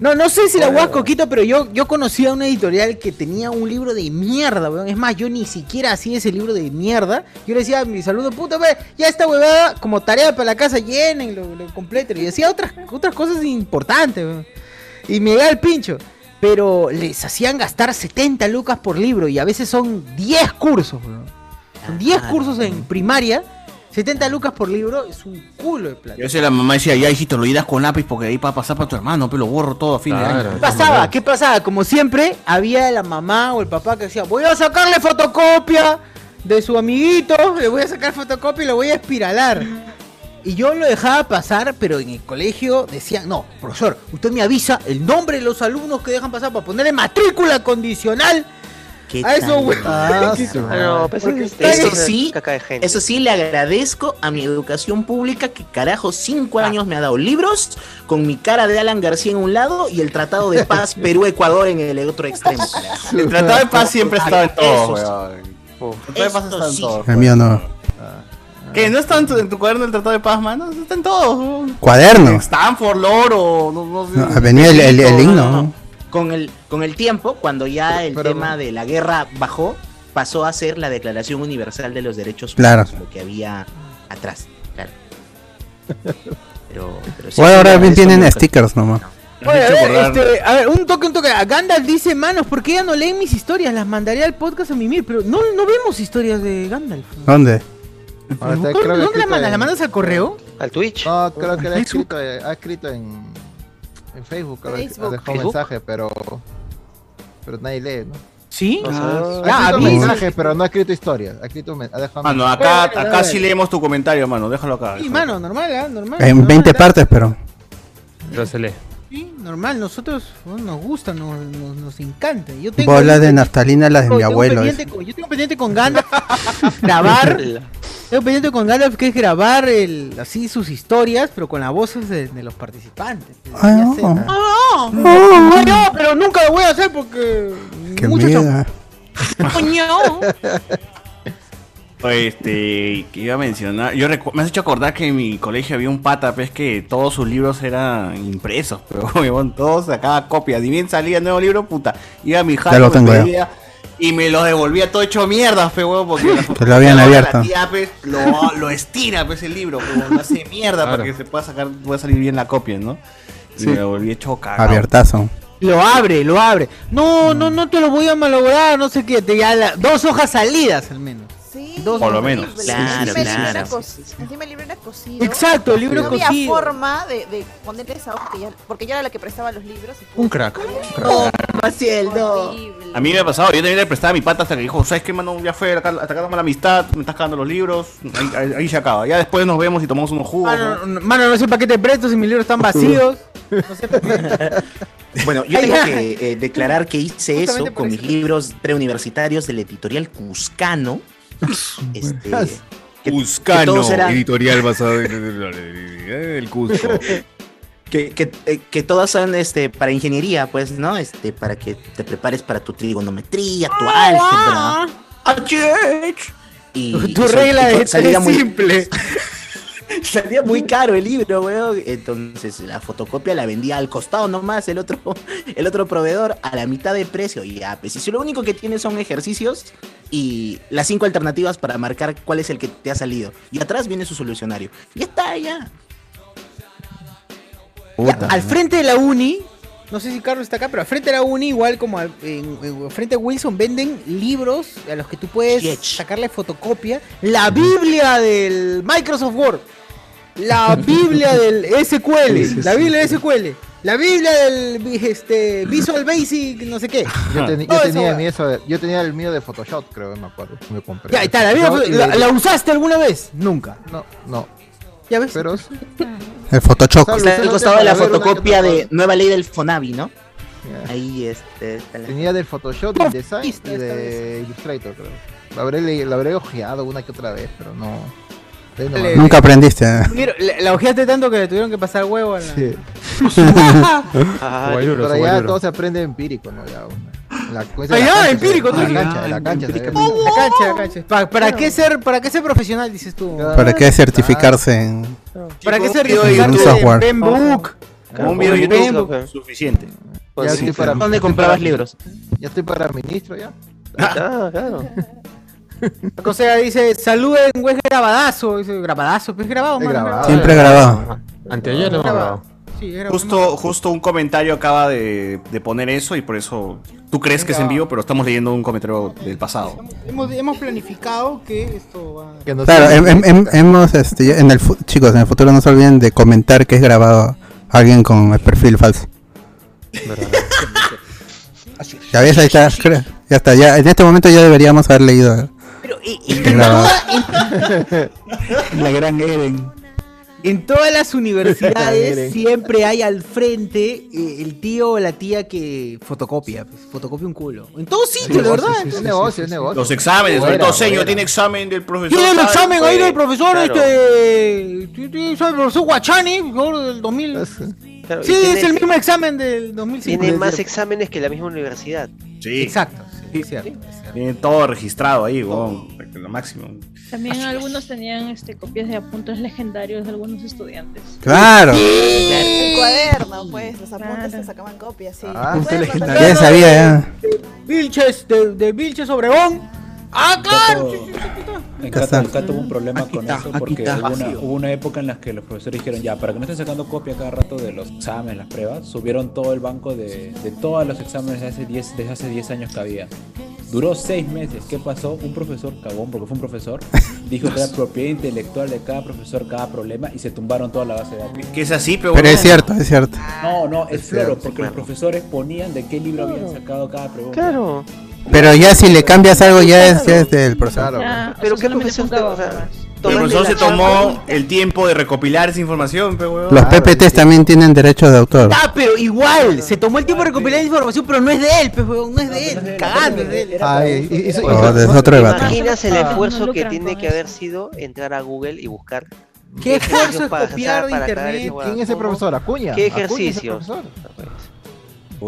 No, no sé si la hueá es coquito, pero yo, yo conocía una editorial que tenía un libro de mierda, weón. Es más, yo ni siquiera hacía ese libro de mierda. Yo le decía, mi saludo, puta, ve, ya esta huevada como tarea para la casa, llenen, lo, lo completen. Y decía otras, otras cosas importantes, weón. Y me llegaba el pincho. Pero les hacían gastar 70 lucas por libro y a veces son 10 cursos, weón. Son 10 cursos en primaria. 70 lucas por libro es un culo de plata.
Yo sé, la mamá decía, ya hijito, lo irás con lápiz porque ahí para pasar para tu hermano, pero lo borro todo a fin de
¿Qué
año.
pasaba? ¿Qué pasaba? Como siempre, había la mamá o el papá que decía, voy a sacarle fotocopia de su amiguito, le voy a sacar fotocopia y lo voy a espiralar. Y yo lo dejaba pasar, pero en el colegio decían, no, profesor, usted me avisa el nombre de los alumnos que dejan pasar para ponerle matrícula condicional a esos
Ah,
huevones.
No, pues
Porque
es que
Eso
es
sí,
caca de gente.
eso sí le agradezco a mi educación pública que carajo cinco años me ha dado libros con mi cara de Alan García en un lado y el Tratado de Paz Perú-Ecuador en el otro extremo. carajo.
El Tratado de Paz siempre está en todo,
Eso sí.
weón. El Tratado de Paz está en
sí.
pues.
todo.
El mío no.
¿Qué? ¿No está en tu, en tu cuaderno el Tratado de Paz, mano? Está en todo. weón.
Cuaderno.
Stanford, Loro, no, no sé.
No, ah, venía el, el, el himno.
Con el, con el tiempo, cuando ya el tema de la guerra bajó, pasó a ser la Declaración Universal de los Derechos
Claro.
Humanos, lo que había atrás. Claro. Pero, pero sí,
Bueno, ahora
agradezco
bien tienen
mucho.
stickers nomás.
Oye, a
hecho
ver,
acordar.
este, a ver, un toque, un toque. A Gandalf dice, manos, ¿por qué ya no leen mis historias? Las mandaría al podcast a mimir, pero no, no vemos historias de Gandalf.
¿Dónde?
Ahora está, creo que ¿Dónde la escrito mandas? en- ¿La mandas al correo?
Al Twitch.
No, creo que
¿Al
la ha
Facebook?
escrito, eh, ha escrito en, en Facebook, creo que
Facebook.
dejó
¿Facebook?
mensaje, pero pero nadie lee, ¿no?
¿Sí?
O sea,
Ah,
ha
ya,
escrito
avisa.
mensaje, pero no ha escrito historia. Ha escrito, men- ha dejado
Mano,
mensaje.
Ah, acá, acá sí leemos tu comentario, mano. Déjalo acá.
Sí, mano, normal, ¿ah? normal.
En 20 partes, pero.
Sí, normal. Nosotros bueno, nos gusta, nos, nos, nos encanta. Yo tengo
Bolas de naftalina, las de mi
tengo
abuelo.
pendiente con- yo tengo pendiente con Gandalf grabar. Tengo pendiente con Gandalf que es grabar el, así sus historias, pero con las voces de, de los participantes.
Ay, Ah, no.
No,
Oh.
no, pero nunca lo voy a hacer porque.
Qué
muchos son-
mierda.
Coño.
Oye, Este, que iba a mencionar. Yo recu- me has hecho acordar que en mi colegio había un pata, pues que todos sus libros eran impresos, pero huevón, todos sacaba copias. Y bien salía el nuevo libro, puta. Iba a mi jato,
lo tengo ya.
y me lo devolvía todo hecho mierda, fe, huevón, porque la-
Que lo habían
la
abierto.
tía, pues, lo, lo estira, pues, el libro, pe, huevón, lo hace mierda para que se pueda sacar, pueda salir bien la copia, ¿no? Y me lo devolví hecho
Ah,
cagado.
Abiertazo.
Lo abre, lo abre. No, no, no te lo voy a malograr, no sé qué. Te ya la- dos hojas salidas al menos.
Sí.
Dos
Por lo
hojas.
menos.
Claro,
Sí, sí,
claro.
sí, sí.
Encima el libro era cosido.
Exacto, el libro
no había
cosido.
forma de, de ponerle esa hoja que ya- porque yo era la que prestaba los libros. y
Un crack.
Maciel, no.
A mí me ha pasado, yo también le prestaba a mi pata hasta que dijo, ¿sabes qué, mano? Ya fue, acá- hasta acá toma la amistad, me estás cagando los libros, ahí, ahí- ahí se acaba. Ya después nos vemos y tomamos unos jugos. ¿no?
Mano, no- mano, no sé para qué te presto si mis libros están vacíos. No sé pa' qué.
Bueno, yo
Ay,
tengo
ya.
que eh, declarar que hice
Justamente
eso
por
con mis libros preuniversitarios de la editorial Cuscano. Este, que- que todos eran-
editorial basado en el Cusco.
que, que, eh, que todas son este, para ingeniería, pues, ¿no? Este, para que te prepares para tu trigonometría, tu
¡Ah,
álgebra. Y,
Tu
y sol-
regla
y to-
de
salía
tres
muy-
simple.
Salía muy caro el libro, weón. Entonces la fotocopia la vendía al costado nomás, el otro, el otro proveedor, a la mitad de precio. Y ya, pues, y si lo único que tiene son ejercicios y las cinco alternativas para marcar cuál es el que te ha salido. Y atrás viene su solucionario. Ya está, ya.
Al frente de la uni, no sé si Carlos está acá, pero al frente de la uni, igual como al, en- en- frente a Wilson, venden libros a los que tú puedes sacarle fotocopia. La Biblia del Microsoft Word, la Biblia del SQL,
Sí, sí,
la
sí.
Biblia del SQL, la Biblia del vi- este, Visual Basic, no sé qué.
Yo, teni- yo
Todo eso,
tenía
weón.
mi eso, de- yo tenía el mío de Photoshop, creo, me acuerdo. Me compré.
Ya ahí está, la, Biblia-
Photoshop y
la-
leí-
¿la usaste alguna vez? Nunca.
No, no.
¿Ya ves?
Pero
El Photoshop.
Está al costado de la
Para ver una que
fotocopia
otra
de Nueva Ley del Fonavi, ¿no? Ahí este. está la-
tenía del Photoshop, del Design y de Illustrator, creo. Lo habré, le- lo habré ojeado una que otra vez, pero no. ahí nomás.
Le-
Nunca aprendiste. ¿eh?
Mira, la, la ojeaste tanto que le tuvieron que pasar huevo a la...
Sí.
Ah, Guayuro,
Pero ya
guayuro.
todo se aprende empírico, ¿no? Ya, bueno. En la, pues, en
Ah,
la
ya,
cancha,
empírico,
en
tú.
la cancha, en
Ah,
la cancha. se ve.
La cancha, la cancha. Pa- ¿Para, qué ser, ¿Para qué ser profesional, dices tú?
¿Para qué certificarse en.?
¿Para qué
Chicos, yo soy
certificarse en
software.
Benbook?
Como un video de YouTube, suficiente.
Ya estoy para-
¿Dónde
comprabas
libros?
Ya estoy para ministro ya.
Ah, claro.
Cosea dice, saluden, güey, grabadazo. Dice, grabadazo, pues grabado, mano, grabado.
Siempre grabado.
Anteayer
lo hemos grabado. Sí, era
Justo, justo un comentario acaba de, de poner eso y por eso tú crees que es en vivo, pero estamos leyendo un comentario del pasado.
Hemos, hemos planificado que esto va...
Claro, hem- hem- hem- hemos, este, ya en el fu- chicos, en el futuro no se olviden de comentar que es grabado alguien con el perfil falso. Ya ves, ahí está, cre- ya está, ya, en este momento ya deberíamos haber leído. el grabado.
La gran Eren.
En todas las universidades
Miren.
siempre hay al frente eh, el tío o la tía que fotocopia, pues, fotocopia un culo. En todos sitios, de verdad.
Es negocio, es negocio.
Los exámenes,
Fuera,
ahorita Oseño
fuera.
tiene examen del profesor.
Tiene el
tal,
examen ahí
pues,
del profesor,
claro.
este. tu- tu- ¿sabe el profesor Guachani, profesor del 2000.
Claro, y
sí,
tiene-
es el mismo examen del 2005.
Tiene más exámenes que la misma universidad.
este.
Sí.
Exacto.
Tiene todo registrado ahí, weón. Lo máximo.
También algunos tenían este, copias de apuntes legendarios de algunos estudiantes.
Claro.
El cuaderno, pues, los apuntes se sacaban copias, sí.
Ah,
Bueno,
legendario. Ya sabía, ya.
De Vilches, de, de Vilches Obregón. ¡Ah, claro! sí, sí, sí, sí, sí.
En
Acá
Cata,
está.
en Cata hubo un problema con
está,
eso
aquí
porque
está.
hubo una,
Vacío.
hubo una época en la que los profesores dijeron ya, para que no estén sacando copia cada rato de los exámenes, las pruebas, subieron todo el banco de, de todos los exámenes de hace 10, desde hace 10 años que había. Duró 6 meses. ¿Qué pasó? Un profesor cagón, porque fue un profesor, dijo que era propiedad intelectual de cada profesor, cada problema y se tumbaron toda la base de datos.
Que es así, pero
Pero es cierto, es cierto.
No, no, es,
Es
floro,
cierto,
porque los profesores ponían de qué libro habían sacado cada pregunta.
Claro.
Pero ya si le cambias algo ya es, ya es del profesor.
Pero qué profesor te- o sea,
El
tomarle
profesor
la
se
chamba-
tomó el tiempo de recopilar esa información, pero weón.
Los PPTs también tienen derecho de autor.
Ah, pero igual, se tomó el tiempo de recopilar la información, pero no es de él, pues, weón, no es de él, cagando, es Ah, de él.
Ah,
Ay, y- y- y- y-
Oh, es otro
¿Te
debate.
imaginas el
Ah.
esfuerzo
No
que
lucran
tiene
con
que haber sido entrar a Google y buscar
¿Qué
ejercicios
esfuerzo es
para
copiar de
hacer para cagar
internet?
esa huevada?
¿Quién es el profesor? Acuña.
¿Qué
Acuña es el
ejercicios?
profesor.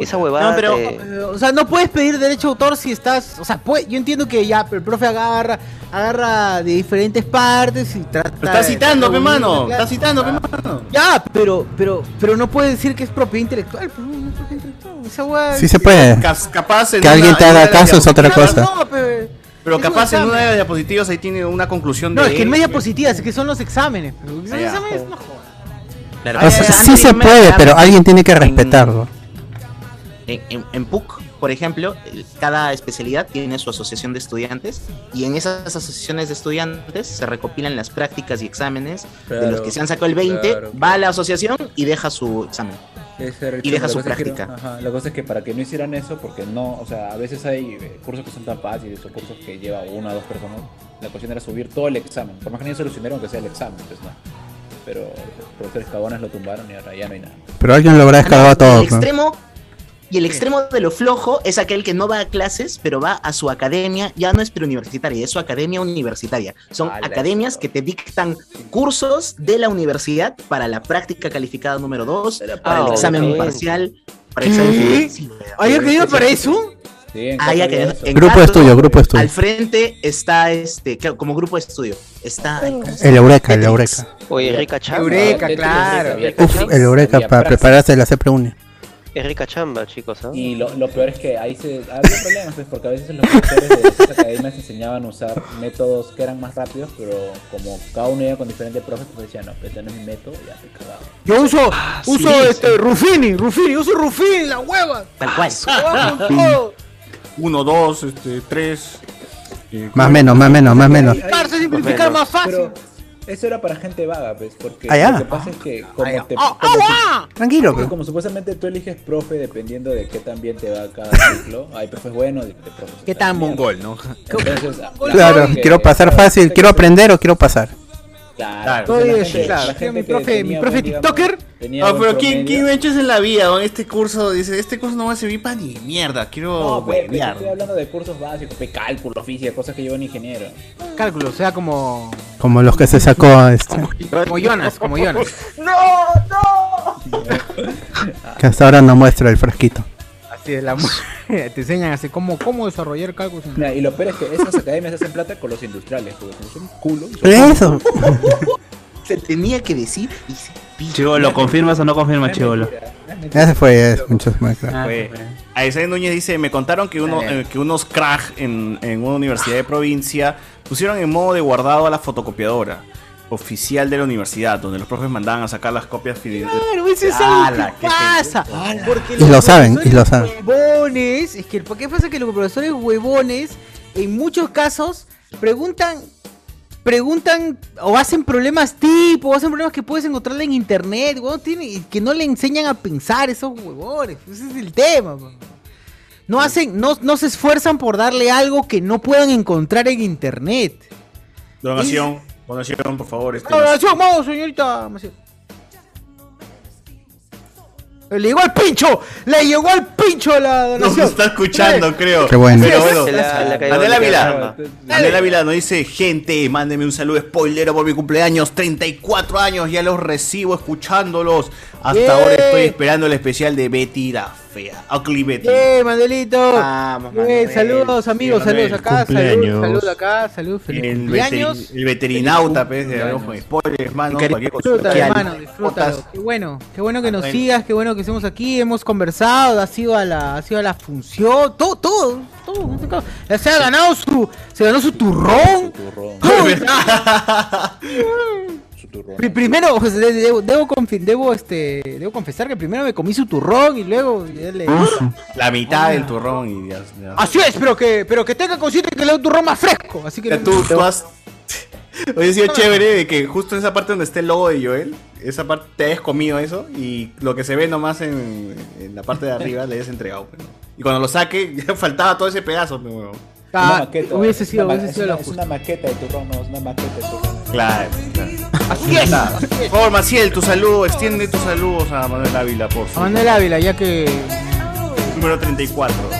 Esa huevada.
No, pero,
te-
eh, o sea, no puedes pedir derecho de autor si estás, o sea, puede- yo entiendo que ya, pero el profe agarra, agarra de diferentes partes y trata.
Pero está
de-
citando, pe
de-
mano.
claro.
Está citando, pe mano.
Ya, pero, pero, pero no puedes decir que es propiedad intelectual, pues, no es propiedad intelectual, esa hueá-
Sí se puede.
Cas- capaz en
Que alguien
una-
te
en
haga
una de
caso
las
es otra
diapositivas-
cosa.
No, pe-
Pero
es un
capaz en
examen.
una de las diapositivas ahí tiene una conclusión
No,
de.
es que no hay diapositivas, es que son los exámenes. pues, Los
Ah, ya.
exámenes no jodas.
O sea, Ah, sí se puede, pero alguien tiene que respetarlo.
En, en- en PUC, por ejemplo, el- cada especialidad tiene su asociación de estudiantes y en esas asociaciones de estudiantes se recopilan las prácticas y exámenes de los
Claro,
que se han sacado el 20,
claro.
va a la asociación y deja su examen.
Ese era
Y
el show.
deja
La
su
cosa es que no-
práctica.
ajá, la cosa es que para que no hicieran eso, porque no, o sea, a veces hay eh, cursos que son tan fáciles o cursos que lleva una o dos personas. La cuestión era subir todo el examen. Por más que no solucionaron que sea el examen, pues no. Pero pues, los profesores cabonas lo tumbaron y ahora ya no hay nada.
Pero alguien lo habrá descargado todo.
El
¿no?
extremo y el extremo de lo flojo es aquel que no va a clases, pero va a su academia, ya no es preuniversitaria, es su academia universitaria. Son academias que te dictan cursos de la universidad para la práctica calificada número 2, para
ah,
el examen
ok.
parcial, para el examen
¿Qué?
final. Sí, weón.
¿Hay academia para eso?
Sí, en
Hay
Cata
academia-
había eso.
en
Grupo de
Cato,
estudio, grupo de estudio.
Al frente está este, claro, como grupo de estudio, está ay, ¿cómo se
El
llama?
Eureka, el Eureka.
Oye, rica chamba.
Eureka, claro.
Uf, el Eureka para prepararse la CEP reúne.
Es rica chamba, chicos. ¿ah?
Y lo, lo peor es que ahí se había problemas, pues, porque a veces los profesores de esas academias enseñaban a usar métodos que eran más rápidos, pero como cada uno iba con diferentes profes, pues decían, no, pero este no es mi método, ya te cagaba.
Yo uso, uso
sí,
este, Rufini, Rufini, yo uso Rufini, la hueva.
Tal cual.
Trabajo con todo.
Uno, dos, este, tres.
eh,
Más menos, más menos, más menos.
Simplificarse, simplificar más fácil.
Pero eso era para gente vaga, pues, porque
Ah, ya.
lo que pasa es que como te...
Ah,
como
ah,
si-
ah.
Tranquilo,
como,
pero.
supuestamente tú eliges profe dependiendo de qué tan bien te va cada ciclo. Hay profes buenos, de, de profes...
¿Qué tan
mongol,
¿no?
Entonces, ah, la
Claro,
gente que-
quiero pasar
claro,
fácil,
gente
quiero
que-
aprender o quiero pasar.
Claro,
Oye,
entonces la gente-
claro,
la gente
mi
que
profe, mi
tenía
profe
buen, digamos,
TikToker.
tenía
Ah,
buen
pero ¿quién,
promedio.
¿quién me echas en la vida? don? Este curso, dice, este curso no va a servir para ni mierda. Quiero
No, pues, pues,
huevear.
estoy hablando de cursos básicos, pues, cálculo, física, cosas que lleva un ingeniero.
Cálculo, o sea, como.
Como los que se sacó este,
Como Jonas, como Jonas.
que hasta ahora no muestra el fresquito.
Así es la mu- Te enseñan así cómo, cómo desarrollar cálculos. en-
Mira, y lo peor es que esas academias hacen plata con los industriales, porque como son culo.
Eso.
Se tenía que decir y se
Chivo, ¿lo confirmas o no confirmas, Ah, Chivolo?
Ya se fue, ya es mucho más
Ah,
claro.
Ah, Fue. Aysén Núñez dice, me contaron que, uno, eh, que unos crack en, en una universidad de provincia pusieron en modo de guardado a la fotocopiadora oficial de la universidad, donde los profes mandaban a sacar las copias fidel-
Claro, eso es algo
¡Hala,
que
qué
pasa. Porque
Y
los
lo saben,
profesores
y lo saben.
Huevones, es que ¿por qué pasa que los profesores huevones, en muchos casos, preguntan, preguntan o hacen problemas tipo, o hacen problemas que puedes encontrar en internet, huevón, tiene- y que no le enseñan a pensar esos huevones. Ese es el tema, huevón. No hacen, no, no se esfuerzan por darle algo que no puedan encontrar en internet.
Donación, donación, por favor. este,
Donación, vamos, señorita. Maciel. Le llegó al pincho, le llegó al pincho la
Nos
donación. Eh,
está escuchando, creo.
Qué bueno.
Pero bueno,
Se la- la cayó,
Anel
la
Ávila.
cayó.
Anel Ávila nos dice, gente, mándenme un saludo spoilero por mi cumpleaños. 34 años, ya los recibo escuchándolos. Hasta
Yeah.
ahora estoy esperando el especial de Betty la Fea. Ah, Ugly Betty.
Eh, Manuelito. Eh, saludos, amigos,
Manuel,
saludos acá,
cumpleaños.
saludos, saludos acá, saludos, feliz
El,
cumpleaños.
veterin- el veterinauta, pues, de hablamos con spoilers, hermano. Cualquier
Disfruta, hermano,
consulta.
disfrútalo. Qué bueno, qué bueno que nos
Bueno.
sigas, qué bueno que estemos aquí, hemos conversado, ha sido a la, ha sido a la función, todo, todo, todo. Se ha ganado su, se ganó su turrón. Pri- Primero, o sea, de- de- debo, debo, confi- debo, este, debo confesar que primero me comí su turrón y luego ya le-
La mitad del turrón y ya. ya.
Así es, pero que, pero que tenga consciente que le da un turrón más fresco. Así que
Ya tú, tú has. Oye, ha sido chévere de que justo en esa parte donde está el logo de Joel, esa parte te hayas comido eso y lo que se ve nomás en, en la parte de arriba le hayas entregado. pues, ¿no? Y cuando lo saque, ya faltaba todo ese pedazo. pues, huevón.
Ah,
Una maqueta,
hubiese sido-
es una ma-
hubiese
es
sido
una-
lo
Es una maqueta de turrón, no, es una maqueta de turrón.
Claro, claro. Por favor, Maciel, tu saludo, extiende tus saludos a Manuel Ávila, por
A
favor.
Manuel Ávila, ya que
Número 34.